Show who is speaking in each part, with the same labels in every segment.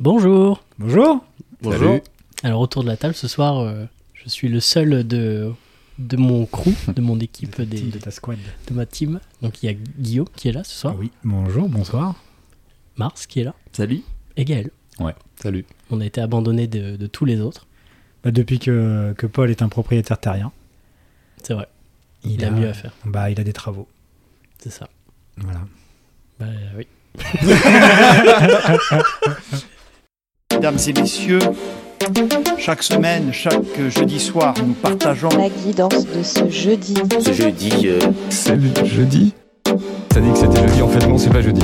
Speaker 1: Bonjour.
Speaker 2: Bonjour.
Speaker 3: Bonjour.
Speaker 4: Salut.
Speaker 1: Alors autour de la table ce soir, euh, je suis le seul de de mon crew, de mon équipe, des,
Speaker 2: Team Ah de
Speaker 1: de
Speaker 2: ta squad.
Speaker 1: ma team. Donc il y a Guillaume qui est là ce soir,
Speaker 2: Oui. Bonjour, bonsoir.
Speaker 1: Mars qui est là,
Speaker 4: Salut.
Speaker 1: et Gaël.
Speaker 4: Salut.
Speaker 1: On a été abandonnés de, de tous les autres.
Speaker 2: Bah, depuis que, que Paul est un propriétaire terrien,
Speaker 1: C'est vrai. Il, a, mieux à faire.
Speaker 2: Bah, il a des travaux.
Speaker 1: C'est ça.
Speaker 2: Voilà.
Speaker 1: Bah oui.
Speaker 5: Mesdames et messieurs, chaque semaine, chaque jeudi soir, nous partageons
Speaker 6: La guidance de ce jeudi.
Speaker 7: Ce jeudi, euh,
Speaker 8: C'est le jeudi T'as dit que c'était jeudi, en fait non c'est pas jeudi.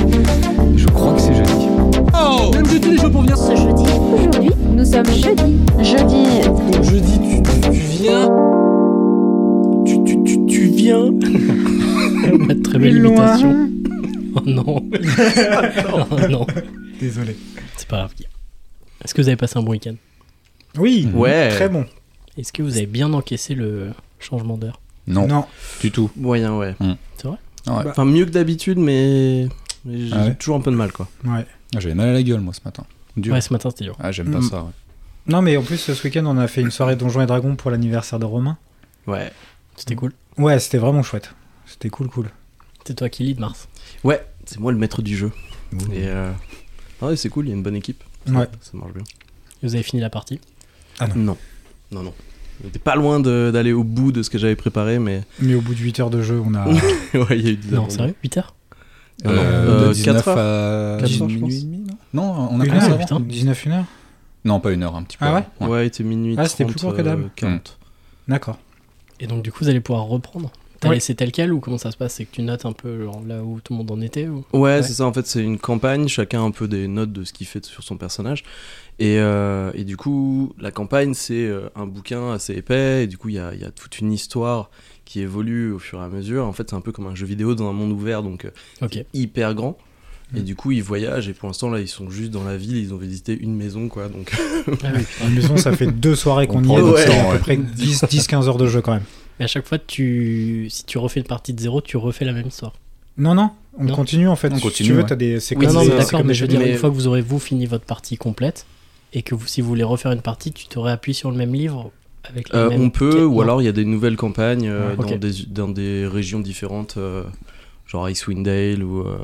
Speaker 8: Je crois que c'est jeudi.
Speaker 9: ce jeudi. Aujourd'hui, nous sommes jeudi.
Speaker 6: Jeudi,
Speaker 8: Jeudi tu, viens
Speaker 4: Tu, tu, tu, tu viens
Speaker 1: Pas de très belle imitation. Oh non. oh non.
Speaker 2: Désolé.
Speaker 1: C'est pas grave. Guillaume. Est-ce que vous avez passé un bon week-end
Speaker 2: Oui.
Speaker 4: Ouais.
Speaker 2: Très bon.
Speaker 1: Est-ce que vous avez bien encaissé le changement d'heure
Speaker 4: Non,
Speaker 2: Non.
Speaker 4: du tout.
Speaker 3: Moyen, ouais.
Speaker 2: Hmm.
Speaker 1: C'est vrai
Speaker 2: Ah
Speaker 4: Ouais.
Speaker 3: Enfin, mieux que d'habitude, mais. mais J'ai
Speaker 4: Ah ouais
Speaker 3: toujours un peu de mal, quoi.
Speaker 2: Ouais.
Speaker 4: Ah, J'avais mal à la gueule moi ce matin. Dur.
Speaker 1: Ouais, ce matin c'était dur.
Speaker 4: Ah, j'aime pas
Speaker 2: Mm.
Speaker 4: ça. ouais.
Speaker 2: Non, mais en plus, ce week-end, on a fait une soirée Donjons et Dragons pour l'anniversaire de Romain.
Speaker 3: Ouais.
Speaker 2: Mmh.
Speaker 1: C'était cool.
Speaker 2: Ouais, c'était vraiment chouette. C'était cool, cool.
Speaker 1: C'est toi qui lead Mars.
Speaker 3: Ouais, c'est moi le maître du jeu. Et. euh, ah ouais, c'est cool, il y a une bonne équipe. Ça-
Speaker 2: Ouais.
Speaker 3: Ça marche bien.
Speaker 1: Vous avez fini la partie.
Speaker 3: Non. Non, non. J'étais pas loin de- d'aller au bout de ce que j'avais préparé, mais.
Speaker 2: Mais au bout de 8 heures de jeu, on a.
Speaker 3: ouais, il y a eu des
Speaker 1: Non,
Speaker 3: abandons.
Speaker 1: sérieux 8 heures
Speaker 3: Non, non.
Speaker 4: Euh,
Speaker 3: Euh,
Speaker 4: de 19
Speaker 3: quatre heures.
Speaker 4: à
Speaker 3: Quatre heures, je
Speaker 4: minuit
Speaker 3: pense.
Speaker 4: et demi, non Non, on a
Speaker 2: Une
Speaker 4: commencé
Speaker 2: heure,
Speaker 4: avant.
Speaker 1: putain.
Speaker 2: 19 une heure
Speaker 4: Non, pas une heure, un petit peu.
Speaker 2: Ah
Speaker 4: avant.
Speaker 3: Ouais, il était minuit.
Speaker 2: Ah, c'était plus
Speaker 3: 30,
Speaker 2: court que d'hab. Hmm.
Speaker 3: euh, 40.
Speaker 2: D'accord.
Speaker 1: Et donc, du coup, vous allez pouvoir reprendre. T'as
Speaker 2: Ouais.
Speaker 1: laissé tel quel ou comment ça se passe C'est que tu notes un peu genre, là où tout le monde en était ou...
Speaker 3: Ouais,
Speaker 1: Ouais.
Speaker 3: c'est ça. En fait, c'est une campagne. Chacun a un peu des notes de ce qu'il fait sur son personnage. Et, euh, et du coup, la campagne, c'est euh, un bouquin assez épais. Et du coup, il y a, il y a toute une histoire qui évolue au fur et à mesure. En fait, c'est un peu comme un jeu vidéo dans un monde ouvert, donc euh,
Speaker 1: Ok. Mmh.
Speaker 3: hyper grand. Et
Speaker 2: Mm.
Speaker 3: du coup, ils voyagent. Et pour l'instant, là, ils sont juste dans la ville. Ils ont visité une maison, quoi. Donc,
Speaker 1: Ah oui.
Speaker 2: La maison, ça fait deux soirées
Speaker 4: On
Speaker 2: qu'on y
Speaker 4: prend
Speaker 2: est. donc
Speaker 3: notre
Speaker 2: c'est
Speaker 4: temps,
Speaker 2: à
Speaker 4: ouais.
Speaker 2: peu près 10-15 heures de jeu quand même.
Speaker 1: Mais à chaque fois, tu... si tu refais une partie de zéro, tu refais la même histoire.
Speaker 2: Non, non. On
Speaker 1: Non.
Speaker 2: continue en fait.
Speaker 4: On
Speaker 2: Si
Speaker 4: continue,
Speaker 2: tu veux,
Speaker 4: ouais.
Speaker 2: t'as des. C'est
Speaker 3: Oui,
Speaker 2: comme
Speaker 1: non, non,
Speaker 2: des-
Speaker 1: mais
Speaker 2: c'est
Speaker 1: d'accord,
Speaker 2: comme
Speaker 1: mais
Speaker 2: des
Speaker 1: je veux
Speaker 2: jeux
Speaker 1: dire,
Speaker 2: vidéo.
Speaker 1: une
Speaker 3: mais-
Speaker 1: fois que vous aurez vous fini votre partie complète et que vous, si vous voulez refaire une partie, tu te réappuies sur le même livre avec la
Speaker 3: Euh,
Speaker 1: même.
Speaker 3: on peut. Ou alors, il y a des nouvelles campagnes euh,
Speaker 1: Ouais,
Speaker 3: dans,
Speaker 1: ok.
Speaker 3: des, dans des régions différentes, euh, genre Icewind Dale ou, euh,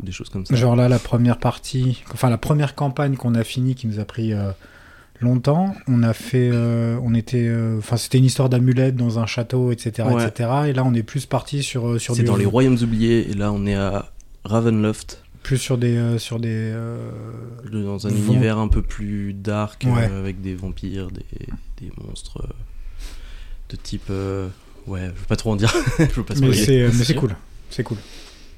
Speaker 3: ou des choses comme ça.
Speaker 2: Genre là, la première partie, enfin la première campagne qu'on a finie, qui nous a pris euh, longtemps, on a fait, euh, on était, euh, enfin c'était une histoire d'amulette dans un château, etc.,
Speaker 3: Ouais.
Speaker 2: etc. Et là, on est plus parti sur euh, sur
Speaker 3: C'est
Speaker 2: du-
Speaker 3: dans les Royaumes oubliés et là on est à Ravenloft
Speaker 2: plus sur des euh, sur des euh,
Speaker 3: dans un
Speaker 2: Vamp-
Speaker 3: univers un peu plus dark euh,
Speaker 2: Ouais.
Speaker 3: avec des vampires, des, des monstres euh, de type euh, ouais, je veux pas trop en dire, je veux pas
Speaker 2: mais
Speaker 3: spoiler.
Speaker 2: c'est mais
Speaker 1: C'est
Speaker 2: c'est
Speaker 1: sûr.
Speaker 2: cool, c'est cool.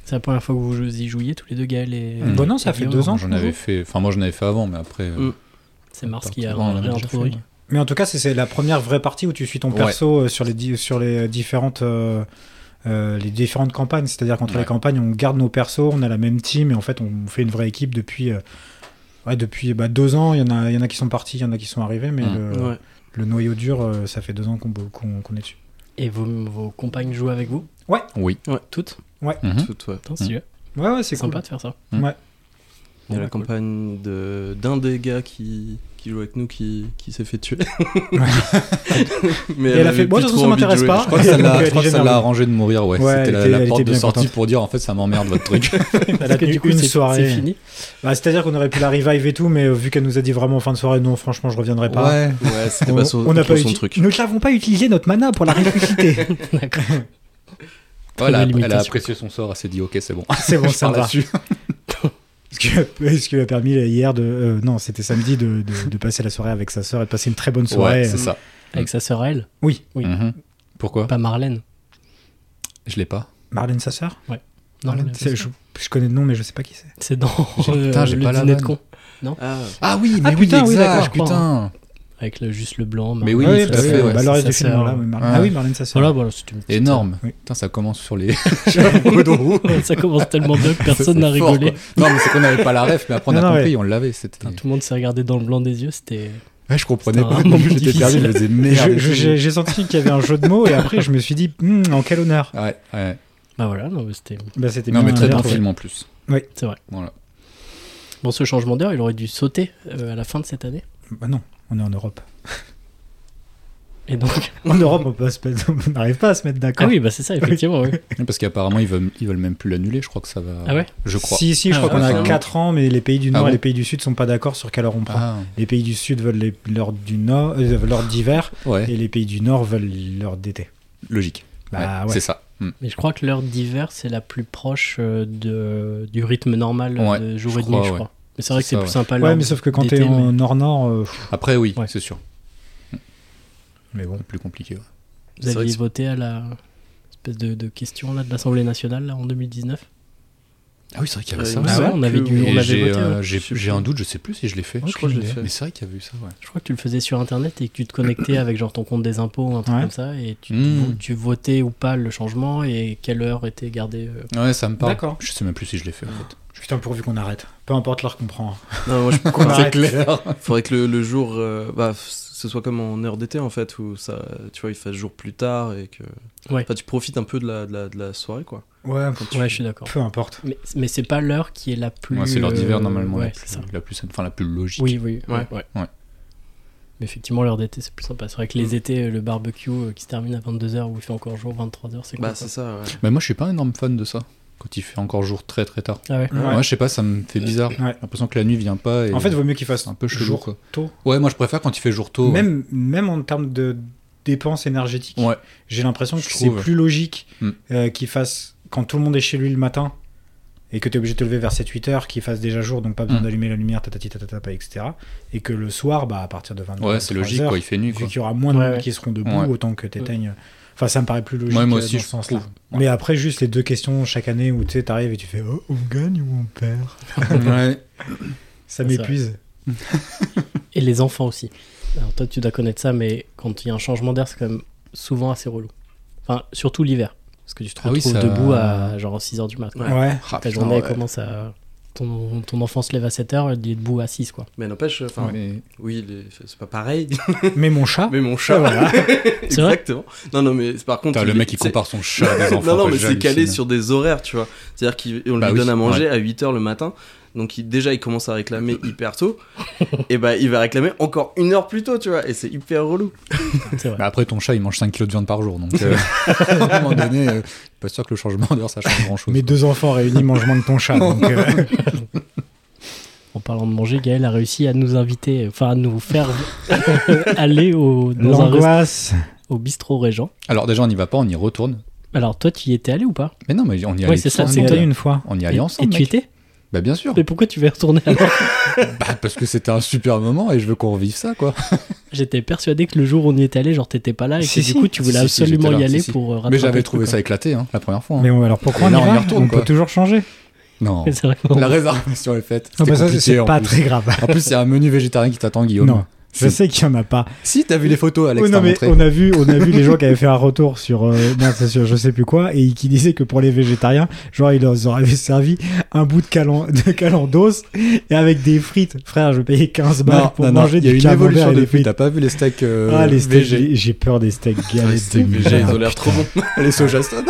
Speaker 1: C'est la première fois que vous y jouiez tous les deux, Gaël et.
Speaker 4: Mm.
Speaker 2: Bon, non, ça
Speaker 1: et
Speaker 2: fait
Speaker 1: Guillaume.
Speaker 2: deux ans.
Speaker 4: J'en avais fait. Enfin, moi j'en avais fait avant, mais après. euh,
Speaker 3: Mm.
Speaker 1: C'est Mars qui a
Speaker 4: partie- on l'a déjà fait,
Speaker 1: réintroduit.
Speaker 4: ouais.
Speaker 2: Mais en tout cas, c'est- c'est la première vraie partie où tu suis ton
Speaker 4: Ouais.
Speaker 2: perso euh, sur les di- sur les différentes euh, euh, les différentes campagnes, c'est-à-dire qu'entre
Speaker 4: Ouais.
Speaker 2: les campagnes, on garde nos persos, on a la même team et en fait, on fait une vraie équipe depuis euh, ouais, depuis bah, deux ans. Il y en a il y en a qui sont partis, il y en a qui sont arrivés, mais
Speaker 4: Mm.
Speaker 2: le,
Speaker 3: Ouais.
Speaker 2: le noyau dur, euh, ça fait deux ans qu'on bo- qu'on qu'on est dessus.
Speaker 1: Et vos, vos compagnes jouent avec vous
Speaker 4: Oui.
Speaker 1: Toutes
Speaker 4: Mhm.
Speaker 3: Tout, ouais.
Speaker 1: Putain, stylé.
Speaker 2: Ouais ouais, c'est
Speaker 1: C'est sympa
Speaker 2: cool. Bah,
Speaker 1: de faire ça.
Speaker 4: Mm.
Speaker 2: Ouais.
Speaker 3: Il y a la
Speaker 1: bah, cool.
Speaker 3: campagne de- d'un des gars qui, qui joue avec nous qui, qui s'est fait tuer. Mais
Speaker 2: Et elle a
Speaker 3: avait
Speaker 2: fait, bon,
Speaker 3: plus
Speaker 2: de toute
Speaker 3: trop
Speaker 2: façon, ça m'intéresse
Speaker 3: envie de jouer.
Speaker 2: pas.
Speaker 4: Je crois que ça l'a-
Speaker 2: Donc,
Speaker 4: je crois que
Speaker 2: elle
Speaker 4: ça
Speaker 2: est
Speaker 4: l'a
Speaker 2: bien-
Speaker 4: arrangé de mourir, ouais.
Speaker 2: Ouais,
Speaker 4: C'était
Speaker 2: elle
Speaker 4: la,
Speaker 2: était-
Speaker 4: la
Speaker 2: elle
Speaker 4: porte
Speaker 2: était
Speaker 4: de
Speaker 2: bien
Speaker 4: sortie
Speaker 2: contente.
Speaker 4: pour dire en fait ça m'emmerde votre truc.
Speaker 2: Elle a
Speaker 1: Parce que
Speaker 2: tenu
Speaker 1: du coup,
Speaker 2: une
Speaker 1: c'est-
Speaker 2: soirée.
Speaker 1: C'est fini.
Speaker 2: Bah, c'est-à-dire qu'on aurait pu la revive et tout, mais euh, vu qu'elle nous a dit vraiment en fin de soirée, non, franchement, je reviendrai pas.
Speaker 4: ouais.
Speaker 3: Ouais, c'était
Speaker 2: On
Speaker 3: pas son,
Speaker 2: on n'a
Speaker 3: trop
Speaker 2: pas
Speaker 3: son
Speaker 2: uti-
Speaker 3: truc.
Speaker 2: Nous n'avons pas utilisé notre mana pour la ressusciter.
Speaker 1: D'accord. Très
Speaker 4: elle, a,
Speaker 1: belle
Speaker 4: elle a
Speaker 1: imitation.
Speaker 4: apprécié son sort, elle s'est dit ok, c'est bon.
Speaker 2: C'est bon,
Speaker 4: Je
Speaker 2: ça
Speaker 4: pars
Speaker 2: me va.
Speaker 4: là-dessus.
Speaker 2: Ce qui a- ce qui lui a permis hier de. euh, non, c'était samedi de, de- de passer la soirée avec sa sœur et de passer une très bonne soirée. euh.
Speaker 4: Ouais, c'est ça.
Speaker 1: Avec sa sœur, elle, Oui.
Speaker 4: Mhm. Pourquoi
Speaker 1: pas Marlène.
Speaker 4: Je l'ai pas.
Speaker 2: Marlène, sa sœur
Speaker 1: Non,
Speaker 2: Marlène,
Speaker 1: elle a
Speaker 2: c'est-
Speaker 1: pas
Speaker 2: je,
Speaker 1: ça.
Speaker 2: je connais le nom, mais je sais pas qui c'est.
Speaker 1: c'est dans
Speaker 4: J'ai-
Speaker 1: euh,
Speaker 4: putain, j'ai
Speaker 1: le
Speaker 4: pas la
Speaker 1: dîner de
Speaker 4: vanne.
Speaker 1: con,
Speaker 3: Ah,
Speaker 4: Ah oui,
Speaker 2: Ah,
Speaker 4: mais
Speaker 2: putain, oui,
Speaker 4: oui,
Speaker 2: d'accord,
Speaker 4: exact,
Speaker 2: je
Speaker 1: crois,
Speaker 4: putain.
Speaker 1: avec le, juste le blanc.
Speaker 4: Mais
Speaker 1: Marlène.
Speaker 4: oui,
Speaker 2: Ah
Speaker 4: tout
Speaker 2: bah,
Speaker 4: à fait,
Speaker 2: bah,
Speaker 4: ouais,
Speaker 2: le
Speaker 1: c'est
Speaker 2: reste
Speaker 1: sa
Speaker 2: du film,
Speaker 1: sœur.
Speaker 2: voilà, oui, Marlène.
Speaker 4: Ouais.
Speaker 2: Ah oui, Marlène, sa sœur.
Speaker 1: Voilà, voilà, c'est une petite-
Speaker 4: Énorme.
Speaker 2: Oui.
Speaker 4: Putain, ça commence sur les.
Speaker 1: ça commence tellement bien que personne
Speaker 4: C'est
Speaker 1: n'a
Speaker 4: fort,
Speaker 1: rigolé.
Speaker 4: quoi. Non, mais c'est qu'on n'avait pas la ref, mais après on
Speaker 2: Non,
Speaker 4: a
Speaker 2: non,
Speaker 4: compris,
Speaker 2: mais-
Speaker 4: on l'avait. C'était.
Speaker 1: Tout le monde s'est regardé dans le blanc des yeux, c'était.
Speaker 4: Ouais, je comprenais
Speaker 1: C'était un
Speaker 4: pas.
Speaker 1: moment
Speaker 4: J'étais perdu,
Speaker 1: difficile.
Speaker 4: je me disais
Speaker 2: Je-
Speaker 4: merde.
Speaker 2: je- J'ai j'ai senti qu'il y avait un jeu de mots et après, je me suis dit, Hmm, en quel honneur.
Speaker 4: Ouais, ouais.
Speaker 1: Bah voilà, non, mais c'était.
Speaker 2: Bah, c'était
Speaker 4: Non,
Speaker 2: bien
Speaker 4: mais très
Speaker 2: bien
Speaker 4: bon
Speaker 2: trouvé.
Speaker 4: film en plus.
Speaker 1: C'est vrai.
Speaker 4: Voilà.
Speaker 1: Bon, ce changement d'heure, il aurait dû sauter euh, à la fin de cette année.
Speaker 2: Bah non, on est en Europe.
Speaker 1: Et donc,
Speaker 2: En Europe, on peut se mettre- on n'arrive pas à se mettre
Speaker 1: ah
Speaker 2: d'accord.
Speaker 1: oui, bah c'est ça, effectivement. oui.
Speaker 4: Parce qu'apparemment, ils veulent, ils veulent même plus l'annuler, je crois que ça va.
Speaker 1: Ah ouais
Speaker 4: Je crois.
Speaker 2: Si, si, je
Speaker 1: Ah,
Speaker 2: crois qu'on a
Speaker 4: finalement.
Speaker 2: 4 ans, mais les pays du
Speaker 4: Ah
Speaker 2: Nord et
Speaker 4: bon
Speaker 2: les pays du Sud sont pas d'accord sur quelle heure on prend.
Speaker 4: Ah,
Speaker 2: Les pays du Sud veulent les- l'heure du Nord, euh, veulent l'heure d'hiver,
Speaker 4: ouais,
Speaker 2: et les pays du Nord veulent l'heure d'été.
Speaker 4: logique.
Speaker 2: Bah
Speaker 4: Ouais,
Speaker 2: ouais.
Speaker 4: C'est ça. Hmm.
Speaker 1: Mais je crois que l'heure d'hiver, c'est la plus proche euh, de, du rythme normal
Speaker 4: Ouais,
Speaker 1: de jour
Speaker 4: je
Speaker 1: et de nuit,
Speaker 4: crois,
Speaker 1: je
Speaker 4: ouais.
Speaker 1: crois. Mais c'est vrai
Speaker 4: C'est
Speaker 1: que c'est
Speaker 4: ça,
Speaker 1: plus
Speaker 4: ouais.
Speaker 1: sympa.
Speaker 2: Ouais,
Speaker 1: l'heure
Speaker 2: mais sauf que quand
Speaker 1: d'été,
Speaker 2: t'es en
Speaker 1: mais
Speaker 2: Nord-Nord, euh, pff,
Speaker 4: Après, oui,
Speaker 1: Ouais.
Speaker 4: c'est sûr. Hmm.
Speaker 2: mais bon.
Speaker 4: C'est plus compliqué. ouais.
Speaker 1: Vous
Speaker 3: C'est vrai
Speaker 1: aviez
Speaker 3: que
Speaker 1: voté à la espèce de, de question là, de l'Assemblée nationale là, en 2019
Speaker 4: Ah oui, c'est vrai qu'il y avait
Speaker 3: Euh,
Speaker 4: ça.
Speaker 1: il me
Speaker 4: ouais.
Speaker 1: semble,
Speaker 3: ouais,
Speaker 1: on avait,
Speaker 3: que
Speaker 1: dû-
Speaker 3: oui.
Speaker 1: on
Speaker 4: Et
Speaker 1: avait
Speaker 4: J'ai
Speaker 1: voté. ouais.
Speaker 4: euh,
Speaker 3: ouais.
Speaker 4: j'ai-
Speaker 3: Je sais
Speaker 4: j'ai
Speaker 3: plus.
Speaker 4: un doute, je sais plus si je l'ai fait.
Speaker 3: Je crois que je l'ai fait.
Speaker 4: Mais c'est vrai qu'il y a eu ça, ouais.
Speaker 1: Je crois que tu le faisais sur internet et que tu te connectais avec genre ton compte des impôts ou un truc
Speaker 2: Ouais.
Speaker 1: comme ça et tu,
Speaker 4: Mm.
Speaker 1: tu votais ou pas le changement et quelle heure était gardée. euh.
Speaker 4: Ouais, ça me parle.
Speaker 2: D'accord.
Speaker 4: Je sais même plus si je l'ai fait en fait.
Speaker 2: Putain, pourvu qu'on arrête. Peu importe l'heure qu'on prend.
Speaker 3: Non, moi, je-
Speaker 2: Qu'on
Speaker 3: faudrait,
Speaker 2: arrête.
Speaker 3: que, faudrait que le, le jour, euh, bah, f- ce soit comme en heure d'été en fait, où ça, tu vois, il fasse jour plus tard et que.
Speaker 1: Ouais.
Speaker 3: Enfin, tu profites un peu de la, de la, de la soirée quoi.
Speaker 2: Ouais,
Speaker 1: Ouais, je suis d'accord.
Speaker 2: peu importe.
Speaker 1: Mais, mais c'est pas l'heure qui est la plus.
Speaker 4: Ouais, c'est l'heure d'hiver
Speaker 1: euh,
Speaker 4: normalement la,
Speaker 1: Ouais,
Speaker 4: plus,
Speaker 1: c'est ça.
Speaker 4: la plus saine, enfin la plus logique.
Speaker 1: Oui, oui,
Speaker 3: Ouais.
Speaker 4: Ouais.
Speaker 1: Mais effectivement, l'heure d'été, c'est plus sympa. C'est vrai que
Speaker 3: Hmm.
Speaker 1: les étés, euh, le barbecue euh, qui se termine à 22h où il fait encore jour, 23h, c'est cool.
Speaker 3: Bah
Speaker 1: quoi.
Speaker 3: c'est ça. ouais.
Speaker 4: Mais moi je suis pas un énorme fan de ça. Quand il fait encore jour très très tard.
Speaker 1: Ah ouais.
Speaker 2: Ouais.
Speaker 4: Moi je sais pas, ça me fait bizarre. J'ai
Speaker 2: Ouais.
Speaker 4: l'impression que la nuit vient pas. Et
Speaker 2: En fait, vaut mieux qu'il fasse
Speaker 4: c'est un peu chelou
Speaker 2: jour
Speaker 4: quoi.
Speaker 2: tôt.
Speaker 4: Ouais, moi je préfère quand il fait jour tôt. ouais.
Speaker 2: Même, même en termes de dépenses énergétiques,
Speaker 4: Ouais.
Speaker 2: j'ai l'impression que
Speaker 4: Je
Speaker 2: c'est
Speaker 4: trouve.
Speaker 2: plus logique
Speaker 4: Mm.
Speaker 2: euh, qu'il fasse quand tout le monde est chez lui le matin et que tu es obligé de te lever vers 7-8 heures, qu'il fasse déjà jour, donc pas besoin
Speaker 4: Mm.
Speaker 2: d'allumer la lumière, tatati tatata, etc. Et que le soir, bah, à partir de 22
Speaker 4: Ouais, c'est logique quoi, il fait nuit
Speaker 2: Vu
Speaker 4: quoi.
Speaker 2: qu'il y aura moins de
Speaker 1: Ouais,
Speaker 2: monde
Speaker 1: ouais.
Speaker 2: qui seront debout,
Speaker 4: Ouais.
Speaker 2: autant que t'éteignes. Enfin, ça me paraît plus logique
Speaker 4: Ouais, moi
Speaker 2: euh,
Speaker 4: aussi
Speaker 2: dans
Speaker 4: je
Speaker 2: ce sens-là.
Speaker 4: trouve.
Speaker 2: Mais après, juste les deux questions chaque année où tu sais, t'arrives et tu fais oh, on gagne ou on perd
Speaker 4: ouais.
Speaker 2: Ça
Speaker 1: C'est vrai.
Speaker 2: m'épuise.
Speaker 1: Et les enfants aussi. Alors toi, tu dois connaître ça, mais quand il y a un changement d'air, c'est quand même souvent assez relou. Enfin, surtout l'hiver. Parce que tu te
Speaker 4: Ah oui,
Speaker 1: retrouves
Speaker 4: ça-
Speaker 1: debout à genre 6h du matin.
Speaker 3: Ouais.
Speaker 2: Ouais.
Speaker 4: Ah,
Speaker 1: Ta
Speaker 4: putain,
Speaker 1: journée
Speaker 4: ouais.
Speaker 1: commence à. Ton, ton enfant se lève à 7h, il est debout à 6 quoi.
Speaker 3: Mais n'empêche, enfin,
Speaker 4: Mais-
Speaker 3: oui, les- c'est pas pareil.
Speaker 2: Mais mon chat,
Speaker 3: mais mon chat,
Speaker 2: voilà.
Speaker 3: exactement. Non, non, mais par contre,
Speaker 4: Putain, le
Speaker 3: il-
Speaker 4: mec il
Speaker 3: c'est-
Speaker 4: compare son chat à des enfants.
Speaker 3: non, non,
Speaker 4: quoi,
Speaker 3: mais c'est calé
Speaker 4: j'hallucine.
Speaker 3: sur des horaires, tu vois. C'est-à-dire qu'on
Speaker 4: Bah
Speaker 3: lui
Speaker 4: oui,
Speaker 3: donne à manger à 8h le matin. Donc il- déjà, il commence à réclamer hyper tôt. et bah, il va réclamer encore une heure plus tôt, tu vois. Et c'est hyper relou.
Speaker 1: C'est vrai.
Speaker 4: Bah après ton chat il mange 5 kilos de viande par jour donc euh, à un moment donné, euh, je suis pas sûr que le changement d'heure ça change grand chose.
Speaker 2: mes deux enfants réunis mangent moins que ton chat. donc, euh,
Speaker 1: En parlant de manger, Gaël a réussi à nous inviter, enfin à nous faire aller au, dans un rest-
Speaker 2: L'angoisse.
Speaker 1: au bistrot Régent.
Speaker 4: Alors déjà on n'y va pas, on y retourne.
Speaker 1: Alors toi, tu y étais allé ou pas
Speaker 4: Mais non, mais on y allait.
Speaker 1: Ouais, c'est
Speaker 4: tous
Speaker 1: ça,
Speaker 2: On
Speaker 1: c'est
Speaker 2: y
Speaker 4: ensemble.
Speaker 1: que-
Speaker 2: allait une fois.
Speaker 4: On y
Speaker 1: Et-
Speaker 4: allait ensemble.
Speaker 1: Et tu
Speaker 4: mec.
Speaker 1: étais
Speaker 4: Bah bien sûr.
Speaker 1: Mais pourquoi tu veux y retourner alors
Speaker 4: Bah, parce que c'était un super moment et je veux qu'on revive ça, quoi.
Speaker 1: J'étais persuadé que le jour où on y était allé, genre t'étais pas là et
Speaker 4: Si,
Speaker 1: que du
Speaker 4: si.
Speaker 1: coup tu voulais
Speaker 4: Si, si,
Speaker 1: absolument
Speaker 4: j'étais là,
Speaker 1: y aller
Speaker 4: si, si.
Speaker 1: pour euh, rattraper
Speaker 4: Mais
Speaker 1: le
Speaker 4: j'avais
Speaker 1: truc,
Speaker 4: trouvé
Speaker 1: quoi.
Speaker 4: ça éclaté, hein, la première fois. hein.
Speaker 2: Mais bon, alors pourquoi
Speaker 4: Et
Speaker 2: on
Speaker 4: là,
Speaker 2: y
Speaker 4: on y
Speaker 2: va
Speaker 4: retourne,
Speaker 2: On
Speaker 4: quoi.
Speaker 2: peut toujours changer.
Speaker 4: Non.
Speaker 1: Mais c'est vrai qu'on-
Speaker 4: La réservation est faite.
Speaker 2: Ah
Speaker 4: C'était
Speaker 2: bah ça,
Speaker 4: compliqué,
Speaker 2: c'est
Speaker 4: en
Speaker 2: pas
Speaker 4: plus.
Speaker 2: très grave.
Speaker 4: En plus, il y a un menu végétarien qui t'attend, Guillaume.
Speaker 2: non, je
Speaker 4: Si.
Speaker 2: sais qu'il y en a pas.
Speaker 4: Si, t'as vu les photos, Alex,
Speaker 2: Oh,
Speaker 4: t'as
Speaker 2: non, mais
Speaker 4: montré.
Speaker 2: on a vu, on a vu les gens qui avaient fait un retour sur, euh, merde, c'est sur je sais plus quoi, et qui disaient que pour les végétariens, genre ils leur auraient servi un bout de calan, de calendos et avec des frites. Frère, je payais 15 balles
Speaker 4: Non,
Speaker 2: pour
Speaker 4: non, non,
Speaker 2: manger
Speaker 4: il y a
Speaker 2: du
Speaker 4: une évolution
Speaker 2: camembert et des
Speaker 4: depuis.
Speaker 2: frites.
Speaker 4: T'as pas vu les steaks euh, Ah,
Speaker 2: ah les steaks,
Speaker 4: VG,
Speaker 2: j'ai- j'ai peur des steaks galettes.
Speaker 3: Les steaks
Speaker 2: de
Speaker 3: végé,
Speaker 2: merde.
Speaker 3: ils ont l'air trop bons.
Speaker 4: les soja stone.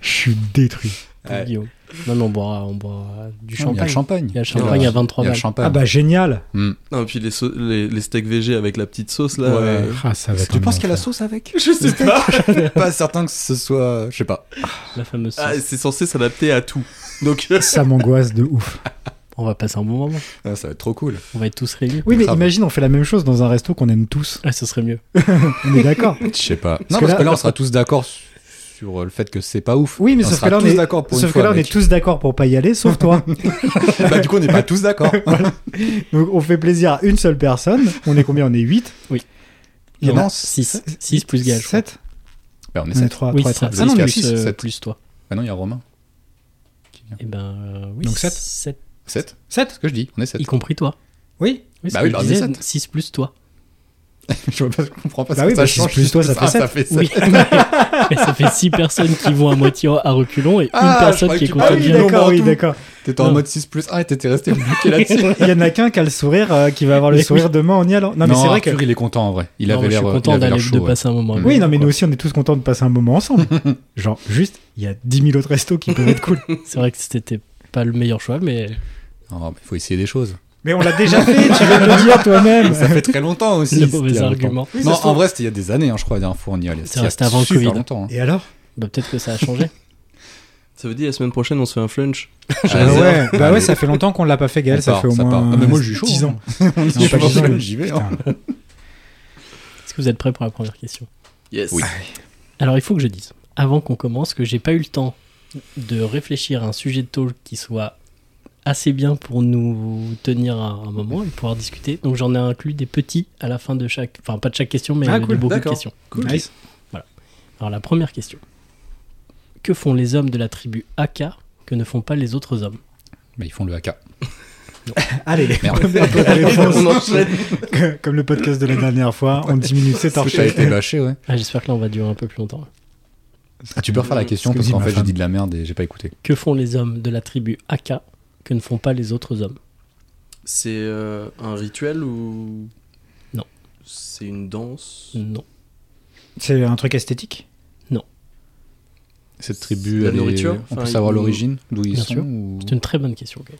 Speaker 2: Je suis détruit.
Speaker 1: pour Guillaume. Non, mais on boira, on boira du
Speaker 4: Il y a le
Speaker 1: champagne.
Speaker 4: champagne.
Speaker 1: Il y a le champagne à 23
Speaker 4: Il y a le
Speaker 1: balles.
Speaker 4: champagne.
Speaker 2: Ah bah génial.
Speaker 3: Non, et puis les, so- les, les steaks végé avec la petite sauce, là.
Speaker 4: Ouais.
Speaker 3: euh,
Speaker 2: Ah ça va. être
Speaker 4: Tu
Speaker 2: un
Speaker 4: penses qu'il y a la
Speaker 2: enfer.
Speaker 4: sauce avec
Speaker 3: Je sais pas.
Speaker 4: Pas certain que ce soit. Je sais pas.
Speaker 1: La fameuse sauce.
Speaker 3: Ah, c'est censé s'adapter à tout. Donc, euh,
Speaker 2: Ça m'angoisse de ouf.
Speaker 1: On va passer un bon moment.
Speaker 4: Ah, ça va être trop cool.
Speaker 1: On va être tous réunis.
Speaker 2: Oui, mais
Speaker 4: Grave.
Speaker 2: imagine, on fait la même chose dans un resto qu'on aime tous.
Speaker 1: Ah, ce serait mieux.
Speaker 2: On est d'accord.
Speaker 4: Je sais pas. Non,
Speaker 2: que
Speaker 4: parce
Speaker 2: là-
Speaker 4: que là, on sera tous d'accord su- sur le fait que c'est pas ouf.
Speaker 2: Oui, mais
Speaker 4: on
Speaker 2: sauf
Speaker 4: sera
Speaker 2: que là, on
Speaker 4: tous
Speaker 2: est-
Speaker 4: d'accord pour
Speaker 2: Sauf
Speaker 4: une
Speaker 2: que
Speaker 4: fois,
Speaker 2: là, on
Speaker 4: mec.
Speaker 2: est tous d'accord pour pas y aller, sauf toi.
Speaker 4: bah, du coup, on n'est pas tous d'accord.
Speaker 2: Donc, on fait plaisir à une seule personne. On est combien On est 8
Speaker 1: Oui.
Speaker 2: Il y en a
Speaker 1: 6. 6 plus Gaël. je crois.
Speaker 2: 7
Speaker 4: Bah, on est
Speaker 2: On est
Speaker 4: sept.
Speaker 2: 3,
Speaker 1: Oui,
Speaker 2: 3
Speaker 1: c'est ça.
Speaker 4: Ah non,
Speaker 1: Six
Speaker 4: mais
Speaker 1: plus,
Speaker 4: six,
Speaker 1: euh,
Speaker 4: sept.
Speaker 1: plus toi.
Speaker 4: Bah non, il y a Romain. Qui vient.
Speaker 1: Et ben euh, oui.
Speaker 2: Donc sept.
Speaker 1: 7.
Speaker 4: 7 C'est
Speaker 2: 7
Speaker 4: ce que je dis, on est 7.
Speaker 1: Y compris toi.
Speaker 2: Oui.
Speaker 1: Oui,
Speaker 4: Bah oui, bah, on est sept.
Speaker 1: 6 plus toi.
Speaker 4: je, vois pas- je comprends pas
Speaker 2: Bah
Speaker 4: ce
Speaker 2: oui,
Speaker 4: que
Speaker 2: bah,
Speaker 4: ça
Speaker 2: six
Speaker 4: change.
Speaker 2: plus toi, ça fait
Speaker 4: Ah,
Speaker 2: sept.
Speaker 4: ça fait sept.
Speaker 1: Oui, mais, mais ça fait 6 personnes qui vont à moitié à reculons et
Speaker 4: Ah,
Speaker 1: une personne
Speaker 4: je
Speaker 1: qui est
Speaker 4: croyais
Speaker 2: Ah
Speaker 1: contente
Speaker 4: que tu
Speaker 2: oui,
Speaker 4: Bien, on
Speaker 2: d'accord,
Speaker 4: prend
Speaker 2: oui,
Speaker 4: tout.
Speaker 2: d'accord.
Speaker 4: T'étais en
Speaker 1: Non.
Speaker 4: mode 6 plus 1 et t'étais resté bloqué là-dessus.
Speaker 2: Il y en a qu'un qui a le sourire, euh, qui va avoir le
Speaker 1: Mais
Speaker 2: sourire demain en y allant. Non, mais c'est vrai que.
Speaker 4: Arthur, il est content en vrai. Il
Speaker 1: Non,
Speaker 4: avait
Speaker 1: je suis
Speaker 4: l'air euh, il
Speaker 1: content
Speaker 4: avait
Speaker 1: d'aller
Speaker 4: l'air
Speaker 1: de
Speaker 4: chaud. ouais.
Speaker 1: passer un moment. avec
Speaker 2: Oui,
Speaker 1: vous,
Speaker 2: non, mais
Speaker 1: quoi.
Speaker 2: nous aussi, on est tous contents de passer un moment ensemble. Genre, juste, il y a 10 000 autres restos qui peuvent être cool.
Speaker 1: C'est vrai que c'était pas le meilleur choix, mais
Speaker 4: Non, mais il faut essayer des choses.
Speaker 2: Mais on l'a déjà fait, tu viens de le dire toi-même.
Speaker 4: Ça fait très longtemps aussi.
Speaker 1: Le
Speaker 4: c'était
Speaker 1: mauvais
Speaker 4: il y a longtemps.
Speaker 1: argument.
Speaker 2: Oui, ça
Speaker 4: Non,
Speaker 2: se trouve.
Speaker 4: en vrai, c'était il y a des années, hein, je crois, la dernière fois on y allait. C'était il y a
Speaker 1: resté avant le
Speaker 4: super
Speaker 1: Covid.
Speaker 4: longtemps. hein.
Speaker 2: Et alors
Speaker 1: Bah, Peut-être que ça a changé.
Speaker 3: Ça veut dire la semaine prochaine on se fait un flunch.
Speaker 4: Ah
Speaker 2: Ah
Speaker 4: ouais.
Speaker 2: ouais, bah ouais,
Speaker 4: Allez.
Speaker 2: ça fait longtemps qu'on l'a pas fait, Gaël.
Speaker 4: On
Speaker 2: Ça
Speaker 4: part,
Speaker 2: fait au
Speaker 4: ça part.
Speaker 2: moins
Speaker 4: Ah, mais moi, je suis chaud,
Speaker 2: 10
Speaker 4: hein.
Speaker 2: ans.
Speaker 4: On y
Speaker 2: Non,
Speaker 4: est
Speaker 2: pas
Speaker 4: pas
Speaker 2: dix ans.
Speaker 4: seul, J'y vais. hein.
Speaker 2: Putain.
Speaker 1: Est-ce que vous êtes prêts pour la première question
Speaker 3: Yes.
Speaker 4: Oui.
Speaker 1: Alors, il faut que je dise, avant qu'on commence, que j'ai pas eu le temps de réfléchir à un sujet de talk qui soit assez bien pour nous tenir à un moment et pouvoir discuter. Donc, j'en ai inclus des petits à la fin de chaque. Enfin, pas de chaque question, mais
Speaker 2: Ah,
Speaker 1: de
Speaker 2: cool,
Speaker 1: beaucoup de
Speaker 3: d'accord.
Speaker 1: questions.
Speaker 2: Nice.
Speaker 1: Alors, la première question Que font les hommes de la tribu Aka que ne font pas les autres hommes
Speaker 4: Mais ils font le AK.
Speaker 2: Allez,
Speaker 4: Merde.
Speaker 3: on enchaîne.
Speaker 2: comme le podcast de la dernière fois, en 10 minutes, c'est
Speaker 4: Parce que T'as
Speaker 2: torché.
Speaker 4: été bâché, ouais.
Speaker 1: ah, J'espère que là, on va durer un peu plus longtemps.
Speaker 4: Ah, tu peux refaire la question
Speaker 2: que
Speaker 4: parce
Speaker 2: dit
Speaker 4: qu'en
Speaker 2: ma
Speaker 4: fait, j'ai
Speaker 2: femme.
Speaker 4: dit de la merde et j'ai pas écouté.
Speaker 1: Que font les hommes de la tribu Aka que ne font pas les autres hommes
Speaker 3: C'est euh, un rituel ou
Speaker 1: Non.
Speaker 3: C'est une danse.
Speaker 1: Non.
Speaker 2: C'est un truc esthétique
Speaker 4: Cette tribu,
Speaker 3: La
Speaker 4: elle est-
Speaker 3: nourriture,
Speaker 4: on
Speaker 3: enfin,
Speaker 4: peut savoir
Speaker 3: ils-
Speaker 4: l'origine, d'où ils
Speaker 1: Bien
Speaker 4: sont
Speaker 1: sûr.
Speaker 4: ou-
Speaker 1: C'est une très bonne question. Gaël.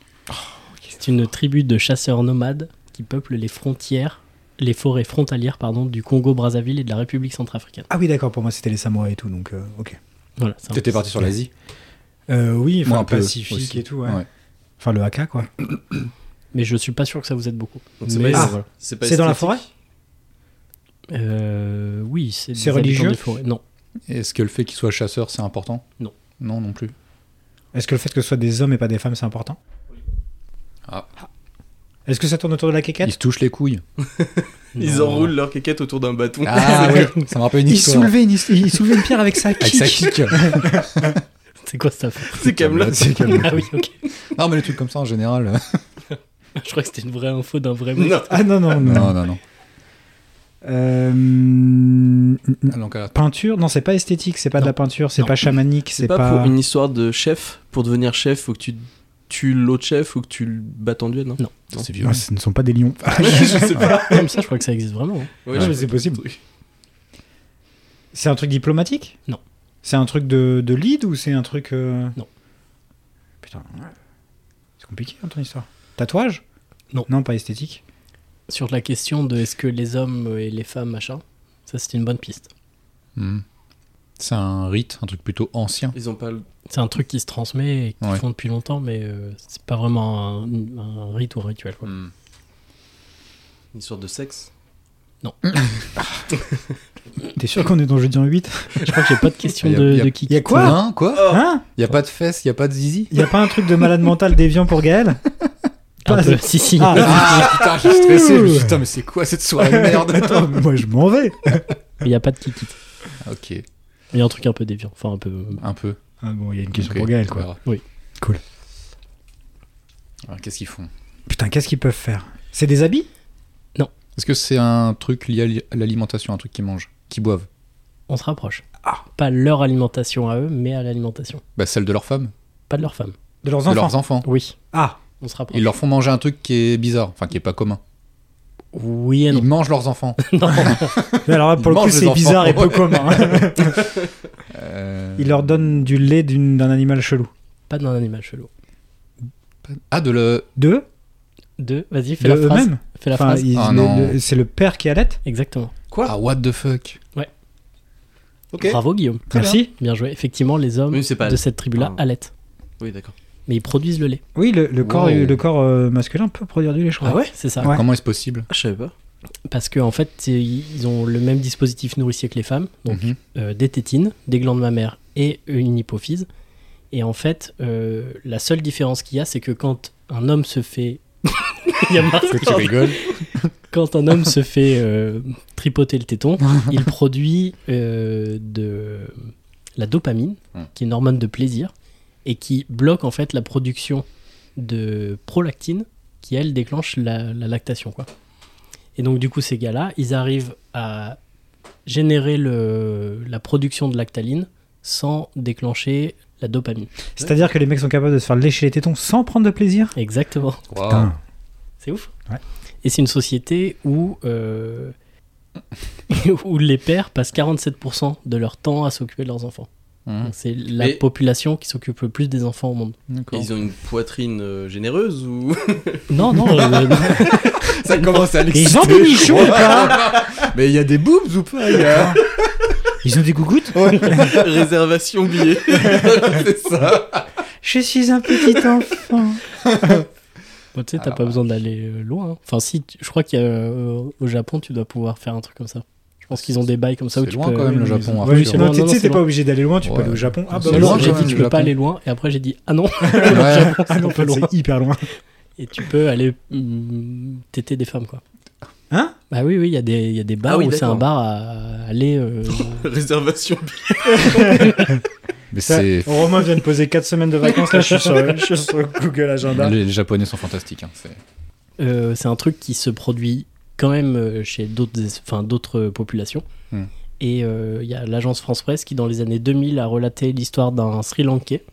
Speaker 1: C'est une tribu de chasseurs nomades qui peuplent les frontières, les forêts frontalières pardon, du Congo-Brazzaville et de la République centrafricaine.
Speaker 2: Ah oui, d'accord, pour moi, c'était les samouraïs et tout, donc euh, ok.
Speaker 1: Voilà, c'est un-
Speaker 4: T'étais parti sur l'Asie
Speaker 2: Euh, oui,
Speaker 4: Moi,
Speaker 2: enfin,
Speaker 4: un peu
Speaker 2: Pacifique
Speaker 4: aussi.
Speaker 2: et tout, ouais.
Speaker 4: Ouais.
Speaker 2: Enfin, le haka, quoi.
Speaker 1: Mais je suis pas sûr que ça vous aide beaucoup.
Speaker 3: Donc, c'est
Speaker 1: Mais- euh,
Speaker 3: pas-
Speaker 2: Ah,
Speaker 1: voilà.
Speaker 3: C'est pas
Speaker 2: c'est dans la
Speaker 3: esthétique.
Speaker 2: forêt
Speaker 1: Euh, oui, c'est
Speaker 2: C'est
Speaker 1: des habitants
Speaker 2: religieux
Speaker 1: des forêts. Non,
Speaker 4: Est-ce que le fait qu'ils soient chasseurs, c'est important
Speaker 1: Non.
Speaker 4: Non, non plus.
Speaker 2: Est-ce que le fait que ce soit des hommes et pas des femmes, c'est important
Speaker 4: Ah.
Speaker 2: Est-ce que ça tourne autour de la
Speaker 4: Ils
Speaker 2: quéquette
Speaker 4: se touchent les couilles.
Speaker 3: Ils
Speaker 1: Non.
Speaker 3: enroulent leur quéquette autour d'un bâton.
Speaker 4: Ah oui, ça me rappelle une histoire.
Speaker 2: une, il soulevait une pierre avec sa
Speaker 4: Avec sa kick.
Speaker 1: C'est quoi ça fait
Speaker 3: C'est Camelot.
Speaker 4: C'est Kaamelott.
Speaker 1: Ah oui, ok.
Speaker 4: Non, mais les trucs comme ça en général.
Speaker 1: Je crois que c'était une vraie info d'un vrai.
Speaker 3: Non.
Speaker 2: Ah non, non, non.
Speaker 4: Non, non, non.
Speaker 2: Euh,
Speaker 1: Mm.
Speaker 4: Donc, à-
Speaker 2: Peinture Non, c'est pas esthétique, c'est pas de
Speaker 1: Non.
Speaker 2: la peinture, c'est
Speaker 1: Non.
Speaker 2: pas chamanique,
Speaker 3: C'est pas, pour une histoire de chef. Pour devenir chef, faut que tu tues l'autre chef ou que tu le battes en duel, non
Speaker 4: c'est vieux.
Speaker 2: Non, ce ne sont pas des lions.
Speaker 3: Je sais pas.
Speaker 1: Comme Ah, ça, je crois que ça existe vraiment. hein.
Speaker 3: Ouais,
Speaker 2: Ah,
Speaker 3: je-
Speaker 2: mais c'est possible. C'est un truc diplomatique
Speaker 1: Non.
Speaker 2: C'est un truc de, de lead ou c'est un truc. euh,
Speaker 1: Non.
Speaker 2: Putain. C'est compliqué hein, ton histoire. Tatouage
Speaker 1: Non.
Speaker 2: Non, pas esthétique.
Speaker 1: Sur la question de est-ce que les hommes et les femmes, machin, ça c'était une bonne piste.
Speaker 4: Hmm. C'est un rite, un truc plutôt ancien.
Speaker 3: Ils ont pas le-
Speaker 1: C'est un truc qui se transmet et qu'ils
Speaker 4: Ouais.
Speaker 1: font depuis longtemps, mais euh, c'est pas vraiment un, un rite ou un rituel. quoi.
Speaker 4: Hmm.
Speaker 3: une sorte de sexe.
Speaker 2: T'es sûr qu'on est dans jeudi en 8
Speaker 1: Je crois que j'ai pas de question
Speaker 4: Il y a-
Speaker 1: de,
Speaker 4: il y a-
Speaker 1: de qui.
Speaker 2: Il y a quoi
Speaker 4: Hein, Quoi
Speaker 2: Hein
Speaker 4: Il y a pas de fesses, il y a pas de zizi
Speaker 2: Il y a pas un truc de malade mental déviant pour Gaël
Speaker 1: Un peu.
Speaker 2: pas-
Speaker 1: Si, si.
Speaker 2: Ah,
Speaker 4: Ah putain, j'ai stressé. Je me suis dit, putain, mais c'est quoi cette soirée de Ah, merde
Speaker 2: Attends, mais moi je m'en vais.
Speaker 1: Il y a pas de qui
Speaker 4: Ok,
Speaker 1: Il y a un truc un peu déviant. Enfin, un peu.
Speaker 4: un peu.
Speaker 2: Ah bon, il y a une question
Speaker 4: Ok,
Speaker 2: pour Gaël
Speaker 4: on
Speaker 2: quoi.
Speaker 4: verra.
Speaker 1: Oui.
Speaker 2: Cool.
Speaker 4: Alors, Qu'est-ce qu'ils font
Speaker 2: Putain, qu'est-ce qu'ils peuvent faire C'est des habits
Speaker 4: Est-ce que c'est un truc lié à li- à l'alimentation, un truc qu'ils mangent, qu'ils boivent
Speaker 1: On se rapproche. Pas leur alimentation à eux, mais à l'alimentation.
Speaker 4: bah, Celle de leur femme,
Speaker 1: Pas de leur femme.
Speaker 2: De leurs
Speaker 4: de
Speaker 2: enfants
Speaker 4: leurs enfants.
Speaker 1: Oui.
Speaker 2: Ah,
Speaker 1: On se rapproche.
Speaker 4: Ils leur font manger un truc qui est bizarre, enfin qui est pas commun.
Speaker 1: Oui et non.
Speaker 4: Ils mangent leurs enfants.
Speaker 1: non.
Speaker 2: Mais alors là, pour
Speaker 4: Ils
Speaker 2: le coup,
Speaker 4: mangent les
Speaker 2: c'est
Speaker 4: enfants.
Speaker 2: bizarre et peu commun.
Speaker 4: Euh,
Speaker 2: Il leur donne du lait d'une- d'un animal chelou.
Speaker 1: Pas d'un animal chelou.
Speaker 4: Ah, de le.
Speaker 2: Deux
Speaker 1: Deux. Vas-y, fais
Speaker 2: De
Speaker 1: la phrase.
Speaker 2: eux-mêmes
Speaker 1: Fais la
Speaker 2: Enfin,
Speaker 1: phrase.
Speaker 2: ils-
Speaker 4: Ah,
Speaker 2: le-
Speaker 4: non.
Speaker 2: le- c'est le père qui allait
Speaker 1: Exactement.
Speaker 4: Ah, what the fuck Ok.
Speaker 1: Bravo, Guillaume.
Speaker 2: Merci.
Speaker 1: Bien joué. Effectivement, les hommes
Speaker 3: Oui, c'est pas-
Speaker 1: de cette tribu-là
Speaker 3: Pardon.
Speaker 1: allaitent.
Speaker 3: Oui, d'accord.
Speaker 1: Mais ils produisent le lait.
Speaker 2: Oui, le, le corps,
Speaker 4: Wow.
Speaker 2: le corps euh, masculin peut produire du lait, je crois.
Speaker 1: C'est ça.
Speaker 2: Ah Ouais.
Speaker 4: Comment est-ce possible
Speaker 3: Ah, je savais pas.
Speaker 1: Parce qu'en en fait, c'est- ils ont le même dispositif nourricier que les femmes. Donc,
Speaker 4: Mhm.
Speaker 1: euh, des tétines, des glandes mammaires et une hypophyse. Et en fait, euh, la seule différence qu'il y a, c'est que quand un homme se fait. Il y a Marc.
Speaker 4: Que tu rigoles
Speaker 1: Quand un homme se fait euh, tripoter le téton, il produit euh, de la dopamine,
Speaker 4: Hmm.
Speaker 1: qui est une hormone de plaisir, et qui bloque en fait la production de prolactine, qui elle déclenche la, la lactation. Quoi. Et donc du coup, ces gars-là, ils arrivent à générer le, la production de lactaline sans déclencher la dopamine.
Speaker 2: C'est-à-dire que les mecs sont capables de se faire lécher les tétons sans prendre de plaisir
Speaker 1: Exactement.
Speaker 4: Wow.
Speaker 2: Putain.
Speaker 1: C'est ouf.
Speaker 2: Ouais.
Speaker 1: Et c'est une société où, euh, où les pères passent 47% de leur temps à s'occuper de leurs enfants.
Speaker 4: Mmh.
Speaker 1: Donc, C'est la
Speaker 3: Mais-
Speaker 1: population qui s'occupe le plus des enfants au monde.
Speaker 4: D'accord.
Speaker 3: Ils ont une poitrine euh, généreuse ou
Speaker 1: Non, non, euh, non.
Speaker 4: Ça commence à
Speaker 2: Ils ont des nichons ou pas
Speaker 4: Mais il y a des boobs ou pas il y a-
Speaker 2: Ils ont des gougouttes
Speaker 3: réservation billet C'est ça.
Speaker 2: Je suis un petit enfant.
Speaker 1: Bon, tu sais, t'as
Speaker 4: Alors,
Speaker 1: pas besoin d'aller euh, loin. hein. Enfin, si, tu- je crois qu'il y a, euh, au Japon, tu dois pouvoir faire un truc comme ça. Je pense qu'ils ont des bails comme ça où
Speaker 4: Ah, C'est
Speaker 1: tu
Speaker 4: loin
Speaker 1: peux.
Speaker 4: quand même le Japon.
Speaker 1: oui,
Speaker 4: Arthur.
Speaker 1: c'est
Speaker 2: Non,
Speaker 1: loin.
Speaker 2: tu sais,
Speaker 1: c'est
Speaker 2: t'es pas
Speaker 1: loin.
Speaker 2: obligé d'aller loin, tu peux
Speaker 4: Ouais.
Speaker 2: aller au Japon. Ah bah
Speaker 4: C'est
Speaker 1: Non,
Speaker 2: bah,
Speaker 1: non,
Speaker 4: loin,
Speaker 1: j'ai
Speaker 4: quand
Speaker 1: dit
Speaker 4: même,
Speaker 1: tu
Speaker 4: le
Speaker 1: peux pas
Speaker 4: Japon.
Speaker 1: aller loin, et après j'ai dit ah non,
Speaker 4: Ouais.
Speaker 2: Ah non,
Speaker 1: pas loin.
Speaker 2: c'est hyper loin.
Speaker 1: et tu peux aller hum, téter des femmes quoi.
Speaker 2: Hein
Speaker 1: Bah oui, oui, il y, a des- il y a des bars
Speaker 3: Ah oui,
Speaker 1: où c'est
Speaker 3: d'accord.
Speaker 1: un bar à aller. euh,
Speaker 3: réservation billet.
Speaker 4: Mais
Speaker 2: Ça,
Speaker 4: c'est.
Speaker 2: Romain vient de poser 4 semaines de vacances, là je suis sur, je suis sur Google Agenda.
Speaker 4: Les, les Japonais sont fantastiques. hein, c'est-
Speaker 1: euh, c'est un truc qui se produit quand même euh, chez d'autres es- enfin, d'autres euh, populations.
Speaker 4: Hmm.
Speaker 1: Et euh, il y a l'agence France Presse qui, dans les années 2000, a relaté l'histoire d'un Sri Lankais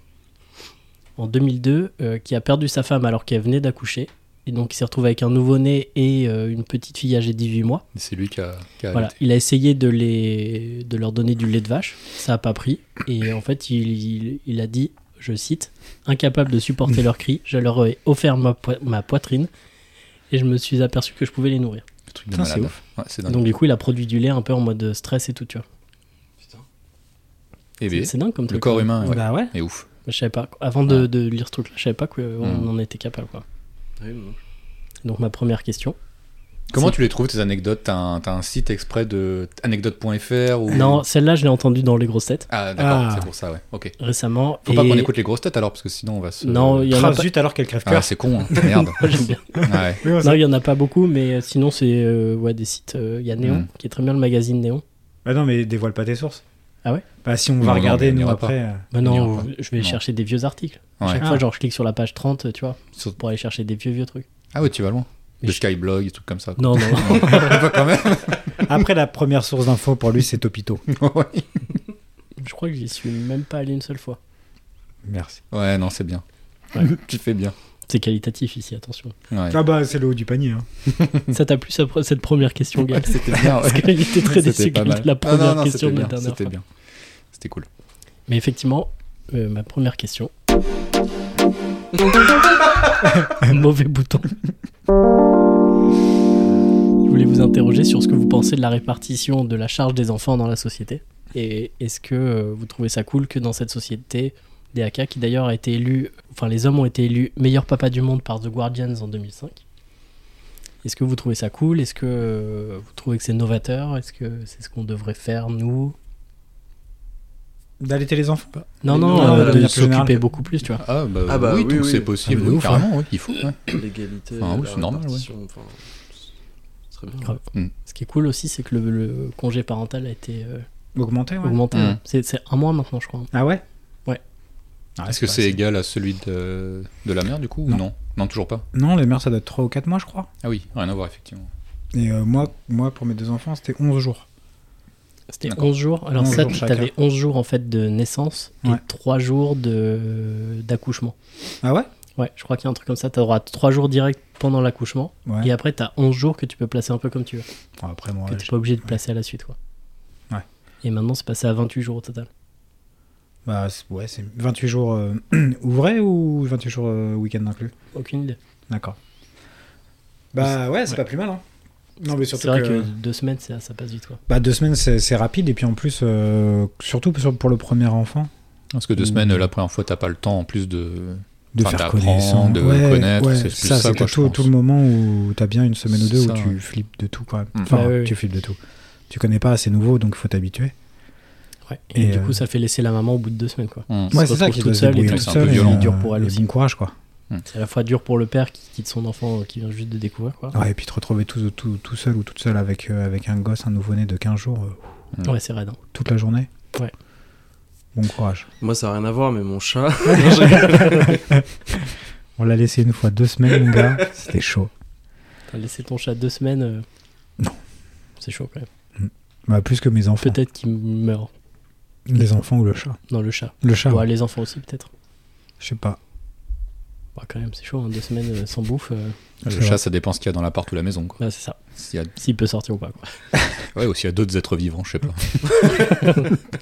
Speaker 1: en 2002 euh, qui a perdu sa femme alors qu'elle venait d'accoucher. Et donc il s'est retrouvé avec un nouveau-né et euh, une petite fille âgée de 18 mois.
Speaker 4: C'est lui qui a. qui a
Speaker 1: Voilà,
Speaker 4: arrêté.
Speaker 1: il a essayé de, les, de leur donner du lait de vache, ça n'a pas pris. Et en fait, il, il, il a dit, je cite, Incapable de supporter leurs cris, je leur ai offert ma, poi- ma poitrine et je me suis aperçu que je pouvais les nourrir.
Speaker 4: Le truc de
Speaker 2: Putain, c'est
Speaker 4: malade. Ouais, c'est dingue.
Speaker 1: Donc du coup, il a produit du lait un peu en mode stress et tout, tu vois.
Speaker 4: Eh ben,
Speaker 1: C'est- C'est dingue comme
Speaker 4: le
Speaker 1: truc.
Speaker 4: corps
Speaker 1: hein.
Speaker 4: humain ouais,
Speaker 2: Bah ouais.
Speaker 4: est ouf.
Speaker 1: Je savais pas. Avant de, de lire ce truc-là, je savais pas qu'on
Speaker 4: Mm.
Speaker 1: en était capable. Quoi. Donc ma première question.
Speaker 4: Comment
Speaker 1: C'est-
Speaker 4: tu les trouves tes anecdotes T'as un, t'as un site exprès de anecdote.fr ou
Speaker 1: Non, celle-là, je l'ai entendue dans les grosses têtes
Speaker 4: Ah d'accord,
Speaker 2: Ah.
Speaker 4: c'est pour ça ouais. Ok.
Speaker 1: récemment.
Speaker 4: Faut pas
Speaker 1: et-
Speaker 4: qu'on écoute les grosses têtes alors parce que sinon on va se.
Speaker 1: Non, il y en a
Speaker 2: Crave
Speaker 1: pas.
Speaker 2: zut alors qu'elle crève
Speaker 4: Ah,
Speaker 2: cœur.
Speaker 4: c'est con. hein. Merde. Ah,
Speaker 1: J'aime bien.
Speaker 4: Ouais.
Speaker 2: Oui, on sait.
Speaker 1: Non, il n'y en a pas beaucoup, mais euh, sinon, c'est euh, ouais, des sites. euh, Il y a Néon,
Speaker 4: Mm.
Speaker 1: qui est très bien le magazine Néon.
Speaker 2: Bah non, mais dévoile pas tes sources.
Speaker 1: Ah ouais
Speaker 2: Bah si on
Speaker 4: Non,
Speaker 2: va
Speaker 4: non, mais
Speaker 2: regarder,
Speaker 4: on
Speaker 2: nous
Speaker 4: ira
Speaker 2: après. euh,
Speaker 1: Bah
Speaker 4: Il y
Speaker 1: non,
Speaker 4: aura pas.
Speaker 1: je vais
Speaker 4: Non.
Speaker 1: chercher des vieux articles.
Speaker 4: Ouais.
Speaker 1: À chaque fois,
Speaker 2: Ah.
Speaker 1: genre, je clique sur la page 30, tu vois,
Speaker 4: Sur-
Speaker 1: pour aller chercher des vieux, vieux trucs.
Speaker 4: Ah ouais, tu vas loin.
Speaker 1: Mais
Speaker 4: Le
Speaker 1: je-
Speaker 4: Skyblog, des trucs comme ça. quoi.
Speaker 1: Non, non.
Speaker 4: Pas quand même.
Speaker 2: Après, la première source d'info pour lui, c'est Topito.
Speaker 4: ouais.
Speaker 1: je crois que j'y suis même pas allé une seule fois.
Speaker 2: Merci.
Speaker 4: Ouais, non, c'est bien.
Speaker 1: Ouais.
Speaker 4: tu fais bien.
Speaker 1: C'est qualitatif ici, attention.
Speaker 4: Ouais.
Speaker 2: Ah bah, c'est le haut du panier. hein.
Speaker 1: Ça t'a plu ça, cette première question, Gab
Speaker 4: C'était bien.
Speaker 1: Parce qu'il était très
Speaker 4: C'était
Speaker 1: déçu
Speaker 4: pas
Speaker 1: que
Speaker 4: mal. Ah
Speaker 1: la
Speaker 4: Non,
Speaker 1: première
Speaker 4: non, non,
Speaker 1: question
Speaker 4: c'était
Speaker 1: de la
Speaker 4: bien,
Speaker 1: dernière
Speaker 4: C'était
Speaker 1: fois.
Speaker 4: bien. C'était cool.
Speaker 1: Mais effectivement, euh, ma première question. Mauvais bouton. Je voulais vous interroger sur ce que vous pensez de la répartition de la charge des enfants dans la société. Et est-ce que euh, vous trouvez ça cool que dans cette société, DAK, qui d'ailleurs a été élu, enfin les hommes ont été élus meilleur papa du monde par The Guardians en 2005, est-ce que vous trouvez ça cool Est-ce que euh, vous trouvez que c'est novateur Est-ce que c'est ce qu'on devrait faire, nous
Speaker 2: D'allaiter les enfants.
Speaker 1: Non,
Speaker 3: Mais
Speaker 1: non,
Speaker 3: nous,
Speaker 1: euh,
Speaker 3: on a la
Speaker 1: de
Speaker 2: manière plus
Speaker 1: s'occuper
Speaker 2: générale.
Speaker 1: beaucoup plus, tu vois.
Speaker 4: Ah bah,
Speaker 3: Ah bah
Speaker 4: oui,
Speaker 3: oui,
Speaker 4: donc
Speaker 3: oui.
Speaker 4: c'est
Speaker 1: Ah
Speaker 4: possible.
Speaker 1: bah de ouf,
Speaker 4: carrément, oui, il faut. ouais.
Speaker 3: L'égalité.
Speaker 4: Ah oui,
Speaker 3: la
Speaker 4: c'est normal, ouais.
Speaker 3: répartition, enfin, ce serait bien.
Speaker 1: Grave.
Speaker 4: Mm.
Speaker 1: Ce qui est cool aussi, c'est que le, le congé parental a été euh,
Speaker 2: Augmenter, ouais.
Speaker 1: augmenté.
Speaker 4: Mm.
Speaker 1: C'est c'est un mois maintenant, je crois.
Speaker 2: Ah ouais
Speaker 1: Ouais.
Speaker 2: Ah,
Speaker 4: Est-ce que
Speaker 1: bah,
Speaker 2: pas
Speaker 4: c'est
Speaker 2: assez.
Speaker 4: égal à celui de, de la mère du coup ou
Speaker 2: Non.
Speaker 4: non Non, toujours pas.
Speaker 2: Non, les mères, ça doit être 3 ou 4 mois, je crois.
Speaker 4: Ah oui, rien à voir effectivement.
Speaker 2: Et euh, moi, moi, pour mes deux enfants, c'était 11 jours.
Speaker 1: C'était
Speaker 4: D'accord.
Speaker 1: 11 jours. Alors
Speaker 2: 11
Speaker 1: ça,
Speaker 2: jours
Speaker 1: tu
Speaker 2: chacun.
Speaker 1: avais 11 jours en fait de naissance
Speaker 2: Ouais.
Speaker 1: et 3 jours de- d'accouchement.
Speaker 2: Ah ouais
Speaker 1: Ouais, je crois qu'il y a un truc comme ça. Tu auras 3 jours directs pendant l'accouchement
Speaker 2: Ouais.
Speaker 1: et après, tu as 11 jours que tu peux placer un peu comme tu veux.
Speaker 2: Bon, après, moi,
Speaker 1: que tu
Speaker 2: je-
Speaker 1: pas obligé de placer à la suite, quoi.
Speaker 2: Ouais.
Speaker 1: Et maintenant, c'est passé à 28 jours au total.
Speaker 2: bah, c'est- ouais, c'est 28 jours euh, ouvrés ou 28 jours euh, week-end inclus
Speaker 1: Aucune idée.
Speaker 2: D'accord. Bah ouais, c'est pas plus mal. Hein. Non, mais
Speaker 1: C'est
Speaker 2: surtout
Speaker 1: vrai
Speaker 2: que...
Speaker 1: que 2 semaines, ça, ça passe vite, quoi.
Speaker 2: Bah, deux semaines, c'est c'est rapide. Et puis en plus, euh, surtout pour- pour le premier enfant,
Speaker 4: Parce que deux
Speaker 2: Mm.
Speaker 4: semaines, la première fois, t'as pas le temps en plus de.
Speaker 2: de
Speaker 4: Enfin,
Speaker 2: faire
Speaker 4: d'apprendre,
Speaker 2: connaissance.
Speaker 4: de connaître, c'est plus ça,
Speaker 2: c'est
Speaker 4: quoi, je
Speaker 2: plutôt
Speaker 4: pense.
Speaker 2: tout le moment où t'as bien une semaine ou
Speaker 4: C'est
Speaker 2: deux
Speaker 4: ça,
Speaker 2: où tu
Speaker 4: ouais.
Speaker 2: flippes de tout, quoi.
Speaker 4: Mm.
Speaker 2: Enfin,
Speaker 1: Bah, oui,
Speaker 2: tu
Speaker 1: oui.
Speaker 2: flippes de tout. Tu connais pas, c'est nouveau, donc il faut t'habituer.
Speaker 1: Ouais. Et,
Speaker 2: Et,
Speaker 1: du coup,
Speaker 2: euh,
Speaker 1: ça fait laisser la maman au bout de 2 semaines, quoi.
Speaker 4: Mm.
Speaker 1: Ouais,
Speaker 2: Ouais,
Speaker 1: se
Speaker 2: c'est ça
Speaker 1: retrouve
Speaker 2: qui
Speaker 1: toute
Speaker 2: doit se
Speaker 1: seule et
Speaker 2: débrouiller
Speaker 1: tout
Speaker 2: toute
Speaker 4: ça.
Speaker 2: seule.
Speaker 4: C'est un peu violent,
Speaker 2: et,
Speaker 1: dur
Speaker 2: euh,
Speaker 1: pour elle
Speaker 2: et
Speaker 1: aussi.
Speaker 2: Bon courage, quoi.
Speaker 1: C'est à la fois dur pour le père qui quitte son enfant euh, qui vient juste de découvrir. Quoi.
Speaker 2: Ouais, et puis te retrouver tout, tout, tout seul ou toute seule avec, euh, avec un gosse, un nouveau-né de 15 jours, euh,
Speaker 4: Ouais.
Speaker 1: Ouais, c'est raide. hein.
Speaker 2: toute la journée.
Speaker 1: Ouais.
Speaker 2: Bon courage.
Speaker 3: Moi, ça n'a rien à voir, mais mon chat.
Speaker 2: On l'a laissé une fois deux semaines, mon gars. C'était chaud.
Speaker 1: Enfin, laisser ton chat deux semaines. euh,
Speaker 2: Non.
Speaker 1: C'est chaud quand même.
Speaker 2: Bah, plus que mes enfants.
Speaker 1: Peut-être qu'il meurt.
Speaker 2: Les enfants ou le chat.
Speaker 1: Non, le chat.
Speaker 2: Le
Speaker 4: Ah
Speaker 2: chat,
Speaker 1: Ouais, les enfants aussi, peut-être.
Speaker 2: je sais pas.
Speaker 1: Bah, quand même, c'est chaud. hein, deux semaines euh, sans bouffe. euh,
Speaker 4: Le
Speaker 2: C'est
Speaker 4: chat,
Speaker 2: vrai.
Speaker 4: ça dépend ce qu'il y a dans l'appart ou la maison. Quoi.
Speaker 1: bah, c'est ça.
Speaker 4: S'il y a...
Speaker 1: S'il peut sortir ou pas. Quoi.
Speaker 4: Ouais, ou s'il y a d'autres êtres vivants, je sais pas.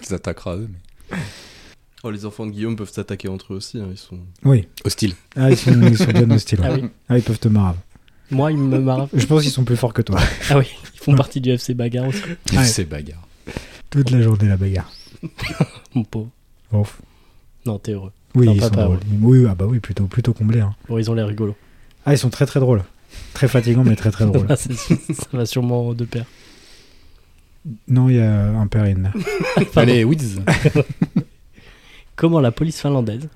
Speaker 4: Ils attaquera eux. mais-
Speaker 3: Oh, les enfants de Guillaume peuvent s'attaquer entre eux aussi. hein, ils sont...
Speaker 2: Oui.
Speaker 4: Hostile.
Speaker 2: Ah, ils sont, ils sont bien hostiles.
Speaker 1: Ah
Speaker 2: ouais.
Speaker 1: oui,
Speaker 2: Ah, ils peuvent te marrer.
Speaker 1: moi, ils me marrent.
Speaker 2: Je pense qu'ils sont plus forts que toi.
Speaker 1: Ah oui, ils font partie du FC Bagarre aussi,
Speaker 2: Ouais.
Speaker 4: C'est bagarre.
Speaker 2: Toute la journée, la bagarre.
Speaker 1: mon pauvre.
Speaker 2: Bon.
Speaker 1: Non, t'es heureux.
Speaker 2: Oui,
Speaker 1: Non,
Speaker 2: ils
Speaker 1: pas-
Speaker 2: sont
Speaker 1: pas,
Speaker 2: drôles. Oui, ah bah oui, plutôt, plutôt comblés. hein.
Speaker 1: Bon, ils ont l'air rigolos.
Speaker 2: Ah, ils sont très très drôles. Très fatigants, mais très très drôles.
Speaker 1: Ah, c'est- ça va sûrement de pair.
Speaker 2: Non, il y a un père et une mère.
Speaker 1: Pardon.
Speaker 4: Allez, Wiz.
Speaker 1: Comment la police finlandaise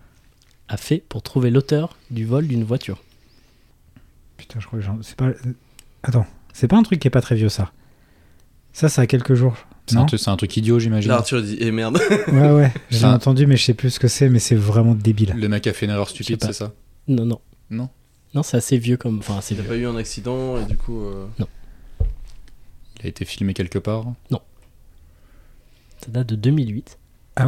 Speaker 1: a fait pour trouver l'auteur du vol d'une voiture
Speaker 2: Putain, je crois que j'en. C'est pas. euh, Attends, c'est pas un truc qui est pas très vieux, ça. Ça, ça a quelques jours.
Speaker 4: C'est
Speaker 2: Non
Speaker 4: un, truc- c'est un truc idiot, j'imagine.
Speaker 3: Là, Arthur dit Eh merde
Speaker 2: Ouais, ouais, j'ai
Speaker 4: Ça-
Speaker 2: entendu, mais je sais plus ce que c'est, mais c'est vraiment débile.
Speaker 4: Le mec a fait une erreur
Speaker 1: Je
Speaker 4: stupide,
Speaker 1: sais pas.
Speaker 4: c'est ça
Speaker 1: Non, non.
Speaker 4: Non.
Speaker 1: Non, c'est assez vieux comme. Enfin, assez
Speaker 3: Il n'y a
Speaker 1: vieux.
Speaker 3: pas eu un accident et du coup. euh,
Speaker 4: Il a été filmé quelque part.
Speaker 1: Ça date de 2008.
Speaker 2: Ah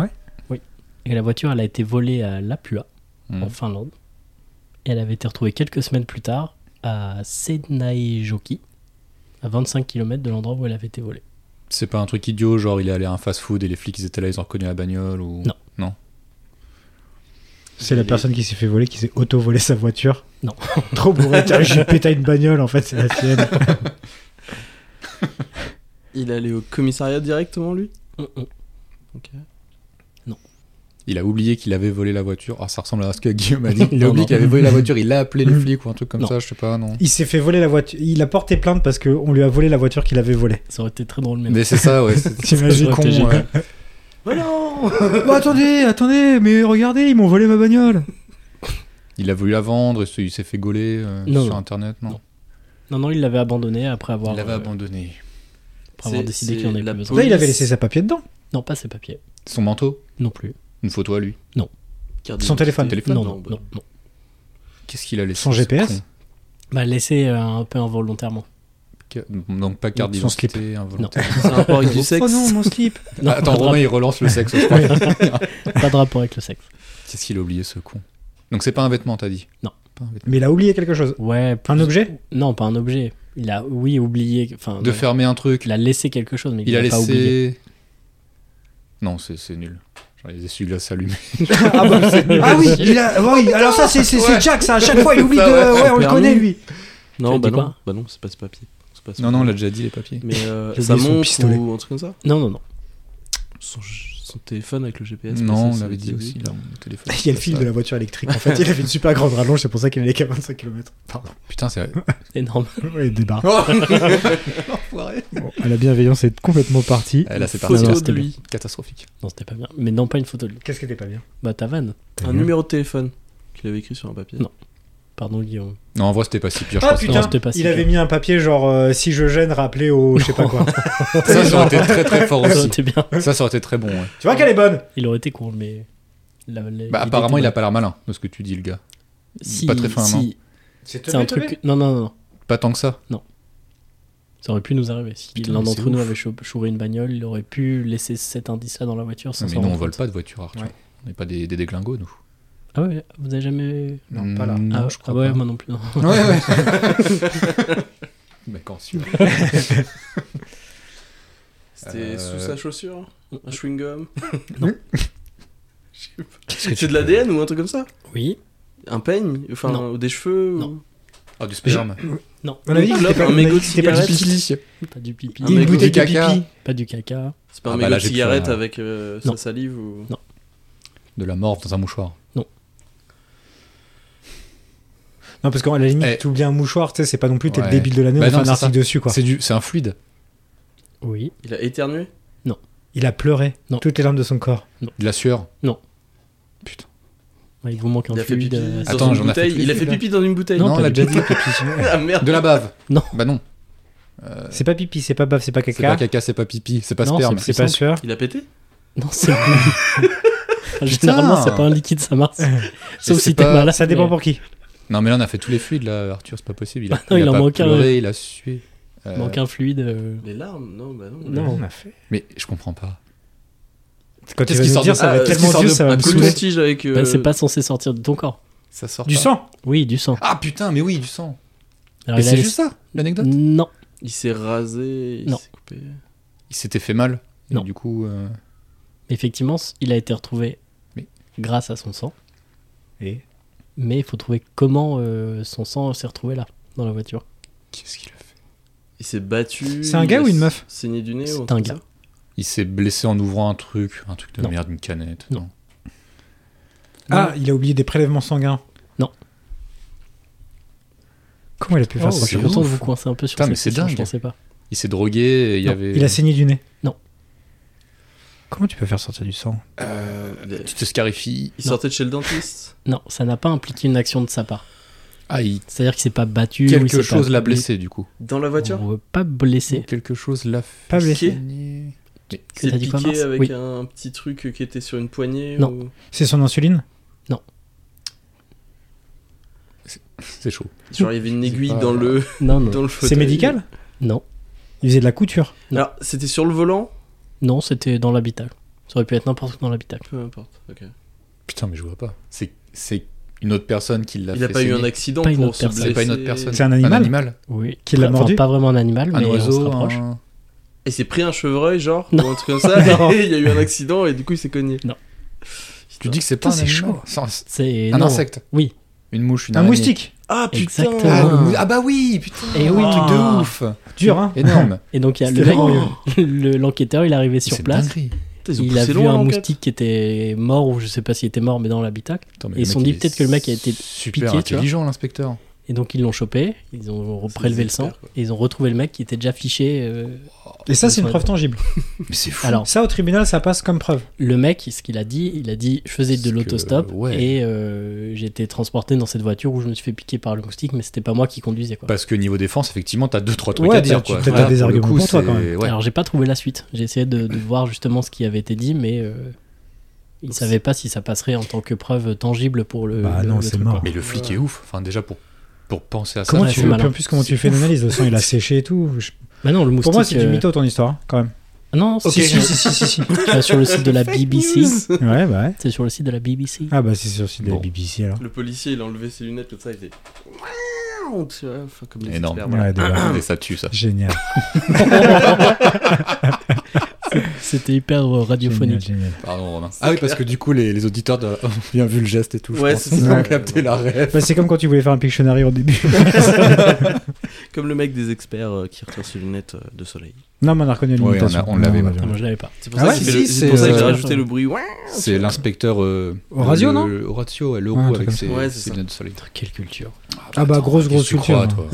Speaker 2: ouais
Speaker 1: Et la voiture, elle a été volée à Lapua,
Speaker 4: Hmm.
Speaker 1: en Finlande. Et elle avait été retrouvée quelques semaines plus tard à Senaejoki, à 25 km de l'endroit où elle avait été volée.
Speaker 4: C'est pas un truc idiot, genre il est allé à un fast-food et les flics ils étaient là, ils ont reconnu la bagnole ou.
Speaker 1: Non.
Speaker 2: C'est la
Speaker 3: Il est-
Speaker 2: personne qui s'est fait voler, qui s'est auto-volé sa voiture.
Speaker 1: Non.
Speaker 2: Trop bourré, tiens, j'ai pété une bagnole, en fait, c'est la sienne.
Speaker 3: Il est allé au commissariat directement, lui
Speaker 1: Hum, hum.
Speaker 3: Ok.
Speaker 4: Il a oublié qu'il avait volé la voiture. Ah, ça ressemble à ce que Guillaume a dit. Il a
Speaker 1: Non,
Speaker 4: oublié
Speaker 1: non.
Speaker 4: qu'il avait volé la voiture, il l'a appelé les
Speaker 2: Mm.
Speaker 4: flics ou un truc comme
Speaker 1: Non.
Speaker 4: ça, je sais pas, non.
Speaker 2: Il s'est fait voler la voiture. Il a porté plainte parce qu'on lui a volé la voiture qu'il avait volée.
Speaker 1: Ça aurait été très drôle, même.
Speaker 4: Mais c'est ça, ouais. c'est-
Speaker 2: T'imagines
Speaker 4: ça aurait
Speaker 2: con,
Speaker 4: été génial.
Speaker 3: Mais non
Speaker 2: Oh, attendez, attendez, mais regardez, ils m'ont volé ma bagnole.
Speaker 4: Il a voulu la vendre, il se- il s'est fait gauler euh,
Speaker 1: Non,
Speaker 4: sur
Speaker 1: non.
Speaker 4: internet, non,
Speaker 1: Non. Non, non, il l'avait abandonnée après avoir,
Speaker 4: Il l'avait
Speaker 1: euh,
Speaker 4: abandonné.
Speaker 1: après avoir
Speaker 3: C'est-
Speaker 1: décidé
Speaker 3: c'est
Speaker 1: qu'il en avait
Speaker 3: la
Speaker 1: plus besoin.
Speaker 2: Là, il avait
Speaker 3: Police.
Speaker 2: laissé sa papier dedans.
Speaker 1: Non, pas ses papiers.
Speaker 4: Son manteau
Speaker 1: Non plus.
Speaker 4: Une photo à lui
Speaker 3: Carte
Speaker 2: Son
Speaker 3: d'identité.
Speaker 2: téléphone.
Speaker 4: Téléphone,
Speaker 1: non, non,
Speaker 3: bah,
Speaker 1: non, non.
Speaker 4: Qu'est-ce qu'il a laissé
Speaker 2: Son
Speaker 4: ce
Speaker 2: GPS
Speaker 4: con
Speaker 1: Bah, laissé euh, un peu involontairement.
Speaker 4: Ca- Donc pas carte
Speaker 2: Son slip.
Speaker 4: d'identité, involontaire.
Speaker 3: C'est un rapport avec du sexe.
Speaker 2: Oh non, mon slip.
Speaker 1: Non,
Speaker 4: Attends,
Speaker 1: pas, de
Speaker 4: Romain,
Speaker 1: rap-
Speaker 4: il relance le sexe, je crois.
Speaker 1: pas de rapport avec le sexe.
Speaker 4: Qu'est-ce qu'il a oublié, ce con Donc c'est pas un vêtement, t'as dit
Speaker 1: Non.
Speaker 4: Pas un vêtement.
Speaker 2: Mais il a oublié quelque chose.
Speaker 1: Ouais. plus-
Speaker 2: Un objet
Speaker 1: Non, pas un objet. Il a, oui, oublié. Enfin,
Speaker 4: De
Speaker 1: non,
Speaker 4: fermer un truc,
Speaker 1: Il a laissé quelque chose, mais il,
Speaker 4: Il a
Speaker 1: l'a pas oublié.
Speaker 4: laissé. Non, c'est c'est nul. Genre les essuie-glaces s'allument.
Speaker 2: Ah, bah, ah oui, il a- ouais, alors ça, c'est c'est- c'est Jack, ça. À chaque fois, il oublie
Speaker 4: Ça,
Speaker 2: de.
Speaker 4: ouais.
Speaker 2: Ouais, on le
Speaker 3: Permis.
Speaker 2: connaît, lui.
Speaker 1: Tu
Speaker 3: Non,
Speaker 1: as
Speaker 3: bah
Speaker 1: dit
Speaker 3: non.
Speaker 1: quoi
Speaker 3: bah non, c'est pas ce papier. C'est pas ce
Speaker 4: Non, non, on
Speaker 3: papier.
Speaker 4: l'a déjà dit, les papiers.
Speaker 3: Mais euh,
Speaker 2: J'ai
Speaker 3: sa
Speaker 2: oublié son
Speaker 3: montre
Speaker 2: pistolet.
Speaker 3: ou un truc comme ça
Speaker 1: Non, non, non.
Speaker 3: son, son téléphone avec le GPS
Speaker 4: non,
Speaker 3: passé,
Speaker 4: on
Speaker 3: ça,
Speaker 4: l'avait dit
Speaker 3: c'est-
Speaker 4: aussi, là, au téléphone.
Speaker 2: Il y a le fil de la voiture électrique. En fait, il avait une super grande rallonge, c'est pour ça qu'il allait qu'à 25 km. Pardon.
Speaker 4: Putain, c'est.
Speaker 1: Énorme.
Speaker 2: Ouais, il débarque.
Speaker 4: Enfoiré.
Speaker 2: Bon, la bienveillance est complètement partie.
Speaker 4: Eh, Là, c'est parti.
Speaker 3: Photo
Speaker 2: Non,
Speaker 3: de
Speaker 2: c'était
Speaker 3: lui,
Speaker 4: Catastrophique.
Speaker 1: Non, c'était pas bien. Mais non, pas une photo de lui.
Speaker 2: Qu'est-ce qui était pas bien
Speaker 1: Bah, ta vanne.
Speaker 4: Mhm.
Speaker 3: un numéro de téléphone qu'il avait écrit sur un papier.
Speaker 1: Non. Pardon, Guillaume.
Speaker 4: Non, en vrai, c'était pas si pire,
Speaker 2: Ah
Speaker 4: je
Speaker 1: Non,
Speaker 2: putain,
Speaker 1: c'était pas si
Speaker 2: il avait
Speaker 1: bien.
Speaker 2: mis un papier genre euh, si je gêne, rappelez au je sais pas quoi.
Speaker 4: pense. Ça, ça aurait été très très fort
Speaker 1: Ça aurait
Speaker 4: aussi.
Speaker 1: été bien.
Speaker 4: Ça, ça aurait été très bon, ouais.
Speaker 2: tu vois qu'elle est bonne
Speaker 1: Il aurait été cool, mais. la- la-
Speaker 4: Bah,
Speaker 1: l'idée
Speaker 4: apparemment, il
Speaker 1: était
Speaker 4: a pas l'air malin de ce que tu dis, le gars.
Speaker 1: bonne. Si,
Speaker 4: pas très fin,
Speaker 1: si.
Speaker 4: non
Speaker 1: C'est un truc. Non, non, non.
Speaker 4: Pas tant que ça.
Speaker 1: Ça aurait pu nous arriver. Si
Speaker 4: Putain,
Speaker 1: l'un
Speaker 4: mais
Speaker 1: d'entre
Speaker 4: c'est
Speaker 1: nous
Speaker 4: ouf.
Speaker 1: avait chou- chouré une bagnole, il aurait pu laisser cet indice-là dans la voiture sans
Speaker 4: Ah, mais
Speaker 1: s'en
Speaker 4: nous, on
Speaker 1: rendre
Speaker 4: vole
Speaker 1: compte.
Speaker 4: pas de voiture, Arthur.
Speaker 2: Ouais.
Speaker 4: On n'est pas des, des déglingos, nous.
Speaker 1: Ah ouais, vous avez jamais.
Speaker 2: Non, pas là.
Speaker 4: Mm,
Speaker 1: ah,
Speaker 4: je crois
Speaker 1: ah ouais,
Speaker 4: pas.
Speaker 1: moi non plus. non.
Speaker 4: Ouais, ouais. Mec, en sueur.
Speaker 3: C'était
Speaker 4: Euh,
Speaker 3: sous sa chaussure Un chewing-gum
Speaker 1: Non.
Speaker 3: Je sais pas. C'est de l'ADN ou un truc comme ça
Speaker 1: Oui.
Speaker 3: Un peigne Enfin,
Speaker 1: Non.
Speaker 3: ou des cheveux ou-
Speaker 1: Non.
Speaker 4: Ah, du sperme.
Speaker 1: Non.
Speaker 2: On a dit
Speaker 3: Une
Speaker 2: que
Speaker 3: clope,
Speaker 2: c'était pas,
Speaker 3: un
Speaker 2: on a
Speaker 3: mégot
Speaker 2: dit
Speaker 3: de
Speaker 2: que c'était pas du
Speaker 3: cigarette.
Speaker 2: pipi.
Speaker 1: Pas du pipi.
Speaker 4: Ah,
Speaker 3: Un
Speaker 2: Une
Speaker 3: mégot
Speaker 2: bouteille
Speaker 4: de
Speaker 2: de
Speaker 4: caca.
Speaker 2: pipi.
Speaker 1: Pas du caca.
Speaker 3: C'est pas
Speaker 4: Ah bah
Speaker 3: un mégot
Speaker 4: là,
Speaker 3: de
Speaker 4: j'ai plus
Speaker 3: cigarette
Speaker 4: rien.
Speaker 3: avec euh,
Speaker 1: Non.
Speaker 3: sa salive ou...
Speaker 4: De la morve dans un mouchoir.
Speaker 2: Non parce qu'à la limite
Speaker 4: Eh.
Speaker 2: tu oublies un mouchoir, tu sais c'est pas non plus t'es
Speaker 4: Ouais.
Speaker 2: le débile de l'année,
Speaker 4: Bah
Speaker 2: on fait
Speaker 4: non,
Speaker 2: un
Speaker 4: c'est
Speaker 2: article
Speaker 4: ça.
Speaker 2: dessus quoi.
Speaker 4: C'est du, c'est un fluide.
Speaker 1: Oui.
Speaker 3: Il a éternué
Speaker 2: Il a pleuré
Speaker 1: Non.
Speaker 2: toutes les larmes de son corps.
Speaker 4: De la sueur.
Speaker 1: Ouais, il vous manque un
Speaker 3: Il a fait
Speaker 1: fluide.
Speaker 3: pipi
Speaker 1: euh,
Speaker 3: dans
Speaker 4: Attends,
Speaker 3: une
Speaker 4: j'en ai fait
Speaker 3: bouteille
Speaker 4: tous les
Speaker 3: Il a fait
Speaker 2: fluides,
Speaker 3: pipi dans une bouteille
Speaker 1: Non,
Speaker 4: on
Speaker 1: pas
Speaker 4: l'a
Speaker 1: du
Speaker 4: déjà dit.
Speaker 3: Ah merde
Speaker 4: De la bave.
Speaker 1: Non.
Speaker 4: Bah non.
Speaker 2: C'est pas pipi, c'est pas baf, c'est pas
Speaker 4: C'est pas
Speaker 2: caca,
Speaker 4: caca, c'est pas pipi, c'est pas
Speaker 1: Non,
Speaker 4: sperme.
Speaker 2: c'est pas sueur.
Speaker 3: Il a pété
Speaker 1: Non, c'est. Généralement, c'est pas un liquide, ça marche. Sauf
Speaker 4: c'est
Speaker 1: si t'es
Speaker 4: pas-
Speaker 1: malade.
Speaker 2: Ça dépend
Speaker 1: mais-
Speaker 2: pour qui.
Speaker 4: Non, mais là, on a fait tous les fluides, là, Arthur, c'est pas possible. Il a,
Speaker 1: Ah non, il en
Speaker 4: a pas
Speaker 1: manque un,
Speaker 4: pleuré,
Speaker 1: ouais.
Speaker 4: il a sué. Euh,
Speaker 1: Manque un fluide. euh,
Speaker 3: Les larmes Non, bah non.
Speaker 1: Non.
Speaker 2: on a fait.
Speaker 4: Mais je comprends pas.
Speaker 2: Quand
Speaker 4: Qu'est-ce
Speaker 2: il va
Speaker 4: qui
Speaker 2: nous
Speaker 4: sort
Speaker 2: dire
Speaker 4: de-
Speaker 2: ça va
Speaker 3: Ah,
Speaker 2: être
Speaker 3: qu'est-ce qui
Speaker 2: tellement
Speaker 3: sort
Speaker 2: vieux,
Speaker 3: de-
Speaker 2: ça va
Speaker 3: Un
Speaker 2: me
Speaker 3: coton
Speaker 2: saouler.
Speaker 3: tige avec... euh,
Speaker 1: bah, c'est pas censé sortir de ton corps.
Speaker 4: Ça sort
Speaker 2: Du
Speaker 4: pas.
Speaker 2: sang.
Speaker 1: Oui, du sang.
Speaker 4: Ah putain, mais oui, du sang.
Speaker 1: Alors,
Speaker 4: Mais
Speaker 1: il a
Speaker 4: c'est
Speaker 1: les-
Speaker 4: juste ça, l'anecdote.
Speaker 1: Non.
Speaker 3: Il s'est rasé, il
Speaker 1: Non.
Speaker 3: s'est coupé.
Speaker 4: Il s'était fait mal. et
Speaker 1: Non.
Speaker 4: Du coup, euh,
Speaker 1: Effectivement, c- il a été retrouvé
Speaker 4: Mais-
Speaker 1: grâce à son sang.
Speaker 2: Et
Speaker 1: Mais il faut trouver comment euh, son sang s'est retrouvé là, dans la voiture.
Speaker 4: Qu'est-ce qu'il a fait
Speaker 3: Il s'est battu.
Speaker 2: C'est un
Speaker 3: il
Speaker 2: gars
Speaker 3: a
Speaker 2: ou une
Speaker 3: s-
Speaker 2: meuf
Speaker 3: Saigné du nez
Speaker 1: C'est
Speaker 3: ou
Speaker 1: un
Speaker 3: truc
Speaker 1: gars.
Speaker 3: comme
Speaker 4: Il s'est blessé en ouvrant un truc, un truc de
Speaker 1: Non.
Speaker 4: merde, une canette.
Speaker 1: Non.
Speaker 2: Ah, il a oublié des prélèvements sanguins.
Speaker 1: Non.
Speaker 2: Comment il a pu faire
Speaker 4: Oh,
Speaker 1: je
Speaker 2: ça
Speaker 1: suis
Speaker 4: c'est
Speaker 1: content de
Speaker 4: ouf.
Speaker 1: vous coincer un peu sur
Speaker 4: Putain, mais
Speaker 1: cette
Speaker 4: c'est
Speaker 1: question,
Speaker 4: dingue.
Speaker 1: je pensais pas.
Speaker 4: Il s'est drogué et il y
Speaker 2: Non,
Speaker 4: avait. euh,
Speaker 2: Il a saigné du nez.
Speaker 1: Non.
Speaker 2: Comment tu peux faire sortir du sang
Speaker 3: ça. Euh, il-
Speaker 4: Tu te scarifies.
Speaker 3: il sortait de chez le dentiste.
Speaker 1: Non, ça n'a pas impliqué une action de sa part.
Speaker 4: Ah, il-
Speaker 1: C'est-à-dire qu'il s'est pas battu. ou il s'est
Speaker 4: Quelque
Speaker 1: pas
Speaker 4: chose l'a
Speaker 1: appuyé.
Speaker 4: blessé du coup.
Speaker 3: Dans la voiture
Speaker 1: On veut Pas blessé.
Speaker 4: Quelque chose l'a fait.
Speaker 2: Pas blessé.
Speaker 4: saigner.
Speaker 1: Que
Speaker 3: C'est
Speaker 1: t'as dit quoi,
Speaker 3: piqué
Speaker 1: Mars
Speaker 3: avec
Speaker 1: Oui.
Speaker 3: un petit truc qui était sur une poignée
Speaker 1: Non.
Speaker 3: ou-
Speaker 2: C'est son insuline
Speaker 4: C'est chaud.
Speaker 3: Genre il y avait une aiguille
Speaker 4: pas-
Speaker 3: dans le
Speaker 1: Non, non.
Speaker 3: dans le
Speaker 2: C'est
Speaker 3: fauteuil.
Speaker 2: médical
Speaker 1: Non,
Speaker 2: Il faisait de la couture.
Speaker 3: Alors c'était sur le volant
Speaker 1: non c'était dans l'habitacle. Ça aurait pu être n'importe où dans l'habitacle.
Speaker 3: Peu importe. ok.
Speaker 4: Putain, mais je vois pas. C'est- C'est une autre personne qui l'a fait.
Speaker 3: Il a pas eu
Speaker 4: saigner.
Speaker 3: un accident
Speaker 1: Pas une
Speaker 3: pour
Speaker 1: autre
Speaker 3: se
Speaker 1: personne.
Speaker 3: blesser.
Speaker 4: C'est pas une autre personne.
Speaker 2: C'est un animal
Speaker 4: Un animal.
Speaker 1: Oui.
Speaker 2: Qui l'a mordu
Speaker 1: Pas vraiment un animal,
Speaker 4: Un
Speaker 1: mais on se
Speaker 4: oiseau.
Speaker 1: rapproche.
Speaker 4: un-
Speaker 3: Et s'est pris un chevreuil genre
Speaker 1: Non.
Speaker 3: ou un truc comme ça.
Speaker 2: Non.
Speaker 3: et il y a eu un accident et du coup il s'est cogné.
Speaker 1: Non.
Speaker 4: Tu dis que c'est pas un
Speaker 2: Putain, c'est
Speaker 4: animal.
Speaker 2: chaud.
Speaker 4: C'est un-
Speaker 1: C'est
Speaker 4: Un
Speaker 1: non.
Speaker 4: insecte.
Speaker 1: Oui.
Speaker 4: Une mouche, une
Speaker 2: Un
Speaker 4: araignée.
Speaker 2: moustique
Speaker 3: Ah putain.
Speaker 1: Exactement.
Speaker 4: Ah, le
Speaker 1: Ah.
Speaker 4: mou- ah bah oui, putain. Ah.
Speaker 1: Eh oui.
Speaker 4: truc de ouf.
Speaker 2: Dur, hein
Speaker 4: Énorme.
Speaker 1: Et donc il y a le
Speaker 2: C'était
Speaker 1: mec-
Speaker 2: vraiment-
Speaker 1: le- l'enquêteur, il est arrivé sur
Speaker 4: C'est
Speaker 1: place.
Speaker 4: dinguerie.
Speaker 3: Putain, ils ont
Speaker 1: Il a vu
Speaker 3: poussé loin,
Speaker 1: un
Speaker 3: l'enquête.
Speaker 1: moustique qui était mort ou je sais pas s'il était mort mais dans l'habitacle.
Speaker 4: Attends, mais
Speaker 1: Et
Speaker 4: le
Speaker 1: ils se sont
Speaker 4: mec,
Speaker 1: dit
Speaker 4: il est
Speaker 1: peut-être que le mec a été piqué,
Speaker 4: super
Speaker 1: tu vois.
Speaker 4: intelligent l'inspecteur.
Speaker 1: Et donc ils l'ont chopé, ils ont
Speaker 3: C'est
Speaker 1: prélevé
Speaker 3: des
Speaker 1: le sang
Speaker 3: experts, quoi.
Speaker 1: et ils ont retrouvé le mec qui était déjà fiché. euh,
Speaker 2: Et ça, c'est une
Speaker 1: Ouais.
Speaker 2: preuve tangible.
Speaker 4: Mais c'est fou.
Speaker 1: Alors
Speaker 2: Ça, au tribunal, ça passe comme preuve.
Speaker 1: le mec, ce qu'il a dit, il a dit je faisais
Speaker 4: C'est
Speaker 1: de
Speaker 4: que,
Speaker 1: l'autostop
Speaker 4: ouais.
Speaker 1: et euh, j'ai été transporté dans cette voiture où je me suis fait piquer par le moustique mais c'était pas moi qui conduisais quoi.
Speaker 4: Parce que niveau défense, effectivement, t'as deux trois trucs
Speaker 1: bah,
Speaker 2: Ouais,
Speaker 4: à dire.
Speaker 2: t'as-
Speaker 4: quoi.
Speaker 2: t'as
Speaker 4: Là,
Speaker 2: des
Speaker 4: pour le
Speaker 2: arguments
Speaker 4: coup,
Speaker 2: pour toi,
Speaker 4: c'est-
Speaker 2: quand même.
Speaker 4: ouais.
Speaker 1: Alors j'ai pas trouvé la suite, j'ai essayé de, de voir justement ce qui avait été dit mais euh, il savait pas si ça passerait en tant que preuve tangible pour le.
Speaker 2: Bah
Speaker 1: le-
Speaker 2: non,
Speaker 1: le
Speaker 2: c'est
Speaker 1: truc,
Speaker 2: mort.
Speaker 1: quoi.
Speaker 4: Mais le flic est ouf. Enfin, déjà pour pour penser à
Speaker 1: Comment
Speaker 4: ça.
Speaker 1: tu
Speaker 4: tu
Speaker 1: fais
Speaker 4: vois.
Speaker 1: malin.
Speaker 2: en plus, comment tu fais une analyse Le sang, il a séché et tout. Je-
Speaker 1: Bah non, le moustique.
Speaker 2: Pour moi, c'est du
Speaker 1: euh,
Speaker 2: mytho ton histoire, hein, quand même.
Speaker 1: Ah Non, c'est
Speaker 2: Si,
Speaker 1: sur,
Speaker 2: si, si, si, si.
Speaker 1: tu vas sur le site de la
Speaker 3: Fake
Speaker 1: BBC.
Speaker 3: news.
Speaker 2: Ouais, bah ouais.
Speaker 1: C'est sur le site de la BBC.
Speaker 2: Ah, bah c'est sur le site de la
Speaker 4: Bon.
Speaker 2: BBC alors.
Speaker 3: Le policier il a enlevé ses lunettes comme ça il faisait. Waouh tu vois, enfin, comme les
Speaker 4: Énorme.
Speaker 3: experts, voilà.
Speaker 2: Ouais, déjà.
Speaker 4: Et ça tue ça.
Speaker 2: Génial.
Speaker 1: C'était hyper euh,
Speaker 2: Génial,
Speaker 1: radiophonique.
Speaker 2: génial.
Speaker 4: Pardon Romain. Ah oui, parce que du coup, les, les auditeurs doivent- ont bien vu le geste et tout. je
Speaker 3: Ouais,
Speaker 4: pense.
Speaker 3: c'est
Speaker 4: Ils
Speaker 3: ça.
Speaker 4: ont capté la rêve.
Speaker 2: Bah, c'est comme quand tu voulais faire un Pictionary au début.
Speaker 3: Comme le mec des experts euh, qui retire ses lunettes euh, de soleil.
Speaker 2: non, mais on a reconnu
Speaker 4: Ouais,
Speaker 2: l'imitation.
Speaker 4: on a- on l'avait,
Speaker 2: Non,
Speaker 4: ouais.
Speaker 1: Ah,
Speaker 2: on
Speaker 1: moi je l'avais pas.
Speaker 3: C'est pour
Speaker 2: Ah
Speaker 3: ça
Speaker 2: ouais,
Speaker 3: que
Speaker 4: si,
Speaker 3: j'ai-
Speaker 4: si,
Speaker 3: c'est pour ça
Speaker 4: c'est,
Speaker 3: que j'ai
Speaker 4: euh,
Speaker 3: rajouté le bruit. Ouah
Speaker 4: C'est l'inspecteur. Euh,
Speaker 2: Horatio,
Speaker 4: le-
Speaker 2: non
Speaker 4: le- Horatio, ouais, le
Speaker 2: Ouais, un
Speaker 4: roux
Speaker 2: truc
Speaker 4: avec
Speaker 2: comme
Speaker 4: ses,
Speaker 3: ça. Ouais, c'est
Speaker 4: ses
Speaker 3: ça.
Speaker 4: lunettes de soleil.
Speaker 1: Quelle culture.
Speaker 2: Ah bah, grosse, grosse
Speaker 4: Qu'est-ce que tu
Speaker 2: culture.
Speaker 4: crois,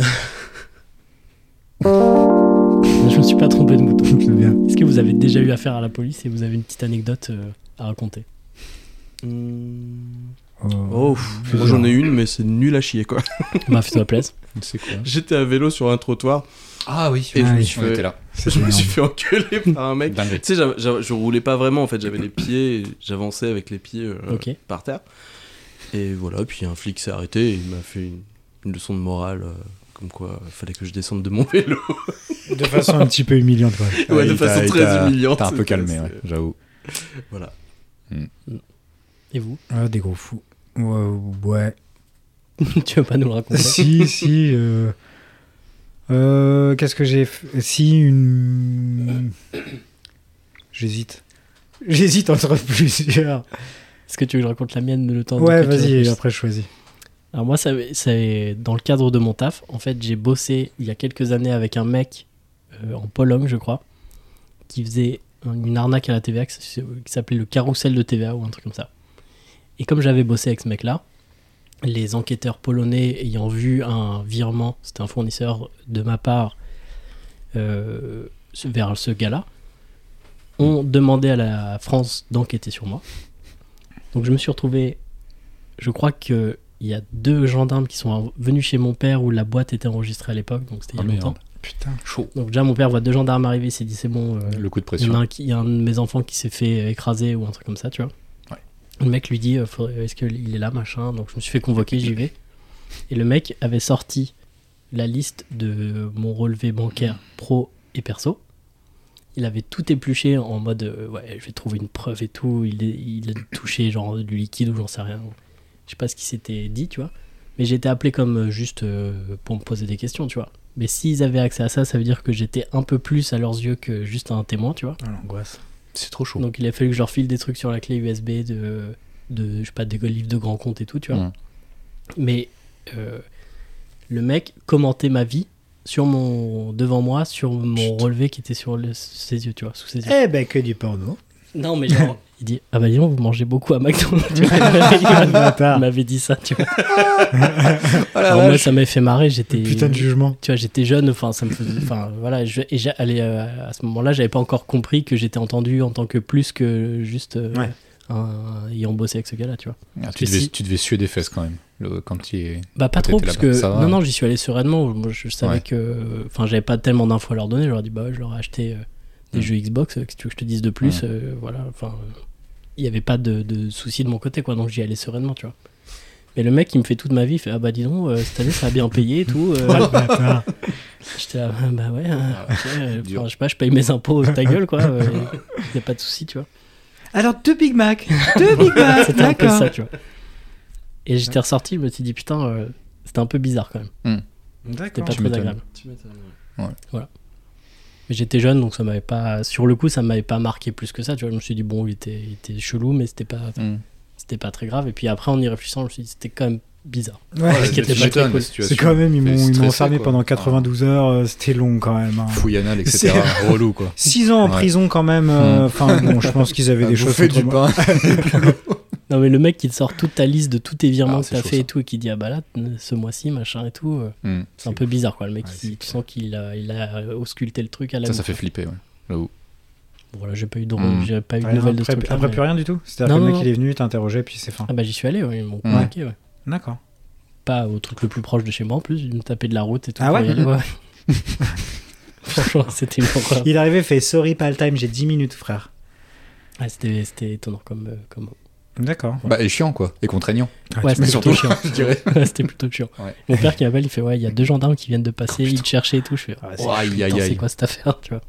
Speaker 4: toi
Speaker 1: Je me suis pas trompé de mouton.
Speaker 2: C'est bien.
Speaker 1: Est-ce que vous avez déjà eu affaire à la police et vous avez une petite anecdote euh, à raconter
Speaker 3: Hmm.
Speaker 2: Oh.
Speaker 3: Oh, pff, moi j'en ai une, mais c'est nul à chier quoi.
Speaker 1: Bah, fais-toi plaisir.
Speaker 4: C'est quoi
Speaker 3: J'étais à vélo sur un trottoir,
Speaker 4: Ah oui,
Speaker 3: Et
Speaker 4: on
Speaker 3: je me
Speaker 4: était
Speaker 3: suis fait-
Speaker 4: là.
Speaker 2: C'est
Speaker 3: je me
Speaker 2: énorme.
Speaker 3: suis fait engueuler par un mec.
Speaker 4: Dingue.
Speaker 3: Tu sais, j'avais- j'avais- je roulais pas vraiment en fait, j'avais les pieds, et j'avançais avec les pieds euh,
Speaker 1: Ok.
Speaker 3: par terre. Et voilà, puis un flic s'est arrêté et il m'a fait une, une leçon de morale, euh, comme quoi il fallait que je descende de mon vélo.
Speaker 2: De façon un petit peu humiliante, ouais.
Speaker 3: Ouais, de façon très humiliante.
Speaker 4: T'as un peu calmé,
Speaker 3: C'est-
Speaker 4: ouais, j'avoue.
Speaker 3: Voilà.
Speaker 1: Et vous
Speaker 2: Ah, des gros fous. Ouais. ouais. bah,
Speaker 1: Tu veux pas nous le raconter
Speaker 2: si, si. euh, euh, Qu'est-ce que j'ai fait Si, une. J'hésite. J'hésite entre plusieurs.
Speaker 1: Est-ce que tu veux que je raconte la mienne le temps
Speaker 2: Ouais,
Speaker 1: que tu
Speaker 2: vas-y, et
Speaker 1: réfléchisses
Speaker 2: après je choisis.
Speaker 1: Alors moi, ça- c'est dans le cadre de mon taf. En fait, j'ai bossé il y a quelques années avec un mec euh, en Pologne, je crois, qui faisait une arnaque à la TVA qui s- qui s'appelait le carrousel de TVA ou un truc comme ça. Et comme j'avais bossé avec ce mec-là, les enquêteurs polonais ayant vu un virement, c'était un fournisseur de ma part, euh, vers ce gars-là, ont demandé à la France d'enquêter sur moi. Donc je me suis retrouvé, je crois que il y a deux gendarmes qui sont venus chez mon père où la boîte était enregistrée à l'époque, donc c'était il y a
Speaker 4: Ah, merde.
Speaker 1: longtemps.
Speaker 2: Putain.
Speaker 4: Chaud.
Speaker 1: Donc déjà mon père voit deux gendarmes arriver, il s'est dit c'est bon, euh,
Speaker 4: Le coup de
Speaker 1: il y, en a
Speaker 4: pression.
Speaker 1: un qui- il y a un de mes enfants qui s'est fait écraser ou un truc comme ça, tu vois.
Speaker 4: Ouais.
Speaker 1: Le mec lui dit, euh, faudrait- est-ce qu'il est là, machin Donc je me suis fait convoquer, j'y vais. Et le mec avait sorti la liste de mon relevé bancaire pro et perso. Il avait tout épluché en mode, euh, ouais, je vais trouver une preuve et tout. Il, est- il a touché genre du liquide ou j'en sais rien. Je sais pas ce qui s'était dit, tu vois. Mais j'ai été appelé comme euh, juste euh, pour me poser des questions, tu vois. Mais s'ils avaient accès à ça, ça veut dire que j'étais un peu plus à leurs yeux que juste un témoin, tu vois.
Speaker 2: Ah, l'angoisse.
Speaker 4: C'est trop chaud.
Speaker 1: Donc il a fallu que je leur file des trucs sur la clé USB de de, je sais pas, des livres de grands comptes et tout, tu vois.
Speaker 4: Mm.
Speaker 1: Mais euh, le mec commentait ma vie sur mon devant moi sur mon relevé qui était sur le- ses yeux tu vois sous ses yeux
Speaker 2: Eh ben, que du porno.
Speaker 1: non mais genre il dit ah bah dis donc vous mangez beaucoup à McDonald's tu vois.
Speaker 2: Le
Speaker 1: il
Speaker 2: bâtard.
Speaker 1: m'avait dit ça tu vois
Speaker 2: Oh
Speaker 1: Alors moi ça m'avait fait marrer j'étais
Speaker 2: Putain de jugement.
Speaker 1: tu vois, j'étais jeune, enfin, ça me faisait, enfin, voilà, je, et j'a- allez, euh, à ce moment-là, j'avais pas encore compris que j'étais entendu en tant que plus que juste euh,
Speaker 2: Ouais.
Speaker 1: un- ayant bossé avec ce gars-là, tu vois.
Speaker 4: Ah,
Speaker 1: que
Speaker 4: tu, devais,
Speaker 1: si-
Speaker 4: tu devais suer des fesses quand même. le- quand il est...
Speaker 1: Bah, pas trop,
Speaker 4: Toi, Ah, t'étais
Speaker 1: parce
Speaker 4: là-bas,
Speaker 1: que,
Speaker 4: ça va,
Speaker 1: non,
Speaker 4: ouais.
Speaker 1: non, j'y suis allé sereinement, moi, je, je savais
Speaker 4: Ouais.
Speaker 1: que, enfin, j'avais pas tellement d'infos à leur donner, je leur ai dit, bah, ouais, je leur ai acheté euh, des
Speaker 4: Mm.
Speaker 1: jeux Xbox, euh, que si tu veux que je te dise de plus,
Speaker 4: Ouais.
Speaker 1: euh, voilà, enfin, euh, il y avait pas de, de soucis de mon côté, quoi, donc j'y allais sereinement, tu vois. Mais le mec, il me fait toute ma vie, il fait, ah bah, dis donc, euh, cette année, ça a bien payé et tout. euh,
Speaker 2: Ah, le bâtard.
Speaker 1: J'étais là, Ah, bah ouais, euh, ok, euh,
Speaker 4: Dur.
Speaker 1: enfin, je sais pas, je paye mes impôts, ta gueule quoi, euh, y a pas de souci, tu vois.
Speaker 2: Alors, deux Big Mac. Deux Big Mac.
Speaker 1: C'était un peu
Speaker 2: D'accord.
Speaker 1: ça, tu vois. Et j'étais ressorti, je me suis dit, putain, euh, c'était un peu bizarre quand même, c'était pas
Speaker 2: D'accord.
Speaker 4: Ah. Tu
Speaker 1: très
Speaker 4: m'étonnes.
Speaker 1: agréable.
Speaker 3: Tu m'étonnes, ouais.
Speaker 1: Mais j'étais jeune, donc ça m'avait pas, sur le coup, ça m'avait pas marqué plus que ça, tu vois. Je me suis dit, bon, il était, il était chelou, mais c'était pas,
Speaker 3: Hmm.
Speaker 4: Mm.
Speaker 1: c'était pas très grave. Et puis après, en y réfléchissant, je me suis dit, c'était quand même bizarre.
Speaker 2: Ouais.
Speaker 1: Ah, qui était
Speaker 4: tu
Speaker 1: pas
Speaker 4: m'étonnes,
Speaker 1: très cool.
Speaker 4: la situation.
Speaker 2: C'est quand même, ils
Speaker 4: Mais
Speaker 2: m'ont ils
Speaker 4: stressé,
Speaker 2: m'ont enfermé
Speaker 4: quoi.
Speaker 2: pendant 92 heures. euh, C'était long quand même. hein.
Speaker 4: Fouille anale, etc.
Speaker 2: C'est-
Speaker 4: Relou, quoi.
Speaker 2: 6 ans en
Speaker 4: Ouais. Hmm.
Speaker 2: prison quand même. euh, Enfin bon, je pense qu'ils avaient des choses
Speaker 4: fait
Speaker 2: contre
Speaker 4: du
Speaker 2: moi.
Speaker 4: pain.
Speaker 1: Non, mais le mec qui te sort toute ta liste de tous tes virements
Speaker 4: Ah,
Speaker 1: que
Speaker 4: c'est
Speaker 1: t'as
Speaker 4: chaud,
Speaker 1: fait et
Speaker 4: ça.
Speaker 1: tout, et qui dit, ah bah là, t- ce mois-ci, machin et tout, euh,
Speaker 4: Mm.
Speaker 1: c'est un peu bizarre quoi. Le mec,
Speaker 2: Ouais,
Speaker 1: il,
Speaker 2: c'est
Speaker 1: tu sens qu'il a, il a euh, ausculté le truc à la
Speaker 4: Ça,
Speaker 1: main,
Speaker 4: ça fait
Speaker 1: quoi.
Speaker 4: flipper, ouais.
Speaker 1: Bon, Voilà, j'ai pas eu de,
Speaker 4: Mm.
Speaker 1: j'ai pas eu de
Speaker 2: Ah Ouais,
Speaker 1: nouvelles de ce
Speaker 2: après,
Speaker 1: truc-là,
Speaker 2: après
Speaker 1: mais-
Speaker 2: plus rien du tout. C'est-à-dire
Speaker 1: Non,
Speaker 2: que le mec
Speaker 1: non,
Speaker 2: il est venu, il t'a interrogé, puis c'est fin.
Speaker 1: Ah bah j'y suis allé, ouais, ils m'ont
Speaker 4: Ouais.
Speaker 1: convoqué, ouais.
Speaker 2: D'accord.
Speaker 1: Pas au truc le plus proche de chez moi en plus, ils me tapaient de la route et tout.
Speaker 2: Ah
Speaker 1: pour
Speaker 2: ouais
Speaker 1: y aller, Franchement, c'était une horreur.
Speaker 2: Il est arrivé, fait sorry, pas le time, j'ai 10 minutes, frère.
Speaker 1: Ah, c'était, c'était étonnant comme. euh, comme...
Speaker 2: Ah, D'accord.
Speaker 4: Bah, et chiant, quoi. Et contraignant.
Speaker 1: Ouais,
Speaker 4: mais
Speaker 1: c'était plutôt
Speaker 4: surtout,
Speaker 1: chiant.
Speaker 4: je dirais.
Speaker 1: Ouais, c'était plutôt chiant.
Speaker 4: Ouais.
Speaker 1: Mon père qui m'appelle, il fait Ouais, il y a deux gendarmes qui viennent de passer, ils te cherchaient et tout. Je fais
Speaker 2: Ah,
Speaker 1: Putain,
Speaker 2: c'est
Speaker 4: Oh, aïe, aïe,
Speaker 1: C'est
Speaker 4: aïe.
Speaker 1: quoi cette affaire, tu vois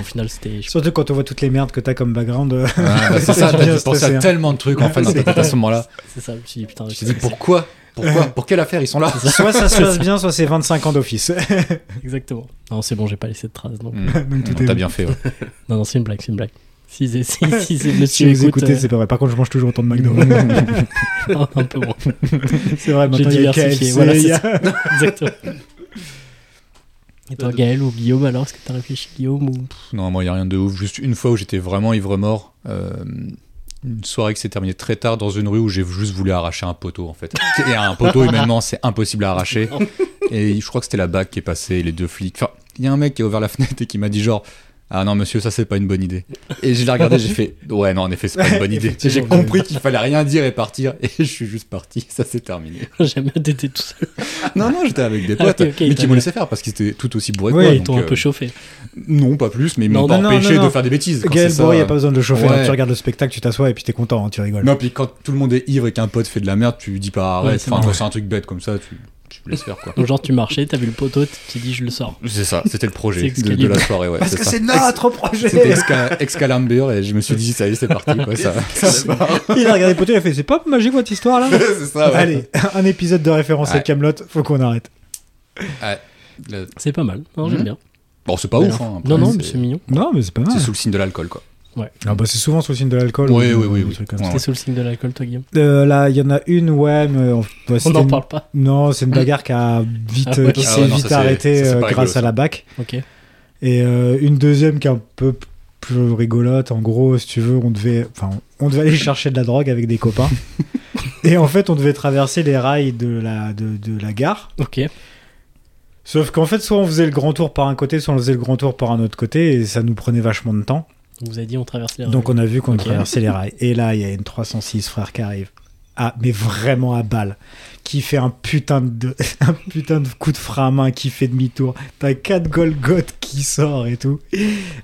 Speaker 1: Au final, c'était. je-
Speaker 2: Surtout quand on voit toutes les merdes que t'as comme background. euh,
Speaker 4: Ah, bah, c'est ça,
Speaker 2: Bien
Speaker 4: t'as dû
Speaker 2: stressé,
Speaker 4: penser
Speaker 2: hein.
Speaker 4: à tellement de trucs, en fait, dans ta tête à ce moment-là.
Speaker 1: C'est ça, je me suis dit Putain,
Speaker 4: Je
Speaker 1: je
Speaker 4: te dis, pourquoi Pourquoi Pour quelle affaire Ils sont là
Speaker 2: hein. soit ça se passe bien, soit c'est 25 ans d'office.
Speaker 1: Exactement. Non, c'est bon, j'ai pas laissé de traces. Donc...
Speaker 4: Mm.
Speaker 2: Donc tout
Speaker 4: On
Speaker 2: est
Speaker 4: t'a
Speaker 2: bon.
Speaker 4: bien fait, ouais.
Speaker 1: Non, non, c'est une blague, c'est une blague. Si, si, si, si, si monsieur
Speaker 2: Si vous
Speaker 1: écoute,
Speaker 2: écoutez,
Speaker 1: euh,
Speaker 2: c'est pas vrai. Par contre, je mange toujours autant de McDonald's.
Speaker 1: un peu moins.
Speaker 2: c'est vrai,
Speaker 1: J'ai
Speaker 2: maintenant il y a
Speaker 1: diversifié,
Speaker 2: KFC.
Speaker 1: voilà,
Speaker 2: il y
Speaker 1: c'est
Speaker 2: a-
Speaker 1: ça. Exactement. Et toi, Gaël ou Guillaume, alors, est-ce que t'as réfléchi, Guillaume ou...
Speaker 4: Non, moi, il n'y a rien de ouf. Juste une fois où j'étais vraiment ivre-mort. euh, une soirée qui s'est terminée très tard dans une rue où j'ai juste voulu arracher un poteau, en fait. Et un poteau, humainement, c'est impossible à arracher. Et je crois que c'était la bague qui est passée, les deux flics. Enfin, il y a un mec qui a ouvert la fenêtre et qui m'a dit genre. Ah non monsieur ça c'est pas une bonne idée. Et je l'ai regardé j'ai fait ouais non en effet c'est pas une bonne idée. J'ai compris qu'il fallait rien dire et partir et je suis juste parti ça s'est terminé.
Speaker 1: Jamais t'étais tout seul.
Speaker 4: Non non j'étais avec des potes
Speaker 1: Ah, ok, ok,
Speaker 4: mais
Speaker 1: t'as
Speaker 4: qui m'ont
Speaker 1: bien.
Speaker 4: laissé faire parce qu'ils étaient tout aussi bourrés que
Speaker 2: Oui,
Speaker 4: moi,
Speaker 1: Ils
Speaker 4: donc,
Speaker 1: t'ont un peu
Speaker 4: euh,
Speaker 1: chauffé.
Speaker 4: non, pas plus, mais ils
Speaker 2: Non,
Speaker 4: m'ont
Speaker 2: non,
Speaker 4: pas
Speaker 2: non,
Speaker 4: empêché
Speaker 2: non, non.
Speaker 4: de faire des bêtises. quand
Speaker 2: Gaël
Speaker 4: c'est ça.
Speaker 2: Bourg, il n'y a pas besoin de le chauffer.
Speaker 4: Ouais.
Speaker 2: Tu regardes le spectacle, tu t'assois et puis t'es content, hein, tu rigoles.
Speaker 4: Non, puis quand tout le monde est ivre et qu'un pote fait de la merde, tu lui dis pas
Speaker 1: Ouais,
Speaker 4: arrête.
Speaker 1: c'est
Speaker 4: enfin,
Speaker 1: vrai.
Speaker 4: quand c'est un truc bête comme ça, tu, tu laisses faire quoi.
Speaker 1: Donc, genre, tu marchais, t'as vu le poteau, tu t'es dit, je le sors.
Speaker 4: C'est ça, c'était le projet
Speaker 1: C'est
Speaker 4: de, de la soirée, ouais.
Speaker 2: Parce
Speaker 4: c'est
Speaker 2: que
Speaker 4: ça.
Speaker 2: c'est notre projet
Speaker 4: C'était Exca- Excalibur et je me suis dit, ça y est, c'est parti quoi. Ça, ça-
Speaker 2: Il a regardé le poteau, il a fait C'est pas magique votre histoire là
Speaker 4: c'est ça, ouais.
Speaker 2: Allez, un épisode de référence à
Speaker 4: Ouais.
Speaker 2: Camelot, faut qu'on arrête.
Speaker 4: Le-
Speaker 1: C'est pas mal. Non, j'aime
Speaker 4: Mhm.
Speaker 1: bien.
Speaker 4: Bon, c'est
Speaker 2: Ah,
Speaker 4: pas
Speaker 1: Mais
Speaker 4: ouf,
Speaker 1: non.
Speaker 4: hein. après,
Speaker 1: non, non, mais c'est
Speaker 4: c'est
Speaker 1: mignon.
Speaker 2: Non, mais c'est pas mal.
Speaker 4: c'est sous le signe de l'alcool quoi.
Speaker 2: Ah bah, c'est souvent sous le signe de l'alcool.
Speaker 4: Oui,
Speaker 2: ou-
Speaker 4: oui, oui,
Speaker 2: ou des
Speaker 4: oui.
Speaker 2: trucs comme ça.
Speaker 4: Ouais,
Speaker 1: T'es
Speaker 4: ouais.
Speaker 1: sous le signe de l'alcool, toi, Guillaume
Speaker 2: Euh, là, il y en a une, ouais, mais on, bah,
Speaker 1: On
Speaker 2: c'était
Speaker 1: n'en
Speaker 2: une-
Speaker 1: parle pas.
Speaker 2: Non, c'est une bagarre qui a vite,
Speaker 1: Ah ouais.
Speaker 2: qui
Speaker 4: Ah
Speaker 2: s'est
Speaker 4: ouais, non,
Speaker 2: vite
Speaker 4: ça, c'est-
Speaker 2: arrêtée
Speaker 4: ça, c'est
Speaker 2: euh,
Speaker 4: pas rigolo,
Speaker 2: grâce à
Speaker 4: ça.
Speaker 2: la bac.
Speaker 1: Ok.
Speaker 2: Et euh, une deuxième qui est un peu p- plus rigolote. En gros, si tu veux, on devait, enfin, on devait aller chercher de la drogue avec des copains. et en fait, on devait traverser les rails de la, de, de la gare.
Speaker 1: Ok.
Speaker 2: Sauf qu'en fait, soit on faisait le grand tour par un côté, soit on faisait le grand tour par un autre côté, et ça nous prenait vachement de temps.
Speaker 1: On vous a dit, on traverse les
Speaker 2: Donc on a vu qu'on
Speaker 1: Ok.
Speaker 2: traversait les rails. Et là, il y a une 306 frère qui arrive. Ah, mais vraiment à balle. Qui fait un putain de, un putain de coup de frein à main, qui fait demi-tour. T'as quatre Golgoth qui sort et tout.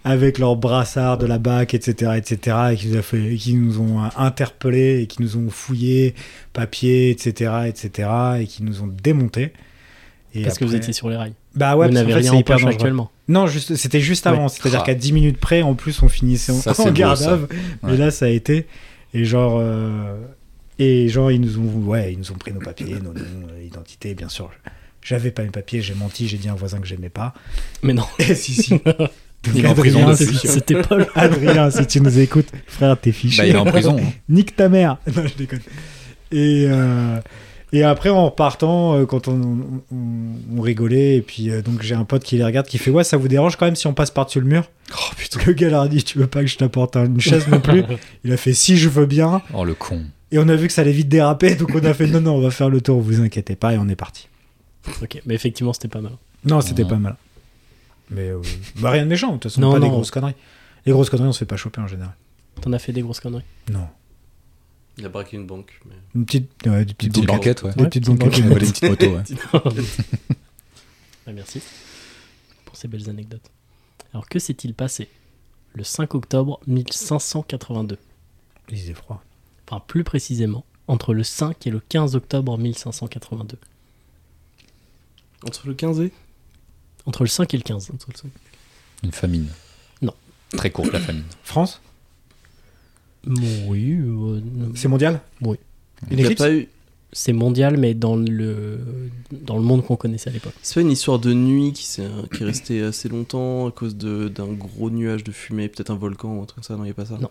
Speaker 2: Avec leurs brassards de la BAC, etc., etc., et qui nous, a fait- qui nous ont euh, interpellés, et qui nous ont fouillés, papiers, etc., etc., et qui nous ont démontés. Et
Speaker 1: Parce que vous
Speaker 2: après-
Speaker 1: étiez sur les rails.
Speaker 2: Bah ouais,
Speaker 1: vous
Speaker 2: parce qu'en
Speaker 1: n'avez
Speaker 2: fait,
Speaker 1: rien
Speaker 2: c'est
Speaker 1: en
Speaker 2: hyper
Speaker 1: poche
Speaker 2: dangereux.
Speaker 1: actuellement.
Speaker 2: Non, juste, c'était juste avant. C'est-à-dire
Speaker 4: Ah.
Speaker 2: qu'à 10 minutes près, en plus, on finissait en,
Speaker 4: Ça,
Speaker 2: en
Speaker 4: c'est beau,
Speaker 2: garde
Speaker 4: ça.
Speaker 2: à vue. Mais
Speaker 4: Ouais.
Speaker 2: là, ça a été. Et genre, euh, et genre, ils nous ont, ouais, ils nous ont pris nos papiers, nos noms, euh, identité, bien sûr. J'avais pas mes papiers, j'ai menti, j'ai dit à un voisin que j'aimais pas.
Speaker 1: Mais non.
Speaker 2: Et si, si.
Speaker 4: Il est en prison
Speaker 2: Adrien,
Speaker 4: depuis.
Speaker 1: C'était pas le-
Speaker 2: Adrien, si tu nous écoutes, frère, t'es fiché.
Speaker 4: Bah, il est en prison. hein.
Speaker 2: Nique ta mère. Non, je déconne. Et, euh, et après, en repartant, euh, quand on, on- on- on rigolait, et puis euh, donc j'ai un pote qui les regarde, qui fait Ouais, ça vous dérange quand même si on passe par-dessus le mur
Speaker 4: Oh putain.
Speaker 2: Le gars leur a dit Tu veux pas que je t'apporte un- une chaise non plus Il a fait Si je veux bien.
Speaker 4: Oh le con.
Speaker 2: Et on a vu que ça allait vite déraper, donc on a fait Non, non, on va faire le tour, vous inquiétez pas, et on est parti.
Speaker 1: Ok, mais effectivement, c'était pas mal.
Speaker 2: Non, c'était
Speaker 4: Ah.
Speaker 2: pas mal. Mais euh, bah, rien de méchant, de toute façon,
Speaker 1: Non,
Speaker 2: pas des
Speaker 1: non.
Speaker 2: grosses conneries. Les grosses conneries, on se fait pas choper en général.
Speaker 1: T'en as fait des grosses conneries.
Speaker 2: Non.
Speaker 3: Il a braqué une banque. mais-
Speaker 2: Une petite, ouais, des
Speaker 4: Petite,
Speaker 2: petites banquettes.
Speaker 4: banquette, ouais.
Speaker 2: Des petites
Speaker 4: On
Speaker 2: banquettes.
Speaker 4: a volé une petite moto, ouais.
Speaker 1: Ah, merci pour ces belles anecdotes. Alors, que s'est-il passé le 5 octobre 1582
Speaker 2: Il faisait froid.
Speaker 1: Enfin, plus précisément, entre le 5 et le 15 octobre 1582.
Speaker 3: Entre le 15 et
Speaker 1: Entre le 5 et le 15.
Speaker 3: Entre le 5.
Speaker 4: Une famine.
Speaker 1: Non.
Speaker 4: Très courte la famine.
Speaker 2: France
Speaker 1: Oui, euh, non.
Speaker 2: C'est mondial
Speaker 1: Oui.
Speaker 2: Une
Speaker 3: Il a
Speaker 2: éclipse
Speaker 3: pas eu.
Speaker 1: c'est mondial, mais dans le, dans le monde qu'on connaissait à l'époque.
Speaker 3: C'est pas une histoire de nuit qui, s'est- qui est restée assez longtemps à cause de- d'un gros nuage de fumée, peut-être un volcan ou un truc comme ça. Non, il n'y a pas ça.
Speaker 1: Non.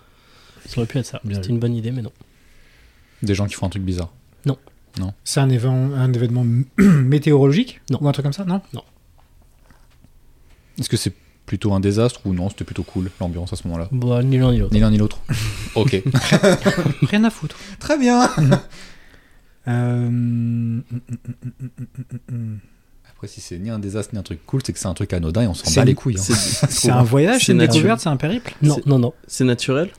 Speaker 1: Ça aurait pu être ça.
Speaker 2: Bien
Speaker 1: C'était
Speaker 2: vu.
Speaker 1: une bonne idée, mais non.
Speaker 4: Des gens qui font un truc bizarre.
Speaker 2: C'est un, événement- un événement m- météorologique
Speaker 1: Non.
Speaker 2: Ou un truc comme ça, non
Speaker 4: Est-ce que c'est plutôt un désastre ou non C'était plutôt cool l'ambiance à ce moment-là.
Speaker 1: Bon, ni l'un ni l'autre.
Speaker 4: Ni l'un ni l'autre. ok.
Speaker 2: Rien à foutre.
Speaker 4: Très bien.
Speaker 2: Euh, mm, mm, mm, mm, mm, mm, mm.
Speaker 4: Après, si c'est ni un désastre ni un truc cool, c'est que c'est un truc anodin et on s'en
Speaker 2: C'est
Speaker 4: bat les
Speaker 2: une-
Speaker 4: couilles. hein.
Speaker 3: C'est-
Speaker 2: C'est un voyage,
Speaker 3: C'est
Speaker 2: c'est une
Speaker 3: naturel.
Speaker 2: découverte, c'est un périple
Speaker 1: Non,
Speaker 3: C'est-
Speaker 1: non, non.
Speaker 3: C'est naturel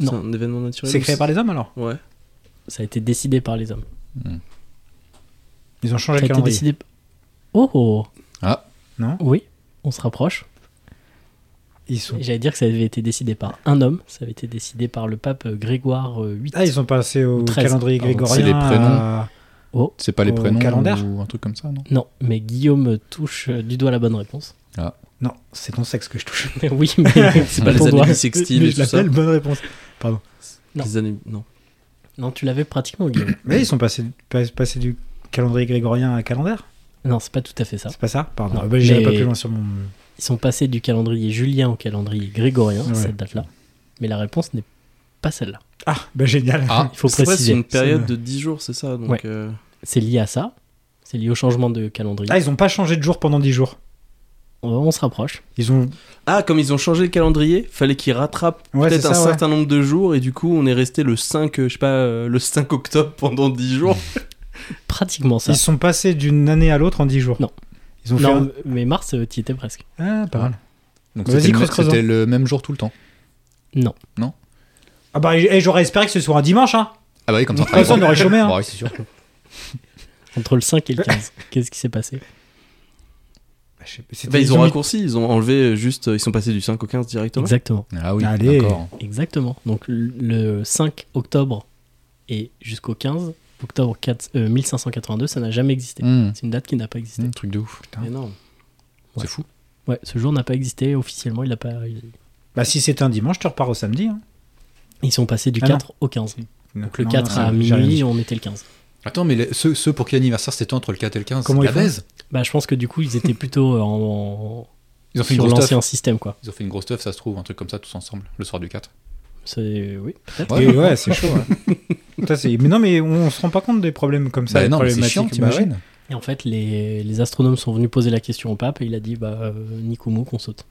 Speaker 1: Non.
Speaker 3: C'est un événement naturel
Speaker 2: C'est
Speaker 3: ou
Speaker 2: créé par les hommes alors
Speaker 3: Ouais.
Speaker 1: Ça a été décidé par les hommes.
Speaker 2: Ils ont changé
Speaker 1: Ça a
Speaker 2: le
Speaker 1: été
Speaker 2: calendrier.
Speaker 1: décidé. Oh, oh
Speaker 4: Ah.
Speaker 2: Non
Speaker 1: Oui, on se rapproche.
Speaker 2: Ils sont...
Speaker 1: J'allais dire que ça avait été décidé par un homme, ça avait été décidé par le pape Grégoire euh, VIII.
Speaker 2: Ah, ils sont passés au
Speaker 1: 13,
Speaker 2: calendrier
Speaker 1: pardon.
Speaker 2: grégorien. euh,
Speaker 4: C'est les prénoms.
Speaker 2: à-
Speaker 4: C'est pas les
Speaker 2: Au
Speaker 4: prénoms
Speaker 2: calendaire
Speaker 4: ou un truc comme ça, non
Speaker 1: Non, mais Guillaume touche euh, du doigt la bonne réponse.
Speaker 2: Non, c'est ton sexe que je touche.
Speaker 1: Mais oui, mais c'est
Speaker 3: pas les
Speaker 1: ton
Speaker 3: années
Speaker 1: doigt.
Speaker 3: bissextiles
Speaker 2: Mais
Speaker 3: et
Speaker 2: je
Speaker 3: tout ça.
Speaker 2: l'appelle, bonne réponse.
Speaker 1: Non.
Speaker 3: Les années... non.
Speaker 1: Non, tu l'avais pratiquement, Guillaume.
Speaker 2: Mais ils sont passés, pas- passés du calendrier grégorien à calendaire
Speaker 1: Non, c'est pas tout à fait ça.
Speaker 2: C'est pas ça Pardon.
Speaker 1: Non,
Speaker 2: Ah bah, J'irai
Speaker 1: mais-
Speaker 2: pas plus loin sur mon.
Speaker 1: Ils sont passés du calendrier julien au calendrier grégorien,
Speaker 2: Ouais.
Speaker 1: cette date-là. Mais la réponse n'est pas celle-là.
Speaker 2: Ah, bah génial.
Speaker 4: Ah,
Speaker 1: Il faut
Speaker 3: C'est vrai, c'est
Speaker 1: préciser.
Speaker 3: une période
Speaker 2: C'est
Speaker 3: de 10 jours, c'est ça donc,
Speaker 1: Ouais.
Speaker 3: euh,
Speaker 1: C'est lié à ça. C'est lié au changement de calendrier.
Speaker 2: Ah, ils ont pas changé de jour pendant 10 jours.
Speaker 1: On on se rapproche.
Speaker 2: Ils ont.
Speaker 3: Ah, comme ils ont changé le calendrier, fallait qu'ils rattrapent
Speaker 2: Ouais,
Speaker 3: peut-être
Speaker 2: c'est
Speaker 3: un
Speaker 2: ça, ouais.
Speaker 3: certain nombre de jours et du coup on est resté le 5, euh, je sais pas, euh, le 5 octobre pendant 10 jours.
Speaker 1: Pratiquement ça.
Speaker 2: Ils sont passés d'une année à l'autre en 10 jours.
Speaker 1: Non.
Speaker 2: Ils ont
Speaker 1: Non, mais Mars, euh, t'y étais presque.
Speaker 2: fait. un- Ah, pas mal.
Speaker 4: donc
Speaker 2: Vas-y,
Speaker 4: c'était le-
Speaker 2: creuse, creuse,
Speaker 4: c'était le même jour tout le temps.
Speaker 2: Ah, bah, eh, j'aurais espéré que ce soit un dimanche, hein.
Speaker 4: Ah bah oui, comme ça. on
Speaker 2: De toute façon,
Speaker 4: travaille
Speaker 2: on aurait chômé, hein.
Speaker 4: pas. Ouais, c'est sûr.
Speaker 1: Entre le 5 et le 15. Qu'est-ce qui s'est passé
Speaker 2: Bah, je sais pas, c'était-
Speaker 3: Bah, ils ont
Speaker 2: mis-
Speaker 3: raccourci, ils ont enlevé euh, juste, euh, ils sont passés du 5 au 15 directement.
Speaker 1: Exactement.
Speaker 4: Ah oui,
Speaker 2: Allez.
Speaker 4: d'accord.
Speaker 1: Exactement. Donc le- le 5 octobre et jusqu'au 15 octobre 4, euh, 1582, ça n'a jamais existé.
Speaker 4: Hum,
Speaker 1: C'est une date qui n'a pas existé.
Speaker 4: hum, Truc de ouf. Putain,
Speaker 3: Énorme.
Speaker 1: Ouais.
Speaker 4: C'est fou.
Speaker 1: Ouais, ce jour n'a pas existé officiellement. Il a pas. il-
Speaker 2: Bah, si c'était un dimanche, tu repars au samedi. Hein.
Speaker 1: Ils sont passés du
Speaker 2: Ah non.
Speaker 1: 4 au 15.
Speaker 2: Donc,
Speaker 1: Le 4 à minuit, on était le 15.
Speaker 4: Attends, mais les- ceux, ceux pour qui l'anniversaire c'était entre le 4 et le 15,
Speaker 2: Comment
Speaker 4: la
Speaker 2: ils font
Speaker 4: baise
Speaker 1: Bah, je pense que du coup, ils étaient plutôt euh, en,
Speaker 4: Ils ont fait une
Speaker 1: sur
Speaker 4: grosse teuf.
Speaker 1: l'ancien système, quoi.
Speaker 4: Ils ont fait une grosse teuf, ça se trouve, un truc comme ça, tous ensemble, le soir du 4.
Speaker 1: C'est oui. peut-être.
Speaker 2: Ouais, ouais, c'est chaud. ouais. Putain, c'est- mais non, mais on se rend pas compte des problèmes comme ça.
Speaker 4: Bah
Speaker 2: des
Speaker 4: non, mais c'est
Speaker 2: problématiques.
Speaker 4: chiant,
Speaker 2: Bah, ouais.
Speaker 4: t'imagines
Speaker 1: Et en fait, les, les astronomes sont venus poser la question au pape et il a dit bah euh, Nikumu qu'on saute.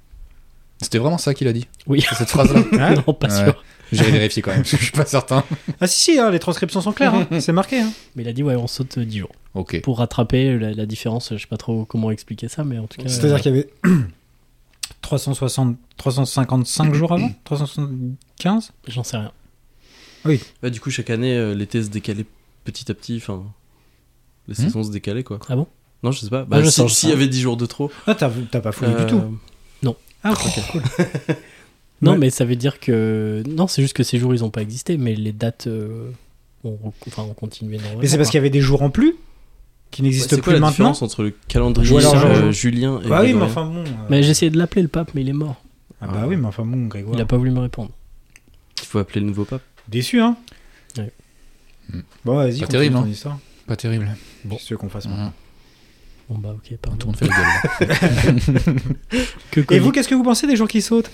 Speaker 4: C'était vraiment ça qu'il a dit,
Speaker 1: Oui.
Speaker 4: cette phrase-là
Speaker 2: Hein
Speaker 1: non, pas
Speaker 4: Ouais.
Speaker 1: sûr.
Speaker 4: J'irai vérifier quand même, parce que je suis pas certain.
Speaker 2: ah, si, si, hein, les transcriptions sont claires. hein. C'est marqué. hein.
Speaker 1: Mais il a dit ouais, on saute euh, 10 jours
Speaker 4: Ok.
Speaker 1: pour rattraper la, la différence. Je sais pas trop comment expliquer ça, mais en tout cas.
Speaker 2: C'est-à-dire
Speaker 1: euh,
Speaker 2: qu'il y avait 360, 355 jours avant 375
Speaker 1: j'en sais rien.
Speaker 3: Ouais, du coup, chaque année, euh, l'été se décalait petit à petit. Enfin, les
Speaker 4: Hmm.
Speaker 3: saisons se décalaient, quoi.
Speaker 1: Ah bon
Speaker 3: Non, je sais pas. Bah,
Speaker 1: je
Speaker 3: si-
Speaker 1: sens, je
Speaker 3: S'il y
Speaker 1: sens.
Speaker 3: avait 10 jours de trop.
Speaker 2: Ah, t'as t'as pas fouillé
Speaker 3: euh,
Speaker 2: du tout. Ah, ok, cool.
Speaker 1: Non,
Speaker 2: Ouais.
Speaker 1: mais ça veut dire que. Non, c'est juste que ces jours, ils n'ont pas existé, mais les dates euh, ont, rec- enfin, ont continué normalement.
Speaker 2: Mais c'est parce qu'il y avait des jours en plus qui n'existent
Speaker 3: c'est
Speaker 2: plus
Speaker 3: quoi la
Speaker 2: maintenant.
Speaker 3: différence entre le calendrier
Speaker 2: Ou alors,
Speaker 3: euh,
Speaker 2: genre-
Speaker 3: Julien et
Speaker 2: Bah oui, mais
Speaker 3: Grégory
Speaker 2: enfin bon. euh,
Speaker 1: Mais j'ai essayé de l'appeler le pape, mais il est mort.
Speaker 2: ah bah oui, mais enfin bon, Grégoire.
Speaker 1: Il a pas voulu me répondre.
Speaker 3: Il faut appeler le nouveau pape.
Speaker 2: Déçu, hein Mm.
Speaker 1: Ouais.
Speaker 2: Bon, vas-y,
Speaker 4: Pas
Speaker 2: continue
Speaker 4: terrible,
Speaker 2: ton
Speaker 4: hein.
Speaker 2: histoire.
Speaker 4: Pas terrible.
Speaker 2: Bon. qu'on fasse maintenant.
Speaker 4: Mhm.
Speaker 1: Bon bah ok, pardon.
Speaker 4: Tout le monde fait la gueule.
Speaker 1: Que,
Speaker 2: Et
Speaker 1: colle-
Speaker 2: vous, qu'est-ce que vous pensez des gens qui sautent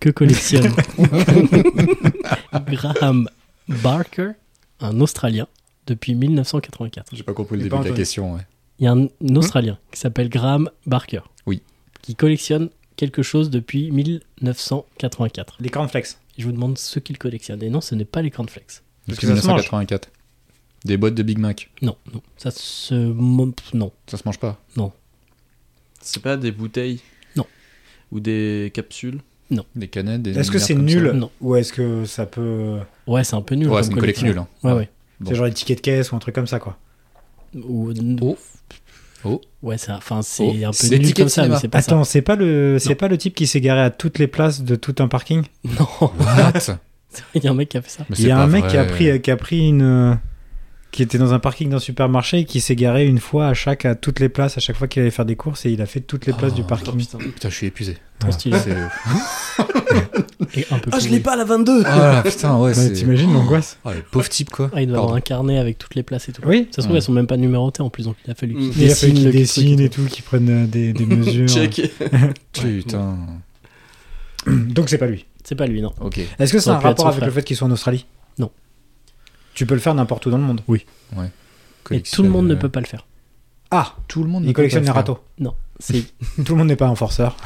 Speaker 1: que collectionne Graham Barker, un Australien, depuis 1984.
Speaker 4: J'ai pas compris le
Speaker 2: J'ai pas
Speaker 4: début de la
Speaker 2: entendu.
Speaker 4: question. ouais.
Speaker 1: Il y a un,
Speaker 2: Mmh.
Speaker 1: un Australien qui s'appelle Graham Barker.
Speaker 4: Oui.
Speaker 1: Qui collectionne quelque chose depuis 1984.
Speaker 2: Les cornflakes.
Speaker 1: Je vous demande ce qu'il collectionne. Et non, ce n'est pas les cornflakes.
Speaker 2: Parce
Speaker 4: Depuis
Speaker 2: que ça se mange.
Speaker 4: 1984. Des boîtes de Big Mac.
Speaker 1: Non, non. Ça se. mo- Non.
Speaker 4: Ça se mange pas.
Speaker 3: C'est pas des bouteilles
Speaker 1: Non.
Speaker 3: Ou des capsules
Speaker 4: Des canettes, des.
Speaker 2: Est-ce que
Speaker 4: merdes
Speaker 2: c'est
Speaker 4: comme ça.
Speaker 2: nul
Speaker 1: Non.
Speaker 2: ou est-ce que ça peut.
Speaker 1: Ouais, c'est un peu nul.
Speaker 4: Ouais,
Speaker 1: comme
Speaker 4: c'est une collection nulle. hein.
Speaker 1: Ouais, ouais.
Speaker 4: Bon.
Speaker 2: C'est genre des tickets de caisse ou un truc comme ça quoi.
Speaker 1: Ou-
Speaker 4: Oh. Oh.
Speaker 1: Ouais, c'est enfin, c'est
Speaker 4: Oh,
Speaker 1: un peu
Speaker 4: c'est des
Speaker 1: nul
Speaker 4: tickets
Speaker 1: comme
Speaker 4: de
Speaker 1: ça, mais
Speaker 4: cinéma.
Speaker 1: c'est pas
Speaker 2: Attends, c'est pas le c'est pas le type qui s'est garé à toutes les places de tout un parking
Speaker 1: ça. Non,
Speaker 4: What
Speaker 1: il y a un mec qui a fait ça.
Speaker 2: Il
Speaker 4: Mais c'est
Speaker 2: y a
Speaker 4: pas
Speaker 2: un mec qui a
Speaker 4: vrai.
Speaker 2: pris qui a pris une euh, qui était dans un parking d'un supermarché et qui s'est garé une fois à chaque à toutes les places à chaque fois qu'il allait faire des courses et il a fait toutes les places
Speaker 4: Oh,
Speaker 2: du
Speaker 3: Oh
Speaker 2: parking.
Speaker 3: putain.
Speaker 4: Putain, je suis épuisé.
Speaker 1: Trop stylé.
Speaker 4: C'est-
Speaker 1: Et un peu
Speaker 3: Ah, je
Speaker 1: pourri.
Speaker 3: l'ai pas la 22
Speaker 4: Ah putain, ouais,
Speaker 2: Ouais,
Speaker 4: c'est.
Speaker 2: T'imagines l'angoisse
Speaker 4: Ah, le pauvre type, quoi.
Speaker 1: Ah, il doit
Speaker 4: Pardon. Ah.
Speaker 1: avoir un carnet avec toutes les places et tout.
Speaker 2: Oui.
Speaker 1: Ça se trouve,
Speaker 4: Ouais.
Speaker 1: elles sont même pas numérotées en plus, donc il a fallu qu'il
Speaker 2: Il a
Speaker 3: Mm.
Speaker 2: fait
Speaker 1: dessine
Speaker 2: qu'ils
Speaker 1: le truc
Speaker 2: dessinent
Speaker 1: et
Speaker 2: et tout, qu'ils prennent euh, des, des mesures.
Speaker 3: Check
Speaker 4: Putain.
Speaker 2: Donc c'est pas lui.
Speaker 1: tout. C'est pas lui, non.
Speaker 4: Ok.
Speaker 2: Est-ce que
Speaker 1: Ça
Speaker 2: ça a un
Speaker 1: aurait pu être son
Speaker 2: rapport avec
Speaker 1: frère.
Speaker 2: le fait qu'il soit en Australie
Speaker 1: Non.
Speaker 2: Tu peux le faire n'importe où dans le monde.
Speaker 1: Et tout le monde ne peut pas le faire.
Speaker 2: Ah,
Speaker 4: Tout le monde.
Speaker 2: il collectionne les râteaux.
Speaker 1: Non, c'est
Speaker 2: Tout le monde n'est pas un forceur.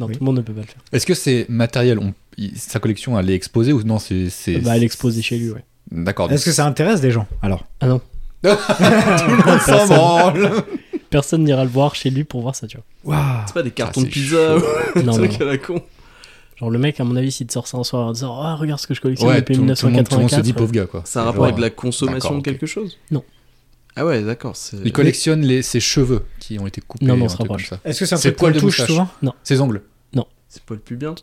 Speaker 1: non,
Speaker 2: Oui.
Speaker 1: tout le monde ne peut pas le faire.
Speaker 4: Est-ce que c'est matériel on- il- Sa collection, elle est exposée ou non C'est. c'est-
Speaker 1: Bah, l'exposer chez lui, ouais.
Speaker 4: D'accord. donc
Speaker 2: Est-ce que ça intéresse des gens alors
Speaker 4: ça branle
Speaker 1: Personne n'ira le voir chez lui pour voir ça, tu vois.
Speaker 2: Waouh
Speaker 3: C'est pas des cartons
Speaker 4: c'est
Speaker 3: de pizza
Speaker 4: chaud.
Speaker 3: ou
Speaker 1: Non, non,
Speaker 3: un truc à
Speaker 1: non.
Speaker 3: la con.
Speaker 1: Genre, le mec, à mon avis, s'il te sort ça un soir en disant Ah, regarde ce que je collectionne
Speaker 4: Ouais,
Speaker 1: depuis
Speaker 4: tout, tout le monde, tout le monde
Speaker 1: 1984.
Speaker 4: se dit pauvre gars, quoi.
Speaker 3: C'est un
Speaker 4: Genre,
Speaker 3: rapport avec de la
Speaker 4: d'accord,
Speaker 3: consommation de
Speaker 4: ok.
Speaker 3: quelque chose
Speaker 1: Non.
Speaker 3: Ah ouais, d'accord. c'est-
Speaker 4: Il collectionne les, ses cheveux qui ont été coupés.
Speaker 1: Non, non,
Speaker 4: ou un
Speaker 1: on se
Speaker 4: truc comme
Speaker 1: rapproche.
Speaker 4: ça.
Speaker 2: Est-ce que c'est un
Speaker 4: C'est
Speaker 2: truc
Speaker 4: poil
Speaker 2: qu'on
Speaker 4: de
Speaker 2: touche
Speaker 4: moustache.
Speaker 2: souvent
Speaker 4: Ses ongles.
Speaker 3: C'est pas le plus bien.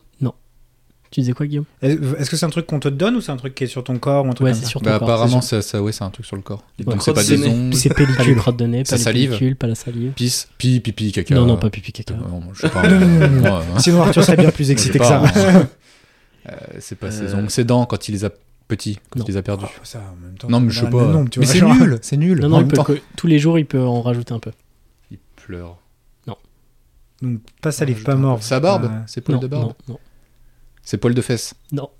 Speaker 1: Tu disais quoi, Guillaume Ah,
Speaker 2: Est-ce que c'est un truc qu'on te donne ou c'est un truc qui est sur ton corps ou un truc
Speaker 1: Ouais,
Speaker 2: comme
Speaker 1: c'est
Speaker 2: ça
Speaker 1: sur ton
Speaker 4: Bah,
Speaker 1: corps,
Speaker 4: apparemment,
Speaker 1: c'est
Speaker 4: ça, ça, ouais, c'est un truc sur le corps.
Speaker 3: Les
Speaker 4: Donc, c'est
Speaker 3: crottes
Speaker 4: pas
Speaker 3: de
Speaker 4: des
Speaker 3: nez.
Speaker 4: ongles,
Speaker 2: C'est
Speaker 1: sûr. Pas les
Speaker 2: pellicule.
Speaker 1: crottes de nez, pas
Speaker 4: Sa
Speaker 1: les
Speaker 4: salive.
Speaker 1: pellicules, pas la salive.
Speaker 4: pisse, pi, pipi, caca. Euh,
Speaker 1: Non, non, pas pipi caca.
Speaker 4: Non, je sais pas. moi, hein.
Speaker 2: Sinon Arthur serait bien plus excité que ça.
Speaker 4: Moi, je sais pas, hein. Euh, c'est pas ses
Speaker 3: Euh.
Speaker 4: ongles, ses dents quand il les a petits, quand
Speaker 1: Non.
Speaker 4: il les a perdus.
Speaker 2: Oh, ça, en même temps,
Speaker 4: non, mais
Speaker 2: ça
Speaker 4: je sais
Speaker 2: donne
Speaker 4: pas.
Speaker 2: le nombre, Bah, tu
Speaker 4: mais
Speaker 2: vois,
Speaker 4: c'est
Speaker 2: genre.
Speaker 4: nul, c'est nul.
Speaker 1: Non,
Speaker 4: En
Speaker 1: non, il
Speaker 4: même
Speaker 1: peut
Speaker 4: temps,
Speaker 1: co- tous les jours, il peut en rajouter un peu.
Speaker 4: il pleure.
Speaker 2: Donc pas salive,
Speaker 4: Ah,
Speaker 2: pas
Speaker 4: putain.
Speaker 2: mort.
Speaker 4: Sa barbe,
Speaker 2: Euh,
Speaker 4: ses poils
Speaker 1: Non,
Speaker 4: de barbe,
Speaker 1: non, non.
Speaker 4: ses poils de fesses.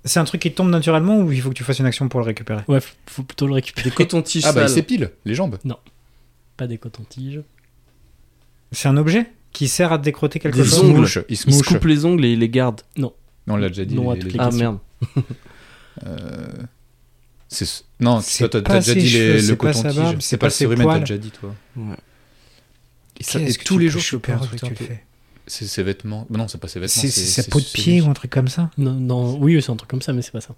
Speaker 2: C'est un truc qui tombe naturellement ou il faut que tu fasses une action pour le récupérer
Speaker 1: Ouais, faut- faut plutôt le récupérer.
Speaker 3: Des cotons-tiges
Speaker 4: Ah bah il
Speaker 3: sales.
Speaker 4: s'épile les jambes.
Speaker 1: Pas des cotons-tiges.
Speaker 2: C'est un objet qui sert à décrotter quelque
Speaker 3: Des
Speaker 4: Il se
Speaker 2: chose
Speaker 3: ongles.
Speaker 4: mouche, il se
Speaker 3: Il se
Speaker 4: mouche.
Speaker 3: coupe les ongles et il les garde.
Speaker 4: Non, on l'a déjà dit.
Speaker 1: Non, à
Speaker 4: les-
Speaker 1: toutes
Speaker 4: les-
Speaker 1: les
Speaker 3: Ah
Speaker 1: Question.
Speaker 3: merde.
Speaker 4: euh, c'est- Non,
Speaker 2: C'est
Speaker 4: toi t'as
Speaker 2: pas
Speaker 4: t'as déjà
Speaker 2: ses
Speaker 4: dit
Speaker 2: cheveux,
Speaker 4: les-
Speaker 2: c'est
Speaker 4: le
Speaker 2: pas sa barbe,
Speaker 4: coton-tige.
Speaker 2: c'est pas
Speaker 4: le
Speaker 2: ses
Speaker 4: sourire, mais t'as
Speaker 2: poils.
Speaker 4: déjà dit toi.
Speaker 3: Ouais.
Speaker 4: Et ça,
Speaker 2: Qu'est-ce
Speaker 4: et
Speaker 2: que
Speaker 4: tous
Speaker 2: tu
Speaker 4: les
Speaker 2: peux
Speaker 4: jours tu
Speaker 2: choper
Speaker 4: perds
Speaker 2: un
Speaker 4: un
Speaker 2: truc
Speaker 4: truc.
Speaker 2: que tu fais Bah,
Speaker 4: C'est ses vêtements. Bah Non, c'est pas ses vêtements.
Speaker 2: C'est sa
Speaker 4: c'est-
Speaker 2: peau de
Speaker 4: c'est-
Speaker 2: pied ou un truc comme ça
Speaker 1: Non, non, oui, c'est un truc comme ça, mais c'est pas ça.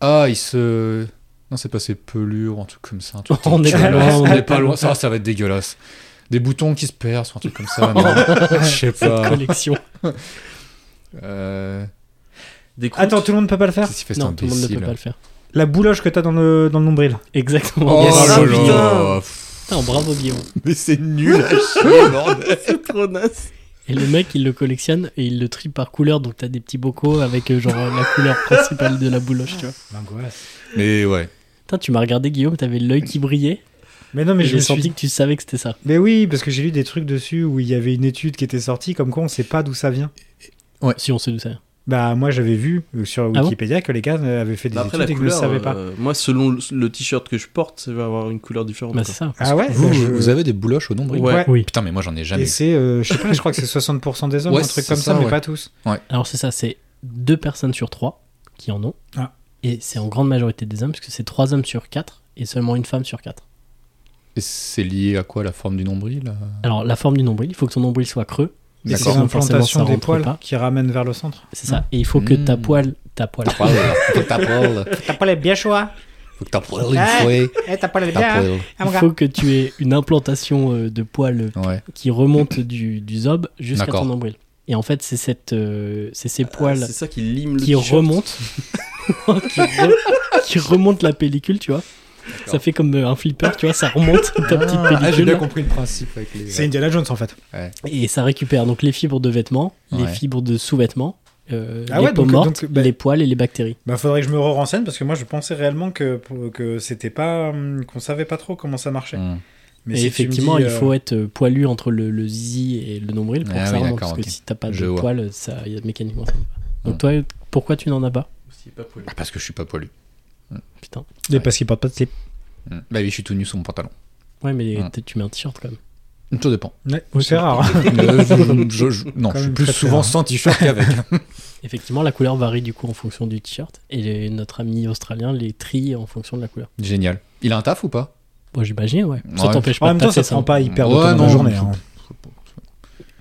Speaker 4: Ah, il se. Non, c'est pas ses pelures, un truc comme ça. un truc
Speaker 1: On est pas
Speaker 4: dégueulasse,
Speaker 1: loin,
Speaker 4: on est pas loin. Ça, ça va être dégueulasse. Des boutons qui se percent, un truc comme ça. non. Je sais pas.
Speaker 1: Collection.
Speaker 4: Euh...
Speaker 3: Des croûtes.
Speaker 2: Attends, tout le monde peut pas le faire
Speaker 4: Qu'est-ce qu'il fait, cet
Speaker 1: Non, tout le monde ne
Speaker 4: imbécile
Speaker 1: peut pas le faire.
Speaker 2: La bouloche que t'as dans le, dans le nombril.
Speaker 1: Exactement.
Speaker 4: Oh
Speaker 1: Yes.
Speaker 3: Ah,
Speaker 4: là
Speaker 3: putain.
Speaker 4: là pff,
Speaker 1: Putain, bravo Guillaume.
Speaker 4: Mais c'est nul à chier, bordel
Speaker 3: C'est trop naze.
Speaker 1: Et le mec, il le collectionne et il le trie par couleur, donc t'as des petits bocaux avec euh, genre la couleur principale de la bouloche, tu vois.
Speaker 2: L'angoisse.
Speaker 4: Mais ouais.
Speaker 1: Putain, tu m'as regardé Guillaume, t'avais l'œil qui brillait.
Speaker 2: Mais non, mais
Speaker 1: et
Speaker 2: je me
Speaker 1: j'ai
Speaker 2: suis
Speaker 1: senti que tu savais que c'était ça.
Speaker 2: Mais oui, parce que j'ai lu des trucs dessus où il y avait une étude qui était sortie, comme quoi on sait pas d'où ça vient.
Speaker 1: Si on sait d'où ça vient.
Speaker 2: Bah moi j'avais vu euh, sur
Speaker 1: bon
Speaker 2: Wikipédia que les gars euh, avaient fait des
Speaker 3: Bah, Après,
Speaker 2: études
Speaker 3: la
Speaker 2: et que ne le
Speaker 3: couleur,
Speaker 2: savaient pas.
Speaker 3: euh, moi, selon le- le t-shirt que je porte, ça va avoir une couleur différente.
Speaker 1: Bah,
Speaker 3: quoi.
Speaker 1: c'est ça.
Speaker 2: Ah ouais
Speaker 4: Vous,
Speaker 2: bah, je-
Speaker 4: vous avez des bouloches au nombril
Speaker 3: Ah
Speaker 2: Ouais.
Speaker 1: Oui.
Speaker 4: Putain, mais moi j'en ai jamais.
Speaker 2: Et
Speaker 4: eu.
Speaker 2: c'est, euh, je sais pas, je crois que c'est 60% des hommes,
Speaker 4: Ouais,
Speaker 2: un truc
Speaker 4: c'est
Speaker 2: comme ça,
Speaker 4: ça,
Speaker 2: mais
Speaker 4: ouais.
Speaker 2: pas tous.
Speaker 1: Alors c'est ça, c'est deux personnes sur trois qui en ont.
Speaker 2: Ah.
Speaker 1: Et c'est en grande majorité des hommes, parce que c'est trois hommes sur quatre et seulement une femme sur quatre.
Speaker 4: Et C'est lié à quoi la forme du nombril là
Speaker 1: Alors la forme du nombril, il faut que ton nombril soit creux.
Speaker 2: Et c'est
Speaker 1: D'accord. Forcément, ça
Speaker 2: l'implantation des
Speaker 1: rentre
Speaker 2: poils
Speaker 1: pas.
Speaker 2: qui ramène vers le centre.
Speaker 1: C'est ça. Et il faut que ta
Speaker 4: Mm.
Speaker 1: poêle, ta poêle,
Speaker 4: T'as poil, faut que t'as poil.
Speaker 2: T'as pas les bien choix
Speaker 4: Faut que t'as poil une
Speaker 2: Ah.
Speaker 4: fois.
Speaker 2: Eh, t'as pas les hein,
Speaker 4: T'as poil.
Speaker 2: Ah,
Speaker 1: il faut que tu aies une implantation euh, de poils
Speaker 4: Ouais.
Speaker 1: qui remonte du, du zob jusqu'à
Speaker 4: D'accord.
Speaker 1: ton nombril. Et en fait, c'est cette, euh, c'est ces
Speaker 3: Ah,
Speaker 1: poils
Speaker 3: C'est ça qui lime le
Speaker 1: qui
Speaker 3: t-shirt.
Speaker 1: remontent, qui, re- qui remontent la pellicule, tu vois. Ça fait comme euh, un flipper, tu vois, ça remonte ta petite
Speaker 4: Ah, j'ai
Speaker 1: pellicule
Speaker 4: bien
Speaker 1: là,
Speaker 4: compris le principe avec les.
Speaker 2: C'est Indiana Jones en fait.
Speaker 1: et ça récupère donc les fibres de vêtements, les
Speaker 4: Ouais.
Speaker 1: fibres de sous-vêtements euh,
Speaker 2: Ah
Speaker 1: les
Speaker 2: ouais,
Speaker 1: peaux
Speaker 2: donc-
Speaker 1: mortes,
Speaker 2: donc, bah-
Speaker 1: les poils et les bactéries.
Speaker 2: Bah faudrait que je me re-renseigne parce que moi je pensais réellement que, que c'était pas hum, qu'on savait pas trop comment ça marchait.
Speaker 4: Hmm.
Speaker 1: et
Speaker 2: Mais si tu me
Speaker 1: effectivement,
Speaker 2: dis,
Speaker 1: il
Speaker 2: euh,
Speaker 1: faut être euh, poilu entre le, le zizi et le nombril pour
Speaker 4: Ah
Speaker 1: que ça
Speaker 4: oui,
Speaker 1: remonte,
Speaker 4: d'accord,
Speaker 1: parce
Speaker 4: ok.
Speaker 1: que si t'as pas
Speaker 4: Je
Speaker 1: de
Speaker 4: vois.
Speaker 1: poils, ça, y a- mécaniquement, ça va pas. Donc
Speaker 4: Hmm.
Speaker 1: toi, pourquoi tu n'en as pas
Speaker 3: Aussi, pas poilu.
Speaker 4: Bah, parce que je suis pas poilu.
Speaker 1: Putain.
Speaker 2: mais parce qu'il porte pas de slip.
Speaker 4: Hmm. Bah oui, je suis tout nu sous mon pantalon.
Speaker 1: Ouais, mais
Speaker 4: Hmm.
Speaker 1: t- tu mets un t-shirt quand même.
Speaker 4: Tout dépend.
Speaker 2: c'est rare. hein.
Speaker 4: Euh, je- je- je- non,
Speaker 2: Quand
Speaker 4: je suis
Speaker 2: même
Speaker 4: plus
Speaker 2: très
Speaker 4: souvent
Speaker 2: clair.
Speaker 4: sans t-shirt qu'avec.
Speaker 1: Effectivement, la couleur varie du coup en fonction du t-shirt. Et les- notre ami australien les trie en fonction de la couleur.
Speaker 4: Génial. Il a un taf ou pas
Speaker 1: Moi, j'imagine, ouais. Ça
Speaker 4: Ouais.
Speaker 1: t'empêche pas
Speaker 2: En même
Speaker 1: de
Speaker 2: temps,
Speaker 1: taffer
Speaker 2: ça
Speaker 1: ça. hein.
Speaker 2: prend pas hyper
Speaker 4: Ouais,
Speaker 2: longtemps dans
Speaker 4: non,
Speaker 2: la journée.
Speaker 4: je-
Speaker 2: hein.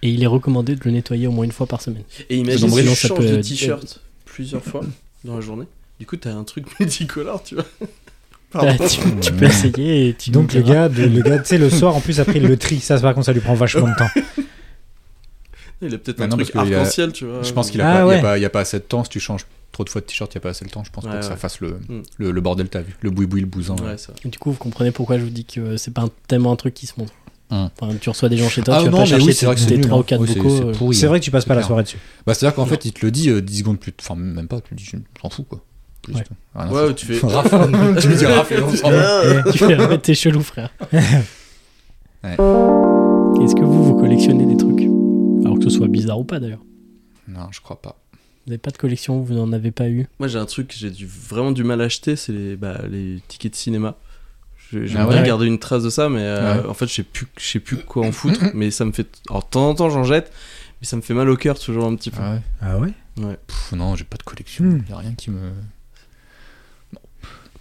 Speaker 1: Et il est recommandé de le nettoyer au moins une fois par semaine.
Speaker 3: Et imagine
Speaker 1: Sinon,
Speaker 3: si tu
Speaker 1: ça
Speaker 3: changes
Speaker 1: peut
Speaker 3: de
Speaker 1: être-
Speaker 3: t-shirt plusieurs fois dans la journée. Du coup, t'as un truc multicolore, tu vois.
Speaker 1: Là,
Speaker 3: Pardon.
Speaker 1: tu, tu peux essayer et tu nous
Speaker 2: Ah, Donc le
Speaker 1: diras.
Speaker 2: gars, de- le gars, tu sais, le soir en plus après il le tri. Ça, c'est par contre, ça lui prend vachement de temps.
Speaker 3: Il a peut-être
Speaker 4: Bah
Speaker 3: un
Speaker 4: non,
Speaker 3: truc
Speaker 4: parce qu'il a-
Speaker 3: arc-en-ciel, tu vois.
Speaker 4: Je pense qu'il
Speaker 2: Ah
Speaker 4: a, pas- il y
Speaker 2: ouais.
Speaker 4: a, pas- il y a pas assez de temps. Si tu changes trop de fois de t-shirt, il n'y a pas assez de temps, je pense, pour
Speaker 3: Ouais,
Speaker 4: que ça
Speaker 3: ouais.
Speaker 4: fasse le,
Speaker 3: Hmm.
Speaker 4: le, le bordel, t'as vu. Le boui-boui, le bousin.
Speaker 3: Ouais, ça.
Speaker 1: Et Du coup, vous comprenez pourquoi je vous dis que c'est pas un- tellement un truc qui se montre.
Speaker 4: Hmm.
Speaker 1: Enfin, tu reçois des gens chez toi,
Speaker 4: Ah
Speaker 1: tu vas
Speaker 4: non,
Speaker 1: pas
Speaker 4: mais
Speaker 1: chercher
Speaker 4: oui, c'est vrai que
Speaker 1: tes-
Speaker 4: c'est
Speaker 1: tes
Speaker 4: nul,
Speaker 1: 3
Speaker 4: hein.
Speaker 1: ou 4
Speaker 4: Oui, c'est-
Speaker 1: bocaux.
Speaker 4: c'est
Speaker 1: euh,
Speaker 4: pourri,
Speaker 2: C'est
Speaker 4: hein.
Speaker 2: vrai que tu passes pas la
Speaker 4: clair.
Speaker 2: soirée dessus.
Speaker 4: Bah, c'est-à-dire qu'en
Speaker 1: Non.
Speaker 4: fait, il te le dit euh, 10 secondes plus. Enfin, même pas, tu dis, je m'en fous, quoi. Juste,
Speaker 1: Ouais.
Speaker 4: rien à
Speaker 3: Ouais,
Speaker 4: foutre.
Speaker 3: ou tu fais.
Speaker 4: Raph, tu me dis Raph, et on s'en va.
Speaker 1: euh, Tu fais, ouais, t'es chelou, frère. Est-ce que vous, vous collectionnez des trucs Alors que ce soit bizarre ou pas d'ailleurs.
Speaker 4: Non, je crois pas.
Speaker 1: Vous n'avez pas de collection, vous n'en avez pas eu.
Speaker 3: Moi, j'ai un truc que j'ai du- vraiment du mal à acheter, c'est les, bah, les tickets de cinéma. Je-
Speaker 4: Ah
Speaker 3: J'aimerais
Speaker 4: ouais.
Speaker 3: garder une trace de ça, mais euh,
Speaker 4: Ouais.
Speaker 3: en fait, je sais plus, je sais plus quoi en foutre. mais ça me fait. Alors, de temps en temps, j'en jette, mais ça me fait mal au cœur toujours un petit peu.
Speaker 4: Ah ouais.
Speaker 2: Ah ouais.
Speaker 4: Pff, non, j'ai pas de collection.
Speaker 2: Hmm.
Speaker 4: Il a rien qui me.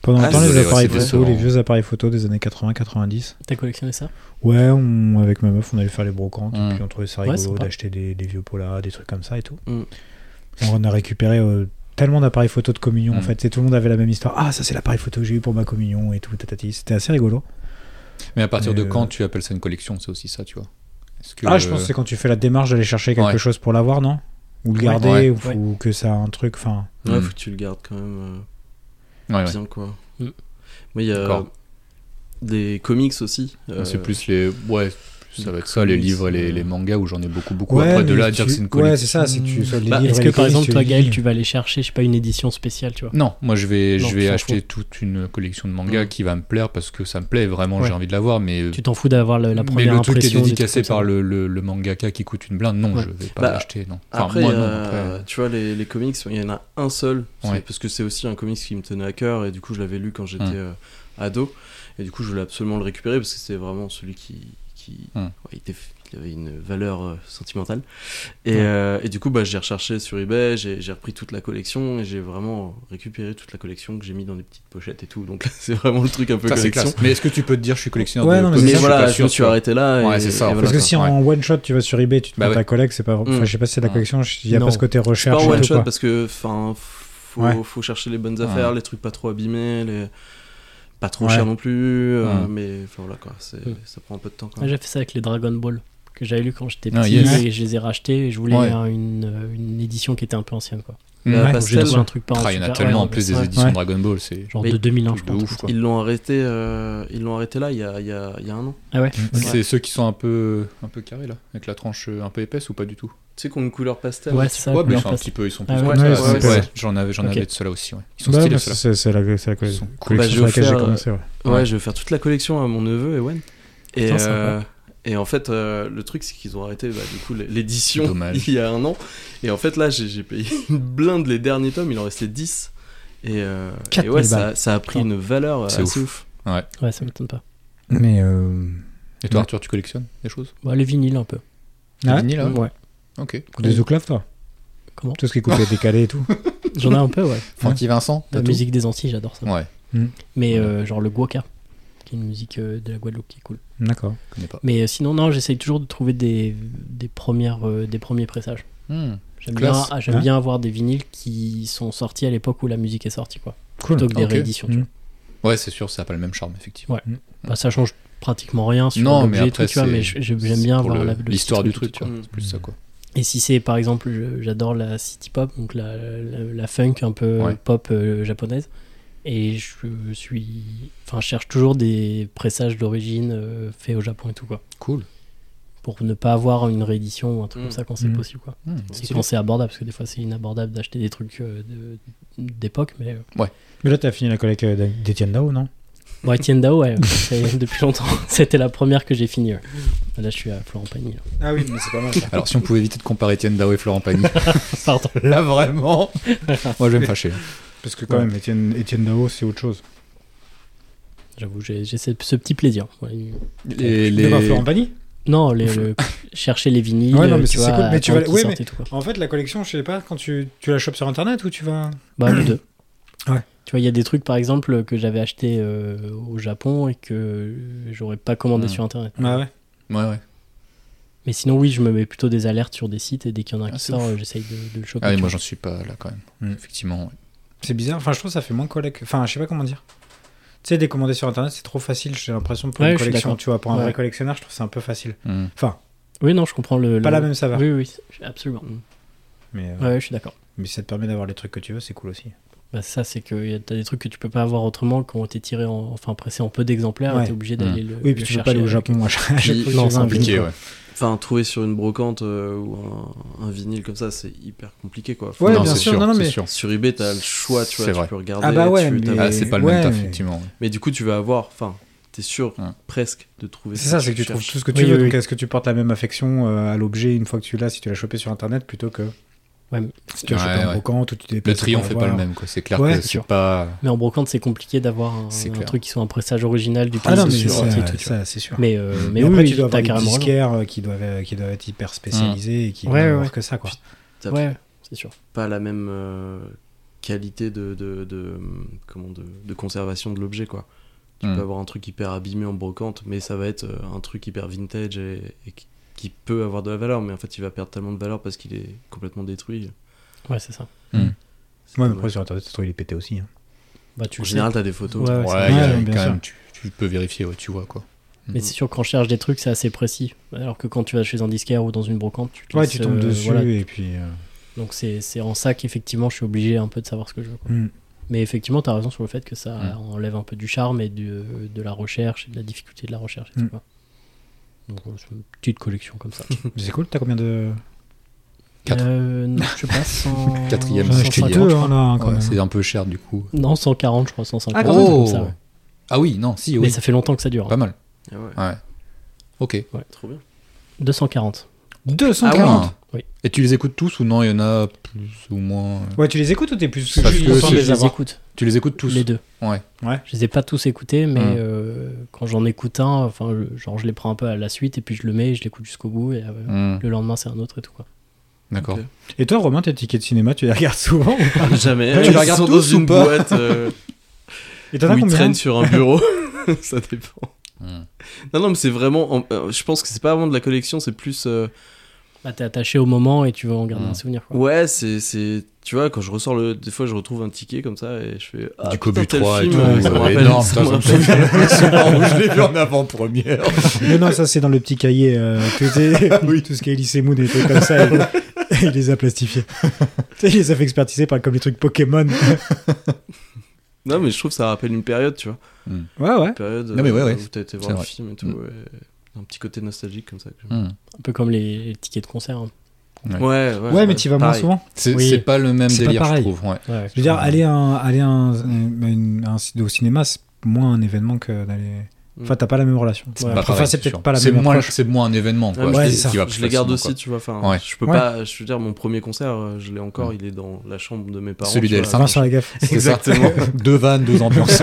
Speaker 2: Pendant
Speaker 3: Ah,
Speaker 2: longtemps, les
Speaker 3: désolé, ouais,
Speaker 2: appareils
Speaker 3: c'est
Speaker 2: photo,
Speaker 4: décevant.
Speaker 2: les vieux appareils photo des années 80-90.
Speaker 1: T'as collectionné ça
Speaker 2: Ouais, on- avec ma meuf, on allait faire les brocantes
Speaker 4: Mm.
Speaker 2: et puis on trouvait ça
Speaker 1: Ouais,
Speaker 2: rigolo
Speaker 1: sympa.
Speaker 2: d'acheter des, des vieux polas, des trucs comme ça et tout.
Speaker 3: Mm.
Speaker 2: On a récupéré euh, tellement d'appareils photo de communion en
Speaker 4: Mm.
Speaker 2: fait. C'est tout le monde avait la même histoire. Ah, ça c'est l'appareil photo que j'ai eu pour ma communion et tout. Tatati. C'était assez rigolo.
Speaker 4: Mais à partir de
Speaker 2: Mais,
Speaker 4: quand
Speaker 2: euh,
Speaker 4: tu appelles ça une collection C'est aussi ça, tu vois. Est-ce que,
Speaker 2: Ah, je pense
Speaker 4: euh,
Speaker 2: que c'est quand tu fais la démarche d'aller chercher quelque
Speaker 4: Ouais.
Speaker 2: chose pour l'avoir, non Ou le
Speaker 1: Ouais.
Speaker 2: garder,
Speaker 4: Ouais.
Speaker 2: ou,
Speaker 1: Ouais.
Speaker 2: ou que ça a un truc. Enfin,
Speaker 3: Ouais,
Speaker 4: Mm.
Speaker 3: faut que tu le gardes quand même
Speaker 4: ouais,
Speaker 3: euh,
Speaker 4: ouais.
Speaker 3: bien, quoi.
Speaker 1: Mm.
Speaker 3: Mais il y a
Speaker 4: D'accord. Ah,
Speaker 3: des comics aussi. euh,
Speaker 4: C'est plus les. Ouais, ça va être ça, les
Speaker 3: comics,
Speaker 4: livres et les,
Speaker 3: euh,
Speaker 4: les mangas où j'en ai beaucoup, beaucoup.
Speaker 2: Ouais,
Speaker 4: Après, de
Speaker 2: mais
Speaker 4: là à dire
Speaker 2: tu-
Speaker 4: que c'est une
Speaker 2: Ouais,
Speaker 4: collection.
Speaker 2: c'est ça. C'est que tu.
Speaker 4: Bah,
Speaker 2: les livres
Speaker 1: Est-ce
Speaker 2: et
Speaker 1: que
Speaker 2: les
Speaker 1: par
Speaker 2: comics,
Speaker 1: exemple, toi,
Speaker 2: les
Speaker 1: Gaël,
Speaker 2: lis.
Speaker 1: tu vas aller chercher, je sais pas, une édition spéciale, tu vois
Speaker 4: Non, moi je vais,
Speaker 1: Non,
Speaker 4: je vais
Speaker 1: tu t'en
Speaker 4: acheter toute une collection de mangas
Speaker 3: Ouais.
Speaker 4: qui va me plaire parce que ça me plaît vraiment,
Speaker 1: Ouais.
Speaker 4: j'ai envie de l'avoir, mais,
Speaker 1: Tu t'en fous d'avoir le- la
Speaker 4: Euh, mais
Speaker 1: première
Speaker 4: le truc qui est
Speaker 1: impression. des
Speaker 4: dédicacé
Speaker 1: trucs comme
Speaker 4: par
Speaker 1: ça. hein.
Speaker 4: le, le, le mangaka qui coûte une blinde, non,
Speaker 1: Ouais.
Speaker 4: je vais pas
Speaker 3: Bah,
Speaker 4: l'acheter, non. Enfin,
Speaker 3: Après,
Speaker 4: moi non.
Speaker 3: euh,
Speaker 4: après.
Speaker 3: tu vois, les, les comics, il y en a un seul, c'est-
Speaker 4: Ouais.
Speaker 3: parce que c'est aussi un comics qui me tenait à cœur, et du coup, je l'avais lu quand j'étais
Speaker 4: Hum.
Speaker 3: euh, ado, et du coup, je voulais absolument le récupérer, parce que c'est vraiment celui qui... qui
Speaker 4: Hum.
Speaker 3: ouais, il, était- il avait une valeur euh, sentimentale. Et, euh, et du coup, bah, j'ai recherché sur eBay, j'ai j'ai repris toute la collection, et j'ai vraiment récupéré toute la collection que j'ai mis dans des petites pochettes et tout, donc c'est vraiment le truc un peu
Speaker 4: Ça, c'est
Speaker 3: collection.
Speaker 4: classe. Mais est-ce que tu peux te dire je suis collectionneur
Speaker 2: Ouais,
Speaker 4: de
Speaker 2: non, mais
Speaker 4: comics
Speaker 3: Mais
Speaker 4: suis
Speaker 3: voilà,
Speaker 4: pas
Speaker 3: je
Speaker 4: sûr,
Speaker 3: me suis
Speaker 4: tu vois.
Speaker 3: arrêté là,
Speaker 4: Ouais,
Speaker 3: et,
Speaker 4: c'est ça,
Speaker 3: et
Speaker 4: en fait.
Speaker 3: voilà,
Speaker 2: Parce que
Speaker 3: quoi.
Speaker 2: si en one shot tu vas sur eBay, tu te
Speaker 4: Bah
Speaker 2: prends
Speaker 4: ouais.
Speaker 2: ta collègue, c'est pas. Enfin,
Speaker 3: Mm.
Speaker 2: je sais pas si c'est de la
Speaker 4: Mm.
Speaker 2: collection, il y a
Speaker 1: Non.
Speaker 2: pas ce côté
Speaker 3: C'est pas
Speaker 2: recherche.
Speaker 3: en
Speaker 2: et
Speaker 3: one
Speaker 2: tout,
Speaker 3: shot
Speaker 2: quoi.
Speaker 3: parce que enfin faut,
Speaker 2: Ouais.
Speaker 3: faut chercher les bonnes
Speaker 4: Ouais.
Speaker 3: affaires, les trucs pas trop abîmés, les pas trop
Speaker 2: Ouais.
Speaker 3: chers non plus, euh,
Speaker 4: Ouais.
Speaker 3: mais enfin voilà quoi, c'est-
Speaker 1: Ouais.
Speaker 3: ça prend un peu de temps quand
Speaker 1: Ah,
Speaker 3: même.
Speaker 1: J'ai fait ça avec les Dragon Ball que j'avais lu quand j'étais
Speaker 4: Ah,
Speaker 1: petit
Speaker 4: yes.
Speaker 1: et je les ai rachetés et je voulais
Speaker 4: Ouais.
Speaker 1: un- une, euh, une édition qui était un peu ancienne quoi.
Speaker 3: La
Speaker 2: Ouais,
Speaker 1: J'ai
Speaker 3: pastel,
Speaker 1: trouvé un truc pas
Speaker 4: Ah, Il y en a tellement en plus des éditions
Speaker 2: Ouais.
Speaker 4: Dragon Ball, c'est
Speaker 1: genre
Speaker 3: Mais-
Speaker 1: de 2001 je
Speaker 4: de
Speaker 1: pense.
Speaker 4: ouf quoi.
Speaker 3: ils l'ont arrêté, euh, ils l'ont arrêté là il y a, il y a- il y a un an.
Speaker 1: Ah ouais.
Speaker 2: Mm.
Speaker 4: C'est ceux qui sont un peu, un peu carrés là, avec la tranche euh, un peu épaisse ou pas du tout
Speaker 3: Tu sais qu'on a une couleur pastel.
Speaker 1: Ouais, c'est ça.
Speaker 4: Ouais, mais
Speaker 1: couleur
Speaker 4: ils sont un
Speaker 1: passe.
Speaker 4: petit peu, ils sont plus
Speaker 1: Ah
Speaker 4: comme
Speaker 1: ouais.
Speaker 4: ça.
Speaker 2: Ouais,
Speaker 4: Ouais,
Speaker 2: c'est-
Speaker 4: ouais, j'en avais, j'en
Speaker 1: Ok.
Speaker 4: avais de ceux-là aussi. Ouais. Ils sont
Speaker 2: Bah,
Speaker 4: stylés
Speaker 2: bah,
Speaker 4: ceux-là.
Speaker 2: c'est c'est la, c'est la collection,
Speaker 4: Bah,
Speaker 2: collection
Speaker 3: je vais
Speaker 2: sur laquelle j'ai
Speaker 3: faire,
Speaker 2: commencé. ouais.
Speaker 1: euh,
Speaker 3: Ouais,
Speaker 4: Ouais.
Speaker 3: je vais faire toute la collection à mon neveu Ewan. Et,
Speaker 1: Putain, sympa.
Speaker 3: euh, et en fait, euh, le truc, c'est qu'ils ont arrêté bah, du coup l- l'édition
Speaker 4: Dommage.
Speaker 3: il y a un an. Et en fait, là, j'ai j'ai payé une blinde les derniers tomes, il en restait 10. Et, euh, et
Speaker 2: 4000
Speaker 3: ouais, ça,
Speaker 2: balles.
Speaker 3: ça a pris une valeur
Speaker 4: C'est
Speaker 3: assez ouf.
Speaker 1: Ouais, ça m'étonne pas.
Speaker 2: Mais. euh,
Speaker 4: Et toi, Arthur, tu collectionnes des choses
Speaker 1: Bah, les vinyles un peu.
Speaker 2: ah,
Speaker 4: Vinyle, là
Speaker 1: Ouais.
Speaker 4: Ok.
Speaker 2: Des Oclaves, toi
Speaker 1: Comment
Speaker 2: Tout ce qui coûte les décalés et tout.
Speaker 1: J'en ai un peu ouais.
Speaker 4: Francky Vincent
Speaker 1: La
Speaker 4: t'as tout
Speaker 1: musique des Antilles, j'adore ça.
Speaker 4: Ouais,
Speaker 1: Mais euh, genre le guaca qui est une musique euh, de la Guadeloupe qui est cool.
Speaker 2: D'accord.
Speaker 4: je connais pas.
Speaker 1: Mais euh, sinon non, j'essaye toujours de trouver des des premières euh, des premiers pressages.
Speaker 4: Hmm.
Speaker 1: J'aime
Speaker 4: Classe.
Speaker 1: bien ah, j'aime
Speaker 2: Hein
Speaker 1: bien avoir des vinyles qui sont sortis à l'époque où la musique est sortie quoi,
Speaker 2: Cool.
Speaker 1: plutôt que des
Speaker 4: Ok.
Speaker 1: rééditions. tu
Speaker 2: Mm.
Speaker 1: vois.
Speaker 4: Ouais, c'est sûr, ça n'a pas le même charme, effectivement.
Speaker 1: Bah, ça change pratiquement rien sur
Speaker 4: Non, mais
Speaker 1: l'objet et
Speaker 4: après,
Speaker 1: tout, tu vois,
Speaker 4: c'est-
Speaker 1: mais je- je- j'aime
Speaker 4: c'est
Speaker 1: bien
Speaker 4: pour
Speaker 1: avoir
Speaker 4: le-
Speaker 1: la- le
Speaker 4: l'histoire du
Speaker 1: titre et
Speaker 4: truc,
Speaker 1: tout,
Speaker 4: quoi.
Speaker 1: tu vois.
Speaker 3: Mm.
Speaker 4: C'est plus ça, quoi.
Speaker 1: Et si c'est, par exemple, je- j'adore la city pop, donc la, la, la funk un peu
Speaker 4: Ouais.
Speaker 1: pop euh, japonaise, et je suis... Enfin, je cherche toujours des pressages d'origine euh, faits au Japon et tout, quoi.
Speaker 4: Cool.
Speaker 1: pour ne pas avoir une réédition ou un truc
Speaker 3: Mm.
Speaker 1: comme ça quand c'est
Speaker 2: Mm.
Speaker 1: possible. Quoi.
Speaker 4: Hmm.
Speaker 1: C'est quand c'est abordable, parce que des fois c'est inabordable d'acheter des trucs euh, de- d'époque, mais. euh,
Speaker 2: Mais là, t'as fini la collecte euh, d'Étienne Dao, non
Speaker 1: Bon, Etienne Dao, ouais, ça y est, depuis longtemps. C'était la première que j'ai finie. ouais. Là, je suis à Florent Pagny. là.
Speaker 2: Ah oui, mais c'est pas mal.
Speaker 4: Alors, si on pouvait éviter de comparer Étienne Dao et Florent Pagny,
Speaker 1: Pardon.
Speaker 4: là vraiment, moi je vais me fâcher. hein.
Speaker 2: Parce que quand même, Étienne, Étienne Dao, c'est autre chose.
Speaker 1: J'avoue, j'ai j'ai ce, ce petit plaisir. ouais.
Speaker 2: Les...
Speaker 4: Et les...
Speaker 2: Florent Pagny
Speaker 1: Non, les, le- chercher les vinyles. euh,
Speaker 2: Ouais, non, mais
Speaker 1: tu
Speaker 2: c'est
Speaker 1: vois,
Speaker 2: cool, mais tu
Speaker 1: attendre
Speaker 2: vas-
Speaker 1: qu'ils
Speaker 2: ouais,
Speaker 1: sortent
Speaker 2: mais-
Speaker 1: et tout, quoi.
Speaker 2: En fait, la collection, je sais pas, quand tu, tu la chopes sur internet ou tu vas.
Speaker 1: Bah, les deux.
Speaker 2: Ouais.
Speaker 1: Tu vois, il y a des trucs, par exemple, que j'avais acheté euh, au Japon et que euh, j'aurais pas commandé
Speaker 4: Hmm.
Speaker 1: sur Internet.
Speaker 2: Ah ouais.
Speaker 4: Ouais, ouais.
Speaker 1: Mais sinon, oui, je me mets plutôt des alertes sur des sites et dès qu'il y en a un
Speaker 4: Ah,
Speaker 1: qui
Speaker 4: c'est
Speaker 1: sort, euh, j'essaye de, de le choper.
Speaker 4: Ah oui,
Speaker 1: tu
Speaker 4: moi
Speaker 1: vois.
Speaker 4: j'en suis pas là quand même.
Speaker 2: Hmm.
Speaker 4: Effectivement. ouais.
Speaker 2: C'est bizarre. Enfin, je trouve que ça fait moins collecte. Enfin, je sais pas comment dire. Tu sais, les commander sur internet, c'est trop facile, j'ai l'impression, pour
Speaker 1: Ouais,
Speaker 2: une
Speaker 1: je suis
Speaker 2: collection.
Speaker 1: d'accord.
Speaker 2: Tu vois, pour un vrai
Speaker 1: Ouais.
Speaker 2: collectionneur, je trouve que c'est un peu facile.
Speaker 4: Hmm.
Speaker 1: Oui, non, je comprends le.
Speaker 2: Pas
Speaker 1: le-
Speaker 2: la même saveur.
Speaker 1: Oui, oui, absolument.
Speaker 2: Mais, euh,
Speaker 1: Ouais, je suis d'accord.
Speaker 2: mais si ça te permet d'avoir les trucs que tu veux, c'est cool aussi.
Speaker 1: Bah, ça, c'est que y a- t'as des trucs que tu peux pas avoir autrement qui ont été tirés, en, enfin pressés en peu d'exemplaires,
Speaker 2: Ouais. Mmh.
Speaker 1: et t'es obligé d'aller le.
Speaker 2: Oui, puis
Speaker 1: le
Speaker 2: tu peux pas aller au
Speaker 1: chercher avec-
Speaker 2: Japon à chaque à chaque
Speaker 3: Puis-
Speaker 2: fois que
Speaker 1: non,
Speaker 2: tu veux
Speaker 1: c'est
Speaker 2: un
Speaker 4: Compliqué,
Speaker 2: vinyle.
Speaker 4: ouais.
Speaker 3: Enfin, trouver sur une brocante euh, ou un, un vinyle comme ça, c'est hyper compliqué quoi. Faut-
Speaker 2: Ouais,
Speaker 4: non,
Speaker 2: bien
Speaker 4: c'est
Speaker 2: sûr,
Speaker 4: sûr.
Speaker 2: non, non,
Speaker 4: c'est
Speaker 2: mais-
Speaker 4: sûr.
Speaker 3: Sur eBay, t'as le choix, tu vois,
Speaker 4: C'est
Speaker 3: tu
Speaker 4: vrai.
Speaker 3: peux regarder.
Speaker 2: Ah bah ouais,
Speaker 3: tu- t'as-
Speaker 2: mais-
Speaker 3: mais...
Speaker 4: Ah, c'est pas le
Speaker 2: ouais,
Speaker 4: même taf,
Speaker 2: mais-
Speaker 4: effectivement. ouais.
Speaker 3: du coup, tu vas avoir, enfin, t'es sûr
Speaker 4: Ouais.
Speaker 3: presque de trouver.
Speaker 2: C'est ça, c'est que tu trouves
Speaker 3: cherches.
Speaker 2: tout ce que tu
Speaker 1: Oui,
Speaker 2: veux.
Speaker 1: oui,
Speaker 2: Donc,
Speaker 1: oui.
Speaker 2: est-ce que tu portes la même affection euh, à l'objet une fois que tu l'as, si tu l'as chopé sur internet, plutôt que
Speaker 1: Ouais, mais-
Speaker 2: si tu l'as
Speaker 4: Ouais,
Speaker 2: chopé en
Speaker 4: ouais.
Speaker 2: brocante ou tu t'es
Speaker 4: Le
Speaker 2: déplacé
Speaker 4: triomphe
Speaker 2: pour
Speaker 4: est pas le
Speaker 2: voir.
Speaker 4: même, quoi. C'est clair
Speaker 2: Ouais,
Speaker 4: que c'est pas.
Speaker 1: Mais en brocante, c'est compliqué d'avoir un,
Speaker 4: C'est
Speaker 1: un
Speaker 4: clair.
Speaker 1: truc qui soit un pressage original du
Speaker 2: Ah non, mais
Speaker 1: c'est
Speaker 2: c'est
Speaker 4: sûr,
Speaker 1: sorti et tout,
Speaker 2: ça,
Speaker 1: tu vois.
Speaker 2: ça, c'est sûr.
Speaker 1: Mais, euh, mais
Speaker 2: Mais
Speaker 1: oui,
Speaker 2: après,
Speaker 1: oui,
Speaker 2: tu dois avoir
Speaker 1: t'as
Speaker 2: des
Speaker 1: carrément. raison.
Speaker 2: disquaires euh, qui doivent, euh, qui doivent être hyper spécialisés et qui
Speaker 1: Ouais,
Speaker 2: vont
Speaker 1: ouais,
Speaker 2: avoir
Speaker 1: ouais.
Speaker 2: que ça, quoi.
Speaker 3: T'as
Speaker 1: Ouais, c'est sûr.
Speaker 3: pas la même euh, qualité de, de, de- comment, de, de conservation de l'objet quoi. Tu
Speaker 4: Hmm.
Speaker 3: peux avoir un truc hyper abîmé en brocante, mais ça va être euh, un truc hyper vintage et, et qui- qui peut avoir de la valeur, mais en fait il va perdre tellement de valeur parce qu'il est complètement détruit.
Speaker 1: Ouais, c'est ça.
Speaker 3: C'est
Speaker 2: Ouais, mais
Speaker 3: dommage.
Speaker 2: après, sur internet, ça se trouve, il est pété aussi. hein.
Speaker 1: Bah, tu
Speaker 3: en
Speaker 1: le sais.
Speaker 3: général, t'as des photos.
Speaker 1: Ouais,
Speaker 4: Ouais,
Speaker 1: ouais,
Speaker 2: c'est
Speaker 4: il y a
Speaker 2: vrai, bien
Speaker 4: quand
Speaker 2: sûr.
Speaker 4: même, tu, tu peux vérifier, ouais, tu vois, quoi.
Speaker 1: Mais
Speaker 3: mmh.
Speaker 1: c'est sûr qu'en cherche des trucs, c'est assez précis. Alors que quand tu vas chez un disquaire ou dans une brocante, tu te
Speaker 2: Ouais,
Speaker 1: laisses,
Speaker 2: tu tombes
Speaker 1: euh,
Speaker 2: dessus
Speaker 1: voilà.
Speaker 2: et puis. euh,
Speaker 1: Donc, c'est c'est en ça qu'effectivement, je suis obligé un peu de savoir ce que je veux. quoi.
Speaker 2: hmm.
Speaker 1: Mais effectivement, t'as raison sur le fait que ça
Speaker 4: Mm.
Speaker 1: enlève un peu du charme et du- euh, de la recherche, et de la difficulté de la recherche. Et tout,
Speaker 2: Mm.
Speaker 1: quoi. Donc, euh, c'est une petite collection comme ça.
Speaker 2: Mais C'est cool, t'as combien de.
Speaker 4: Quatre.
Speaker 1: Euh, non, je passe en.
Speaker 4: Quatrième, Ah,
Speaker 2: J'en ai acheté
Speaker 1: 150,
Speaker 4: Quatrième,
Speaker 2: deux,
Speaker 1: je
Speaker 2: hein,
Speaker 1: crois.
Speaker 2: là, hein, quand
Speaker 4: Ouais,
Speaker 2: même.
Speaker 4: c'est un peu cher, du coup.
Speaker 1: Non, 140, je crois, 150.
Speaker 2: Ah, quand
Speaker 1: un truc
Speaker 4: même.
Speaker 1: comme ça, ouais.
Speaker 4: Ah oui, non, si,
Speaker 1: Mais
Speaker 4: oui.
Speaker 1: ça fait longtemps que ça dure. hein.
Speaker 4: Pas mal.
Speaker 3: Ah ouais,
Speaker 4: Ouais.
Speaker 2: Ah
Speaker 4: Ok.
Speaker 3: trop bien.
Speaker 1: 240.
Speaker 2: 240
Speaker 1: ouais. Oui.
Speaker 4: Et tu les écoutes tous ou non Il y en a plus ou moins.
Speaker 2: Ouais, tu les écoutes ou t'es plus
Speaker 4: Parce
Speaker 2: juste
Speaker 4: que
Speaker 2: content de
Speaker 1: je
Speaker 2: les
Speaker 1: les
Speaker 2: avoir
Speaker 1: écoute,
Speaker 4: Tu les écoutes tous
Speaker 1: les deux.
Speaker 4: Ouais.
Speaker 2: Ouais.
Speaker 1: Je les ai pas tous écoutés, mais
Speaker 4: Mm.
Speaker 1: euh, quand j'en écoute un, enfin, je- genre, je les prends un peu à la suite et puis je le mets et je l'écoute jusqu'au bout. Et euh,
Speaker 4: Hmm,
Speaker 1: le lendemain, c'est un autre et tout. Quoi.
Speaker 4: D'accord.
Speaker 3: Ok.
Speaker 2: Et toi, Romain, tes tickets de cinéma, tu les regardes souvent ou pas
Speaker 3: Jamais.
Speaker 4: Tu
Speaker 3: Ils
Speaker 4: les regardes
Speaker 3: sont
Speaker 4: tous
Speaker 3: dans
Speaker 4: ou
Speaker 3: une
Speaker 4: pas
Speaker 3: boîte euh,
Speaker 2: Et t'en as
Speaker 3: où ils
Speaker 2: combien
Speaker 3: traînent sur un bureau. ça dépend.
Speaker 4: Hmm.
Speaker 3: Non, non, mais c'est vraiment. en- euh, je pense que c'est pas vraiment de la collection, c'est plus. euh,
Speaker 1: Bah, t'es attaché au moment et tu vas en garder
Speaker 4: Mm.
Speaker 1: un souvenir. Quoi.
Speaker 3: Ouais, c'est, c'est. Tu vois, quand je ressors le. Des fois, je retrouve un ticket comme ça et je fais. Ah,
Speaker 4: du
Speaker 3: putain,
Speaker 4: Cobu
Speaker 3: tel
Speaker 4: 3 et
Speaker 3: film,
Speaker 4: tout.
Speaker 3: euh, ça me rappelle-
Speaker 4: énorme,
Speaker 3: ça
Speaker 4: putain,
Speaker 3: me rappelle-
Speaker 4: ça me fait- c'est marrant, je l'ai vu en avant-première.
Speaker 2: Non, non, ça c'est dans le petit cahier euh, que t'es- tout ce qui est Elise Moon et tout comme ça. Il, il les a plastifiés. tu sais, il les a fait expertiser par comme les trucs Pokémon.
Speaker 3: Non, mais je trouve que ça rappelle une période, tu vois.
Speaker 2: Ouais, ouais.
Speaker 3: Une période
Speaker 4: Non, mais ouais,
Speaker 3: euh,
Speaker 4: ouais.
Speaker 3: où t'as été
Speaker 4: C'est
Speaker 3: voir le
Speaker 4: vrai.
Speaker 3: film et tout.
Speaker 4: Mm.
Speaker 3: et Un petit côté nostalgique comme ça. que j'aime.
Speaker 4: Hmm.
Speaker 1: Un peu comme les, les tickets de concert. hein.
Speaker 3: Ouais, ouais.
Speaker 2: Ouais, mais tu vas moins
Speaker 3: pareil.
Speaker 2: souvent.
Speaker 4: C'est
Speaker 1: Oui.
Speaker 4: c'est pas le même
Speaker 2: C'est pas
Speaker 4: délire, je
Speaker 2: pareil.
Speaker 4: trouve. ouais.
Speaker 1: Ouais.
Speaker 2: Je veux dire, aller, à un, aller à un, une- un- au cinéma, c'est moins un événement que d'aller. Enfin, t'as pas la même relation.
Speaker 4: C'est
Speaker 1: Ouais.
Speaker 4: pas
Speaker 2: Enfin,
Speaker 4: pareil,
Speaker 2: c'est
Speaker 4: c'est
Speaker 2: peut-être
Speaker 4: sûr.
Speaker 2: pas la
Speaker 4: C'est
Speaker 2: même
Speaker 4: moins,
Speaker 2: approche.
Speaker 4: c'est moins un événement. Quoi,
Speaker 3: Ouais,
Speaker 2: ouais,
Speaker 4: qui-
Speaker 2: c'est ça.
Speaker 4: qui va plus
Speaker 3: Je les garde
Speaker 4: facilement,
Speaker 3: aussi, tu vois. Enfin,
Speaker 4: Ouais.
Speaker 3: je peux
Speaker 2: Ouais.
Speaker 3: pas. Je veux dire, mon premier concert, euh, je l'ai encore. Il est dans la chambre de mes parents.
Speaker 4: Celui
Speaker 3: tu
Speaker 4: d'El
Speaker 3: vois.
Speaker 4: Sarah.
Speaker 2: Vincent sur la gaffe.
Speaker 4: quoi. C'est ça. deux vannes, deux ambiances.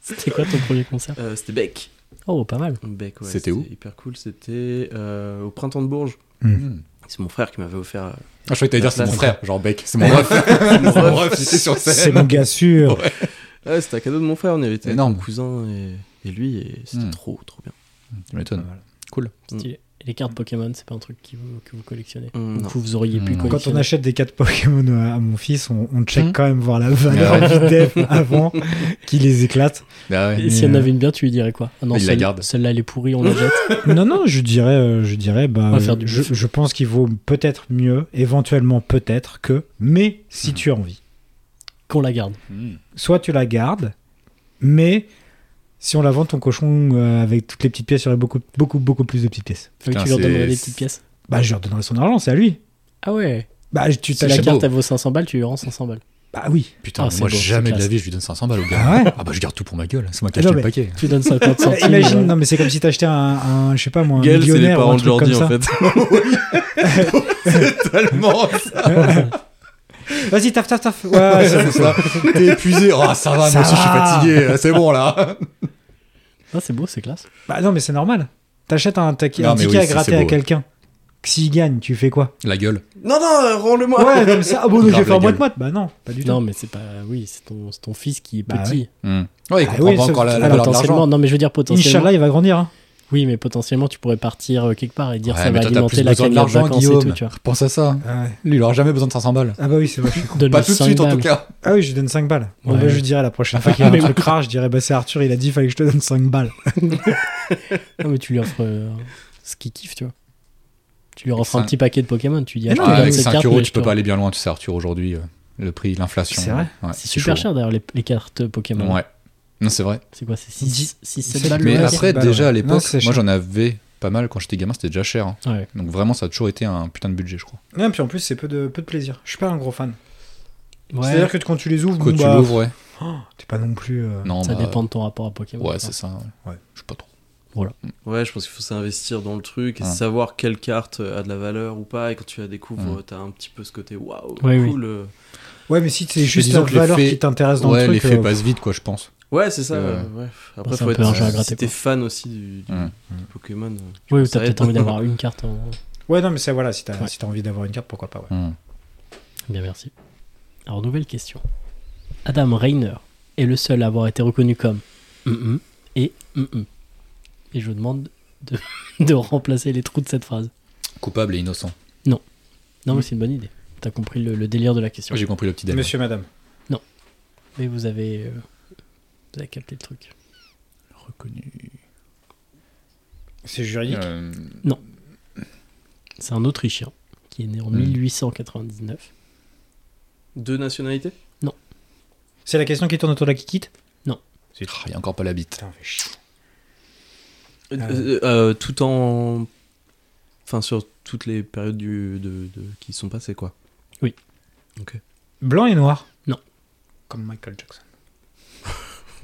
Speaker 1: C'était quoi ton premier concert
Speaker 3: Euh, c'était Beck.
Speaker 1: Oh, pas mal.
Speaker 3: Beck, ouais.
Speaker 4: C'était où
Speaker 3: Hyper cool. C'était euh, au printemps de Bourges.
Speaker 4: Hmm.
Speaker 3: C'est mon frère qui m'avait offert. euh,
Speaker 4: Ah, je croyais que t'allais dire c'est mon frère, genre Beck, c'est mon ref. mon ref, il était sur
Speaker 2: C'est
Speaker 4: scène.
Speaker 2: mon gars sûr.
Speaker 3: Ouais, c'était un cadeau de mon frère. On y avait été avec
Speaker 4: Énorme.
Speaker 3: mon cousin et, et lui, et c'était
Speaker 4: Mm.
Speaker 1: Hmm.
Speaker 3: trop, trop bien.
Speaker 4: Tu m'étonnes.
Speaker 1: Stylé. Et Les cartes Pokémon, c'est pas un truc qui vous- que vous collectionnez.
Speaker 3: Mm,
Speaker 1: Donc
Speaker 3: non.
Speaker 1: vous, vous auriez pu
Speaker 4: Mm. Quand
Speaker 2: Quand on
Speaker 1: collectionner.
Speaker 2: achète des cartes Pokémon à, à mon fils, on, on check
Speaker 4: Hmm.
Speaker 2: quand même voir la valeur
Speaker 4: Ah
Speaker 2: du def avant qu'il les éclate.
Speaker 4: Ah ouais.
Speaker 1: Et s'il y en avait une bien, tu lui dirais quoi Ah non,
Speaker 4: Il la
Speaker 1: celle-
Speaker 4: garde.
Speaker 1: celle-là, elle est pourrie, on la jette.
Speaker 2: Non, non, je dirais, euh, je dirais,
Speaker 1: On
Speaker 2: bah,
Speaker 1: va faire du
Speaker 2: je,
Speaker 1: bif.
Speaker 2: je pense qu'il vaut peut-être mieux, éventuellement peut-être que, mais
Speaker 1: Hmm.
Speaker 2: si tu as envie,
Speaker 1: Qu'on la garde.
Speaker 4: Hmm.
Speaker 2: soit tu la gardes, mais Si on la vend, ton cochon, euh, avec toutes les petites pièces, il y aurait beaucoup, beaucoup, beaucoup plus de petites pièces.
Speaker 1: Faut que
Speaker 4: Putain,
Speaker 1: tu leur
Speaker 4: c'est-
Speaker 1: donnerais des petites pièces.
Speaker 2: Bah, je lui redonnerai son argent, c'est à lui.
Speaker 1: Ah ouais.
Speaker 2: Bah, je- tu
Speaker 1: Si
Speaker 2: t'as
Speaker 1: la
Speaker 4: c'est
Speaker 1: carte
Speaker 4: beau.
Speaker 1: elle vaut 500 balles, tu lui rends 500 balles.
Speaker 2: Bah oui.
Speaker 4: Putain,
Speaker 1: Ah,
Speaker 4: mais
Speaker 1: c'est
Speaker 4: moi
Speaker 1: beau,
Speaker 4: jamais
Speaker 1: c'est
Speaker 4: de la
Speaker 1: classe.
Speaker 4: vie, je lui donne 500 balles au gars.
Speaker 2: Ah ouais
Speaker 4: Ah bah je garde tout pour ma gueule, c'est moi qui ai
Speaker 2: Non,
Speaker 4: acheté
Speaker 2: mais-
Speaker 4: le paquet.
Speaker 1: Tu donnes 50 centimes.
Speaker 2: Bah, Imagine,
Speaker 1: euh,
Speaker 2: non, mais c'est comme si t'achetais un, un, je sais pas moi, un
Speaker 3: Gaël, c'est les
Speaker 2: millionnaire ou un
Speaker 3: parents de
Speaker 2: truc
Speaker 3: Jordi
Speaker 2: comme ça.
Speaker 3: en fait.
Speaker 4: C'est tellement
Speaker 2: Vas-y, taf, taf, taf. Ouais, ouais, c'est-
Speaker 4: c'est ça. T'es épuisé. Ah ça va,
Speaker 2: Ça
Speaker 4: moi aussi je suis
Speaker 2: va.
Speaker 4: fatigué. C'est bon là.
Speaker 1: Ah, c'est beau, c'est classe.
Speaker 2: bah non, mais c'est normal. T'achètes un, taquet-
Speaker 4: Non,
Speaker 2: un
Speaker 4: mais
Speaker 2: ticket
Speaker 4: oui,
Speaker 2: à
Speaker 4: c'est- c'est
Speaker 2: gratter à
Speaker 4: beau.
Speaker 2: quelqu'un. S'il gagne, tu fais quoi
Speaker 4: La gueule.
Speaker 3: Non, non, euh, rends-le-moi.
Speaker 2: Ouais, comme ça. Ah bon,
Speaker 4: Grave
Speaker 2: je vais
Speaker 4: la
Speaker 2: faire
Speaker 4: gueule.
Speaker 2: moite-moite. Bah non, pas du tout.
Speaker 1: Non, mais c'est pas. Oui, c'est ton, c'est ton fils qui est
Speaker 2: Bah
Speaker 1: petit.
Speaker 4: Hmm. Ouais, il
Speaker 2: Ah
Speaker 4: comprend
Speaker 2: oui,
Speaker 4: pas
Speaker 2: ça-
Speaker 4: encore la, la
Speaker 2: ah,
Speaker 4: valeur de
Speaker 1: potentiellement,
Speaker 4: l'argent.
Speaker 1: non, mais je veux dire potentiellement.
Speaker 2: Inch'Allah, il va grandir. hein.
Speaker 1: Oui, mais potentiellement, tu pourrais partir euh, quelque part et dire
Speaker 4: Ouais,
Speaker 1: ça
Speaker 4: mais
Speaker 1: va
Speaker 4: toi, t'as
Speaker 1: alimenter
Speaker 4: plus
Speaker 1: la
Speaker 4: besoin de
Speaker 1: cagnotte
Speaker 4: l'argent,
Speaker 1: vacances et
Speaker 4: Guillaume.
Speaker 1: tout, tu vois.
Speaker 4: Pense à ça.
Speaker 2: Ah, ouais.
Speaker 4: Lui, il aura jamais besoin de 500 balles.
Speaker 2: Ah bah oui, c'est vrai, je suis con.
Speaker 1: Donne-lui
Speaker 4: Pas tout de
Speaker 1: 5
Speaker 4: suite en
Speaker 1: balles.
Speaker 4: tout cas.
Speaker 2: Ah oui, je lui donne 5 balles. Bon,
Speaker 1: Ouais.
Speaker 2: bah, je lui dirai la prochaine fois qu'il y a un truc rare, je dirais, bah c'est Arthur, il a dit, fallait que je te donne 5 balles.
Speaker 1: Non, mais tu lui offres euh, ce qu'il kiffe, tu vois. Tu lui offres un
Speaker 4: Cinq-
Speaker 1: petit paquet de Pokémon, tu lui dis
Speaker 2: Mais
Speaker 1: ah,
Speaker 2: non,
Speaker 1: je te
Speaker 4: Ah,
Speaker 1: donne
Speaker 4: avec
Speaker 1: cette
Speaker 4: 5
Speaker 1: carte,
Speaker 4: euros,
Speaker 1: mais
Speaker 4: tu
Speaker 1: je
Speaker 4: peux
Speaker 1: te-
Speaker 4: pas aller bien loin, tu sais, Arthur, aujourd'hui, euh, le prix, l'inflation.
Speaker 2: C'est vrai
Speaker 4: Ouais,
Speaker 1: C'est super
Speaker 4: chaud.
Speaker 1: cher d'ailleurs, les, les cartes Pokémon.
Speaker 4: Ouais. Non, c'est vrai.
Speaker 1: C'est quoi C'est
Speaker 2: Dix-
Speaker 1: 6, 7
Speaker 2: dix-
Speaker 1: balles
Speaker 4: Mais
Speaker 1: le
Speaker 2: ouais,
Speaker 1: paquet
Speaker 4: après,
Speaker 2: c'est- bah,
Speaker 4: déjà
Speaker 2: ouais.
Speaker 4: à
Speaker 2: Non,
Speaker 4: l'époque,
Speaker 2: c'est cher.
Speaker 4: moi j'en avais pas mal quand j'étais gamin, c'était déjà cher. hein.
Speaker 1: Ouais.
Speaker 4: Donc vraiment, ça a toujours été un putain de budget, je crois.
Speaker 2: Non, puis en plus, c'est peu de, peu de plaisir. Je suis pas un gros fan.
Speaker 1: Ouais,
Speaker 2: C'est-à-dire que quand tu les ouvres,
Speaker 4: Quand
Speaker 2: bon,
Speaker 4: tu
Speaker 2: bah,
Speaker 4: l'ouvres, ouais.
Speaker 2: t'es pas non plus. euh,
Speaker 4: Non,
Speaker 1: ça
Speaker 4: bah,
Speaker 1: dépend de ton rapport à Pokémon.
Speaker 4: Ouais, c'est ça. Ouais.
Speaker 2: Ouais.
Speaker 4: Je sais pas trop.
Speaker 3: Ouais, je pense qu'il faut s'investir dans le truc et
Speaker 4: Ouais.
Speaker 3: savoir quelle carte a de la valeur ou pas. Et quand tu la découvres, t'as un petit peu ce côté waouh,
Speaker 1: Ouais, oui.
Speaker 3: cool. euh.
Speaker 2: Ouais, mais si c'est
Speaker 4: Mais
Speaker 2: juste
Speaker 4: disons
Speaker 2: la
Speaker 4: que les
Speaker 2: valeur
Speaker 4: faits-
Speaker 2: qui t'intéresse dans
Speaker 4: Ouais,
Speaker 2: le
Speaker 4: les
Speaker 2: truc.
Speaker 4: faits
Speaker 2: euh,
Speaker 4: passent vite, quoi, je pense.
Speaker 3: Ouais, c'est ça.
Speaker 4: Ouais.
Speaker 3: euh, ouais. Après,
Speaker 1: C'est
Speaker 3: faut
Speaker 1: un peu un jeu à
Speaker 3: être. euh,
Speaker 1: gratter,
Speaker 3: Si t'es
Speaker 1: quoi.
Speaker 3: fan aussi du, du-
Speaker 4: Hum.
Speaker 3: du Pokémon. euh,
Speaker 1: Oui, ou
Speaker 3: ça
Speaker 1: t'as
Speaker 3: aide.
Speaker 1: peut-être envie d'avoir une carte. En...
Speaker 2: Ouais, non, mais c'est voilà, si t'as
Speaker 1: Ouais.
Speaker 2: si t'as envie d'avoir une carte, pourquoi pas, ouais.
Speaker 4: Hmm.
Speaker 1: Bien, merci. Alors, nouvelle question. Adam Reiner est le seul à avoir été reconnu comme Mm-mm et Mm-mm. Et je vous demande de, de remplacer les trous de cette phrase.
Speaker 4: Coupable et innocent.
Speaker 1: Non,
Speaker 4: Mm.
Speaker 1: mais c'est une bonne idée. T'as compris le, le délire de la question.
Speaker 4: J'ai compris le petit délire.
Speaker 2: Monsieur, madame.
Speaker 1: Mais vous avez, euh, vous avez capté le truc.
Speaker 4: Reconnu.
Speaker 2: C'est juridique.
Speaker 4: Euh,
Speaker 1: C'est un Autrichien qui est né en
Speaker 4: Hmm.
Speaker 1: 1899.
Speaker 3: Deux nationalités
Speaker 2: C'est la question qui tourne autour de la kikite
Speaker 4: ah, Il y a encore pas la bite.
Speaker 2: Putain, fais chier.
Speaker 3: Euh,
Speaker 2: Ah
Speaker 3: euh, euh, Tout en. Enfin, sur toutes les périodes du, de, de- qui sont passées, quoi.
Speaker 2: Blanc et noir
Speaker 1: Non.
Speaker 2: Comme Michael Jackson.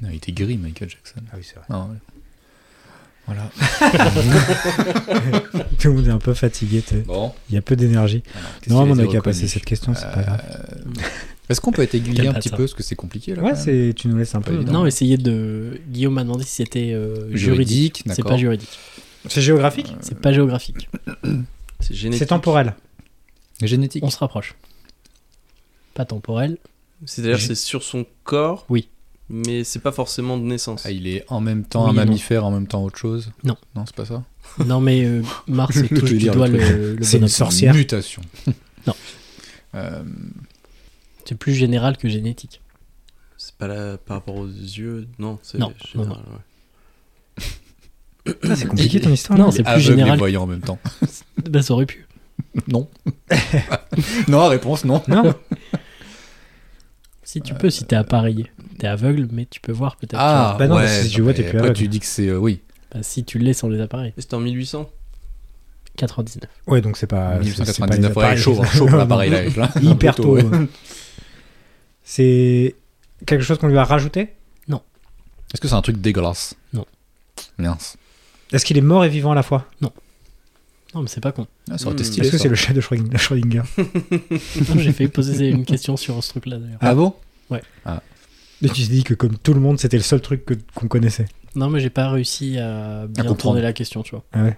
Speaker 4: Non, il était gris, Michael Jackson.
Speaker 2: Ah oui, c'est vrai.
Speaker 4: Ah, ouais. Voilà.
Speaker 2: Tout le monde est un peu fatigué, t'es-
Speaker 4: Bon.
Speaker 2: il y a peu d'énergie.
Speaker 4: Alors, qu'est-ce
Speaker 2: Non,
Speaker 4: qu'il
Speaker 2: mais on
Speaker 4: a été
Speaker 2: a qu'à
Speaker 4: reconnu Euh,
Speaker 2: passer cette question, c'est pas grave.
Speaker 4: Est-ce qu'on peut être aiguillé
Speaker 1: Quel
Speaker 4: un petit
Speaker 1: bâtard.
Speaker 4: peu Parce que c'est compliqué là.
Speaker 2: Ouais,
Speaker 4: quand même.
Speaker 2: c'est tu nous laisses un
Speaker 4: Pas
Speaker 2: peu.
Speaker 4: évident.
Speaker 1: Non, essayez de. Guillaume m'a demandé si c'était euh, juridique.
Speaker 4: Juridique,
Speaker 1: C'est
Speaker 4: d'accord. Euh,
Speaker 1: pas juridique.
Speaker 2: C'est géographique
Speaker 1: C'est pas géographique.
Speaker 3: C'est génétique.
Speaker 2: C'est temporel.
Speaker 4: Ah, Génétique.
Speaker 1: On se rapproche. Pas temporel.
Speaker 3: C'est-à-dire,
Speaker 4: J'ai-
Speaker 3: c'est sur son corps.
Speaker 1: Oui.
Speaker 3: Mais c'est pas forcément de naissance.
Speaker 4: Ah, il est en même temps
Speaker 1: Oui
Speaker 4: un
Speaker 1: et non.
Speaker 4: mammifère, en même temps autre chose
Speaker 1: Non.
Speaker 4: Non, c'est pas ça
Speaker 1: Non, mais euh, Mars
Speaker 4: Je
Speaker 1: touche
Speaker 4: vais
Speaker 1: du
Speaker 4: dire
Speaker 1: doigt
Speaker 4: le
Speaker 1: le,
Speaker 4: truc.
Speaker 1: le
Speaker 2: C'est une
Speaker 1: bonhomme.
Speaker 2: sorcière.
Speaker 4: Mutation.
Speaker 1: Non.
Speaker 4: Euh,
Speaker 1: C'est plus général que génétique.
Speaker 3: C'est pas là par rapport aux yeux, non, c'est
Speaker 1: Non,
Speaker 3: général, ouais.
Speaker 2: Ah, C'est compliqué ton histoire.
Speaker 1: Non,
Speaker 2: là.
Speaker 1: c'est plus
Speaker 4: aveugle et
Speaker 1: général.
Speaker 4: voyant en même temps.
Speaker 1: Bah, ça aurait pu.
Speaker 4: Non. non, réponse non.
Speaker 2: Non,
Speaker 1: Si tu peux, si t'es appareillé. T'es aveugle, mais tu peux voir peut-être.
Speaker 4: Euh, Ah,
Speaker 2: Bah non,
Speaker 4: ouais,
Speaker 2: mais si tu vois, t'es
Speaker 4: mais
Speaker 2: plus
Speaker 4: après,
Speaker 2: aveugle. Ah,
Speaker 4: tu dis que c'est. euh, oui.
Speaker 1: Bah, si tu l'es sans les appareils.
Speaker 3: Et C'était en 1800
Speaker 1: 99.
Speaker 2: ouais, donc c'est pas. c'est- c'est pas les
Speaker 4: 1999, ouais,
Speaker 2: appareils.
Speaker 4: chaud, hein, chaud pour l'appareil là. avec là.
Speaker 2: Hyper tôt.
Speaker 4: Plutôt, ouais.
Speaker 2: ouais. C'est quelque chose qu'on lui a rajouté
Speaker 4: Est-ce que c'est un truc dégueulasse
Speaker 1: Non.
Speaker 4: Mince.
Speaker 2: Est-ce qu'il est mort et vivant à la fois
Speaker 1: Non, mais c'est pas con.
Speaker 4: Ah, ça aurait été
Speaker 3: Hmm.
Speaker 4: stylé.
Speaker 2: Mm. Est-ce que
Speaker 4: ça.
Speaker 2: c'est le chat de Schröding- Schrödinger
Speaker 1: Non, J'ai failli poser une question sur ce truc-là d'ailleurs.
Speaker 4: Ah bon
Speaker 2: Et tu t'es dit que comme tout le monde, c'était le seul truc que- qu'on connaissait.
Speaker 1: Non, mais j'ai pas réussi à bien
Speaker 4: comprendre.
Speaker 1: tourner la question, tu vois.
Speaker 2: Ah ouais.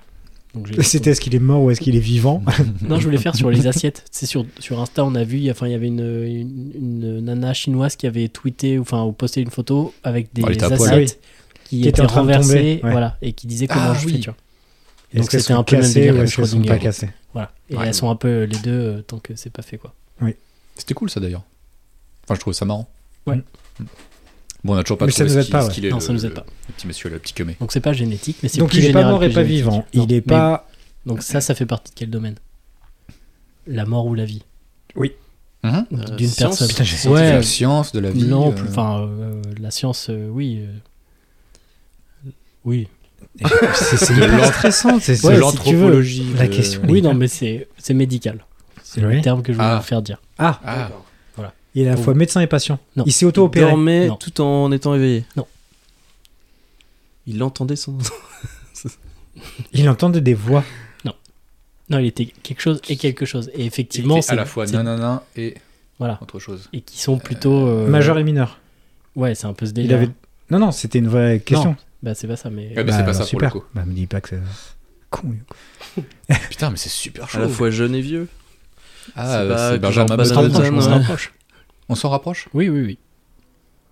Speaker 1: Donc, j'ai-
Speaker 2: C'était est-ce qu'il est mort ou est-ce qu'il est vivant
Speaker 1: Non, je voulais faire sur les assiettes. C'est sur, sur Insta, on a vu, il y a- enfin, il y avait une, une, une nana chinoise qui avait tweeté, ou, enfin, ou posté une photo avec
Speaker 2: Ah,
Speaker 1: des
Speaker 4: Oh, elle était à poil.
Speaker 1: assiettes qui,
Speaker 2: Qui était
Speaker 1: étaient
Speaker 2: en train de
Speaker 1: renversées,
Speaker 2: tomber, ouais.
Speaker 1: voilà, et qui disaient comment
Speaker 4: Ah,
Speaker 1: je
Speaker 4: oui.
Speaker 1: fais, tu vois.
Speaker 2: Est-ce
Speaker 1: Donc
Speaker 2: qu'elles
Speaker 1: c'était
Speaker 2: sont
Speaker 1: un peu le même
Speaker 2: cassées
Speaker 1: délire
Speaker 2: ou
Speaker 1: que
Speaker 2: est-ce qu'elles sont
Speaker 1: Schrödinger.
Speaker 2: euh, pas cassées
Speaker 1: Voilà. Et
Speaker 4: Ouais.
Speaker 1: elles sont un peu les deux euh, tant que c'est pas fait, quoi.
Speaker 4: C'était cool ça d'ailleurs. Enfin, je trouvais ça marrant.
Speaker 1: Ouais.
Speaker 4: Hmm. Bon, on a toujours pas
Speaker 2: Mais ça
Speaker 4: trouvé
Speaker 2: nous aide
Speaker 4: ce qui-
Speaker 2: pas,
Speaker 4: ce
Speaker 2: ouais.
Speaker 4: qu'il est,
Speaker 1: non,
Speaker 4: le-
Speaker 1: ça nous aide pas.
Speaker 4: Le petit monsieur, le petit camé.
Speaker 1: Donc c'est pas génétique, mais c'est
Speaker 2: Donc
Speaker 1: plus
Speaker 2: il est pas
Speaker 1: général
Speaker 2: mort
Speaker 1: que
Speaker 2: et pas
Speaker 1: génétique.
Speaker 2: vivant.
Speaker 1: Non,
Speaker 2: Il est
Speaker 1: mais-
Speaker 2: pas.
Speaker 1: Donc ça, ça fait partie de quel domaine La mort ou la vie
Speaker 2: Mm-hmm.
Speaker 3: Euh,
Speaker 1: d'une
Speaker 3: science
Speaker 1: personne.
Speaker 2: Putain, j'ai-
Speaker 4: De
Speaker 1: ouais,
Speaker 4: la science, de la vie.
Speaker 1: non,
Speaker 4: euh,
Speaker 1: plus- enfin, euh, la science, euh, oui. euh, Oui.
Speaker 2: Et C'est c'est hyper stressant, c'est c'est-
Speaker 1: Ouais,
Speaker 4: c'est
Speaker 1: si
Speaker 4: l'anthropologie.
Speaker 2: la
Speaker 4: de-
Speaker 2: question.
Speaker 1: Oui, non, mais c'est c'est médical. C'est
Speaker 2: Oui.
Speaker 1: le terme que je voulais
Speaker 4: Ah.
Speaker 1: vous faire dire.
Speaker 2: Ah,
Speaker 4: Ah,
Speaker 2: il est à la fois médecin et patient.
Speaker 1: Non.
Speaker 2: Il s'est auto-opéré.
Speaker 3: dormait
Speaker 1: Non.
Speaker 3: tout en étant éveillé.
Speaker 1: Non.
Speaker 3: Il entendait son.
Speaker 2: Il entendait des voix.
Speaker 1: Non, il était quelque chose et quelque chose. Et
Speaker 4: effectivement,
Speaker 1: effectivement,
Speaker 4: à la fois
Speaker 1: c'est-
Speaker 4: nanana et
Speaker 1: Voilà.
Speaker 4: autre chose.
Speaker 1: Et qui sont plutôt. euh,
Speaker 2: Majeur et mineur.
Speaker 1: Ouais, c'est un peu ce
Speaker 2: Il
Speaker 1: délire.
Speaker 2: avait- Non, non, c'était une vraie question.
Speaker 1: Bah, c'est pas ça, mais.
Speaker 4: Ouais, mais c'est pas
Speaker 2: alors,
Speaker 4: ça
Speaker 2: super.
Speaker 4: pour le coup.
Speaker 2: Bah, me dis pas que c'est con. lui.
Speaker 4: Putain, mais c'est super chaud.
Speaker 3: À la fois jeune et vieux.
Speaker 4: Ah,
Speaker 3: c'est
Speaker 4: euh,
Speaker 3: pas
Speaker 4: c'est Benjamin
Speaker 3: Benjamin
Speaker 4: Button.
Speaker 3: Button,
Speaker 4: On
Speaker 1: on se
Speaker 4: s'en-
Speaker 1: rapproche.
Speaker 4: On s'en rapproche
Speaker 1: Oui, oui, oui.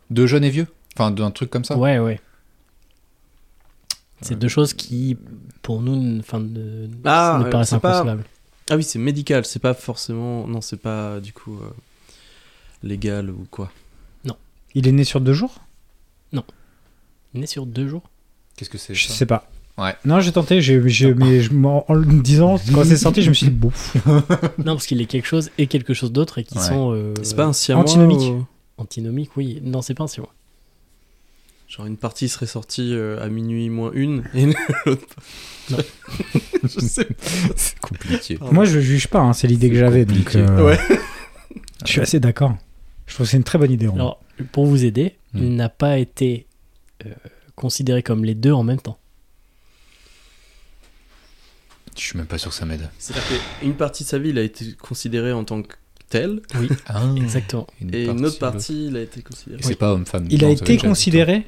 Speaker 4: De jeunes et vieux Enfin, d'un truc comme ça
Speaker 1: Ouais, ouais. C'est
Speaker 4: Ouais.
Speaker 1: deux choses qui, pour nous, n- enfin, ne,
Speaker 3: Ah,
Speaker 1: ne
Speaker 3: ouais,
Speaker 1: paraissent
Speaker 3: c'est pas-
Speaker 1: inconcevables.
Speaker 3: Ah oui, c'est médical, c'est pas forcément. Non, c'est pas du coup euh, légal ou quoi.
Speaker 2: Il est né sur deux jours
Speaker 1: Né sur deux jours.
Speaker 4: Qu'est-ce que c'est
Speaker 2: Je
Speaker 4: ça
Speaker 2: sais pas.
Speaker 4: Ouais.
Speaker 2: Non, j'ai tenté, j'ai- j'ai- mais je, m'en- en le disant, quand c'est sorti, je me suis dit, bon, pff,
Speaker 1: Non, parce qu'il est quelque chose et quelque chose d'autre et qui
Speaker 4: Ouais.
Speaker 1: sont. euh,
Speaker 3: C'est pas un siamois
Speaker 2: antinomique.
Speaker 3: ou-
Speaker 1: Antinomiques, oui. Non, c'est pas un siamois.
Speaker 3: Genre une partie serait sortie euh, à minuit moins une et l'autre pas.
Speaker 1: Non.
Speaker 3: Je sais pas.
Speaker 4: C'est compliqué.
Speaker 2: moi je juge pas, hein, c'est l'idée que j'avais, donc
Speaker 4: compliqué.
Speaker 2: euh,
Speaker 3: Ouais.
Speaker 2: je suis assez d'accord. Je trouve que c'est une très bonne idée. en vrai.
Speaker 1: Alors, pour vous aider,
Speaker 4: Hmm.
Speaker 1: il n'a pas été euh, considéré comme les deux en même temps.
Speaker 4: Je suis même pas sûr que ça m'aide.
Speaker 3: C'est-à-dire qu'une partie de sa vie, il a été considéré en tant que tel,
Speaker 4: Ah,
Speaker 1: Exactement.
Speaker 3: et une autre partie, il a été considéré.
Speaker 4: Et C'est pas homme-femme.
Speaker 2: il a
Speaker 4: non, ça
Speaker 2: été
Speaker 4: veut dire-
Speaker 2: considéré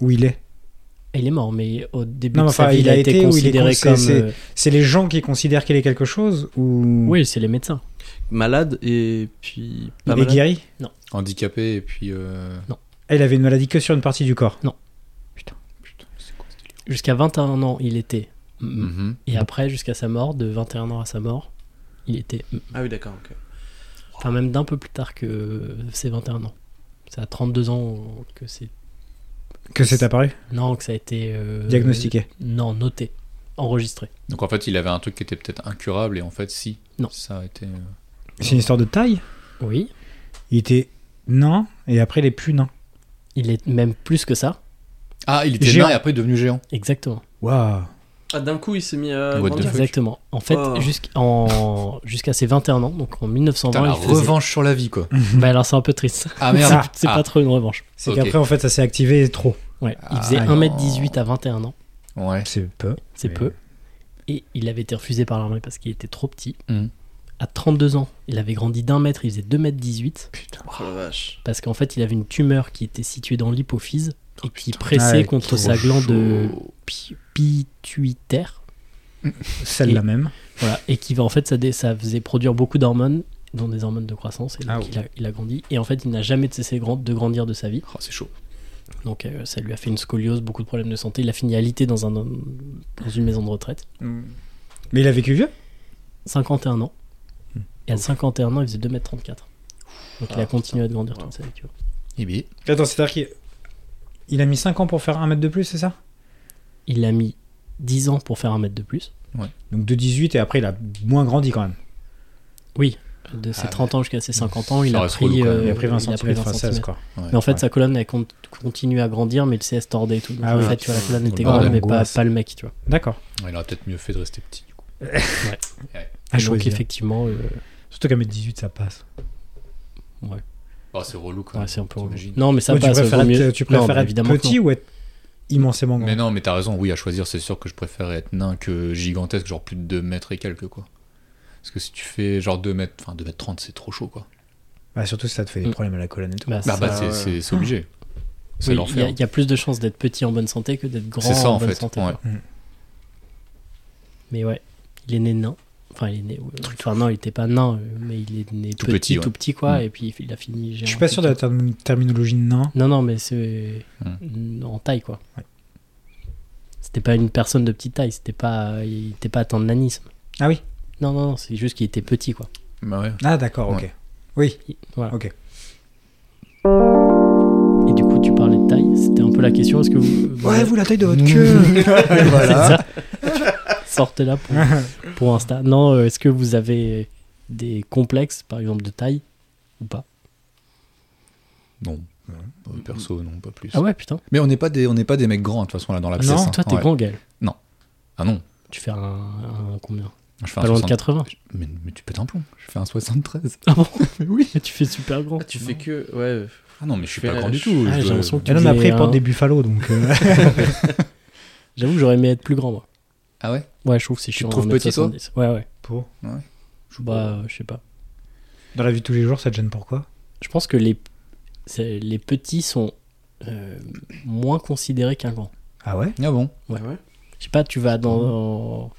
Speaker 2: où il est.
Speaker 1: Il est mort, mais au début
Speaker 2: Non,
Speaker 1: de
Speaker 2: mais
Speaker 1: sa
Speaker 2: enfin,
Speaker 1: vie,
Speaker 2: il
Speaker 1: il
Speaker 2: a
Speaker 1: a été,
Speaker 2: été ou il est
Speaker 1: considéré
Speaker 2: con-
Speaker 1: comme.
Speaker 2: c'est- c'est-
Speaker 1: euh,
Speaker 2: C'est les gens qui considèrent qu'il est quelque chose ou
Speaker 1: Oui, c'est les médecins.
Speaker 3: Malade et puis
Speaker 2: il
Speaker 3: pas
Speaker 2: est
Speaker 3: malade.
Speaker 2: guéri.
Speaker 4: Handicapé et puis. euh,
Speaker 2: Ah, il avait une maladie que sur une partie du corps.
Speaker 4: Putain, c'est quoi ce délire
Speaker 1: Jusqu'à 21 ans, il était. mm, mm.
Speaker 4: Mhm.
Speaker 1: Et après, jusqu'à sa mort, de 21 ans à sa mort, il était. mm.
Speaker 3: Ah oui, d'accord, ok.
Speaker 1: Enfin, même d'un peu plus tard que ses 21 ans. C'est à 32 ans que c'est.
Speaker 2: Que c'est apparu
Speaker 1: Non, que ça a été. euh,
Speaker 2: Diagnostiqué.
Speaker 1: Non, noté. Enregistré.
Speaker 4: Donc en fait, il avait un truc qui était peut-être incurable et en fait, si.
Speaker 1: Non.
Speaker 4: Ça a été. euh,
Speaker 2: C'est une histoire de taille.
Speaker 1: Oui.
Speaker 2: Il était nain et après il est plus nain.
Speaker 1: Il est même plus que ça.
Speaker 4: Ah, il était
Speaker 2: Géant.
Speaker 4: nain et après devenu géant.
Speaker 1: Exactement.
Speaker 2: Waouh.
Speaker 3: Ah, d'un coup, il s'est mis à.
Speaker 4: What the
Speaker 3: grandir.
Speaker 4: fuck.
Speaker 1: Exactement. En fait,
Speaker 3: Oh.
Speaker 1: jusqu'en- jusqu'à ses 21 ans, donc en 1920,
Speaker 4: Putain, la
Speaker 1: il faisait-
Speaker 4: revanche sur la vie, quoi.
Speaker 1: Bah alors, c'est un peu triste.
Speaker 4: Ah merde.
Speaker 2: Ah,
Speaker 1: c'est
Speaker 4: Ah,
Speaker 1: pas trop une revanche.
Speaker 2: C'est
Speaker 4: Ok.
Speaker 2: qu'après en fait ça s'est activé trop.
Speaker 1: Ouais,
Speaker 4: Ah,
Speaker 1: il faisait
Speaker 4: non.
Speaker 1: 1m18 à 21 ans,
Speaker 4: Ouais.
Speaker 2: C'est peu.
Speaker 1: c'est
Speaker 2: Oui.
Speaker 1: peu. Et il avait été refusé par l'armée parce qu'il était trop petit.
Speaker 4: Mhm.
Speaker 1: À 32 ans, il avait grandi d'un mètre, il faisait 2m18
Speaker 3: Oh la vache.
Speaker 1: parce qu'en fait, il avait une tumeur qui était située dans l'hypophyse
Speaker 4: Oh,
Speaker 1: et qui
Speaker 2: Ah
Speaker 1: pressait
Speaker 2: ouais,
Speaker 1: contre
Speaker 2: trop
Speaker 1: sa glande
Speaker 4: chaud.
Speaker 1: pi- pituitaire.
Speaker 2: Celle-là
Speaker 1: Et-
Speaker 2: même.
Speaker 1: Voilà, et qui va en fait, ça, dé- ça faisait produire beaucoup d'hormones, dont des hormones de croissance. Et donc,
Speaker 2: Ah ouais.
Speaker 1: il, a, il a grandi. Et en fait, il n'a jamais cessé grand- de grandir de sa vie.
Speaker 4: Oh, c'est chaud.
Speaker 1: Donc euh, ça lui a fait une scoliose, beaucoup de problèmes de santé. Il a fini alité dans, un, dans une maison de retraite.
Speaker 2: Mais il a vécu vieux
Speaker 1: 51 ans.
Speaker 4: Hmm.
Speaker 1: Et à 51 ans, il faisait 2m34. Donc
Speaker 4: Ah,
Speaker 1: il a continué à grandir toute sa vie. tu vois.
Speaker 4: Eh bien,
Speaker 2: Attends, c'est-à-dire qu'il il a mis 5 ans pour faire 1 mètre de plus, c'est ça
Speaker 1: Il a mis 10 ans pour faire un mètre de plus.
Speaker 2: Donc de 18 et après il a moins grandi quand même.
Speaker 1: Oui, de ses
Speaker 4: Ah,
Speaker 1: 30 ans jusqu'à ses 50 ans, il
Speaker 4: Ça
Speaker 1: a,
Speaker 4: reste
Speaker 1: pris,
Speaker 4: relou, quand même.
Speaker 1: euh,
Speaker 2: il a pris 20
Speaker 1: il a pris
Speaker 2: cm
Speaker 1: 20
Speaker 2: française
Speaker 1: centimètres.
Speaker 2: quoi.
Speaker 1: Mais en fait,
Speaker 2: Ouais.
Speaker 1: sa colonne elle con- continue à grandir, mais le CS tordait et tout. Donc,
Speaker 2: Ah
Speaker 1: en
Speaker 2: oui.
Speaker 1: fait, tu vois, la colonne était
Speaker 4: Oh,
Speaker 1: grande, mais pas,
Speaker 2: l'angoisse.
Speaker 1: pas le mec, tu vois.
Speaker 2: D'accord.
Speaker 4: il aurait peut-être mieux fait de rester petit, du coup.
Speaker 2: À
Speaker 1: Et donc
Speaker 2: choisir.
Speaker 1: effectivement, euh,
Speaker 2: Surtout qu'à mètre 18 ça passe.
Speaker 4: Oh, c'est relou, quand
Speaker 1: ouais,
Speaker 4: même.
Speaker 1: c'est un peu
Speaker 4: T'imagines.
Speaker 1: Non, mais ça
Speaker 2: Ouais, tu
Speaker 1: passe.
Speaker 2: préfères,
Speaker 1: vaut
Speaker 2: être,
Speaker 1: mieux.
Speaker 2: tu
Speaker 1: Non,
Speaker 2: préfères
Speaker 1: bah,
Speaker 2: être
Speaker 1: évidemment que non.
Speaker 2: petit ou être immensément grand
Speaker 4: Mais non, mais t'as raison, oui, à choisir, c'est sûr que je préférais être nain que gigantesque, genre plus de 2 mètres et quelques, quoi. Parce que si tu fais genre 2 mètres, enfin 2 mètres 30, c'est trop chaud, quoi.
Speaker 2: Bah, Surtout si ça te fait des
Speaker 1: Mm.
Speaker 2: problèmes à la colonne et tout.
Speaker 1: Bah,
Speaker 4: Bah, bah,
Speaker 1: ça- Ah.
Speaker 4: c'est-
Speaker 3: ouais.
Speaker 4: c'est c'est obligé.
Speaker 1: Oui, Il
Speaker 4: C'est
Speaker 1: y, a-
Speaker 4: l'enfer.
Speaker 1: il y a plus de chances d'être petit en bonne santé que d'être grand
Speaker 4: C'est ça,
Speaker 1: en,
Speaker 4: en
Speaker 1: bonne
Speaker 4: fait.
Speaker 1: santé.
Speaker 4: ouais.
Speaker 1: Mais ouais, il est né nain. Enfin, il est né. euh, Enfin, non, il était pas nain, euh, mais il est né tout
Speaker 4: Tout petit,
Speaker 1: petit,
Speaker 4: ouais.
Speaker 1: tout petit quoi.
Speaker 4: Mm.
Speaker 1: Et puis il a fini.
Speaker 2: Je suis pas sûr de la term- terminologie nain.
Speaker 1: Non, non, mais c'est
Speaker 4: Mm.
Speaker 2: Hmm.
Speaker 1: n- en taille quoi. C'était pas une personne de petite taille. C'était pas. Il était pas atteint de nanisme.
Speaker 2: Ah oui
Speaker 1: Non, non, non. C'est juste qu'il était petit quoi.
Speaker 4: Bah ouais.
Speaker 2: Ah d'accord, ok. Oui.
Speaker 1: Il- Voilà.
Speaker 2: Ok.
Speaker 1: Et du coup, tu parlais de taille. C'était un peu la question. Est-ce que vous.
Speaker 2: Ouais, vous la taille de votre queue
Speaker 1: sortez là pour, pour Insta. Non, euh, est-ce que vous avez des complexes, par exemple de taille, ou pas
Speaker 4: Non. Euh, Perso, non, pas plus.
Speaker 1: Ah ouais, putain.
Speaker 4: Mais on n'est pas, des- on n'est pas des mecs grands, de toute façon, là, dans la pièce.
Speaker 1: non,
Speaker 4: hein.
Speaker 1: toi, t'es
Speaker 4: Ouais.
Speaker 1: grand, Gaël.
Speaker 4: Ah non,
Speaker 1: Tu fais un, un combien
Speaker 4: je fais
Speaker 1: Pas
Speaker 4: un
Speaker 1: loin de
Speaker 4: 60.
Speaker 1: 80.
Speaker 4: Mais, mais tu pètes un plomb, je fais un 73.
Speaker 1: Ah bon Oui. Tu fais super grand.
Speaker 3: Ah, tu fais que. Ouais.
Speaker 4: Ah non, mais je suis
Speaker 3: fais
Speaker 4: pas
Speaker 3: la-
Speaker 4: grand du
Speaker 3: je-
Speaker 4: tout.
Speaker 1: Ah,
Speaker 4: je
Speaker 1: j'ai
Speaker 4: dois-
Speaker 1: l'impression que tu
Speaker 2: Et non, mais
Speaker 1: faisais
Speaker 2: après, ils portent
Speaker 1: un-
Speaker 2: des buffalo, donc. euh,
Speaker 1: J'avoue que j'aurais aimé être plus grand, moi.
Speaker 4: Ah ouais
Speaker 1: Ouais, je trouve que c'est
Speaker 4: Tu
Speaker 1: chiant.
Speaker 4: te trouves
Speaker 1: 1m70. Ouais, ouais.
Speaker 2: pour-
Speaker 1: Bah, euh, je sais pas.
Speaker 2: Dans la vie de tous les jours, ça te gêne pourquoi
Speaker 1: Je pense que les, c'est- les petits sont euh, moins considérés qu'un grand.
Speaker 2: Ah ouais
Speaker 4: Ah bon
Speaker 1: Ouais.
Speaker 3: Ah ouais.
Speaker 1: Je sais pas, tu vas dans,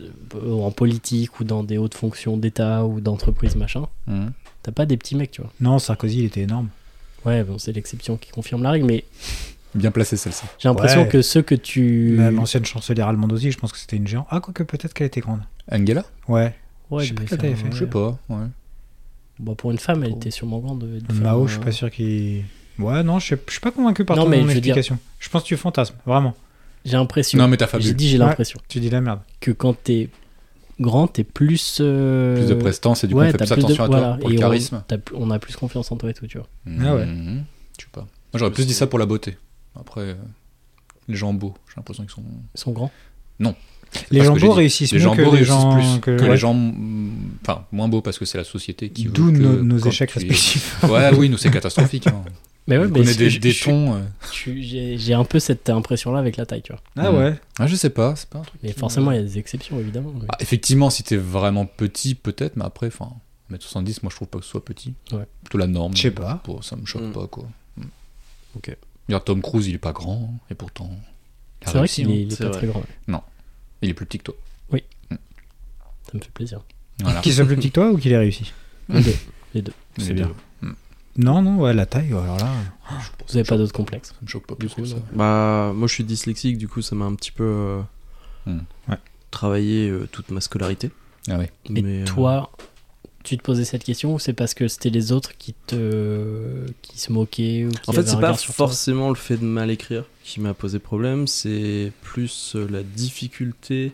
Speaker 1: euh, en, en politique ou dans des hautes fonctions d'État ou d'entreprise, machin.
Speaker 4: Mmh.
Speaker 1: T'as pas des petits mecs, tu vois.
Speaker 2: Non, Sarkozy, il était énorme.
Speaker 1: Ouais, bon, c'est l'exception qui confirme la règle, mais
Speaker 4: Bien placé celle-ci.
Speaker 1: j'ai l'impression
Speaker 2: Ouais.
Speaker 1: que ceux que tu.
Speaker 2: La- L'ancienne chancelière allemande aussi, je pense que c'était une géante. Ah, quoique peut-être qu'elle était grande.
Speaker 4: Angela
Speaker 2: Ouais.
Speaker 1: Ouais,
Speaker 2: je sais
Speaker 1: elle
Speaker 2: pas
Speaker 1: devait
Speaker 2: qu'elle
Speaker 1: faire,
Speaker 2: t'avait fait.
Speaker 4: Je sais
Speaker 1: ouais.
Speaker 4: pas, ouais.
Speaker 1: Bon, Bah, pour une femme, elle était sûrement grande. de- de faire,
Speaker 2: Mao, je suis
Speaker 1: euh,
Speaker 2: pas sûr qu'il. Ouais, non, je, sais- je suis pas convaincu par
Speaker 1: Non,
Speaker 2: ton
Speaker 1: mais je veux
Speaker 2: explication. Je pense que tu fantasmes, vraiment.
Speaker 1: J'ai l'impression.
Speaker 4: Non, mais t'as
Speaker 1: J'ai
Speaker 4: fabuleux.
Speaker 1: dit, j'ai
Speaker 2: Ouais.
Speaker 1: l'impression
Speaker 2: Tu dis la merde.
Speaker 1: que quand t'es grand, t'es plus. euh,
Speaker 4: Plus de prestance et du coup, on
Speaker 1: ouais,
Speaker 4: fait
Speaker 1: t'as
Speaker 4: plus
Speaker 1: plus de-
Speaker 4: attention à toi
Speaker 1: voilà,
Speaker 4: pour le
Speaker 1: et on-
Speaker 4: charisme.
Speaker 1: t'as plus- On, a plus confiance en toi et tout, tu vois.
Speaker 2: Ah ouais.
Speaker 4: Mmh. Je sais pas. Moi, j'aurais plus dit ça pour la beauté. Après, euh, les gens beaux, j'ai l'impression qu'ils sont.
Speaker 1: Ils sont grands.
Speaker 4: pas
Speaker 2: Les
Speaker 4: ce
Speaker 2: gens
Speaker 4: que j'ai
Speaker 2: beaux
Speaker 4: dit.
Speaker 2: réussissent
Speaker 4: les
Speaker 2: mieux
Speaker 4: gens
Speaker 2: que
Speaker 4: beaux
Speaker 2: les
Speaker 4: réussissent
Speaker 2: gens
Speaker 4: plus que,
Speaker 2: ouais.
Speaker 4: les gens mm, enfin moins beaux parce que c'est la société qui veut
Speaker 2: D'où
Speaker 4: que
Speaker 2: nos, nos
Speaker 4: quand
Speaker 2: échecs
Speaker 4: tu es-
Speaker 2: respectifs.
Speaker 4: ouais oui nous c'est catastrophique hein.
Speaker 1: Mais ouais,
Speaker 4: on
Speaker 1: mais
Speaker 4: connaît
Speaker 1: je-
Speaker 4: des,
Speaker 1: je-
Speaker 4: des
Speaker 1: je-
Speaker 4: tons euh.
Speaker 1: je- J'ai j'ai un peu cette impression-là avec la taille, tu vois.
Speaker 2: Ah
Speaker 4: Mm.
Speaker 2: ouais.
Speaker 4: ah, je sais pas c'est pas un truc
Speaker 1: Mais
Speaker 4: qui-
Speaker 1: forcément, il y a des exceptions, évidemment. mais-
Speaker 4: Ah, effectivement si t'es vraiment petit peut-être mais après enfin 1m70 moi je trouve pas que ce soit petit
Speaker 1: Ouais.
Speaker 4: plutôt la norme
Speaker 2: Je sais pas.
Speaker 4: Pour- ça me choque
Speaker 3: Mm.
Speaker 4: pas quoi Mm.
Speaker 1: Ok.
Speaker 4: Regarde, Tom Cruise il est pas grand hein, et pourtant il a
Speaker 1: C'est vrai
Speaker 4: réussi,
Speaker 1: qu'il
Speaker 4: hein.
Speaker 1: est, il est
Speaker 3: c'est
Speaker 1: pas
Speaker 3: vrai.
Speaker 1: très grand. ouais.
Speaker 4: il est plus petit que toi
Speaker 1: Ça me fait plaisir.
Speaker 4: voilà
Speaker 2: Qu'il soit plus petit que toi ou qu'il ait réussi
Speaker 4: Les
Speaker 2: c'est
Speaker 4: deux.
Speaker 2: bien. Non, non, ouais, la taille, alors là.
Speaker 1: Vous avez pas d'autres complexes.
Speaker 4: ça me choque pas
Speaker 1: Du
Speaker 4: plus
Speaker 1: coup,
Speaker 4: que ça
Speaker 1: non.
Speaker 3: Bah, moi je suis dyslexique, du coup ça m'a un petit peu. euh,
Speaker 4: Hmm.
Speaker 2: Ouais.
Speaker 3: Travaillé euh, toute ma scolarité.
Speaker 4: ah ouais
Speaker 1: Et
Speaker 3: mais, euh,
Speaker 1: toi, tu te posais cette question ou c'est parce que c'était les autres qui te. qui se moquaient ou qui
Speaker 3: En fait,
Speaker 1: avaient un
Speaker 3: c'est pas
Speaker 1: regard sur toi
Speaker 3: forcément le fait de mal écrire qui m'a posé problème, c'est plus euh, la difficulté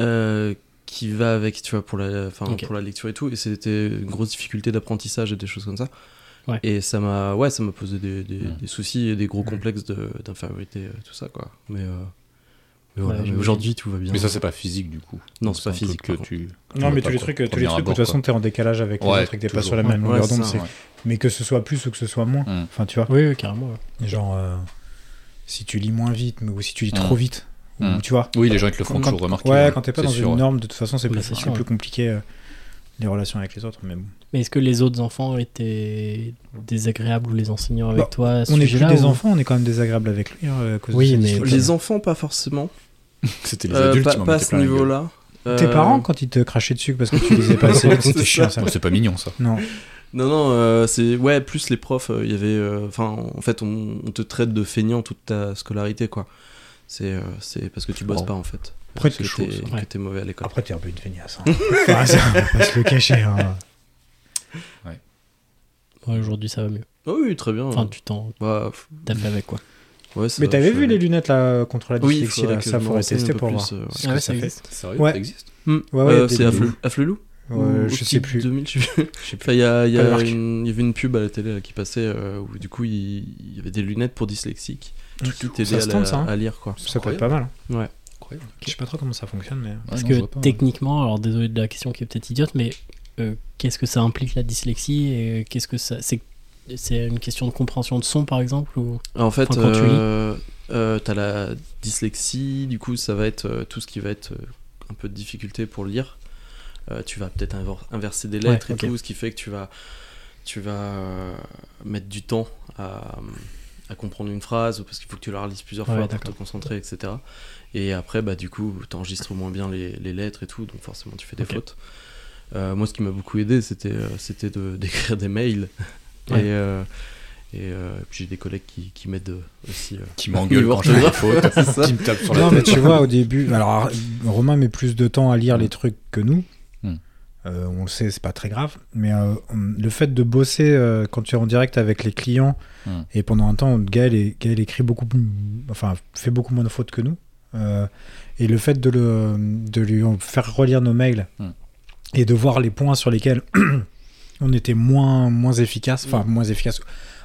Speaker 3: euh, qui va avec, tu vois, pour la, enfin,
Speaker 1: Ok.
Speaker 3: pour la lecture et tout. Et c'était une grosse difficulté d'apprentissage et des choses comme ça.
Speaker 1: Ouais.
Speaker 3: Et ça m'a, ouais, ça m'a posé des, des-
Speaker 4: Ouais.
Speaker 3: des soucis et des gros complexes de- d'infériorité, euh, tout ça, quoi. Mais, euh, mais
Speaker 1: Ouais,
Speaker 3: voilà, mais
Speaker 1: j'imagine.
Speaker 3: aujourd'hui tout va bien.
Speaker 4: mais ça c'est pas physique du coup
Speaker 3: Non, c'est pas
Speaker 4: un truc
Speaker 3: physique,
Speaker 4: que
Speaker 3: par contre.
Speaker 4: tu
Speaker 2: Non, mais tous
Speaker 4: pas
Speaker 2: les
Speaker 4: pour-
Speaker 2: trucs, tous les
Speaker 4: premier
Speaker 2: trucs, de
Speaker 4: abord,
Speaker 2: toute façon,
Speaker 4: quoi.
Speaker 2: t'es en décalage avec les
Speaker 4: Ouais,
Speaker 2: autres et que t'es pas
Speaker 4: toujours.
Speaker 2: sur la même
Speaker 3: Ouais,
Speaker 2: longueur
Speaker 3: c'est
Speaker 2: d'onde.
Speaker 3: ça,
Speaker 2: c'est-
Speaker 4: ouais.
Speaker 2: Mais que ce soit plus ou que ce soit moins.
Speaker 4: Mm.
Speaker 2: Enfin, tu vois.
Speaker 1: Oui, oui, carrément. ouais.
Speaker 2: Genre, euh, si tu lis moins vite, mais- ou si tu lis
Speaker 4: Mm.
Speaker 2: trop vite, ou
Speaker 4: Mm.
Speaker 2: tu vois.
Speaker 4: Oui, les gens ils te le font
Speaker 2: Quand-
Speaker 4: toujours remarquer.
Speaker 3: hein,
Speaker 2: Ouais, quand t'es pas
Speaker 4: c'est
Speaker 2: dans
Speaker 4: sûr,
Speaker 2: une
Speaker 4: ouais.
Speaker 2: norme, de toute façon, c'est
Speaker 1: Bah,
Speaker 2: plus,
Speaker 1: c'est
Speaker 2: c'est
Speaker 1: sûr,
Speaker 2: plus
Speaker 1: ouais.
Speaker 2: compliqué euh, les relations avec les autres. Mais bon.
Speaker 1: Mais est-ce que les autres enfants étaient désagréables ou les enseignants avec
Speaker 2: Bah,
Speaker 1: toi à ce
Speaker 2: On est plus
Speaker 1: sujet-là
Speaker 2: des
Speaker 1: ou-
Speaker 2: enfants, on est quand même désagréable avec lui. hein, à cause de
Speaker 1: Oui,
Speaker 2: ses
Speaker 1: mais-
Speaker 2: difficultés.
Speaker 3: Les enfants, pas forcément.
Speaker 4: C'était les
Speaker 3: Euh,
Speaker 4: adultes
Speaker 3: pas
Speaker 4: qui m'en
Speaker 3: pas à
Speaker 4: mettaient
Speaker 3: ce
Speaker 4: plein la gueule.
Speaker 3: niveau-là.
Speaker 2: Tes
Speaker 3: Euh,
Speaker 2: parents, quand ils te crachaient dessus parce que tu lisais pas assez,
Speaker 3: Ouais,
Speaker 2: c'était
Speaker 3: c'est
Speaker 2: chiant ça.
Speaker 4: Ouais, C'est pas mignon ça.
Speaker 2: Non,
Speaker 3: Non, non, euh, c'est. Ouais, plus les profs, euh, il y avait. euh, Enfin, en fait, on, on te traite de feignant toute ta scolarité, quoi. C'est euh, c'est parce que tu bosses
Speaker 4: Oh.
Speaker 3: pas, en fait.
Speaker 2: Après,
Speaker 3: Parce que
Speaker 2: t'es chaud,
Speaker 3: t'es-
Speaker 2: ça.
Speaker 3: que
Speaker 1: Ouais.
Speaker 3: t'es mauvais à l'école.
Speaker 2: après t'es un peu une feignasse. hein. Enfin, ça, on va pas se le cacher. hein.
Speaker 1: Ouais, Aujourd'hui, ça va mieux.
Speaker 2: Ah.
Speaker 3: Oh oui, très bien.
Speaker 1: Enfin, tu t'en
Speaker 3: Bah, f-
Speaker 1: t'as fait avec quoi.
Speaker 3: ouais, ça
Speaker 2: Mais
Speaker 3: va,
Speaker 2: t'avais
Speaker 3: je-
Speaker 2: vu les lunettes là contre la
Speaker 3: Oui,
Speaker 2: dyslexie
Speaker 3: faudrait
Speaker 2: là,
Speaker 3: que
Speaker 2: ça
Speaker 3: je me
Speaker 2: faudrait
Speaker 3: renseigne un
Speaker 2: tester
Speaker 3: peu
Speaker 2: pour
Speaker 3: plus,
Speaker 2: voir.
Speaker 3: euh, ouais.
Speaker 2: Ce que Ah ça fait.
Speaker 4: Sérieux,
Speaker 2: Ouais.
Speaker 4: ça existe
Speaker 3: Hmm.
Speaker 2: Ouais, ouais,
Speaker 3: Euh,
Speaker 2: des-
Speaker 3: c'est
Speaker 2: des-
Speaker 3: Affle- Afflelou
Speaker 2: Ouais,
Speaker 3: Ou
Speaker 2: je
Speaker 3: Petit
Speaker 2: sais plus.
Speaker 3: 2000, je sais plus. Enfin, il y, a- il y
Speaker 2: Pas de
Speaker 3: a
Speaker 2: marque.
Speaker 3: une- il y avait une pub à la télé là, qui passait euh, où du coup il il y avait des lunettes pour dyslexiques qui
Speaker 2: Mmh. Ça
Speaker 3: t'aidaient
Speaker 2: se
Speaker 3: à,
Speaker 2: tente,
Speaker 3: la-
Speaker 2: ça, hein.
Speaker 3: à lire quoi.
Speaker 2: Ça peut être pas mal. hein.
Speaker 4: Incroyable.
Speaker 2: Je sais pas trop comment ça fonctionne, mais.
Speaker 1: Parce
Speaker 4: Ouais, non,
Speaker 1: que
Speaker 4: je vois pas, hein. ouais.
Speaker 1: techniquement, alors désolé de la question qui est peut-être idiote, mais euh, qu'est-ce que ça implique la dyslexie et qu'est-ce que ça c'est c'est une question de compréhension de son par exemple ou
Speaker 3: En fait,
Speaker 1: Enfin, quand tu
Speaker 3: euh, euh, t'as la dyslexie, du coup, ça va être euh, tout ce qui va être euh, un peu de difficulté pour lire. Euh, tu vas peut-être invor- inverser des
Speaker 1: Ouais,
Speaker 3: lettres
Speaker 1: ok.
Speaker 3: et tout, ce qui fait que tu vas, tu vas euh, mettre du temps à, à comprendre une phrase, ou parce qu'il faut que tu la relises plusieurs
Speaker 1: Ouais,
Speaker 3: fois pour te
Speaker 1: d'accord.
Speaker 3: concentrer, etc. Et après, bah, du coup, t'enregistres moins bien les, les lettres et tout, donc forcément, tu fais des
Speaker 1: Ok.
Speaker 3: fautes. Euh, moi, ce qui m'a beaucoup aidé, c'était euh, c'était de- d'écrire des mails.
Speaker 1: Ouais.
Speaker 3: Et, euh, et euh, puis j'ai des collègues qui, qui m'aident euh, aussi. euh.
Speaker 4: Qui m'engueule
Speaker 3: Niveau
Speaker 4: quand je fais des
Speaker 3: orthographe.
Speaker 4: fautes,
Speaker 3: C'est ça.
Speaker 4: qui me tape sur la
Speaker 2: Non, mais
Speaker 4: tête.
Speaker 2: tu vois, au début, alors Romain met plus de temps à lire les trucs que nous.
Speaker 4: Mm.
Speaker 2: Euh, on le sait, c'est pas très grave. Mais euh, on- le fait de bosser euh, quand tu es en direct avec les clients
Speaker 4: Mm.
Speaker 2: et pendant un temps, Gaël, est- Gaël écrit beaucoup, plus- enfin fait beaucoup moins de fautes que nous. Euh, et le fait de, le, de lui en faire relire nos mails
Speaker 4: Mm.
Speaker 3: Mm.
Speaker 2: et de voir les points sur lesquels on était moins moins efficace, enfin moins efficace.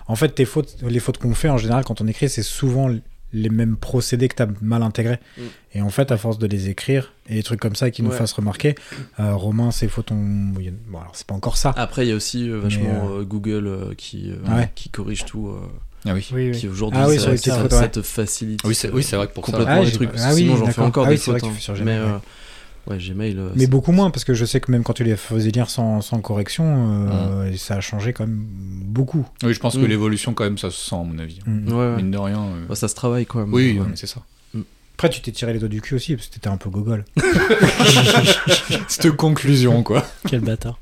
Speaker 2: En fait, tes fautes, les fautes qu'on fait en général quand on écrit, c'est souvent les mêmes procédés que tu as mal intégrés.
Speaker 3: Mm.
Speaker 2: Et en fait, à force de les écrire et des trucs comme ça qui nous
Speaker 3: Ouais.
Speaker 2: fassent remarquer, euh, Romain, ces fautes ont. il y a- Bon, alors c'est pas encore ça.
Speaker 3: Après, il y a aussi euh, vachement
Speaker 2: Mais,
Speaker 3: euh, Google euh, qui, euh,
Speaker 2: Ouais.
Speaker 3: qui corrige tout. euh,
Speaker 4: Ah oui.
Speaker 1: Oui, oui.
Speaker 3: qui aujourd'hui,
Speaker 2: Ah oui,
Speaker 3: c'est
Speaker 2: sur
Speaker 3: vrai
Speaker 2: les
Speaker 3: que ça,
Speaker 2: petites photos,
Speaker 3: ça
Speaker 2: ouais.
Speaker 3: te facilite
Speaker 4: Oui, c'est- oui, c'est vrai que pour ça-
Speaker 3: complètement
Speaker 2: Ah,
Speaker 3: les
Speaker 2: j'ai-
Speaker 3: trucs. parce que
Speaker 2: ah oui,
Speaker 3: sinon, j'en fais
Speaker 2: d'accord.
Speaker 3: encore
Speaker 2: Ah
Speaker 3: des
Speaker 2: oui, c'est vrai
Speaker 3: fautes.
Speaker 2: que tu
Speaker 3: hein.
Speaker 2: fais sur Gmail,
Speaker 3: Mais euh, ouais, Gmail. euh,
Speaker 2: Mais
Speaker 3: c'est-
Speaker 2: beaucoup moins, parce que je sais que même quand tu les faisais lire sans, sans correction, euh, ça a changé quand même beaucoup.
Speaker 4: Oui, je pense
Speaker 3: Mm.
Speaker 4: que l'évolution, quand même, ça se sent, à mon avis.
Speaker 2: Mm.
Speaker 3: Ouais, ouais.
Speaker 4: Mine de rien. euh,
Speaker 3: Bah, ça se travaille quand même.
Speaker 4: Oui, mais c'est ça.
Speaker 2: Après, tu t'es tiré les doigts du cul aussi, parce que t'étais un peu gogol.
Speaker 4: Cette conclusion, quoi.
Speaker 1: Quel bâtard.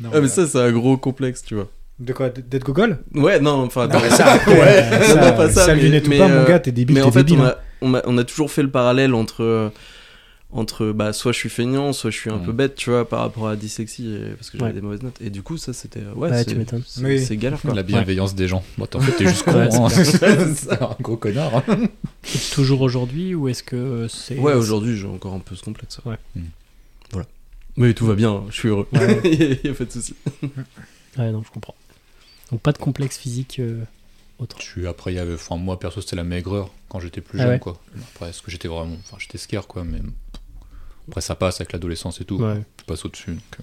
Speaker 2: Non,
Speaker 3: Ah, mais ça, c'est un gros complexe, tu vois.
Speaker 2: De quoi d- D'être gogol
Speaker 3: Ah, bah, Ouais, non, enfin, dans-
Speaker 2: ouais,
Speaker 3: non,
Speaker 2: ça,
Speaker 3: non, pas euh, ça,
Speaker 2: sale
Speaker 3: mais-
Speaker 2: lunette
Speaker 3: mais,
Speaker 2: ou pas,
Speaker 3: euh,
Speaker 2: mon gars, t'es débile,
Speaker 3: mais
Speaker 2: t'es
Speaker 3: en fait,
Speaker 2: débile.
Speaker 3: on,
Speaker 2: hein.
Speaker 3: a, on, a, on a toujours fait le parallèle entre, euh, entre bah, soit je suis feignant, soit je suis un
Speaker 4: Mm.
Speaker 3: peu bête, tu vois, par rapport à la dyslexie, et- parce que j'avais
Speaker 1: Ouais.
Speaker 3: des mauvaises notes. Et du coup, ça, c'était. euh, Ouais,
Speaker 1: Ouais,
Speaker 3: c'est-
Speaker 1: tu m'étonnes.
Speaker 3: c'est-
Speaker 2: Oui.
Speaker 3: C'est galère, quoi.
Speaker 4: La bienveillance des gens. Bon, t'en fait, t'es juste con.
Speaker 1: Ouais,
Speaker 4: hein.
Speaker 1: c'est
Speaker 4: C'est un gros connard. hein.
Speaker 1: Toujours aujourd'hui ou est-ce que euh, c'est.
Speaker 3: Ouais, aujourd'hui, j'ai encore un peu ce complexe.
Speaker 1: Ouais.
Speaker 4: Mm.
Speaker 3: Voilà. Mais tout va bien, hein, je suis heureux.
Speaker 1: Ouais.
Speaker 3: Il n'y a pas de souci.
Speaker 1: Ouais, non, je comprends. Donc pas de complexe physique euh, autre.
Speaker 4: Tu, après, il y avait, enfin, moi perso, c'était la maigreur quand j'étais plus
Speaker 1: Ah
Speaker 4: jeune,
Speaker 1: ouais.
Speaker 4: quoi. Après, est-ce que j'étais vraiment, enfin, j'étais scare, quoi, mais après, ça passe avec l'adolescence et tout.
Speaker 1: Ouais.
Speaker 4: Tu passes au-dessus. donc, euh.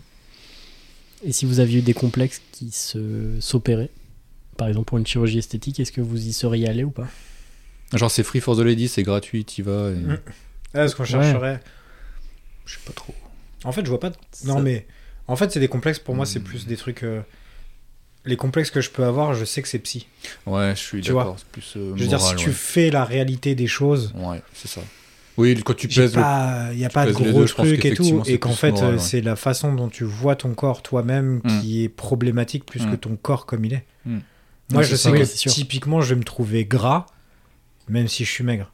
Speaker 1: Et si vous aviez eu des complexes qui se s'opéraient, par exemple pour une chirurgie esthétique, est-ce que vous y seriez allé ou pas
Speaker 4: euh. Genre, c'est Free for the Lady, c'est gratuit, t'y vas. et-
Speaker 2: Mm. Ah, ce qu'on chercherait.
Speaker 4: Je sais pas trop.
Speaker 2: En fait, je vois pas. de- Non,
Speaker 3: Ça-
Speaker 2: mais en fait, c'est des complexes. Pour moi, c'est
Speaker 4: Hmm.
Speaker 2: plus des trucs. euh, Les complexes que je peux avoir, je sais que c'est psy.
Speaker 4: Ouais, je suis
Speaker 2: Tu vois.
Speaker 4: d'accord. C'est plus. euh,
Speaker 2: Je veux dire, si
Speaker 4: moral,
Speaker 2: tu
Speaker 4: ouais.
Speaker 2: fais la réalité des choses,
Speaker 4: Ouais, c'est ça. Oui, quand tu
Speaker 2: il
Speaker 4: pèses. le-
Speaker 2: n'y a pas de
Speaker 4: pèses les
Speaker 2: gros
Speaker 4: deux, je pense
Speaker 2: trucs et tout.
Speaker 4: qu'effectivement, c'est
Speaker 2: Et qu'en
Speaker 4: plus
Speaker 2: fait,
Speaker 4: moral,
Speaker 2: euh,
Speaker 4: ouais.
Speaker 2: c'est la façon dont tu vois ton corps toi-même qui est problématique plus
Speaker 4: Mm.
Speaker 2: que ton corps comme il est.
Speaker 4: Mm.
Speaker 2: Moi,
Speaker 4: Ouais,
Speaker 2: je
Speaker 4: c'est
Speaker 2: sais
Speaker 4: ça,
Speaker 2: que
Speaker 1: oui, c'est sûr.
Speaker 2: typiquement, je vais me trouver gras, même si je suis maigre.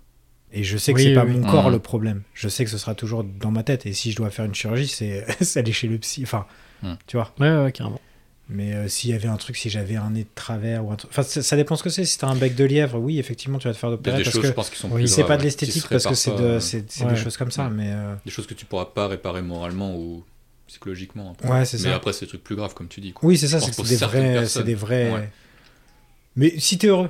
Speaker 2: Et je sais que
Speaker 1: Oui,
Speaker 2: c'est pas
Speaker 1: oui.
Speaker 2: mon corps
Speaker 4: Mm.
Speaker 2: le problème. Je sais que ce sera toujours dans ma tête. Et si je dois faire une chirurgie, c'est c'est aller chez le psy. Enfin,
Speaker 4: Mm.
Speaker 2: tu vois.
Speaker 1: Ouais, ouais, ouais, carrément.
Speaker 2: Mais euh, s'il y avait un truc, si j'avais un nez de travers ou un truc. Enfin, ça, ça dépend ce que c'est. Si t'as un bec de lièvre, oui, effectivement, tu vas te faire
Speaker 4: Il y a
Speaker 2: opérer
Speaker 4: des
Speaker 2: parce
Speaker 4: choses,
Speaker 2: que
Speaker 4: je pense, qui sont
Speaker 1: oui,
Speaker 4: plus. euh,
Speaker 2: c'est
Speaker 4: graves,
Speaker 2: pas de
Speaker 4: ouais, qui se
Speaker 2: l'esthétique parce que
Speaker 4: réparent
Speaker 2: c'est
Speaker 4: pas,
Speaker 2: de,
Speaker 4: euh,
Speaker 2: c'est, c'est
Speaker 1: Ouais.
Speaker 2: des choses comme ça. Mais euh,
Speaker 4: Des choses que tu pourras pas réparer moralement ou psychologiquement. un peu.
Speaker 2: ouais, c'est
Speaker 4: Mais
Speaker 2: ça.
Speaker 4: après, c'est des trucs plus graves, comme tu dis. quoi.
Speaker 2: Oui, c'est ça.
Speaker 4: je
Speaker 2: C'est,
Speaker 4: pense pour
Speaker 2: des
Speaker 4: certaines
Speaker 2: vrais, c'est
Speaker 4: personnes,
Speaker 2: des vrais.
Speaker 4: ouais.
Speaker 2: Mais si t'es heureux,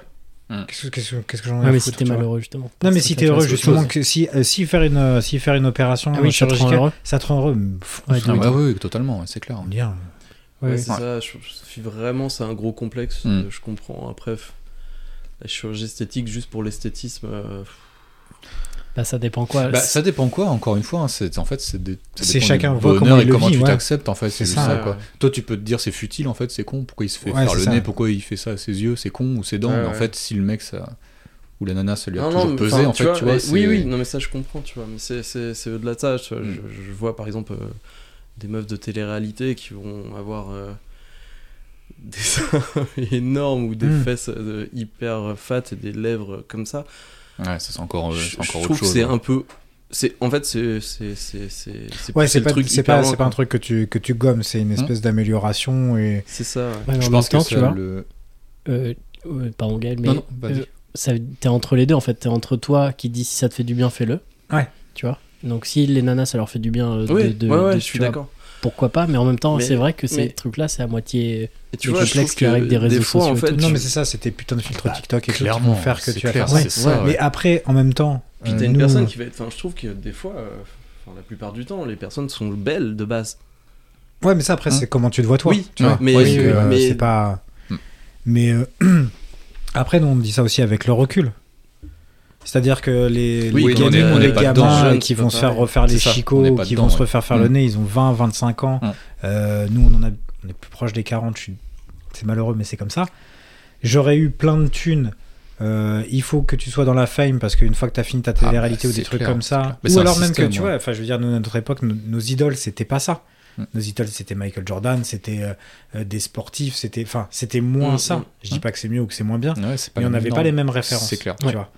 Speaker 4: Hmm.
Speaker 2: qu'est-ce, que- qu'est-ce que- qu'est-ce que j'en ai
Speaker 1: Ouais,
Speaker 2: à
Speaker 1: mais si
Speaker 2: foutre,
Speaker 1: t'es
Speaker 2: tu vois.
Speaker 1: malheureux, justement.
Speaker 2: Non, mais
Speaker 1: Ça
Speaker 2: si
Speaker 1: te
Speaker 2: t'es
Speaker 1: fait
Speaker 2: heureux,
Speaker 1: autre chose.
Speaker 2: justement, que si, euh, si faire une, euh, si faire une opération euh,
Speaker 1: Ah oui, ça te rend
Speaker 2: chirurgicale,
Speaker 1: heureux.
Speaker 2: ça te rend heureux. mais faut-
Speaker 1: Ouais,
Speaker 2: faut
Speaker 4: Ah
Speaker 1: de-
Speaker 4: bah oui, oui, totalement, ouais, c'est clair.
Speaker 2: le dire.
Speaker 1: Ouais,
Speaker 3: Ouais,
Speaker 1: ouais.
Speaker 3: c'est ça. Je, je suis vraiment, c'est un gros complexe.
Speaker 4: Mm.
Speaker 3: euh, Je comprends. Après, f- la chirurgie esthétique, juste pour l'esthétisme. euh, pff,
Speaker 1: Bah, ça dépend quoi.
Speaker 4: Bah, ça dépend quoi, encore une fois. hein, c'est en fait, c'est des. ça
Speaker 2: C'est
Speaker 4: dépend du
Speaker 2: chacun voit
Speaker 4: bonheur
Speaker 2: comment il
Speaker 4: et
Speaker 2: le
Speaker 4: comment
Speaker 2: vit,
Speaker 4: tu
Speaker 2: ouais.
Speaker 4: t'acceptes. En fait, c'est
Speaker 2: C'est
Speaker 4: juste
Speaker 2: ça.
Speaker 4: ça.
Speaker 3: Ouais,
Speaker 4: Ah, quoi.
Speaker 3: ouais.
Speaker 4: Toi, tu peux te dire c'est futile. En fait, c'est con. Pourquoi il se fait
Speaker 2: Ouais,
Speaker 4: faire
Speaker 2: c'est
Speaker 4: le
Speaker 2: ça.
Speaker 4: nez Pourquoi il fait ça à ses yeux C'est con ou ses dents.
Speaker 3: Ouais,
Speaker 4: mais en
Speaker 3: ouais.
Speaker 4: fait, si le mec ça ou la nana, ça lui a
Speaker 3: non, non,
Speaker 4: toujours
Speaker 3: mais,
Speaker 4: pesé.
Speaker 3: enfin,
Speaker 4: En fait, tu vois.
Speaker 3: mais-
Speaker 4: c'est-
Speaker 3: oui, oui. Non, mais ça, je comprends. Tu vois, mais c'est, c'est, c'est au-delà de ça. tu vois,
Speaker 4: Mm.
Speaker 3: je, je vois par exemple euh, des meufs de télé-réalité qui vont avoir euh, des seins énormes ou des
Speaker 2: Mm.
Speaker 3: fesses euh, hyper fat et des lèvres comme ça.
Speaker 4: Ouais, ça c'est encore, euh,
Speaker 3: je,
Speaker 4: c'est encore
Speaker 3: je
Speaker 4: autre
Speaker 3: trouve que
Speaker 4: chose.
Speaker 3: c'est
Speaker 4: ouais.
Speaker 3: un peu. C'est, en fait, c'est, c'est, c'est, c'est, c'est,
Speaker 2: Ouais, c'est
Speaker 3: le
Speaker 2: pas,
Speaker 3: truc
Speaker 2: c'est
Speaker 3: hyper
Speaker 2: pas,
Speaker 3: loin,
Speaker 2: c'est pas un
Speaker 3: quoi.
Speaker 2: truc que tu, que tu gommes. C'est
Speaker 4: Hein
Speaker 2: une espèce d'amélioration et.
Speaker 3: C'est ça. ouais.
Speaker 1: Ouais, mais
Speaker 4: Je
Speaker 1: en
Speaker 4: pense
Speaker 1: même temps,
Speaker 4: que
Speaker 1: tu
Speaker 4: ça,
Speaker 1: vois.
Speaker 4: le.
Speaker 1: euh, euh, pardon, Gaël, mais
Speaker 4: Non, non, vas-y.
Speaker 1: euh, ça- t'es entre les deux en fait. T'es entre toi qui dit si ça te fait du bien, fais-le.
Speaker 2: Ouais.
Speaker 1: Tu vois Donc si les nanas ça leur fait du bien, euh, de,
Speaker 3: Oui,
Speaker 1: de-
Speaker 3: ouais, ouais,
Speaker 1: de-
Speaker 3: je
Speaker 1: tu
Speaker 3: suis
Speaker 1: vois,
Speaker 3: d'accord.
Speaker 1: pourquoi pas Mais en même temps,
Speaker 3: Mais-
Speaker 1: c'est vrai que ces
Speaker 3: mais-
Speaker 1: trucs-là, c'est à moitié.
Speaker 3: Et tu
Speaker 1: Les
Speaker 3: vois, je trouve
Speaker 1: complexes qui
Speaker 3: que
Speaker 1: arrivent des réseaux
Speaker 3: fois,
Speaker 1: sociaux
Speaker 3: en
Speaker 1: et
Speaker 3: fait,
Speaker 1: tout.
Speaker 3: tu-
Speaker 2: Non, mais c'est ça. C'était putain de filtre TikTok et tout qui vont
Speaker 4: Bah, Clairement,
Speaker 2: faire que
Speaker 4: c'est
Speaker 2: tu vas
Speaker 4: clair,
Speaker 2: faire ça.
Speaker 4: c'est ça,
Speaker 2: Mais
Speaker 4: ouais.
Speaker 2: après, en même temps.
Speaker 3: Puis
Speaker 2: euh,
Speaker 3: t'as une
Speaker 2: nous,
Speaker 3: personne qui va être. Enfin, je trouve que des fois, euh, enfin, la plupart du temps, les personnes sont belles de base.
Speaker 2: Ouais, mais ça après,
Speaker 4: Hein
Speaker 2: c'est comment tu te vois toi.
Speaker 3: Oui,
Speaker 2: tu
Speaker 4: ouais,
Speaker 2: vois.
Speaker 3: mais-
Speaker 2: Parce
Speaker 3: oui,
Speaker 2: que,
Speaker 3: oui,
Speaker 2: euh,
Speaker 3: mais-
Speaker 2: c'est pas.
Speaker 4: Hmm.
Speaker 2: Mais euh, après, nous, on me dit ça aussi avec le recul. C'est-à-dire que les,
Speaker 4: Oui,
Speaker 2: les
Speaker 4: on est-
Speaker 2: gamins,
Speaker 4: on
Speaker 2: les
Speaker 4: est pas
Speaker 2: gamins
Speaker 4: dedans,
Speaker 3: jeune,
Speaker 2: qui
Speaker 3: c'est
Speaker 2: vont
Speaker 3: pas
Speaker 2: se faire
Speaker 3: pareil.
Speaker 2: refaire les
Speaker 4: C'est ça, on est
Speaker 2: chicots,
Speaker 4: pas
Speaker 2: qui
Speaker 4: dedans,
Speaker 2: vont se
Speaker 4: ouais.
Speaker 2: refaire faire le
Speaker 4: Hmm.
Speaker 2: nez, ils ont 20, 25 ans.
Speaker 4: Hmm.
Speaker 2: Euh, nous, on, en a, on est plus proche des 40. je suis- C'est malheureux, mais c'est comme ça. J'aurais eu plein de thunes. euh, il faut que tu sois dans la fame parce qu'une fois que t'as fini ta télé-réalité
Speaker 4: bah,
Speaker 2: ou des
Speaker 4: c'est
Speaker 2: trucs
Speaker 4: clair,
Speaker 2: comme
Speaker 4: c'est
Speaker 2: ça,
Speaker 4: clair. Mais
Speaker 2: ou
Speaker 4: c'est un
Speaker 2: alors même que
Speaker 4: système,
Speaker 2: tu
Speaker 4: ouais.
Speaker 2: vois, enfin je veux dire, nous, à notre époque, nos, nos idoles c'était pas ça.
Speaker 4: Mm.
Speaker 2: Nos idoles c'était Michael Jordan, c'était euh, euh, des sportifs, c'était enfin c'était moins
Speaker 3: Mm,
Speaker 2: ça.
Speaker 3: mm.
Speaker 2: Je dis pas que c'est mieux ou que c'est moins bien,
Speaker 4: Ouais, c'est pas
Speaker 2: mais on
Speaker 4: le-
Speaker 2: n'avait
Speaker 4: Mm. non.
Speaker 2: pas les mêmes références.
Speaker 4: C'est clair.
Speaker 2: tu vois.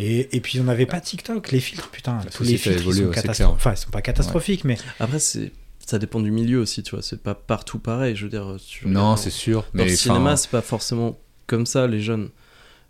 Speaker 2: Et, et puis on n'avait pas TikTok, les filtres, putain,
Speaker 4: La
Speaker 2: tous les
Speaker 4: société
Speaker 2: filtres
Speaker 4: a évolué,
Speaker 2: ils sont
Speaker 4: ouais, c'est
Speaker 2: catastro-
Speaker 4: clair.
Speaker 2: enfin ils sont pas catastrophiques, mais
Speaker 3: Après, c'est ça dépend du milieu aussi, tu vois. C'est pas partout pareil, je veux dire. tu
Speaker 4: Non,
Speaker 3: regardes
Speaker 4: c'est sûr.
Speaker 3: dans, dans
Speaker 4: Mais
Speaker 3: le cinéma,
Speaker 4: enfin,
Speaker 3: c'est pas forcément comme ça, les jeunes.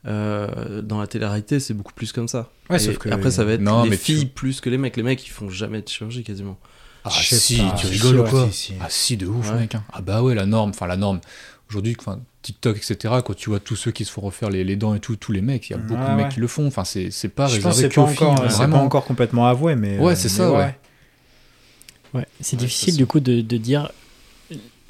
Speaker 3: Euh, dans la télé-réalité, c'est beaucoup plus comme ça.
Speaker 2: ouais,
Speaker 3: Et
Speaker 2: sauf que
Speaker 3: Après, ça va être
Speaker 4: Non,
Speaker 3: les
Speaker 4: mais tu-
Speaker 3: filles plus que les mecs. Les mecs, ils font jamais de chirurgie quasiment.
Speaker 4: Ah
Speaker 2: Je sais
Speaker 4: si,
Speaker 2: pas,
Speaker 4: tu
Speaker 2: si,
Speaker 4: rigoles ou
Speaker 2: ouais,
Speaker 4: quoi
Speaker 2: si, si.
Speaker 4: Ah si, de ouf,
Speaker 3: Ouais.
Speaker 4: mec. hein. Ah bah ouais, la norme. Enfin, la norme. Aujourd'hui, enfin, TikTok, etc., quand tu vois tous ceux qui se font refaire les, les dents et tout, tous les mecs, il y a beaucoup
Speaker 2: Ouais,
Speaker 4: de mecs
Speaker 2: ouais.
Speaker 4: qui le font. Enfin, c'est c'est pas
Speaker 2: Je pense que
Speaker 4: réservé
Speaker 2: c'est
Speaker 4: qu'aux
Speaker 2: pas,
Speaker 4: filles,
Speaker 2: encore- c'est pas
Speaker 4: vraiment.
Speaker 2: encore complètement avoué, mais.
Speaker 4: Ouais,
Speaker 2: euh,
Speaker 4: c'est
Speaker 2: mais
Speaker 4: ça, ouais.
Speaker 1: Ouais, c'est
Speaker 4: Ouais,
Speaker 1: difficile
Speaker 4: ça,
Speaker 1: du coup de, de dire.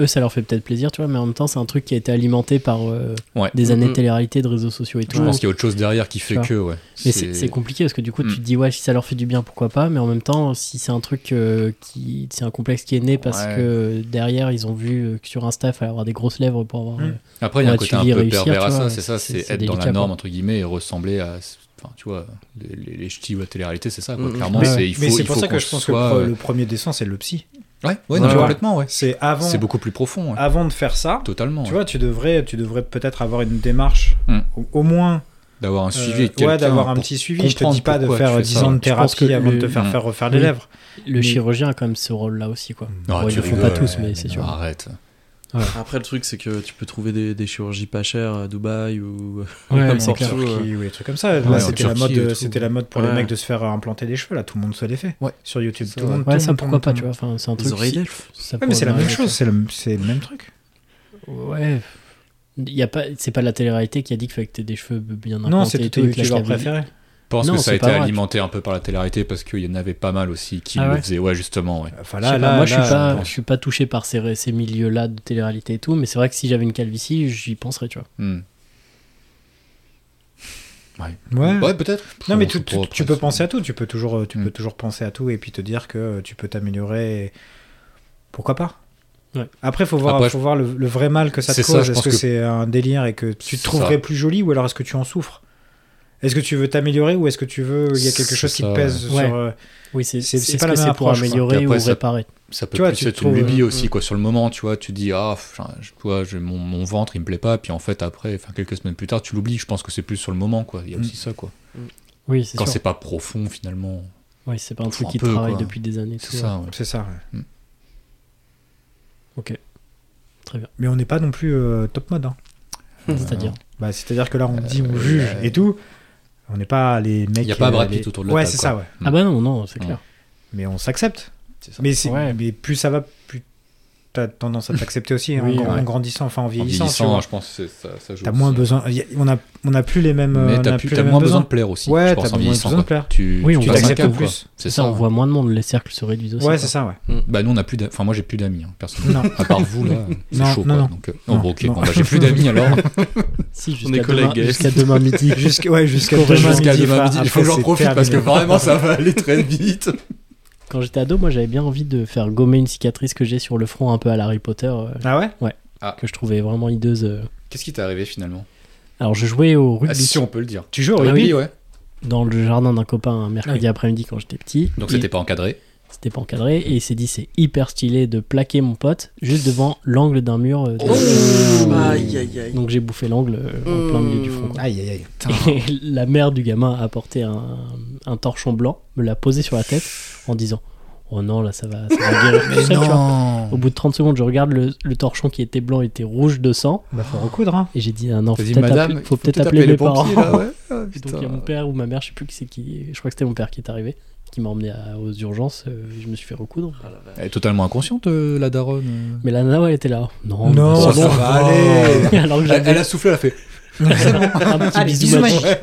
Speaker 1: Eux, ça leur fait peut-être plaisir, tu vois, mais en même temps, c'est un truc qui a été alimenté par euh,
Speaker 4: Ouais.
Speaker 1: des années de
Speaker 3: Mhm.
Speaker 1: télé-réalité, de réseaux sociaux et
Speaker 4: Je
Speaker 1: tout.
Speaker 4: pense qu'il y a autre chose derrière qui
Speaker 1: Tu
Speaker 4: fait
Speaker 1: vois.
Speaker 4: que, ouais.
Speaker 1: Mais c'est c'est compliqué parce que du coup, tu
Speaker 4: Mm.
Speaker 1: te dis, ouais, si ça leur fait du bien, pourquoi pas, mais en même temps, si c'est un truc euh, qui. C'est un complexe qui est né parce
Speaker 4: Ouais.
Speaker 1: que derrière, ils ont vu euh, que sur Insta, il fallait avoir des grosses lèvres pour avoir.
Speaker 2: Mm.
Speaker 1: euh,
Speaker 4: Après, il y a
Speaker 1: Ouais,
Speaker 4: un côté un
Speaker 1: suivre,
Speaker 4: peu
Speaker 1: réussir,
Speaker 4: pervers à
Speaker 1: tu vois,
Speaker 4: ça, c'est ça,
Speaker 1: c'est-
Speaker 4: c'est
Speaker 1: c'est
Speaker 4: être dans
Speaker 1: délicat,
Speaker 4: la norme,
Speaker 1: quoi.
Speaker 4: entre guillemets, et ressembler à. Enfin, tu vois, les, les, les ch'tis ou la télé-réalité, c'est ça, quoi.
Speaker 3: Mm.
Speaker 4: Clairement,
Speaker 2: Mais-
Speaker 4: c'est il faut.
Speaker 2: mais c'est
Speaker 4: il
Speaker 2: pour
Speaker 4: faut
Speaker 2: ça que
Speaker 4: qu'on
Speaker 2: je pense
Speaker 4: soit,
Speaker 2: que le,
Speaker 4: euh,
Speaker 2: le premier dessin, c'est le psy.
Speaker 4: Ouais, ouais, non,
Speaker 2: Tu vois.
Speaker 4: complètement, ouais.
Speaker 2: C'est avant,
Speaker 4: C'est beaucoup plus profond, ouais.
Speaker 2: avant de faire ça,
Speaker 4: Totalement.
Speaker 2: tu
Speaker 4: ouais.
Speaker 2: vois, tu devrais, tu devrais peut-être avoir une démarche,
Speaker 4: Hmm.
Speaker 2: au, au moins,
Speaker 4: D'avoir un
Speaker 2: euh,
Speaker 4: suivi avec
Speaker 2: ouais,
Speaker 4: quelqu'un
Speaker 2: d'avoir un
Speaker 4: pour-
Speaker 2: petit suivi. Je te
Speaker 4: comprendre
Speaker 2: dis pas de
Speaker 4: pourquoi
Speaker 2: faire
Speaker 4: tu fais
Speaker 2: 10
Speaker 4: ça.
Speaker 2: ans de
Speaker 1: Je pense que
Speaker 2: thérapie avant de
Speaker 1: le-
Speaker 2: te faire
Speaker 4: Hmm.
Speaker 2: faire refaire les
Speaker 1: Oui.
Speaker 2: lèvres.
Speaker 1: Le
Speaker 2: Mais-
Speaker 1: chirurgien a quand même ce rôle-là aussi, quoi. Bon,
Speaker 4: Ah, tu
Speaker 1: ils le font
Speaker 4: rigoles. Ah.
Speaker 1: pas tous, mais
Speaker 2: mais
Speaker 1: c'est
Speaker 2: non.
Speaker 1: sûr.
Speaker 4: Arrête.
Speaker 3: Après, le truc, c'est que tu peux trouver des, des chirurgies pas chères à Dubaï ou euh,
Speaker 1: Ouais,
Speaker 3: comme
Speaker 1: c'est
Speaker 3: ça.
Speaker 1: clair.
Speaker 3: surtout, euh,
Speaker 2: Turquie ou des trucs comme ça. Là,
Speaker 4: Ouais, en
Speaker 2: c'était la mode,
Speaker 4: Turquie et
Speaker 2: de-
Speaker 4: tout.
Speaker 2: c'était la mode pour les
Speaker 3: Ouais.
Speaker 2: mecs de se faire implanter des cheveux. Là, tout le monde se les fait.
Speaker 4: Ouais.
Speaker 2: Sur YouTube,
Speaker 3: Ça,
Speaker 2: tout le monde.
Speaker 1: Ouais, ça
Speaker 2: tout le monde, tout
Speaker 1: pourquoi
Speaker 2: le
Speaker 1: pas,
Speaker 2: monde.
Speaker 1: tu vois. Enfin, c'est un
Speaker 3: les
Speaker 1: truc.
Speaker 3: oreilles
Speaker 1: si-
Speaker 3: d'elfe.
Speaker 1: ça
Speaker 2: Ouais, mais
Speaker 1: pourrait
Speaker 2: c'est la même
Speaker 1: m'arriver,
Speaker 2: chose, c'est le, c'est le même truc.
Speaker 1: quoi. Ouais. Il y a pas, c'est pas la télé-réalité qui a dit qu'il fallait que t'aies des cheveux bien implantés.
Speaker 2: Non, c'est tous
Speaker 1: et
Speaker 2: tes
Speaker 1: tout, et que la
Speaker 2: youtubeurs
Speaker 1: fiabilité-
Speaker 2: préférés.
Speaker 4: Je pense
Speaker 1: Non,
Speaker 4: que ça a
Speaker 1: c'est
Speaker 4: été
Speaker 1: pas vrai.
Speaker 4: alimenté un peu par la télé-réalité parce qu'il y en avait pas mal aussi qui
Speaker 1: Ah
Speaker 4: le
Speaker 1: ouais
Speaker 4: faisaient. Ouais, justement, ouais.
Speaker 2: Enfin,
Speaker 1: Je sais
Speaker 2: Ah là,
Speaker 1: pas,
Speaker 2: là,
Speaker 1: moi, je suis
Speaker 2: là,
Speaker 1: pas,
Speaker 2: euh,
Speaker 1: je suis pas touché par ces, ces milieux-là de télé-réalité et tout, mais c'est vrai que si j'avais une calvitie, j'y penserais, tu vois.
Speaker 4: Hmm.
Speaker 2: Ouais.
Speaker 4: Ouais, peut-être.
Speaker 2: Non, mais
Speaker 4: Faut-
Speaker 2: tu,
Speaker 4: faut
Speaker 2: tu-
Speaker 4: pas-
Speaker 2: tu peux penser à tout, tu peux toujours, euh, tu
Speaker 4: Mm.
Speaker 2: peux toujours penser à tout et puis te dire que euh, tu peux t'améliorer. et Pourquoi pas
Speaker 1: Ouais.
Speaker 2: Après, faut voir,
Speaker 4: Après,
Speaker 2: faut voir le, le vrai mal que ça te
Speaker 4: C'est ça,
Speaker 2: cause.
Speaker 4: je
Speaker 2: Est-ce
Speaker 4: pense
Speaker 2: que,
Speaker 4: que-
Speaker 2: c'est un délire et que tu te
Speaker 4: Ça.
Speaker 2: trouverais plus joli ou alors est-ce que tu en souffres Est-ce que tu veux t'améliorer ou est-ce que tu veux il y a quelque
Speaker 4: C'est
Speaker 2: chose qui
Speaker 4: ça,
Speaker 2: te pèse
Speaker 1: ouais.
Speaker 2: sur euh,
Speaker 1: Oui, c'est
Speaker 2: C'est- c'est
Speaker 1: est-ce
Speaker 2: pas la
Speaker 1: que
Speaker 2: même
Speaker 1: c'est pour
Speaker 2: approche, quoi.
Speaker 1: améliorer
Speaker 4: Et
Speaker 1: ou
Speaker 4: après, ça-
Speaker 1: réparer.
Speaker 4: Ça peut
Speaker 2: Tu vois,
Speaker 4: plus
Speaker 2: tu
Speaker 4: être
Speaker 2: trouves- euh,
Speaker 4: une lubie
Speaker 3: Mm,
Speaker 4: aussi,
Speaker 3: mm.
Speaker 4: quoi, sur le moment, tu vois, tu dis, ah, pff, je, tu vois, j'ai mon, mon ventre, il me plaît pas, puis en fait, après, enfin, quelques semaines plus tard, tu l'oublies, je pense que c'est plus sur le moment, quoi, il y a
Speaker 2: Mm.
Speaker 4: aussi ça, quoi.
Speaker 1: Oui, c'est
Speaker 4: Quand
Speaker 1: sûr.
Speaker 4: c'est pas profond, finalement,
Speaker 1: Oui, c'est pas un truc
Speaker 4: un
Speaker 1: qui
Speaker 4: peu,
Speaker 1: travaille
Speaker 4: quoi.
Speaker 1: depuis des années.
Speaker 4: c'est
Speaker 1: tout, ouais.
Speaker 4: ça, ouais.
Speaker 2: C'est ça. ouais.
Speaker 4: Mm.
Speaker 1: Ok. Très bien.
Speaker 2: Mais on n'est pas non plus euh, top mode. hein.
Speaker 1: C'est-à-dire.
Speaker 2: Bah, c'est-à-dire que là, on dit, on
Speaker 4: euh,
Speaker 2: juge
Speaker 4: euh,
Speaker 2: et tout. On n'est pas les mecs.
Speaker 4: Y a pas
Speaker 2: euh,
Speaker 4: Brad
Speaker 2: les-
Speaker 4: Pitt autour de la
Speaker 2: Ouais,
Speaker 4: table,
Speaker 2: c'est
Speaker 4: quoi.
Speaker 2: ça. Ouais.
Speaker 1: Ah bah non, non, c'est
Speaker 4: Mm.
Speaker 1: clair.
Speaker 2: Mais on s'accepte.
Speaker 4: C'est ça.
Speaker 2: Mais, c'est-
Speaker 1: Ouais.
Speaker 2: mais plus ça va, plus t'as tendance à t'accepter aussi en,
Speaker 1: Oui,
Speaker 2: gr- en
Speaker 4: ouais.
Speaker 2: grandissant, enfin en
Speaker 4: En
Speaker 2: vieillissant. tu
Speaker 4: vieillissant, hein,
Speaker 2: vois.
Speaker 4: je pense que c'est- ça, ça joue
Speaker 2: T'as
Speaker 4: aussi.
Speaker 2: moins besoin. y a- on a, on a plus les mêmes. euh,
Speaker 4: Mais
Speaker 2: on
Speaker 4: t'as
Speaker 2: a
Speaker 4: plus-
Speaker 2: plus
Speaker 4: t'as
Speaker 2: les mêmes
Speaker 4: moins besoin
Speaker 2: besoins.
Speaker 4: de plaire aussi,
Speaker 2: Ouais,
Speaker 4: je
Speaker 2: t'as
Speaker 4: pense, en
Speaker 2: moins
Speaker 4: vieillissant,
Speaker 2: besoin de
Speaker 4: quoi.
Speaker 2: plaire.
Speaker 4: Tu
Speaker 1: Oui, on
Speaker 4: tu
Speaker 1: peut
Speaker 4: passes un
Speaker 1: accepter
Speaker 4: cap,
Speaker 2: plus.
Speaker 4: quoi. C'est
Speaker 1: C'est ça,
Speaker 4: ça, hein.
Speaker 1: on
Speaker 4: ouais.
Speaker 1: voit moins de monde, les cercles se réduisent aussi.
Speaker 2: Ouais,
Speaker 1: quoi.
Speaker 2: c'est ça, ouais.
Speaker 4: Bah nous on a plus d'a- enfin moi j'ai plus d'amis hein, personnellement. à part vous là, c'est
Speaker 2: Non,
Speaker 4: chaud
Speaker 2: non,
Speaker 4: quoi.
Speaker 2: non.
Speaker 4: Donc euh,
Speaker 2: Non,
Speaker 4: bon, OK,
Speaker 2: non.
Speaker 4: bon, bah, j'ai plus d'amis alors.
Speaker 1: Si,
Speaker 3: On est
Speaker 1: jusqu'à
Speaker 3: collègues,
Speaker 1: demain,
Speaker 3: guys.
Speaker 1: jusqu'à demain midi.
Speaker 2: Jusqu'- ouais, Jusqu'à
Speaker 1: Jusqu'au
Speaker 2: demain
Speaker 4: Jusqu'à
Speaker 2: midi,
Speaker 4: demain
Speaker 2: enfin,
Speaker 4: midi, il faut
Speaker 2: après,
Speaker 4: que j'en
Speaker 2: c'est
Speaker 4: profite parce que
Speaker 2: terminé.
Speaker 4: vraiment ça va aller très vite.
Speaker 1: Quand j'étais ado, moi j'avais bien envie de faire gommer une cicatrice que j'ai sur le front un peu à la Harry Potter, euh,
Speaker 2: Ah ouais
Speaker 1: que je trouvais vraiment hideuse. euh.
Speaker 4: Qu'est-ce qui t'est arrivé finalement
Speaker 1: Alors je jouais au
Speaker 4: Ah,
Speaker 1: rugby
Speaker 4: Si on peut le dire.
Speaker 2: Tu joues au
Speaker 1: Ah oui.
Speaker 2: rugby
Speaker 4: ouais.
Speaker 1: dans le jardin d'un copain un mercredi après-midi quand j'étais petit.
Speaker 4: Ah Donc
Speaker 1: Il-
Speaker 4: c'était pas encadré.
Speaker 1: c'était pas encadré et il s'est dit c'est hyper stylé de plaquer mon pote juste devant l'angle d'un mur.
Speaker 4: Oh.
Speaker 1: euh, de-
Speaker 3: Aïe, aïe, aïe.
Speaker 1: Donc j'ai bouffé l'angle euh, en plein milieu du front. quoi.
Speaker 2: Aïe, aïe, aïe.
Speaker 3: Mmh.
Speaker 1: Et la mère du gamin a apporté un, un torchon blanc, me l'a posé sur la tête en disant Oh non, là ça va, ça va guérir tout seul, tu vois. Au bout de 30 secondes, je regarde le, le torchon qui était blanc était rouge de sang
Speaker 2: Bah, faut recoudre, hein.
Speaker 1: et j'ai dit ah non, faut
Speaker 4: T'as dit
Speaker 1: peut-être
Speaker 4: madame,
Speaker 1: appeler,
Speaker 4: il
Speaker 1: faut peut-être
Speaker 4: peut-être
Speaker 1: appeler
Speaker 4: les
Speaker 1: mes parents.
Speaker 4: pompiers, là, ouais. Ah,
Speaker 1: Et Donc il y a
Speaker 4: putain.
Speaker 1: mon père ou ma mère, je sais plus qui c'est qui. Je crois que c'était mon père qui est arrivé, qui m'a emmené à- aux urgences. euh, je me suis fait recoudre.
Speaker 3: Ah
Speaker 4: Elle est totalement inconsciente euh, la daronne.
Speaker 1: Mais la nana, ouais, elle était là.
Speaker 4: Oh,
Speaker 1: Non,
Speaker 2: Non,
Speaker 1: bah, bon.
Speaker 2: ça va aller.
Speaker 1: Alors que
Speaker 4: Elle,
Speaker 1: j'avais
Speaker 4: elle a soufflé, elle a fait.
Speaker 1: un petit
Speaker 2: Allez,
Speaker 1: bisou
Speaker 2: bisous
Speaker 1: magique.
Speaker 2: magique.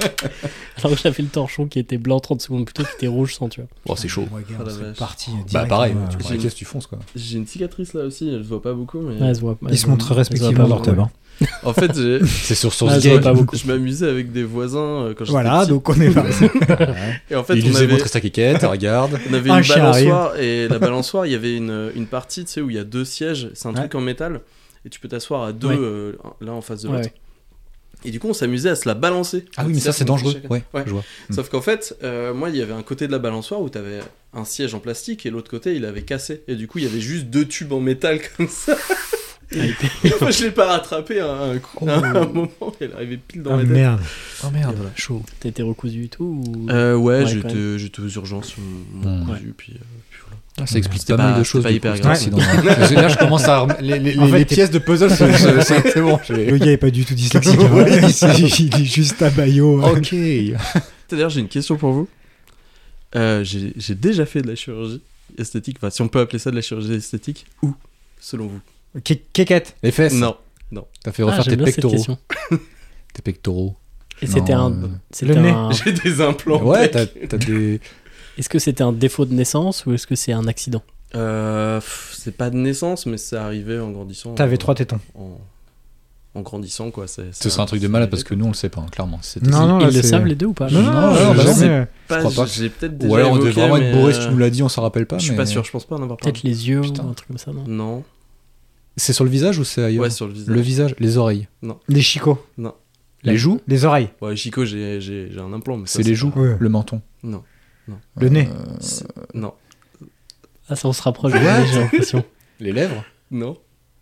Speaker 1: Alors que j'avais le torchon qui était blanc 30 secondes plus tôt, qui était rouge sans, tu vois.
Speaker 4: Oh c'est chaud.
Speaker 2: Ouais, gars,
Speaker 3: Ah,
Speaker 2: on
Speaker 3: la
Speaker 2: serait
Speaker 3: vache.
Speaker 2: parti
Speaker 4: Bah
Speaker 2: direct, hein.
Speaker 4: pareil.
Speaker 2: ouais.
Speaker 4: tu
Speaker 2: Ouais.
Speaker 4: vois, Qu'est-ce que tu fonces quoi
Speaker 3: J'ai une cicatrice là aussi, je vois pas beaucoup, mais.
Speaker 1: Ouais, elle se voit- elle
Speaker 2: Ils
Speaker 1: se
Speaker 2: se
Speaker 1: voit-
Speaker 2: montrent
Speaker 1: elle se voit
Speaker 2: respectivement
Speaker 1: pas
Speaker 2: leur
Speaker 1: beaucoup,
Speaker 2: table. hein.
Speaker 3: En fait, j'ai-
Speaker 4: C'est sur son
Speaker 1: Ah, je vois pas beaucoup.
Speaker 3: je m'amusais avec des voisins euh, quand j'étais
Speaker 2: Voilà,
Speaker 3: petit.
Speaker 2: donc on est parti.
Speaker 3: Et en fait,
Speaker 4: Il
Speaker 3: on
Speaker 4: nous a
Speaker 3: avait,
Speaker 4: montré sa quiquette, regarde.
Speaker 3: on avait
Speaker 2: Un
Speaker 3: une
Speaker 2: chien
Speaker 3: balançoire et la balançoire, il y avait une, une partie, tu sais, où il y a deux sièges. C'est un
Speaker 2: Ouais.
Speaker 3: truc en métal et tu peux t'asseoir à deux,
Speaker 1: Ouais.
Speaker 3: euh, l'un en face de
Speaker 1: Ouais,
Speaker 3: l'autre. Et du coup, on s'amusait à se la balancer.
Speaker 4: Ah oui mais ça c'est
Speaker 3: C'est-à-dire qu'on
Speaker 4: dangereux.
Speaker 3: chacun-
Speaker 4: Ouais.
Speaker 3: Ouais.
Speaker 4: Je vois.
Speaker 3: Sauf qu'en fait, euh, moi, il y avait un côté de la balançoire où t'avais un siège en plastique et l'autre côté, il avait cassé. Et du coup, il y avait juste deux tubes en métal comme ça.
Speaker 1: ouais.
Speaker 3: Et moi, je l'ai pas rattrapé à un, coup- à un moment, elle arrivait pile dans
Speaker 2: Ah,
Speaker 3: la tête.
Speaker 2: merde.
Speaker 4: Oh
Speaker 1: Et voilà.
Speaker 4: chaud.
Speaker 1: T'as été recousu et tout ou-
Speaker 3: Euh, ouais,
Speaker 1: Ouais, quand
Speaker 3: j'étais, j'étais aux urgences, on m'a
Speaker 4: Hmm.
Speaker 3: cousu, puis, euh, puis voilà.
Speaker 4: Ça explique
Speaker 3: C'était
Speaker 4: pas, mal
Speaker 3: pas-
Speaker 4: de choses.
Speaker 3: c'était pas
Speaker 4: du
Speaker 3: hyper
Speaker 4: coup, cet accident. Parce que Là, je commence à. rem- Les, les-
Speaker 2: En
Speaker 4: les-
Speaker 2: fait,
Speaker 4: les
Speaker 2: t'es-
Speaker 4: pièces de puzzle, se- se- se- c'est bon. j'ai-
Speaker 2: Le gars est pas du tout dyslexique. hein. Il s'est- Il est juste à Bayo. hein.
Speaker 4: Ok.
Speaker 3: D'ailleurs, j'ai une question pour vous. Euh, j'ai, j'ai déjà fait de la chirurgie esthétique, enfin, si on peut appeler ça de la chirurgie esthétique, où, selon vous
Speaker 2: Kékette.
Speaker 4: Les fesses.
Speaker 3: Non. Non.
Speaker 4: T'as fait refaire
Speaker 1: Ah, j'aime
Speaker 4: tes
Speaker 1: bien cette
Speaker 4: pectoraux.
Speaker 1: question.
Speaker 4: Tes pectoraux.
Speaker 1: Et
Speaker 4: Non,
Speaker 1: c'était un.
Speaker 4: euh,
Speaker 1: c'était
Speaker 2: le nez.
Speaker 1: un-
Speaker 3: J'ai des implants.
Speaker 4: Ouais, t'as t'as des.
Speaker 1: Est-ce que c'était un défaut de naissance ou est-ce que c'est un accident
Speaker 3: Euh, pff, c'est pas de naissance, mais c'est arrivé en grandissant.
Speaker 2: T'avais
Speaker 3: Euh,
Speaker 2: trois tétons.
Speaker 3: En, en grandissant, quoi. C'est,
Speaker 4: Ce serait un truc de malade parce que nous on le sait pas, hein, clairement. C'est-
Speaker 2: Non,
Speaker 1: Ils-
Speaker 2: non, là,
Speaker 1: Ils le
Speaker 2: Ah, c'est-
Speaker 1: savent les deux ou pas
Speaker 4: Non, non, non,
Speaker 2: je-
Speaker 4: bah non,
Speaker 2: jamais,
Speaker 4: c'est-
Speaker 2: euh,
Speaker 3: Pas,
Speaker 4: je crois pas.
Speaker 3: J'ai peut-être déjà
Speaker 4: Ou alors on devait
Speaker 3: évoqué,
Speaker 4: vraiment
Speaker 3: mais,
Speaker 4: être bourré si tu
Speaker 3: euh,
Speaker 4: nous l'as dit, on s'en rappelle pas.
Speaker 3: Je suis
Speaker 4: mais-
Speaker 3: pas sûr, je pense pas en avoir parlé.
Speaker 1: Peut-être les yeux
Speaker 4: Putain.
Speaker 1: ou un truc comme ça, non
Speaker 3: Non.
Speaker 4: C'est sur le visage ou c'est ailleurs
Speaker 3: Ouais, sur le visage.
Speaker 4: Le visage, les oreilles.
Speaker 2: Les chicots.
Speaker 4: Les joues
Speaker 2: Les oreilles.
Speaker 3: Ouais, Chico, j'ai, j'ai, j'ai un implant. mais ça,
Speaker 4: C'est les joues,
Speaker 2: Ouais.
Speaker 4: le menton.
Speaker 2: Le nez.
Speaker 3: Non.
Speaker 1: Ah, ça, on se rapproche de la neige, j'ai l'impression.
Speaker 4: Les lèvres
Speaker 3: Non.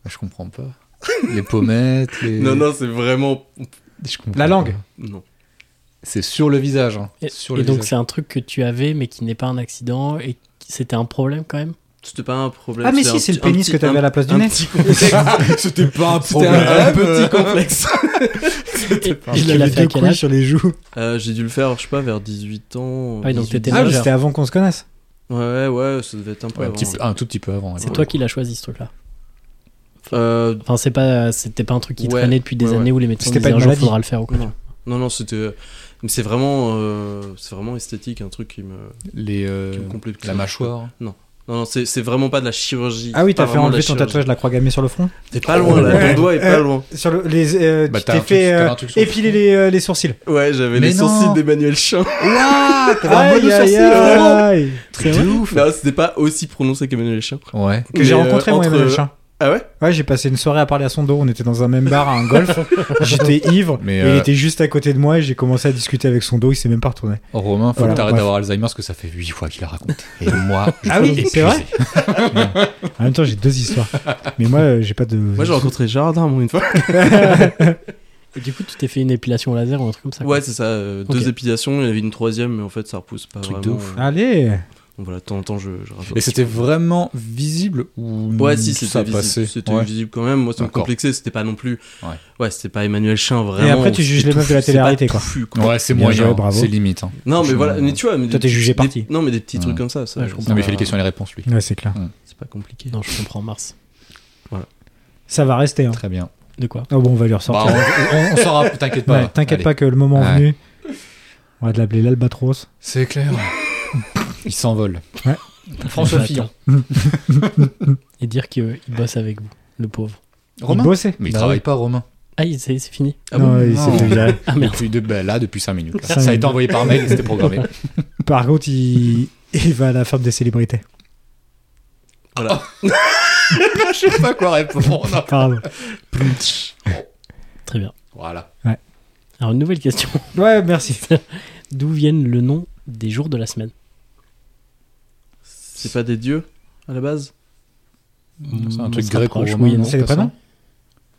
Speaker 4: Ah, Je comprends pas. Les pommettes, les.
Speaker 3: Non, non, c'est vraiment.
Speaker 4: Je comprends
Speaker 2: La
Speaker 4: pas.
Speaker 2: langue.
Speaker 3: Non.
Speaker 4: C'est sur le visage. hein.
Speaker 1: Et,
Speaker 4: Sur
Speaker 1: et
Speaker 4: le
Speaker 1: donc,
Speaker 4: visage.
Speaker 1: c'est un truc que tu avais, mais qui n'est pas un accident et qui- c'était un problème quand même
Speaker 3: C'était pas un problème.
Speaker 2: Ah, mais
Speaker 3: un
Speaker 2: si, c'est le
Speaker 3: petit- un
Speaker 2: pénis
Speaker 3: petit-
Speaker 2: que t'avais
Speaker 3: un-
Speaker 2: à la place du
Speaker 3: un
Speaker 2: nez.
Speaker 3: petit complexe. C'était pas un
Speaker 4: problème.
Speaker 3: petit complexe.
Speaker 2: Ah,
Speaker 1: Et tu l'as fait à quel âge
Speaker 2: sur les joues.
Speaker 3: Euh, j'ai dû le faire, je sais pas, vers 18 ans.
Speaker 1: Ah oui, donc
Speaker 3: 18.
Speaker 1: t'étais
Speaker 2: Ah, mais
Speaker 1: majeur.
Speaker 2: c'était avant qu'on se connaisse.
Speaker 3: Ouais, ouais, ouais, ça devait être un peu
Speaker 4: Ouais, un,
Speaker 3: avant.
Speaker 4: petit peu- un tout petit peu avant.
Speaker 1: C'est
Speaker 4: ouais.
Speaker 1: toi qui l'as choisi, ce truc-là.
Speaker 3: Euh,
Speaker 1: Enfin, c'est pas, c'était pas un truc qui
Speaker 3: Ouais,
Speaker 1: traînait depuis des
Speaker 3: ouais,
Speaker 1: années où les médecins
Speaker 2: C'était
Speaker 1: disaient
Speaker 2: pas une
Speaker 1: un jour,
Speaker 2: maladie.
Speaker 1: faudra le faire ou quoi.
Speaker 3: Non. non, non, c'était. Mais c'est vraiment, euh, c'est vraiment esthétique, un truc qui me,
Speaker 4: Les, euh,
Speaker 3: qui me complète.
Speaker 4: la mâchoire.
Speaker 3: Non, non, c'est c'est vraiment pas de la chirurgie.
Speaker 2: Ah oui,
Speaker 3: Pas
Speaker 2: t'as fait
Speaker 3: vraiment de la
Speaker 2: enlever ton
Speaker 3: chirurgie.
Speaker 2: tatouage de la croix gammée sur le front.
Speaker 3: T'es pas loin là,
Speaker 2: Ouais.
Speaker 3: ton doigt est pas
Speaker 2: Euh,
Speaker 3: loin.
Speaker 2: Sur le, les, euh,
Speaker 4: Bah,
Speaker 2: tu
Speaker 4: t'as
Speaker 2: t'es
Speaker 4: un truc-
Speaker 2: fait
Speaker 4: t'as
Speaker 2: euh,
Speaker 4: un truc sur le
Speaker 2: épiler les, euh, les sourcils.
Speaker 3: Ouais, j'avais
Speaker 4: Mais
Speaker 3: les
Speaker 4: non.
Speaker 3: sourcils d'Emmanuel Chin.
Speaker 2: Aïe,
Speaker 4: bon
Speaker 2: aïe,
Speaker 4: sourcil,
Speaker 2: aïe.
Speaker 4: C'est ouf.
Speaker 3: Non, c'était pas aussi prononcé qu'Emmanuel Chin.
Speaker 4: Ouais.
Speaker 2: Que
Speaker 3: Mais,
Speaker 2: j'ai
Speaker 3: euh,
Speaker 2: rencontré, moi,
Speaker 3: entre-
Speaker 2: Emmanuel Chin.
Speaker 3: Ah ouais
Speaker 2: Ouais, j'ai passé une soirée à parler à son dos. On était dans un même bar à un golf. J'étais ivre.
Speaker 4: Mais,
Speaker 2: et
Speaker 4: euh,
Speaker 2: il était juste à côté de moi et j'ai commencé à discuter avec son dos. Il s'est même pas retourné.
Speaker 4: Oh, Romain, faut
Speaker 2: Voilà,
Speaker 4: que t'arrêtes
Speaker 2: bref.
Speaker 4: d'avoir Alzheimer parce que ça fait 8 fois qu'il la raconte. Et moi, je
Speaker 2: Ah oui,
Speaker 4: suis
Speaker 2: c'est
Speaker 4: épuisé.
Speaker 2: vrai. En même temps, j'ai deux histoires. Mais moi, euh, j'ai pas de.
Speaker 3: Moi j'ai rencontré Jardin moi une fois.
Speaker 1: Et du coup, tu t'es fait une épilation au laser ou un truc comme ça. quoi.
Speaker 3: Ouais, c'est ça, euh, deux
Speaker 1: Ok.
Speaker 3: épilations, il y avait une troisième, mais en fait ça repousse pas
Speaker 4: Truc de
Speaker 3: vraiment.
Speaker 4: ouf.
Speaker 3: euh.
Speaker 2: Allez.
Speaker 3: Donc voilà, de temps en temps je, je rajoute.
Speaker 4: Et c'était vraiment visible ou
Speaker 3: Ouais, si,
Speaker 4: ça
Speaker 3: c'était
Speaker 4: passait
Speaker 3: visible, c'était
Speaker 4: Ouais.
Speaker 3: visible quand même. Moi, ça me
Speaker 4: D'accord.
Speaker 3: complexait, c'était pas non plus.
Speaker 4: Ouais.
Speaker 3: c'était pas Emmanuel Chin vraiment.
Speaker 2: Et après, tu juges les meufs de la télé-réalité, quoi.
Speaker 3: Touffu, quoi.
Speaker 4: Ouais, c'est
Speaker 2: Bien joué,
Speaker 4: moyen,
Speaker 2: bravo.
Speaker 4: c'est limite. hein.
Speaker 3: Non, mais
Speaker 4: Franchement,
Speaker 3: voilà, mais tu vois. Mais
Speaker 2: Toi,
Speaker 3: des-
Speaker 2: t'es jugé
Speaker 3: des-
Speaker 2: parti.
Speaker 3: Non, mais des petits trucs
Speaker 4: Ouais.
Speaker 3: comme ça. ça
Speaker 1: Ouais, je comprends.
Speaker 4: Non, mais il
Speaker 3: ça-
Speaker 2: Euh,
Speaker 4: fait les questions et les réponses, lui.
Speaker 2: Ouais, c'est clair.
Speaker 3: C'est pas compliqué.
Speaker 1: Non, je comprends, Mars.
Speaker 2: Ça va rester. Hein.
Speaker 4: Très bien.
Speaker 1: De quoi
Speaker 2: Oh bon, on va lui
Speaker 4: Bah,
Speaker 2: ressortir.
Speaker 4: on, on, on s'en rappelle, t'inquiète pas.
Speaker 2: Ouais, T'inquiète
Speaker 4: Allez.
Speaker 2: pas que le moment
Speaker 4: Ouais.
Speaker 2: venu, on va de l'appeler l'albatros.
Speaker 4: C'est clair. Il s'envole.
Speaker 2: Ouais.
Speaker 4: François Fillon.
Speaker 1: Et dire qu'il bosse avec vous, le pauvre.
Speaker 2: Il
Speaker 4: Romain
Speaker 2: bossait.
Speaker 4: Mais il
Speaker 2: Bah
Speaker 4: travaille
Speaker 2: oui.
Speaker 4: pas, Romain.
Speaker 1: Ah, il- ça y est, c'est fini.
Speaker 4: Ah
Speaker 2: non,
Speaker 4: bon
Speaker 2: il
Speaker 4: Non.
Speaker 2: s'est fait virer.
Speaker 1: Ah merde.
Speaker 4: Depuis de, bah, là, depuis 5 minutes. là.
Speaker 2: Cinq
Speaker 4: Ça a
Speaker 2: minutes.
Speaker 4: été envoyé par mail et c'était programmé.
Speaker 2: Par contre, il... il va à la ferme des célébrités.
Speaker 3: Voilà.
Speaker 4: Je sais pas quoi répondre.
Speaker 2: Pardon.
Speaker 1: Très bien.
Speaker 4: Voilà.
Speaker 1: Alors, une nouvelle question.
Speaker 2: Ouais, merci.
Speaker 1: D'où viennent le nom des jours de la semaine
Speaker 3: C'est pas des dieux à la base
Speaker 4: C'est un
Speaker 1: On
Speaker 4: truc
Speaker 1: se
Speaker 4: grec ou
Speaker 1: rapproche,
Speaker 4: romain.
Speaker 1: oui,
Speaker 4: non,
Speaker 1: non,
Speaker 2: c'est
Speaker 4: pas
Speaker 2: les
Speaker 4: ça
Speaker 2: prénoms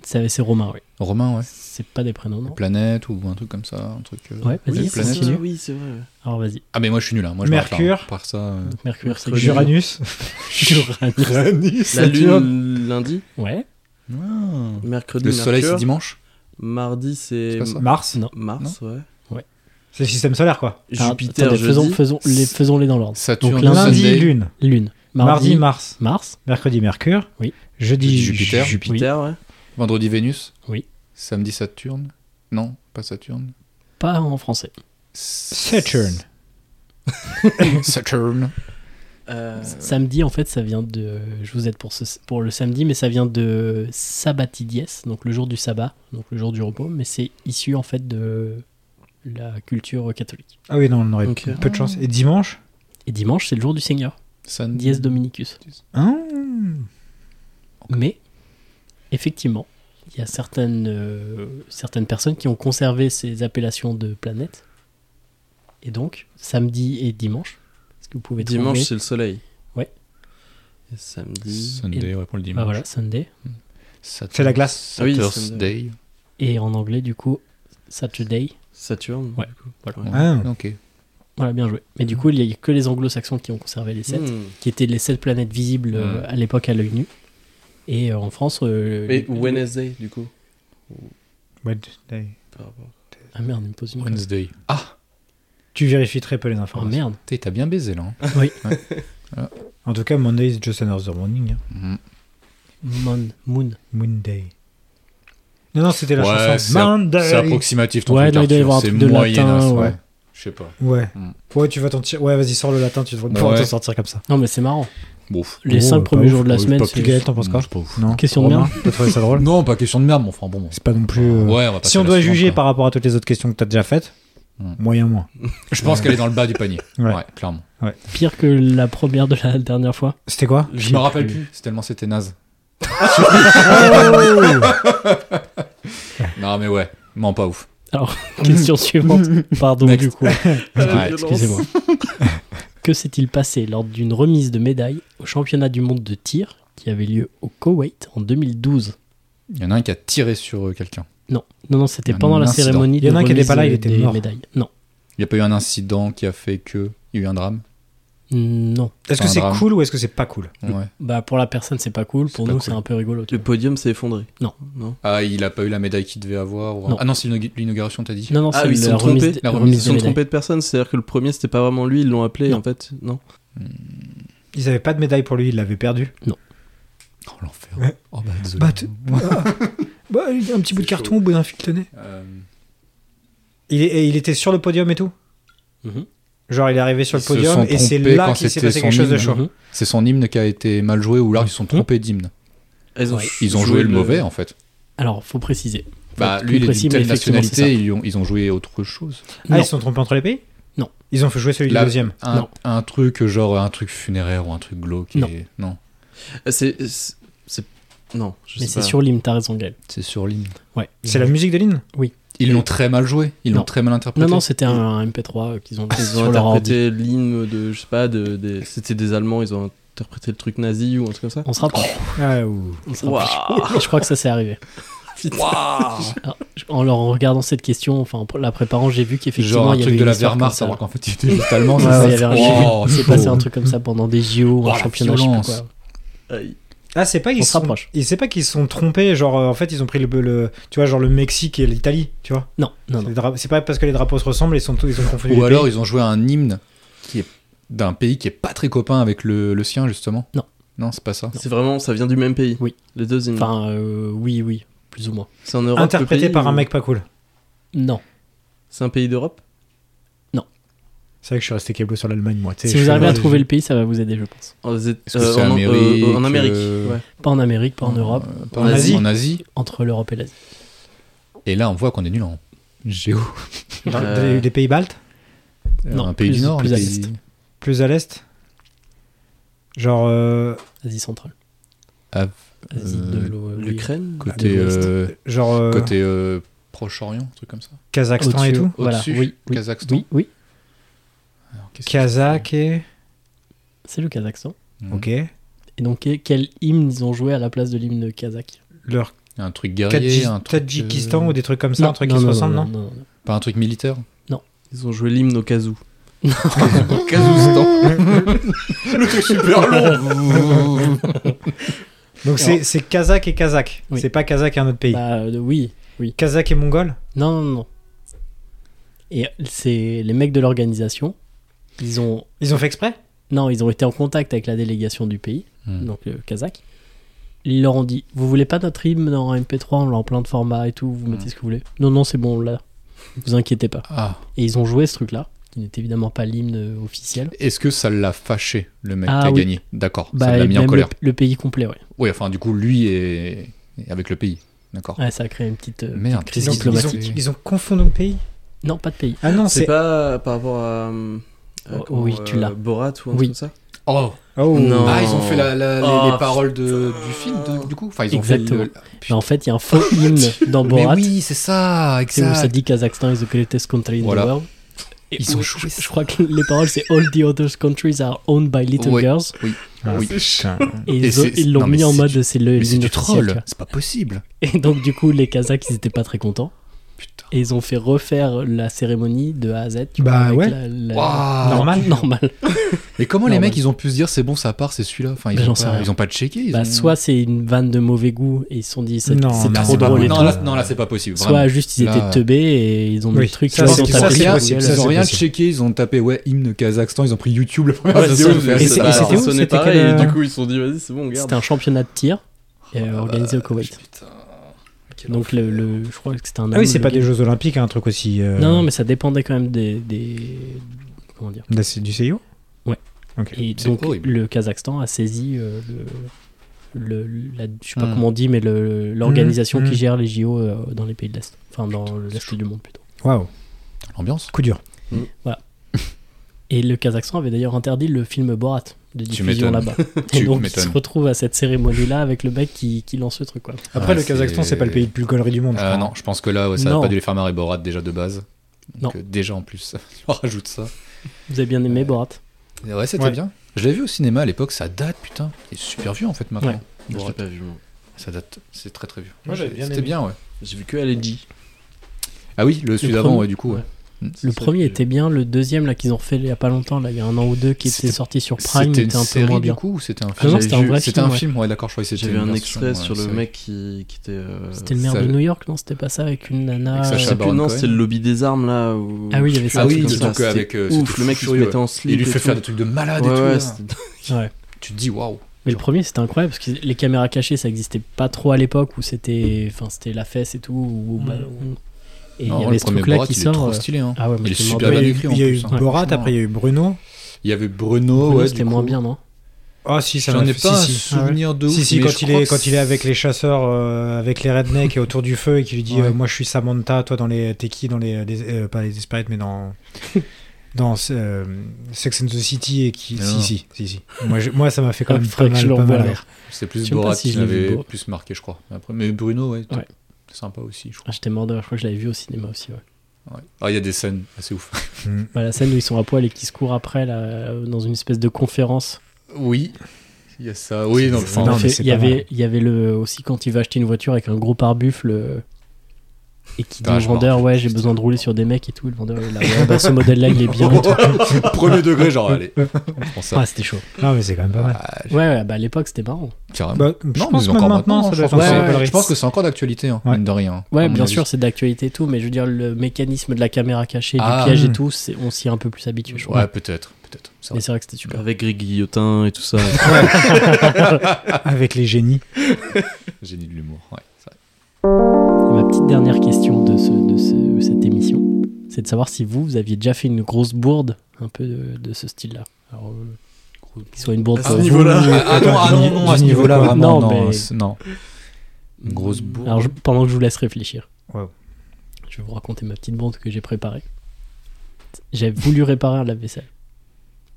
Speaker 1: C'est c'est romain, oui.
Speaker 4: Romain, ouais.
Speaker 1: C'est pas des prénoms, non
Speaker 4: Planète ou un truc comme ça. Un truc, euh,
Speaker 1: Ouais, vas-y,
Speaker 4: les planètes.
Speaker 1: continue.
Speaker 3: Ah Oui, c'est vrai. ouais.
Speaker 1: Alors, vas-y.
Speaker 4: Ah, mais moi, je suis nul. Hein. Moi, je marche,
Speaker 2: Mercure.
Speaker 4: hein. Par ça. euh,
Speaker 1: Donc, Mercure, c'est
Speaker 2: Uranus.
Speaker 1: Uranus.
Speaker 3: La
Speaker 2: Saturne.
Speaker 3: lune, lundi,
Speaker 1: Ouais.
Speaker 3: mercredi,
Speaker 4: Mmh. Le soleil, c'est
Speaker 3: Mercure.
Speaker 4: dimanche
Speaker 3: Mardi, c'est
Speaker 4: C'est pas ça
Speaker 2: Mars.
Speaker 1: Non.
Speaker 3: Mars, ouais.
Speaker 1: Ah,
Speaker 2: C'est le système solaire, quoi.
Speaker 1: Alors,
Speaker 3: Jupiter,
Speaker 1: Ah, attendez, faisons,
Speaker 3: jeudi.
Speaker 1: faisons les, faisons-les dans l'ordre.
Speaker 4: Saturne,
Speaker 1: Donc,
Speaker 4: Sunday.
Speaker 2: Lundi, Lune.
Speaker 1: Lune, mardi,
Speaker 2: Mardi, Mars.
Speaker 1: mars,
Speaker 2: Mercredi, Mercure.
Speaker 1: Oui.
Speaker 2: Jeudi,
Speaker 4: Jeudi, Jupiter.
Speaker 2: Ju- Jupiter.
Speaker 3: Jupiter, ouais.
Speaker 4: Vendredi, Vénus.
Speaker 1: Oui.
Speaker 4: Samedi, Saturne. Non, pas Saturne.
Speaker 1: pas en français.
Speaker 2: Saturn.
Speaker 4: Saturne.
Speaker 3: Euh,
Speaker 1: Samedi, en fait, ça vient de. Je vous aide pour, ce, pour le samedi, mais ça vient de Sabbatidies, donc le jour du sabbat, donc le jour du repos, mais c'est issu en fait de la culture catholique.
Speaker 2: Ah oui, non, on aurait
Speaker 3: Ok.
Speaker 2: peu de chance. Et dimanche
Speaker 1: Et dimanche, c'est le jour du Seigneur,
Speaker 4: Sunday.
Speaker 1: Dies Dominicus.
Speaker 2: Hein
Speaker 1: Mais, effectivement, il y a certaines, euh, certaines personnes qui ont conservé ces appellations de planètes. Et donc, samedi et dimanche, est-ce que vous pouvez
Speaker 3: Dimanche,
Speaker 1: trouver-
Speaker 3: c'est le soleil.
Speaker 1: Ouais.
Speaker 3: Et samedi.
Speaker 4: Sunday, ouais, pour le dimanche.
Speaker 1: Ah, voilà, Sunday.
Speaker 4: Saturn-
Speaker 2: C'est la glace.
Speaker 3: Ah oui,
Speaker 4: Saturday.
Speaker 1: Et en anglais, du coup, Saturday.
Speaker 3: Saturne.
Speaker 1: Ouais.
Speaker 3: du coup. Voilà.
Speaker 2: Ah.
Speaker 4: Ok.
Speaker 1: Voilà, bien joué. Mais
Speaker 4: Mm.
Speaker 1: du coup, il n'y a que les anglo-saxons qui ont conservé les sept,
Speaker 3: Hmm.
Speaker 1: qui étaient les sept planètes visibles euh,
Speaker 4: Mm.
Speaker 1: à l'époque à l'œil nu. Et euh, en France. euh,
Speaker 3: Et
Speaker 1: les-
Speaker 3: Wednesday, du coup.
Speaker 2: Wednesday.
Speaker 3: par rapport.
Speaker 1: Ah merde, il me pose une colle.
Speaker 4: Wednesday. Ah,
Speaker 2: Tu vérifies très peu les
Speaker 1: Oh
Speaker 2: informations.
Speaker 1: merde.
Speaker 4: t'es- t'as bien baisé là. hein.
Speaker 2: En tout cas, hein. Monday is just another morning. hein.
Speaker 1: Mon, moon.
Speaker 2: Moonday. Non, non, c'était la
Speaker 4: Ouais,
Speaker 2: chanson.
Speaker 4: c'est ap-
Speaker 2: Monday.
Speaker 4: c'est approximatif ton
Speaker 1: Ouais,
Speaker 4: truc,
Speaker 1: non, il doit y
Speaker 4: Arthur,
Speaker 1: avoir un
Speaker 4: c'est
Speaker 1: truc de
Speaker 4: moyen
Speaker 1: latin,
Speaker 4: à ce-
Speaker 1: ouais.
Speaker 4: ouais. Je sais pas.
Speaker 2: Ouais.
Speaker 4: Mm.
Speaker 2: Ouais, tu vas t'en tirer. Ouais, vas-y, sors le latin, tu vas
Speaker 4: Ouais.
Speaker 2: t'en sortir comme ça.
Speaker 1: Non, mais c'est marrant.
Speaker 4: Bon.
Speaker 1: Les
Speaker 2: Oh,
Speaker 1: cinq
Speaker 2: pas
Speaker 1: premiers
Speaker 2: ouf,
Speaker 1: jours de la
Speaker 4: pas ouf,
Speaker 1: semaine,
Speaker 4: Bah pas
Speaker 2: Tu
Speaker 1: c'est.
Speaker 2: Gaël, t'en penses quoi
Speaker 4: Mm, c'est pas ouf.
Speaker 2: Non.
Speaker 1: Question de
Speaker 2: Romain,
Speaker 1: merde.
Speaker 2: T'as trouvé ça drôle
Speaker 4: Non, pas question de merde, mais enfin bon.
Speaker 2: C'est pas non plus. euh,
Speaker 4: Ouais, on va passer
Speaker 2: Si
Speaker 4: à
Speaker 2: on
Speaker 4: la
Speaker 2: doit
Speaker 4: suivante, hein.
Speaker 2: juger
Speaker 4: quoi.
Speaker 2: par rapport à toutes les autres questions que t'as déjà faites,
Speaker 4: Mm.
Speaker 2: moyen moins.
Speaker 4: Je pense qu'elle est dans le bas du panier.
Speaker 2: Ouais.
Speaker 4: Ouais, clairement.
Speaker 1: Pire que la première de la dernière fois.
Speaker 2: C'était quoi
Speaker 4: Je
Speaker 1: J'ai
Speaker 4: me rappelle
Speaker 1: plus.
Speaker 4: plus, c'est tellement c'était naze.
Speaker 2: Oh
Speaker 4: Non, mais ouais, non, pas ouf.
Speaker 1: Question suivante. Pardon,
Speaker 4: Next.
Speaker 1: du coup.
Speaker 4: Ouais,
Speaker 1: Excusez-moi. que s'est-il passé lors d'une remise de médaille au championnat du monde de tir qui avait lieu au Koweït en 2012
Speaker 4: Il y en a un qui a tiré sur euh, quelqu'un.
Speaker 1: Non, non, non, c'était
Speaker 4: Un
Speaker 1: pendant la
Speaker 4: incident.
Speaker 1: cérémonie.
Speaker 2: Il y en a
Speaker 1: de
Speaker 2: un qui était
Speaker 1: remise
Speaker 2: pas là,
Speaker 1: de-
Speaker 2: il était
Speaker 1: des
Speaker 2: mort.
Speaker 1: médailles. Non,
Speaker 4: Il n'y a pas eu un incident qui a fait que. Il y a eu un drame.
Speaker 1: non.
Speaker 2: Est-ce que
Speaker 4: un
Speaker 2: c'est
Speaker 4: drame.
Speaker 2: cool ou est-ce que c'est pas cool
Speaker 4: Ouais.
Speaker 1: Bah pour la personne, c'est pas cool. Pour
Speaker 4: pas
Speaker 1: nous,
Speaker 4: cool.
Speaker 1: c'est un peu rigolo. tu
Speaker 3: Le podium s'est effondré.
Speaker 1: Non.
Speaker 3: Non.
Speaker 4: Ah, il a pas eu la médaille qu'il devait avoir. ou-
Speaker 1: Non.
Speaker 4: Ah non, c'est l'inaugu- l'inauguration, t'as dit
Speaker 1: vois. Non, non,
Speaker 3: Ah,
Speaker 1: c'est
Speaker 3: ils se
Speaker 1: la
Speaker 3: sont
Speaker 1: remise,
Speaker 3: trompés.
Speaker 1: la
Speaker 4: Ils
Speaker 1: remise
Speaker 3: Ils se
Speaker 1: de
Speaker 3: sont
Speaker 1: médaille.
Speaker 3: trompés de personne, c'est-à-dire que le premier c'était pas vraiment lui, ils l'ont appelé
Speaker 1: Non.
Speaker 3: en fait. Non.
Speaker 2: Ils avaient pas de médaille pour lui, ils l'avaient perdu.
Speaker 4: Oh l'enfer.
Speaker 2: Ouais.
Speaker 4: Oh bah désolé.
Speaker 2: Bah, t- Bah, il y a un petit bout de
Speaker 4: C'est
Speaker 2: carton au bout d'un fil tenez.
Speaker 4: Euh,
Speaker 2: Il, est- et il était sur le podium et tout
Speaker 1: Mhm.
Speaker 2: Genre, il est arrivé sur
Speaker 4: Ils
Speaker 2: le
Speaker 4: se
Speaker 2: podium
Speaker 4: sont
Speaker 2: et c'est
Speaker 4: trompés
Speaker 2: là
Speaker 4: quand
Speaker 2: qu'il s'est
Speaker 4: c'était
Speaker 2: passé
Speaker 4: son
Speaker 2: quelque chose de
Speaker 4: hymne.
Speaker 2: chaud.
Speaker 1: Mhm.
Speaker 4: C'est son hymne qui a été mal joué ou là ils se sont
Speaker 1: Hein
Speaker 4: trompés d'hymne.
Speaker 3: Ah, Ils ont,
Speaker 1: Ouais.
Speaker 4: Ils ont joué, le mauvais en fait.
Speaker 1: Alors, faut préciser. Faut
Speaker 4: Bah
Speaker 1: être
Speaker 4: lui il
Speaker 1: plus
Speaker 4: est
Speaker 1: précis,
Speaker 4: d'une
Speaker 1: mais
Speaker 4: telle
Speaker 1: effectivement, c'est
Speaker 4: nationalité, ils ont, ils ont joué autre chose.
Speaker 1: ça.
Speaker 2: Ah,
Speaker 1: Non.
Speaker 2: ils se sont trompés entre les pays
Speaker 1: Non.
Speaker 2: Ils ont fait jouer celui
Speaker 4: La-
Speaker 2: du deuxième.
Speaker 4: Un,
Speaker 1: Non.
Speaker 4: un truc genre un truc funéraire ou un truc glauque. et-
Speaker 1: Non.
Speaker 4: non.
Speaker 3: Ah, C'est. c'est- c'est- Non, je
Speaker 1: Mais
Speaker 3: sais
Speaker 1: c'est
Speaker 3: pas.
Speaker 1: sur l'hymne, t'as raison, Gaël.
Speaker 4: C'est sur l'hymne.
Speaker 1: Ouais.
Speaker 2: C'est
Speaker 4: Mhm.
Speaker 2: la musique de l'hymne
Speaker 4: Ils l'ont très mal joué, ils
Speaker 1: Non.
Speaker 4: l'ont très mal
Speaker 1: Non,
Speaker 4: interprété.
Speaker 1: non, c'était un, un MP3 euh, qu'ils ont
Speaker 3: Ils
Speaker 1: sur
Speaker 3: ont
Speaker 1: leur ordi.
Speaker 3: interprété l'hymne de. Je sais pas, de, des- c'était des Allemands, ils ont interprété le truc nazi ou un truc comme ça.
Speaker 1: On se rapproche.
Speaker 2: Ah, ou-
Speaker 1: on se rapproche. Je crois que ça s'est arrivé.
Speaker 4: Waouh
Speaker 1: Alors, je- en leur regardant cette question, enfin en la préparant, j'ai vu
Speaker 4: Genre
Speaker 1: qu'effectivement
Speaker 4: un
Speaker 1: il y avait
Speaker 4: truc de
Speaker 1: une
Speaker 4: la
Speaker 1: histoire comme
Speaker 4: Wehrmacht
Speaker 1: ça.
Speaker 4: alors qu'en fait il était juste allemand.
Speaker 1: Ouais,
Speaker 4: c'est ça
Speaker 1: ouais, il y avait un-
Speaker 4: Oh,
Speaker 1: Il s'est
Speaker 4: chaud.
Speaker 1: passé un truc comme ça pendant des JO,
Speaker 4: Oh,
Speaker 1: un
Speaker 4: la
Speaker 1: championnat, je sais plus
Speaker 4: violence.
Speaker 1: quoi.
Speaker 3: Aïe.
Speaker 2: Ah, c'est pas
Speaker 1: On
Speaker 2: qu'ils
Speaker 1: se
Speaker 2: sont...
Speaker 1: rapproche.
Speaker 2: ils- C'est pas qu'ils se sont trompés, genre euh, en fait ils ont pris le, le- tu vois genre le Mexique et l'Italie, tu vois.
Speaker 1: Non, non,
Speaker 2: C'est
Speaker 1: non.
Speaker 2: les dra- C'est pas parce que les drapeaux se ressemblent, ils sont tous- ils ont confondu.
Speaker 4: Ah, Ou
Speaker 2: les
Speaker 4: alors
Speaker 2: pays.
Speaker 4: ils ont joué à un hymne qui est d'un pays qui est pas très copain avec le, le sien justement.
Speaker 1: Non.
Speaker 4: Non, c'est pas ça.
Speaker 3: C'est vraiment, ça vient du même pays.
Speaker 1: Oui.
Speaker 3: Les deux hymnes.
Speaker 1: Enfin, euh, oui, oui, plus ou moins.
Speaker 3: c'est en Europe. le
Speaker 2: interprété
Speaker 3: pays,
Speaker 2: par un
Speaker 3: ou-
Speaker 2: mec pas cool.
Speaker 1: Non.
Speaker 3: C'est un pays d'Europe
Speaker 2: C'est vrai que je suis resté câblé sur l'Allemagne moi. tu sais,
Speaker 1: Si
Speaker 2: je
Speaker 1: vous
Speaker 2: suis
Speaker 1: arrivez à
Speaker 2: là,
Speaker 1: trouver
Speaker 2: je-
Speaker 1: le pays, ça va vous aider, je pense.
Speaker 3: En Z-
Speaker 4: Est-ce que
Speaker 3: euh,
Speaker 4: c'est
Speaker 3: en,
Speaker 4: Amérique,
Speaker 3: euh, en Amérique.
Speaker 4: euh,
Speaker 3: ouais.
Speaker 1: Pas en Amérique, pas en Europe,
Speaker 4: Euh, pas
Speaker 3: En
Speaker 4: en Asie.
Speaker 2: Asie.
Speaker 4: En Asie.
Speaker 1: entre l'Europe et l'Asie.
Speaker 4: Et là on voit qu'on est nul en géo.
Speaker 2: Dans-
Speaker 3: Euh,
Speaker 2: dans les- les pays baltes,
Speaker 1: Non,
Speaker 4: un pays
Speaker 1: plus-
Speaker 4: du Nord,
Speaker 1: plus
Speaker 4: un
Speaker 1: à
Speaker 4: pays-
Speaker 1: l'est.
Speaker 2: plus à l'est. Genre euh,
Speaker 1: Asie centrale.
Speaker 4: Ah,
Speaker 1: Asie
Speaker 4: euh,
Speaker 1: de l'O- oui.
Speaker 3: L'Ukraine
Speaker 4: côté,
Speaker 1: de l'Ouest.
Speaker 4: euh,
Speaker 2: genre euh,
Speaker 4: côté euh, Proche-Orient, un truc comme ça.
Speaker 2: Kazakhstan et
Speaker 1: Au-dessus,
Speaker 2: tout.
Speaker 1: Voilà,
Speaker 4: Au-dessus,
Speaker 1: oui, oui.
Speaker 4: Kazakhstan.
Speaker 1: Oui, oui,
Speaker 4: Alors, qu'est-ce que
Speaker 2: Kazakh et
Speaker 1: c'est le Kazakhstan.
Speaker 4: c'est
Speaker 2: OK.
Speaker 1: Et donc, eh, quel hymne ils ont joué à la place de l'hymne kazakh
Speaker 2: Leur
Speaker 4: Un truc guerrier,
Speaker 2: Tadji-
Speaker 4: un truc,
Speaker 2: Tadjikistan
Speaker 4: euh,
Speaker 2: ou des trucs comme ça, un truc qui se ressemble, non
Speaker 1: non, non.
Speaker 4: Pas un truc militaire
Speaker 3: Ils ont joué l'hymne au Kazou.
Speaker 4: Au Kazakhstan. Le truc super long
Speaker 2: Donc c'est c'est Kazakh et Kazakh.
Speaker 1: Oui.
Speaker 2: C'est pas Kazakh et un autre pays.
Speaker 1: Bah, euh, oui,
Speaker 2: Kazakh et mongol
Speaker 1: Non, non, non. Et c'est les mecs de l'organisation, ils ont
Speaker 2: Ils ont fait exprès
Speaker 1: non, ils ont été en contact avec la délégation du pays,
Speaker 4: Hmm.
Speaker 1: donc le Kazakh. Ils leur ont dit "Vous voulez pas notre hymne en MP3, on l'a en plein de formats et tout,
Speaker 4: Hmm.
Speaker 1: vous mettez ce que vous voulez." Non, non, c'est bon là. Vous inquiétez pas.
Speaker 4: Ah,
Speaker 1: Et ils ont joué ce truc-là, qui n'est évidemment pas l'hymne officiel.
Speaker 4: Est-ce que ça l'a fâché, le mec
Speaker 1: Ah
Speaker 4: qui a
Speaker 1: oui.
Speaker 4: gagné D'accord, ça
Speaker 1: Bah,
Speaker 4: l'a
Speaker 1: et
Speaker 4: mis en
Speaker 1: même le,
Speaker 4: colère.
Speaker 1: le pays complet, ouais.
Speaker 4: Oui, enfin, du coup, lui et, et avec le pays. D'accord.
Speaker 1: Ouais, ça a créé Ah, une petite, euh,
Speaker 4: Merde,
Speaker 1: petite crise
Speaker 2: Ils
Speaker 4: qu'est-ce
Speaker 2: ont,
Speaker 4: qu'ils
Speaker 2: ils, ont,
Speaker 1: diplomatique.
Speaker 2: ils ont confondu le pays
Speaker 1: Non, pas de pays.
Speaker 2: Ah non,
Speaker 3: C'est
Speaker 2: c'est.
Speaker 3: pas par rapport à. euh,
Speaker 1: Oh,
Speaker 3: comment,
Speaker 1: oui, tu l'as.
Speaker 3: Borat ou un
Speaker 1: Oui.
Speaker 3: truc comme ça
Speaker 4: Oh
Speaker 2: Oh.
Speaker 3: Non.
Speaker 4: Ah, ils ont fait la- la- les- les,
Speaker 3: Oh,
Speaker 4: paroles de, du film, de- du coup Enfin, ils ont
Speaker 1: Exactement.
Speaker 4: fait le-
Speaker 1: Mais en fait, il y a un faux hymne dans
Speaker 4: Mais
Speaker 1: Borat.
Speaker 4: oui, c'est ça,
Speaker 1: C'est où ça
Speaker 4: exact.
Speaker 1: dit Kazakhstan is the greatest country in
Speaker 4: Voilà.
Speaker 1: the world. Et
Speaker 4: Ils sont
Speaker 1: où-
Speaker 4: choués,
Speaker 1: je,
Speaker 4: ça.
Speaker 1: je crois que les paroles c'est All the other countries are owned by little
Speaker 4: Ouais.
Speaker 1: girls.
Speaker 2: Ah,
Speaker 4: Oui.
Speaker 2: putain.
Speaker 1: Et,
Speaker 4: Et
Speaker 1: ils ont-
Speaker 4: c'est-
Speaker 1: ils l'ont
Speaker 4: non, mais
Speaker 1: mis en
Speaker 4: c'est
Speaker 1: mode
Speaker 4: du-
Speaker 1: c'est le
Speaker 4: Mais c'est
Speaker 1: l'hymne
Speaker 4: du
Speaker 1: officiel, tu
Speaker 4: troll,
Speaker 1: vois.
Speaker 4: c'est pas possible.
Speaker 1: Et donc du coup les Kazakhs ils étaient pas très contents.
Speaker 4: Putain.
Speaker 1: Et ils ont fait refaire la cérémonie de A à Z. tu vois,
Speaker 2: Bah
Speaker 1: avec
Speaker 2: ouais.
Speaker 1: la- la-
Speaker 4: Waouh.
Speaker 2: Normal.
Speaker 1: Normal.
Speaker 4: Mais comment les
Speaker 1: Normal.
Speaker 4: mecs ils ont pu se dire c'est bon ça part c'est celui-là enfin ils,
Speaker 1: bah Mais j'en
Speaker 4: ont
Speaker 1: sais
Speaker 4: pas,
Speaker 1: rien.
Speaker 4: ils ont pas checké ils
Speaker 1: Bah,
Speaker 4: ont-
Speaker 1: soit c'est une vanne de mauvais goût et ils se sont dit c'est
Speaker 2: Non,
Speaker 1: c'est
Speaker 4: Non,
Speaker 2: mais
Speaker 1: trop
Speaker 4: c'est pas-
Speaker 1: drôle et
Speaker 4: non,
Speaker 1: tout.
Speaker 4: là, non là c'est pas possible vraiment.
Speaker 1: Soit juste ils
Speaker 4: Là,
Speaker 1: étaient teubés et ils ont mis
Speaker 2: Oui,
Speaker 1: le truc.
Speaker 2: ça,
Speaker 1: soit
Speaker 2: c'est-
Speaker 1: ils ont
Speaker 2: ça,
Speaker 1: tapé
Speaker 2: c'est
Speaker 1: sur
Speaker 4: rien,
Speaker 2: possible,
Speaker 1: Google.
Speaker 2: ça,
Speaker 4: ils ont
Speaker 2: c'est
Speaker 4: rien
Speaker 2: possible.
Speaker 4: checké ils ont tapé ouais hymne Kazakhstan ils ont pris YouTube la
Speaker 1: bah,
Speaker 4: première
Speaker 3: Ouais, c'est
Speaker 4: vidéo
Speaker 3: ça,
Speaker 4: ils ont fait,
Speaker 3: c'est-
Speaker 4: ah, ça
Speaker 3: c'est pas-
Speaker 4: part.
Speaker 2: c'était
Speaker 3: ça
Speaker 2: où
Speaker 3: sonnait
Speaker 2: C'était
Speaker 3: pareil,
Speaker 2: quel,
Speaker 3: et
Speaker 2: euh,
Speaker 3: du coup ils se sont dit vas-y c'est bon, on garde.
Speaker 1: C'était un championnat de tir euh, organisé au Koweït.
Speaker 4: Oh Putain.
Speaker 3: Quel
Speaker 1: Donc, le, le- je crois que c'était un.
Speaker 2: Ah oui,
Speaker 1: homme,
Speaker 2: c'est
Speaker 1: le
Speaker 2: pas
Speaker 1: gars.
Speaker 2: des Jeux Olympiques, hein, un truc aussi. euh,
Speaker 1: Non, non, mais ça dépendait quand même des. des- Comment dire
Speaker 2: là, c'est du CIO
Speaker 1: Ouais.
Speaker 2: Ok.
Speaker 1: Et
Speaker 4: C'est
Speaker 1: donc,
Speaker 4: horrible.
Speaker 1: le Kazakhstan a saisi euh, le. le- la- je sais pas
Speaker 4: Hmm.
Speaker 1: comment on dit, mais le- l'organisation
Speaker 2: Hmm, hmm.
Speaker 1: qui gère les JO euh, dans les pays de l'Est. Enfin, dans l'Est du monde plutôt.
Speaker 2: Waouh,
Speaker 4: L'ambiance.
Speaker 2: coup dur.
Speaker 1: Et le Kazakhstan avait d'ailleurs interdit le film Borat de diffusion
Speaker 4: m'étonnes.
Speaker 1: là-bas. Et
Speaker 4: Tu
Speaker 1: donc, il
Speaker 4: m'étonnes.
Speaker 1: se retrouve à cette cérémonie-là avec le mec qui, qui lance le truc, quoi.
Speaker 2: Après,
Speaker 4: Ouais,
Speaker 2: le Kazakhstan, c'est pas le pays de plus gaulerie du monde. je
Speaker 4: Euh,
Speaker 2: crois.
Speaker 4: non, je pense que là, ouais, ça
Speaker 1: Non.
Speaker 4: n'a pas dû les faire marrer Borat déjà de base. Donc,
Speaker 1: Non.
Speaker 4: euh, déjà en plus, je leur rajoute ça.
Speaker 1: Vous avez bien aimé Borat
Speaker 4: Et ouais, c'était
Speaker 2: Ouais.
Speaker 4: bien. Je l'avais vu au cinéma à l'époque, ça date, putain. C'est super vieux en fait maintenant.
Speaker 1: Ouais.
Speaker 3: Je
Speaker 4: Borat.
Speaker 3: l'ai pas vu, moi.
Speaker 4: Ça date, c'est très très vieux.
Speaker 2: Moi, j'avais bien
Speaker 4: C'était
Speaker 2: aimé.
Speaker 4: bien, ouais.
Speaker 3: J'ai vu que Lady.
Speaker 4: Ah oui, le, celui d'avant,
Speaker 1: premier-
Speaker 4: ouais, du coup, ouais.
Speaker 1: Le premier était bien, le deuxième là qu'ils ont fait il y a pas longtemps, là il y a un an ou deux, qui était
Speaker 4: C'était-
Speaker 1: sorti sur Prime,
Speaker 4: c'était
Speaker 1: était,
Speaker 4: une
Speaker 1: un peu
Speaker 4: série
Speaker 1: moins
Speaker 4: du
Speaker 1: bien.
Speaker 4: coup ou c'était un
Speaker 1: Ah
Speaker 4: film
Speaker 1: non, c'était un
Speaker 4: J'avais
Speaker 1: vrai
Speaker 4: vu- C'était
Speaker 1: film,
Speaker 4: un
Speaker 1: ouais.
Speaker 4: film, ouais, d'accord, je croyais que c'était
Speaker 3: J'ai vu
Speaker 4: une
Speaker 3: un
Speaker 4: version,
Speaker 3: extrait
Speaker 4: ouais,
Speaker 3: sur le
Speaker 4: série.
Speaker 3: mec qui, qui était. euh,
Speaker 1: C'était le maire
Speaker 4: ça-
Speaker 1: de New York, non C'était pas ça avec une nana. euh,
Speaker 4: Avec
Speaker 3: Je
Speaker 4: Sacha
Speaker 3: sais plus,
Speaker 4: Baron
Speaker 3: non,
Speaker 4: Cohen.
Speaker 3: c'est le lobby des armes là. Où...
Speaker 1: Ah oui, il y avait ça,
Speaker 4: Ah oui,
Speaker 1: comme
Speaker 4: le
Speaker 1: ça,
Speaker 4: truc
Speaker 3: c'était
Speaker 4: avec. euh,
Speaker 3: Ouf,
Speaker 4: c'était
Speaker 3: le mec il se
Speaker 4: furieux, ouais.
Speaker 3: mettait en
Speaker 4: Il
Speaker 3: slip.
Speaker 4: lui
Speaker 3: et
Speaker 4: fait faire
Speaker 3: tout.
Speaker 4: des trucs de malade
Speaker 3: Ouais,
Speaker 4: et tout.
Speaker 3: ouais,
Speaker 4: là.
Speaker 3: c'était-
Speaker 1: euh, ouais.
Speaker 4: Tu te dis, waouh.
Speaker 1: Mais le premier c'était incroyable parce que les caméras cachées ça existait pas trop à l'époque où c'était enfin, c'était la fesse et tout. Ou, bah, ou- Et
Speaker 4: Mm.
Speaker 1: il
Speaker 4: Non,
Speaker 1: y
Speaker 4: ouais,
Speaker 1: avait
Speaker 4: le
Speaker 1: ce
Speaker 4: premier
Speaker 1: truc là
Speaker 4: Borat,
Speaker 1: qui
Speaker 4: il est
Speaker 1: sort.
Speaker 4: trop
Speaker 1: euh,
Speaker 4: stylé, hein.
Speaker 1: Ah ouais, mais
Speaker 4: Il est
Speaker 1: c'est mort
Speaker 4: super
Speaker 2: Il y
Speaker 1: de-
Speaker 2: a eu,
Speaker 4: écrit, en
Speaker 2: il y a
Speaker 4: plus,
Speaker 2: eu
Speaker 4: hein.
Speaker 2: Borat,
Speaker 4: Franchement.
Speaker 2: après il y a eu Bruno.
Speaker 4: Il y avait Bruno,
Speaker 1: Bruno,
Speaker 4: Oh, ouais.
Speaker 1: C'était
Speaker 4: du
Speaker 1: moins
Speaker 4: coup.
Speaker 1: bien, non
Speaker 2: Ah si, ça
Speaker 4: J'en
Speaker 2: m'a
Speaker 4: ai
Speaker 2: fait-
Speaker 4: pas un
Speaker 2: si, si. Ah ouais.
Speaker 4: souvenir de ouf.
Speaker 2: Si, si,
Speaker 4: mais
Speaker 2: quand
Speaker 4: je
Speaker 2: il,
Speaker 4: crois
Speaker 2: est,
Speaker 4: que
Speaker 2: quand il est avec les chasseurs, euh, avec les rednecks et autour du feu, et qu'il lui dit
Speaker 4: Ouais.
Speaker 2: euh, Moi je suis Samantha, toi dans les. T'es qui dans les. les- euh, pas les Desperate, mais dans. dans euh, Sex and the City, et qui.
Speaker 4: Non.
Speaker 2: Si, si, si, si. Moi, je- moi ça m'a fait quand
Speaker 1: Ah,
Speaker 2: même
Speaker 1: faudrait
Speaker 2: pas
Speaker 1: que je
Speaker 2: mal,
Speaker 1: le
Speaker 2: pas mal
Speaker 1: revoie,
Speaker 2: rire.
Speaker 4: C'est
Speaker 1: Je
Speaker 4: plus
Speaker 1: sais pas
Speaker 4: Borat
Speaker 1: si
Speaker 4: qui
Speaker 1: je l'ai vu,
Speaker 4: l'avait
Speaker 1: Borat.
Speaker 4: plus marqué, je crois. Après, mais Bruno, ouais,
Speaker 1: Ouais.
Speaker 4: sympa aussi, je crois.
Speaker 1: Ah, J'étais mort de rire, je crois que je l'avais vu au cinéma aussi. Ouais.
Speaker 4: Ouais. Ah, il y a des scènes assez ouf.
Speaker 1: Bah, la scène où ils sont à poil et qu'ils se courent après là, euh, dans une espèce de conférence.
Speaker 4: Oui, il y a ça. Oui, non,
Speaker 1: Enfin,
Speaker 2: Non,
Speaker 1: en
Speaker 2: mais
Speaker 1: fait,
Speaker 2: c'est
Speaker 1: il y
Speaker 2: pas
Speaker 1: avait,
Speaker 2: mal.
Speaker 1: il y avait le aussi quand il va acheter une voiture avec un gros pare-buffle euh, et qui dit
Speaker 4: Ah,
Speaker 1: au
Speaker 4: je m'en
Speaker 1: vendeur
Speaker 4: rappelle
Speaker 1: ouais
Speaker 4: plus,
Speaker 1: j'ai
Speaker 4: c'était
Speaker 1: besoin de rouler sur des mecs et tout et le vendeur il a ouais, bah, ce modèle là il est bien et tout.
Speaker 4: Premier degré, genre, Oh, allez. On prend ça.
Speaker 1: ah c'était chaud
Speaker 2: Non, mais c'est quand même pas mal.
Speaker 4: Ah,
Speaker 1: ouais, ouais bah à l'époque c'était marrant
Speaker 4: carrément.
Speaker 2: Bah, je
Speaker 4: non,
Speaker 2: pense
Speaker 4: mais
Speaker 2: même
Speaker 4: encore
Speaker 2: maintenant, ça
Speaker 4: maintenant,
Speaker 2: doit
Speaker 4: je
Speaker 2: être
Speaker 4: pense,
Speaker 1: encore
Speaker 4: que-
Speaker 1: d'actualité.
Speaker 4: je pense que c'est encore d'actualité, hein,
Speaker 2: Ouais.
Speaker 4: mine de rien.
Speaker 1: ouais
Speaker 4: à mon
Speaker 1: bien
Speaker 4: avis.
Speaker 1: sûr c'est d'actualité et tout mais je veux dire le mécanisme de la caméra cachée
Speaker 4: Ah,
Speaker 1: du piège et
Speaker 2: hum.
Speaker 1: tout c'est- on s'y est un peu plus habitué je crois
Speaker 4: Ouais, peut-être, peut-être. c'est
Speaker 1: mais
Speaker 4: vrai.
Speaker 1: c'est vrai que c'était super
Speaker 3: Avec Greg Guillotin et tout ça.
Speaker 2: Ah, Avec les génies.
Speaker 4: Génie de l'humour, ouais. c'est vrai.
Speaker 1: Et ma petite dernière question de, ce- de ce- cette émission c'est de savoir si vous vous aviez déjà fait une grosse bourde un peu de, de ce style là alors euh, gros- qu'il soit une bourde
Speaker 3: À
Speaker 1: pour
Speaker 3: ce
Speaker 1: vous,
Speaker 3: niveau-là.
Speaker 1: ou-
Speaker 4: Ah non, ah non, non, à ce
Speaker 2: Du niveau,
Speaker 4: niveau-là,
Speaker 2: quoi.
Speaker 1: Non,
Speaker 4: vraiment, non.
Speaker 1: mais-
Speaker 4: c'est- non. Une grosse bourre.
Speaker 1: Euh, Alors, je- pendant que je vous laisse réfléchir,
Speaker 2: Wow.
Speaker 1: je vais vous raconter ma petite bande que j'ai préparée. J'avais voulu réparer un lave-vaisselle.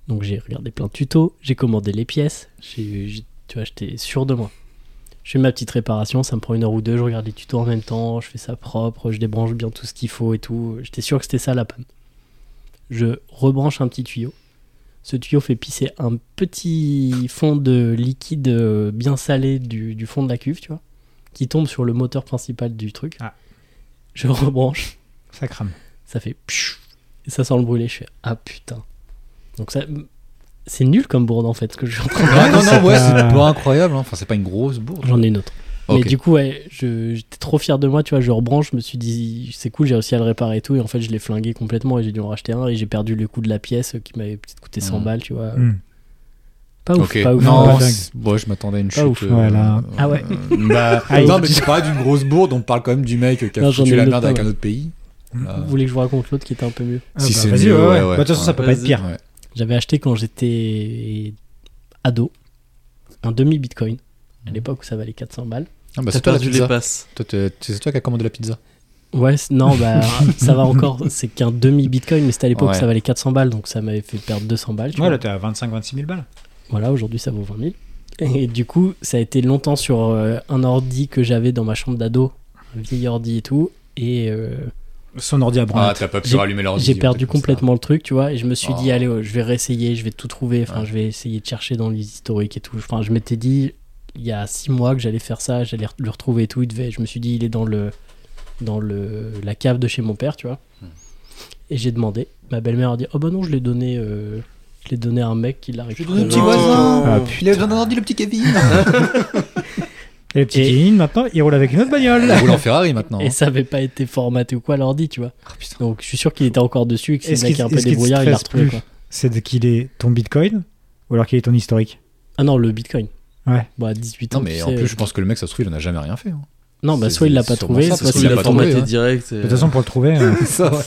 Speaker 1: Donc, j'ai regardé plein de tutos, j'ai commandé les pièces, j'ai, j'ai- tu vois, j'étais sûr de moi. Je fais ma petite réparation, ça me prend une heure ou deux, je regarde les tutos en même temps, je fais ça propre, je débranche bien tout ce qu'il faut et tout. J'étais sûr que c'était ça la panne. Je rebranche un petit tuyau. Ce tuyau fait pisser un petit fond de liquide euh, bien salé du, du fond de la cuve, tu vois qui tombe sur le moteur principal du truc.
Speaker 2: Ah.
Speaker 1: Je rebranche,
Speaker 2: Ça crame.
Speaker 1: ça fait pshhh, et ça sent le brûler. Je fais ah putain. Donc ça, c'est nul comme bourde en fait ce que je suis en train de-
Speaker 4: Non, non,
Speaker 2: C'est
Speaker 4: non, ouais,
Speaker 2: pas-
Speaker 4: c'est pas incroyable. hein. Enfin, c'est pas une grosse bourre.
Speaker 1: J'en ai une autre.
Speaker 4: Ok.
Speaker 1: Mais du coup, ouais, je- j'étais trop fier de moi, tu vois. Je rebranche, je me suis dit c'est cool, j'ai réussi à le réparer et tout. Et en fait, je l'ai flingué complètement et j'ai dû en racheter un et j'ai perdu le coût de la pièce euh, qui m'avait peut-être coûté 100
Speaker 4: Mm.
Speaker 1: balles, tu vois.
Speaker 2: Mm.
Speaker 1: Pas ouf,
Speaker 4: Ok.
Speaker 1: pas ouf.
Speaker 4: non,
Speaker 2: pas dingue.
Speaker 4: c'est- ouais, je m'attendais à une
Speaker 1: Pas
Speaker 4: chute.
Speaker 1: ouf.
Speaker 4: euh,
Speaker 2: Voilà.
Speaker 1: Ah ouais.
Speaker 4: euh, bah,
Speaker 2: Ah,
Speaker 4: non,
Speaker 2: il-
Speaker 4: mais c'est pas d'une grosse bourde. On parle quand même du mec qui a
Speaker 1: Non, j'en ai
Speaker 4: foutu la
Speaker 1: une
Speaker 4: merde
Speaker 1: autre,
Speaker 4: avec
Speaker 1: ouais.
Speaker 4: un autre pays. Là.
Speaker 1: Vous voulez que je vous raconte l'autre qui était un peu mieux
Speaker 2: Ah,
Speaker 4: Si
Speaker 2: bah,
Speaker 4: c'est
Speaker 2: vas-y,
Speaker 4: mieux,
Speaker 2: ouais,
Speaker 4: ouais,
Speaker 2: ouais.
Speaker 4: ouais.
Speaker 2: Bah, De toute façon, ça peut pas être
Speaker 3: Vas-y.
Speaker 2: pire.
Speaker 4: Ouais.
Speaker 1: J'avais acheté quand j'étais ado un demi bitcoin
Speaker 4: Mm.
Speaker 1: à l'époque où ça valait 400 balles.
Speaker 4: Ah, bah,
Speaker 3: T'as
Speaker 4: c'est toi la
Speaker 3: perdu les
Speaker 4: pizza.
Speaker 3: passes.
Speaker 4: Toi, t'es- C'est toi qui as commandé la pizza.
Speaker 1: Ouais, c- non, bah ça va encore, c'est qu'un demi bitcoin, mais c'était à l'époque où
Speaker 4: Ouais.
Speaker 1: ça valait 400 balles donc ça m'avait fait perdre 200 balles. tu
Speaker 2: Ouais,
Speaker 1: vois.
Speaker 2: là, t'es à 25-26 000 balles.
Speaker 1: Voilà, aujourd'hui ça vaut 20 000. Et du coup, ça a été longtemps sur euh, un ordi que j'avais dans ma chambre d'ado, un vieil ordi et tout. Et euh,
Speaker 2: Son ordi à
Speaker 4: Ah,
Speaker 2: branle.
Speaker 4: t'as pas pu
Speaker 1: J'ai-
Speaker 4: rallumer l'ordi.
Speaker 1: j'ai perdu
Speaker 4: peut-être pour ça.
Speaker 1: complètement le truc, tu vois. Et je me suis dit,
Speaker 4: Oh.
Speaker 1: allez, oh, je vais réessayer, je vais tout trouver. Enfin,
Speaker 4: Ouais.
Speaker 1: je vais essayer de chercher dans les historiques et tout. Enfin, je m'étais dit, il y a six mois que j'allais faire ça, j'allais le retrouver et tout. Il devait, je me suis dit, il est dans le, dans le, la cave de chez mon père, tu vois.
Speaker 4: Hmm.
Speaker 1: Et j'ai demandé. Ma belle-mère a dit, oh bah non, je l'ai donné, euh, je l'ai donné à un mec qui l'a récupéré.
Speaker 3: petit voisin.
Speaker 2: Ah,
Speaker 4: Il a besoin d'un ordi, le petit Kevin.
Speaker 2: Et le petit
Speaker 1: Et-
Speaker 2: Kevin, maintenant, il roule avec une autre bagnole.
Speaker 4: Il roule en Ferrari maintenant. hein.
Speaker 1: Et ça avait pas été formaté ou quoi l'ordi, tu vois.
Speaker 4: Ah, putain.
Speaker 1: Donc je suis sûr qu'il était encore dessus et que c'est
Speaker 2: Est-ce
Speaker 1: le mec
Speaker 2: qu'il-
Speaker 1: un peu
Speaker 2: est-ce qu'il te
Speaker 1: débrouillard, il l'a
Speaker 2: stresse
Speaker 1: retrouvé
Speaker 2: plus
Speaker 1: quoi.
Speaker 2: C'est de- qu'il est ton bitcoin ou alors qu'il est ton historique
Speaker 1: Ah non, le bitcoin.
Speaker 2: Ouais.
Speaker 1: Bon, à 18 ans.
Speaker 4: Non, mais
Speaker 1: tu
Speaker 4: en
Speaker 1: sais, euh,
Speaker 4: plus, je pense que le mec, ça se trouve, il en a jamais rien fait. hein.
Speaker 1: Non, bah
Speaker 4: C'est-
Speaker 1: soit il l'a
Speaker 4: c'est
Speaker 1: pas
Speaker 4: sûrement
Speaker 1: trouvé,
Speaker 4: ça,
Speaker 1: soit
Speaker 4: parce
Speaker 1: il
Speaker 4: qu'il
Speaker 1: l'a
Speaker 4: l'a pas
Speaker 1: formaté.
Speaker 4: trouvé.
Speaker 3: formaté
Speaker 4: ouais.
Speaker 3: direct.
Speaker 2: hein. De toute façon, pour le trouver, euh,
Speaker 4: Ça, ouais.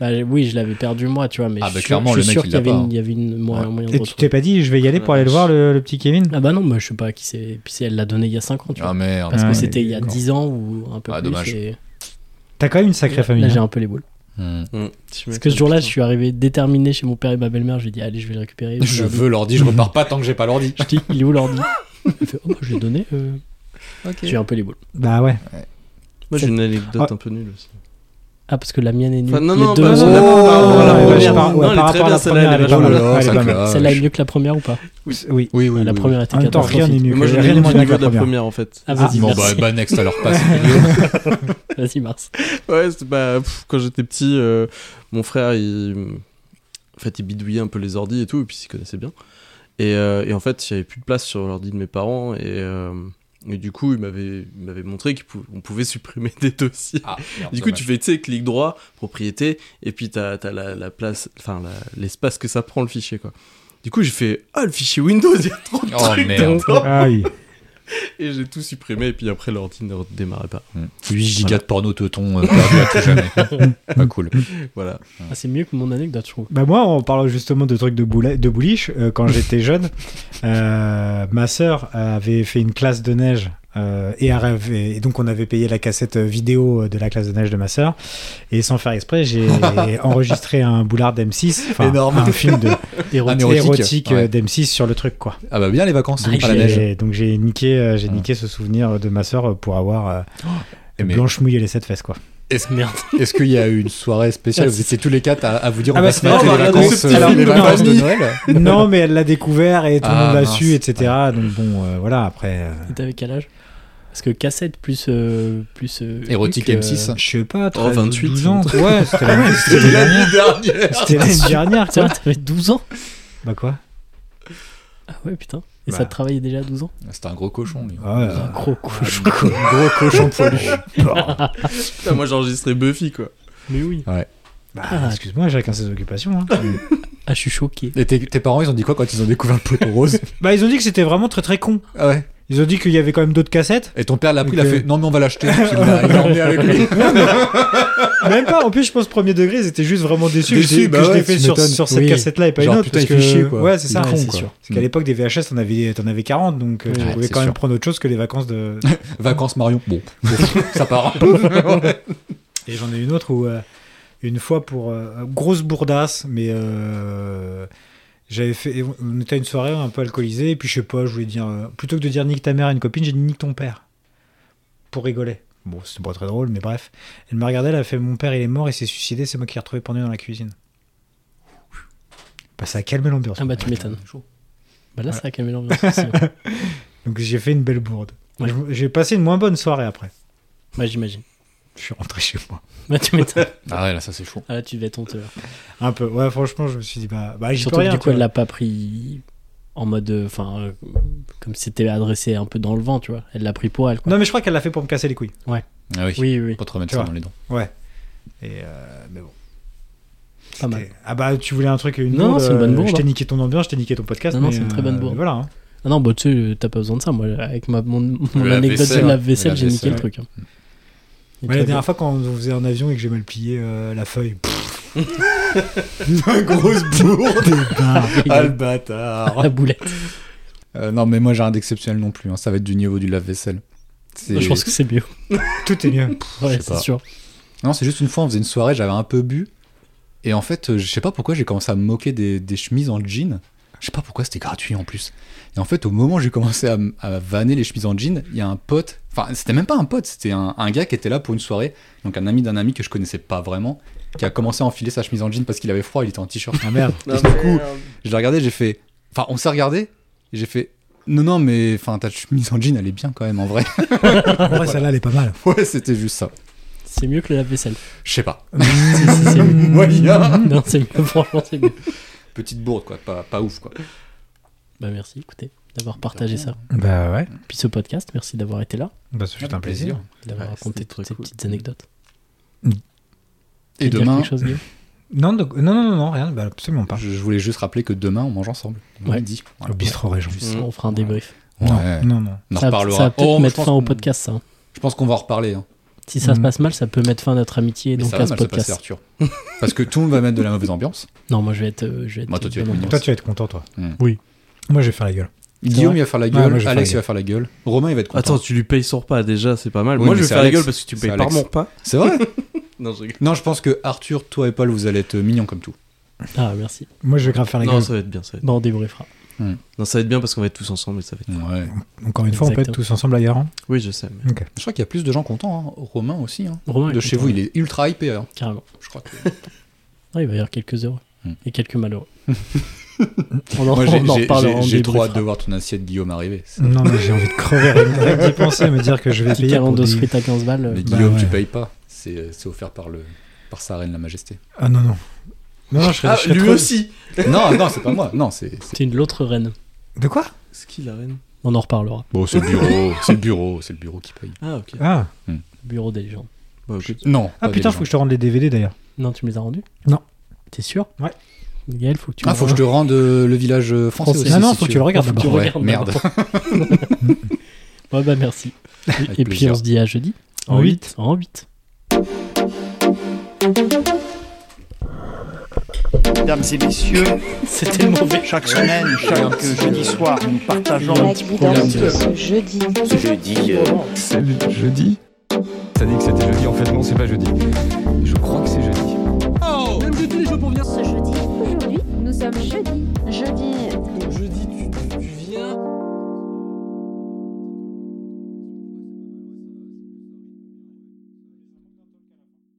Speaker 1: Bah, oui, je l'avais perdu moi, tu vois, mais
Speaker 4: Ah,
Speaker 1: je
Speaker 4: bah,
Speaker 1: suis
Speaker 4: clairement,
Speaker 1: je suis
Speaker 4: le mec,
Speaker 1: sûr
Speaker 4: il
Speaker 1: qu'il y
Speaker 4: l'a
Speaker 1: avait,
Speaker 4: pas,
Speaker 1: une- il y avait une mo-
Speaker 4: Ouais.
Speaker 1: un moyen de
Speaker 2: et tu t'es
Speaker 1: retrouver.
Speaker 2: pas dit, je vais y aller pour aller le voir, le, le petit Kevin
Speaker 1: Ah bah non, bah, je sais pas qui c'est. Puis c'est- elle l'a donné il y a 5 ans, tu vois.
Speaker 4: Ah merde.
Speaker 1: Parce
Speaker 2: Ah,
Speaker 1: que
Speaker 2: ouais,
Speaker 1: c'était il y a
Speaker 2: d'accord.
Speaker 1: 10 ans ou un peu
Speaker 4: Ah,
Speaker 1: plus.
Speaker 4: dommage.
Speaker 1: et-
Speaker 2: T'as quand même une sacrée famille.
Speaker 1: Là, j'ai
Speaker 2: hein.
Speaker 1: un peu les boules.
Speaker 4: Hmm.
Speaker 3: euh,
Speaker 1: Parce que ce jour-là, je suis arrivé déterminé chez mon père et ma belle-mère. J'ai dit, allez, je vais le récupérer.
Speaker 4: Je veux l'ordi, je repars pas tant que j'ai pas l'ordi.
Speaker 1: Je dis, il est où l'ordi Il fait, oh, bah, je l'ai donné. euh. J'ai un peu les boules.
Speaker 2: Bah ouais.
Speaker 3: Moi, j'ai une anecdote
Speaker 2: Ah.
Speaker 3: un peu nulle aussi.
Speaker 1: Ah, parce que la mienne est nulle.
Speaker 3: Enfin, non,
Speaker 1: Les
Speaker 3: non,
Speaker 1: deux
Speaker 3: pas-
Speaker 1: sont-
Speaker 3: non,
Speaker 1: Oh,
Speaker 3: par rapport à la
Speaker 1: ouais,
Speaker 2: ouais,
Speaker 3: première.
Speaker 2: je par-
Speaker 3: Non,
Speaker 2: ouais,
Speaker 3: elle est
Speaker 2: par
Speaker 3: très
Speaker 2: rapport à
Speaker 3: bien,
Speaker 2: la
Speaker 3: celle-là,
Speaker 2: première,
Speaker 3: elle est
Speaker 2: elle est
Speaker 3: vachement
Speaker 2: pas mal.
Speaker 4: Oh là là,
Speaker 2: Ouais, elle est
Speaker 4: ça
Speaker 2: pas
Speaker 4: me
Speaker 2: mal.
Speaker 4: lâche.
Speaker 1: Celle-là est mieux que la première ou pas
Speaker 4: Oui, oui, oui.
Speaker 1: La
Speaker 4: oui.
Speaker 1: première était
Speaker 2: En même temps, rien n'est
Speaker 1: catastrophique.
Speaker 2: mieux
Speaker 3: Mais
Speaker 2: que
Speaker 3: moi, j'en ai
Speaker 2: rien
Speaker 3: une
Speaker 2: n'est moins bien
Speaker 3: au
Speaker 2: que
Speaker 3: niveau
Speaker 2: la
Speaker 3: de la
Speaker 2: première.
Speaker 3: première, en fait.
Speaker 1: Ah, vas-y,
Speaker 4: Bon, bah,
Speaker 1: merci.
Speaker 4: bah, next alors, passe.
Speaker 1: Vas-y, Mars.
Speaker 3: Ouais, c'était- bah, pff, quand j'étais petit, euh, mon frère, il... En fait, il bidouillait un peu les ordis et tout, et puis il s'y connaissait bien. Et, euh, et en fait, j'avais plus de place sur l'ordi de mes parents, et, euh, et du coup, il m'avait il m'avait montré qu'on pouvait, pouvait supprimer des dossiers.
Speaker 4: Ah, merde,
Speaker 3: Du coup,
Speaker 4: dommage.
Speaker 3: tu fais, tu sais, clic droit, propriété, et puis t'as as la, la place, enfin, la- l'espace que ça prend le fichier, quoi. Du coup, j'ai fait, ah, le fichier Windows, il y a trop de
Speaker 4: Oh,
Speaker 3: trucs
Speaker 4: merde.
Speaker 3: dedans.
Speaker 2: Ah oui.
Speaker 3: Et j'ai tout supprimé, et puis après, l'ordi ne redémarrait pas.
Speaker 4: 8 gigas de porno teuton euh, perdu à tout jamais. Pas cool.
Speaker 3: Voilà.
Speaker 1: Ah, c'est mieux que mon anecdote, je trouve.
Speaker 2: Bah moi, on parle justement de trucs de, boula- de bouliche. Euh, quand j'étais jeune, euh, ma sœur avait fait une classe de neige. euh, et, elle avait- et donc on avait payé la cassette vidéo de la classe de neige de ma sœur et sans faire exprès j'ai enregistré un boulard d'M6 enfin,
Speaker 4: Énorme.
Speaker 2: un film de
Speaker 4: Un
Speaker 2: érotique,
Speaker 4: érotique.
Speaker 2: euh,
Speaker 4: Ouais.
Speaker 2: d'M6 sur le truc quoi
Speaker 4: Ah bah bien les vacances,
Speaker 1: Ah,
Speaker 4: pas la neige.
Speaker 2: J'ai- donc j'ai niqué euh, j'ai
Speaker 4: Ah.
Speaker 2: niqué ce souvenir de ma sœur pour avoir euh,
Speaker 4: Eh, mais
Speaker 2: blanche mouille et les sept fesses quoi
Speaker 1: Merde.
Speaker 4: Est-ce qu'il y a eu une soirée spéciale Vous étiez tous les quatre à, à vous dire
Speaker 2: Ah
Speaker 4: on
Speaker 2: bah,
Speaker 4: va se
Speaker 2: c'était-
Speaker 4: mettre
Speaker 2: on va
Speaker 4: les
Speaker 2: regarder
Speaker 4: vacances,
Speaker 2: ce petit
Speaker 4: euh,
Speaker 2: film
Speaker 4: les
Speaker 2: de
Speaker 4: vacances de
Speaker 2: famille.
Speaker 4: Noël
Speaker 2: non mais elle l'a découvert et tout le
Speaker 4: Ah,
Speaker 2: monde l'a
Speaker 4: mince.
Speaker 2: su etc donc bon euh, voilà après euh,
Speaker 1: Et T'avais quel âge Parce que cassette plus. euh, plus euh,
Speaker 4: Érotique
Speaker 1: truc, euh,
Speaker 4: M6.
Speaker 2: Je sais pas,
Speaker 3: 13, 28,
Speaker 2: 12 ans. Ouais, c'était l'année
Speaker 4: Ah C'était l'année dernière
Speaker 2: C'était l'année dernière,
Speaker 1: C'est
Speaker 2: quoi.
Speaker 1: vrai, t'avais 12 ans
Speaker 2: Bah quoi
Speaker 1: Ah ouais, putain. Et
Speaker 2: Bah.
Speaker 1: ça te travaillait déjà à 12 ans
Speaker 4: C'était un gros cochon, lui.
Speaker 2: Ouais.
Speaker 1: Un gros coup.
Speaker 2: Gros cochon poilu. Bah,
Speaker 3: Putain, moi, j'ai enregistré Buffy, quoi.
Speaker 1: Mais oui. Ah.
Speaker 2: bah, excuse-moi, chacun ses occupations. hein.
Speaker 1: Ah, je suis choqué.
Speaker 4: Et tes, tes parents, ils ont dit quoi quand ils ont découvert le poteau rose
Speaker 2: Bah, ils ont dit que c'était vraiment très très con.
Speaker 4: Ah ouais.
Speaker 2: Ils ont dit qu'il y avait quand même d'autres cassettes.
Speaker 4: Et ton père l'a pris,
Speaker 2: Ok.
Speaker 4: il a fait non mais on va l'acheter. Parce qu'il l'a- Il l'a emmené avec lui.
Speaker 2: Même pas, en plus, je pense, premier degré, ils étaient juste vraiment déçus, que
Speaker 4: Déçus,
Speaker 2: j'ai-
Speaker 4: bah
Speaker 2: que je
Speaker 4: ouais,
Speaker 2: l'ai fait
Speaker 4: tu
Speaker 2: sur,
Speaker 4: m'étonnes.
Speaker 2: sur cette
Speaker 4: Oui.
Speaker 2: cassette-là et pas
Speaker 4: Genre,
Speaker 2: une autre.
Speaker 4: putain,
Speaker 2: parce
Speaker 4: il fait
Speaker 2: que-
Speaker 4: chier, quoi.
Speaker 2: Ouais, c'est ça.
Speaker 1: Ouais,
Speaker 4: con,
Speaker 1: c'est
Speaker 4: quoi. Mm.
Speaker 1: sûr.
Speaker 2: Parce qu'à l'époque des VHS, t'en avais, t'en avais 40, donc euh, tu
Speaker 1: Ouais,
Speaker 2: pouvais
Speaker 4: c'est
Speaker 2: quand même
Speaker 4: sûr.
Speaker 2: prendre autre chose que les vacances de.
Speaker 4: Vacances Marion. Bon, bon, ça part.
Speaker 2: Et j'en ai une autre où, euh, une fois pour euh, grosse bourdasse, mais euh, j'avais fait. et on- On était à une soirée un peu alcoolisée, et puis je sais pas, je voulais dire. euh, plutôt que de dire nique ta mère à une copine, j'ai dit nique ton père. Pour rigoler. Bon, c'était pas très drôle, mais bref. Elle m'a regardé, elle a fait Mon père, il est mort, il s'est suicidé, c'est moi qui l'ai retrouvé pendu dans la cuisine. Bah, ça a calmé l'ambiance.
Speaker 1: Ah bah, tu m'étonnes. Bah là, ça a calmé l'ambiance. aussi.
Speaker 2: Donc j'ai fait une belle bourde.
Speaker 1: Ouais.
Speaker 2: Je- J'ai passé une moins bonne soirée après.
Speaker 1: Bah, j'imagine.
Speaker 2: Je suis rentré chez moi.
Speaker 1: Bah, tu m'étonnes.
Speaker 4: Ah ouais, là ça c'est chaud.
Speaker 1: Ah, là, tu devais être honteux.
Speaker 2: Un peu. Ouais, franchement, je me suis dit, bah, bah j'y
Speaker 1: Surtout
Speaker 2: peux
Speaker 1: que
Speaker 2: rien,
Speaker 1: du
Speaker 2: tu
Speaker 1: coup, elle
Speaker 2: vois.
Speaker 1: l'a pas pris en mode. euh, Enfin, euh, comme si c'était adressé un peu dans le vent, tu vois. Elle l'a pris pour elle, quoi.
Speaker 2: Non, mais je crois qu'elle l'a fait pour me casser les couilles.
Speaker 4: Ah oui.
Speaker 1: Oui, oui, oui.
Speaker 4: Pas te remettre
Speaker 2: Tu
Speaker 4: ça
Speaker 2: vois.
Speaker 4: dans les dents.
Speaker 2: Ouais. Et euh, mais bon.
Speaker 1: Pas mal.
Speaker 2: C'était- Ah bah tu voulais un truc une
Speaker 1: Non,
Speaker 2: bourde,
Speaker 1: c'est une bonne
Speaker 2: euh,
Speaker 1: bourde,
Speaker 2: Je t'ai
Speaker 1: hein.
Speaker 2: niqué ton ambiance, je t'ai niqué ton podcast.
Speaker 1: Non, non,
Speaker 2: mais,
Speaker 1: c'est une très bonne
Speaker 2: euh,
Speaker 1: bourde.
Speaker 2: Voilà. hein.
Speaker 1: Ah non, bah, tu sais, t'as pas besoin de ça. Moi, avec ma, mon, mon
Speaker 4: Le
Speaker 1: anecdote
Speaker 4: lave-vaisselle.
Speaker 1: de lave-vaisselle,
Speaker 4: Le
Speaker 1: j'ai niqué le
Speaker 4: lave-vaisselle.
Speaker 1: truc. hein. Et
Speaker 2: Ouais, la
Speaker 1: toi,
Speaker 2: dernière fois quand on faisait un avion et que j'ai mal plié euh, la feuille.
Speaker 4: Grosse bourde.
Speaker 2: Ah,
Speaker 4: Ah le bâtard.
Speaker 1: la boulette.
Speaker 4: Euh, non, mais moi j'ai rien d'exceptionnel non plus. hein. Ça va être du niveau du lave-vaisselle. C'est-
Speaker 1: Je pense que c'est mieux.
Speaker 2: tout est mieux.
Speaker 1: Ouais,
Speaker 4: sais
Speaker 1: c'est
Speaker 4: pas.
Speaker 1: sûr.
Speaker 4: Non, c'est juste une fois, on faisait une soirée, j'avais un peu bu. Et en fait, euh, je sais pas pourquoi j'ai commencé à me moquer des, des chemises en jean. Je sais pas pourquoi c'était gratuit en plus. Et en fait, au moment où j'ai commencé à, m- à vanner les chemises en jean, il y a un pote, enfin, c'était même pas un pote, c'était un, un gars qui était là pour une soirée, donc un ami d'un ami que je connaissais pas vraiment, qui a commencé à enfiler sa chemise en jean parce qu'il avait froid, il était en t-shirt.
Speaker 2: Ah merde.
Speaker 4: Et du coup,
Speaker 3: euh,
Speaker 4: je l'ai regardé, j'ai fait. Enfin, on s'est regardé, et j'ai fait. Non, non, mais enfin, ta chemise en jean, elle est bien quand même en vrai.
Speaker 2: En vrai, celle-là elle est pas mal.
Speaker 4: ouais, c'était juste ça.
Speaker 1: C'est mieux que le lave-vaisselle.
Speaker 4: Je sais pas.
Speaker 1: Si, si, c'est mieux.
Speaker 4: Moyen.
Speaker 1: Non, c'est mieux. Franchement, c'est mieux.
Speaker 4: Petite bourde, quoi, pas, pas ouf, quoi.
Speaker 1: Bah, merci, écoutez, d'avoir partagé ça.
Speaker 2: Bah ouais.
Speaker 1: Puis ce podcast, merci d'avoir été là,
Speaker 2: Bah c'est juste un plaisir.
Speaker 1: d'avoir
Speaker 3: Ouais,
Speaker 1: raconté
Speaker 3: c'était très
Speaker 1: toutes ces
Speaker 3: cool.
Speaker 1: petites anecdotes.
Speaker 4: Et
Speaker 1: Tu veux dire
Speaker 4: demain,
Speaker 1: quelque chose, Guillaume
Speaker 2: Non, donc- non, non, non, non, rien. Bah absolument pas.
Speaker 4: je, je voulais juste rappeler que demain, on mange ensemble.
Speaker 1: Ouais.
Speaker 4: Midi. Voilà.
Speaker 2: Au bistrot régent.
Speaker 3: hmm. Mmh.
Speaker 1: On fera un débrief.
Speaker 4: Ouais.
Speaker 2: Non, non, non.
Speaker 4: On en
Speaker 1: ça,
Speaker 4: reparlera.
Speaker 1: ça va peut-être
Speaker 4: Oh, je
Speaker 1: mettre
Speaker 4: pense
Speaker 1: fin au
Speaker 4: qu'on-
Speaker 1: podcast, ça. hein.
Speaker 4: Je pense qu'on va en reparler. hein.
Speaker 1: Si ça se
Speaker 3: Mmh.
Speaker 2: Mm.
Speaker 1: passe mal, ça peut mettre fin à notre amitié et
Speaker 4: Mais
Speaker 1: donc
Speaker 4: ça va
Speaker 1: à ce
Speaker 4: mal se passer,
Speaker 1: podcast.
Speaker 4: Arthur. Parce que tout le monde va mettre de la mauvaise ambiance.
Speaker 1: Non, moi je vais être. euh, je vais
Speaker 4: Moi,
Speaker 1: être
Speaker 4: toi, tu vas être
Speaker 1: vraiment-
Speaker 4: mignon.
Speaker 2: Toi, tu vas être content, toi.
Speaker 4: Mm.
Speaker 1: Oui.
Speaker 2: Moi, je vais faire la gueule.
Speaker 4: Guillaume, il va faire la
Speaker 2: Ouais,
Speaker 4: gueule.
Speaker 2: moi, je vais
Speaker 4: Alex, il
Speaker 2: faire
Speaker 4: va faire la gueule. Romain, il va être content.
Speaker 3: Attends, tu lui payes son repas déjà, c'est pas mal.
Speaker 4: Oui,
Speaker 3: Moi
Speaker 4: mais
Speaker 3: je vais
Speaker 4: c'est
Speaker 3: faire la
Speaker 4: Alex.
Speaker 3: gueule parce que tu me
Speaker 4: C'est
Speaker 3: payes par
Speaker 4: Alex.
Speaker 3: mon repas.
Speaker 4: C'est vrai
Speaker 3: Non, je rigole.
Speaker 4: Non, je pense que Arthur, toi et Paul, vous allez être mignons comme tout.
Speaker 1: Ah, merci.
Speaker 2: Moi, je vais grave faire la
Speaker 3: Non,
Speaker 2: gueule.
Speaker 3: ça va être bien. Ça va être...
Speaker 1: Bon, on débriefera.
Speaker 3: Non, ça va être bien parce qu'on va être tous ensemble et ça va être.
Speaker 4: Ouais.
Speaker 2: Encore une fois, on peut être
Speaker 1: Exactement.
Speaker 2: tous ensemble ailleurs. hein.
Speaker 3: Oui, je sais. mais-
Speaker 4: Je crois qu'il y a plus de gens contents. hein. Romain aussi. hein.
Speaker 1: Romain,
Speaker 4: De chez vous, il est ultra hypé. hein.
Speaker 1: Carrément.
Speaker 4: Je crois que...
Speaker 1: Ah, il va y avoir quelques heures
Speaker 4: Mm.
Speaker 1: et quelques malheureux. on en,
Speaker 4: Moi,
Speaker 1: on
Speaker 4: j'ai-
Speaker 1: en
Speaker 4: j'ai-
Speaker 1: reparlera.
Speaker 4: j'ai-
Speaker 1: on
Speaker 4: j'ai trop hâte de
Speaker 1: débriefera.
Speaker 4: voir ton assiette, Guillaume, arriver. C'est-
Speaker 2: Non, mais j'ai envie de crever. Rien que d'y penser, me dire que je vais
Speaker 1: Petit
Speaker 2: payer. Pour
Speaker 1: calendrier de
Speaker 2: des-
Speaker 1: frites à 15 balles. euh,
Speaker 4: Mais
Speaker 2: bah
Speaker 4: Guillaume, tu
Speaker 2: ouais.
Speaker 4: payes pas. C'est c'est offert par, le, par sa reine, la majesté.
Speaker 2: Ah non, non. Non, non, je serais,
Speaker 3: Ah,
Speaker 2: je serais
Speaker 3: lui
Speaker 2: trop-
Speaker 3: aussi
Speaker 4: non, non, c'est pas moi. Non, c'est. c'est-
Speaker 1: C'est une l'autre reine.
Speaker 2: De quoi
Speaker 3: C'est qui la reine
Speaker 1: On en reparlera.
Speaker 4: Bon, c'est le bureau. c'est le bureau. C'est le bureau qui paye.
Speaker 3: Ah, ok.
Speaker 2: Ah,
Speaker 1: Bureau des légendes.
Speaker 3: Bah, ok.
Speaker 4: Non.
Speaker 2: ah putain, faut que je te rende les DVD d'ailleurs.
Speaker 1: Non, tu me les as rendus
Speaker 2: Non.
Speaker 1: T'es sûr
Speaker 2: Ouais.
Speaker 1: Gaël, faut que tu.
Speaker 4: Ah, faut que je te rende euh, le village euh, français
Speaker 1: Français.
Speaker 4: aussi.
Speaker 2: Non, non,
Speaker 4: si
Speaker 2: faut que tu le regardes
Speaker 4: veux.
Speaker 1: d'abord.
Speaker 4: Ouais,
Speaker 1: Tu regardes
Speaker 4: merde.
Speaker 1: Ouais, bah merci.
Speaker 4: Avec
Speaker 1: et puis
Speaker 4: plaisir.
Speaker 1: on se dit à jeudi. En
Speaker 2: En
Speaker 1: 8. En 8.
Speaker 5: Mesdames et messieurs,
Speaker 1: C'était mauvais.
Speaker 5: chaque semaine, chaque jeudi soir, nous partageons
Speaker 6: La guidance de ce jeudi.
Speaker 5: euh,
Speaker 8: C'est le jeudi T'as dit que c'était jeudi, en fait non, c'est pas jeudi. Je crois que c'est jeudi.
Speaker 9: Même de tous les jours pour venir ce jeudi.
Speaker 6: Nous sommes jeudi. Jeudi.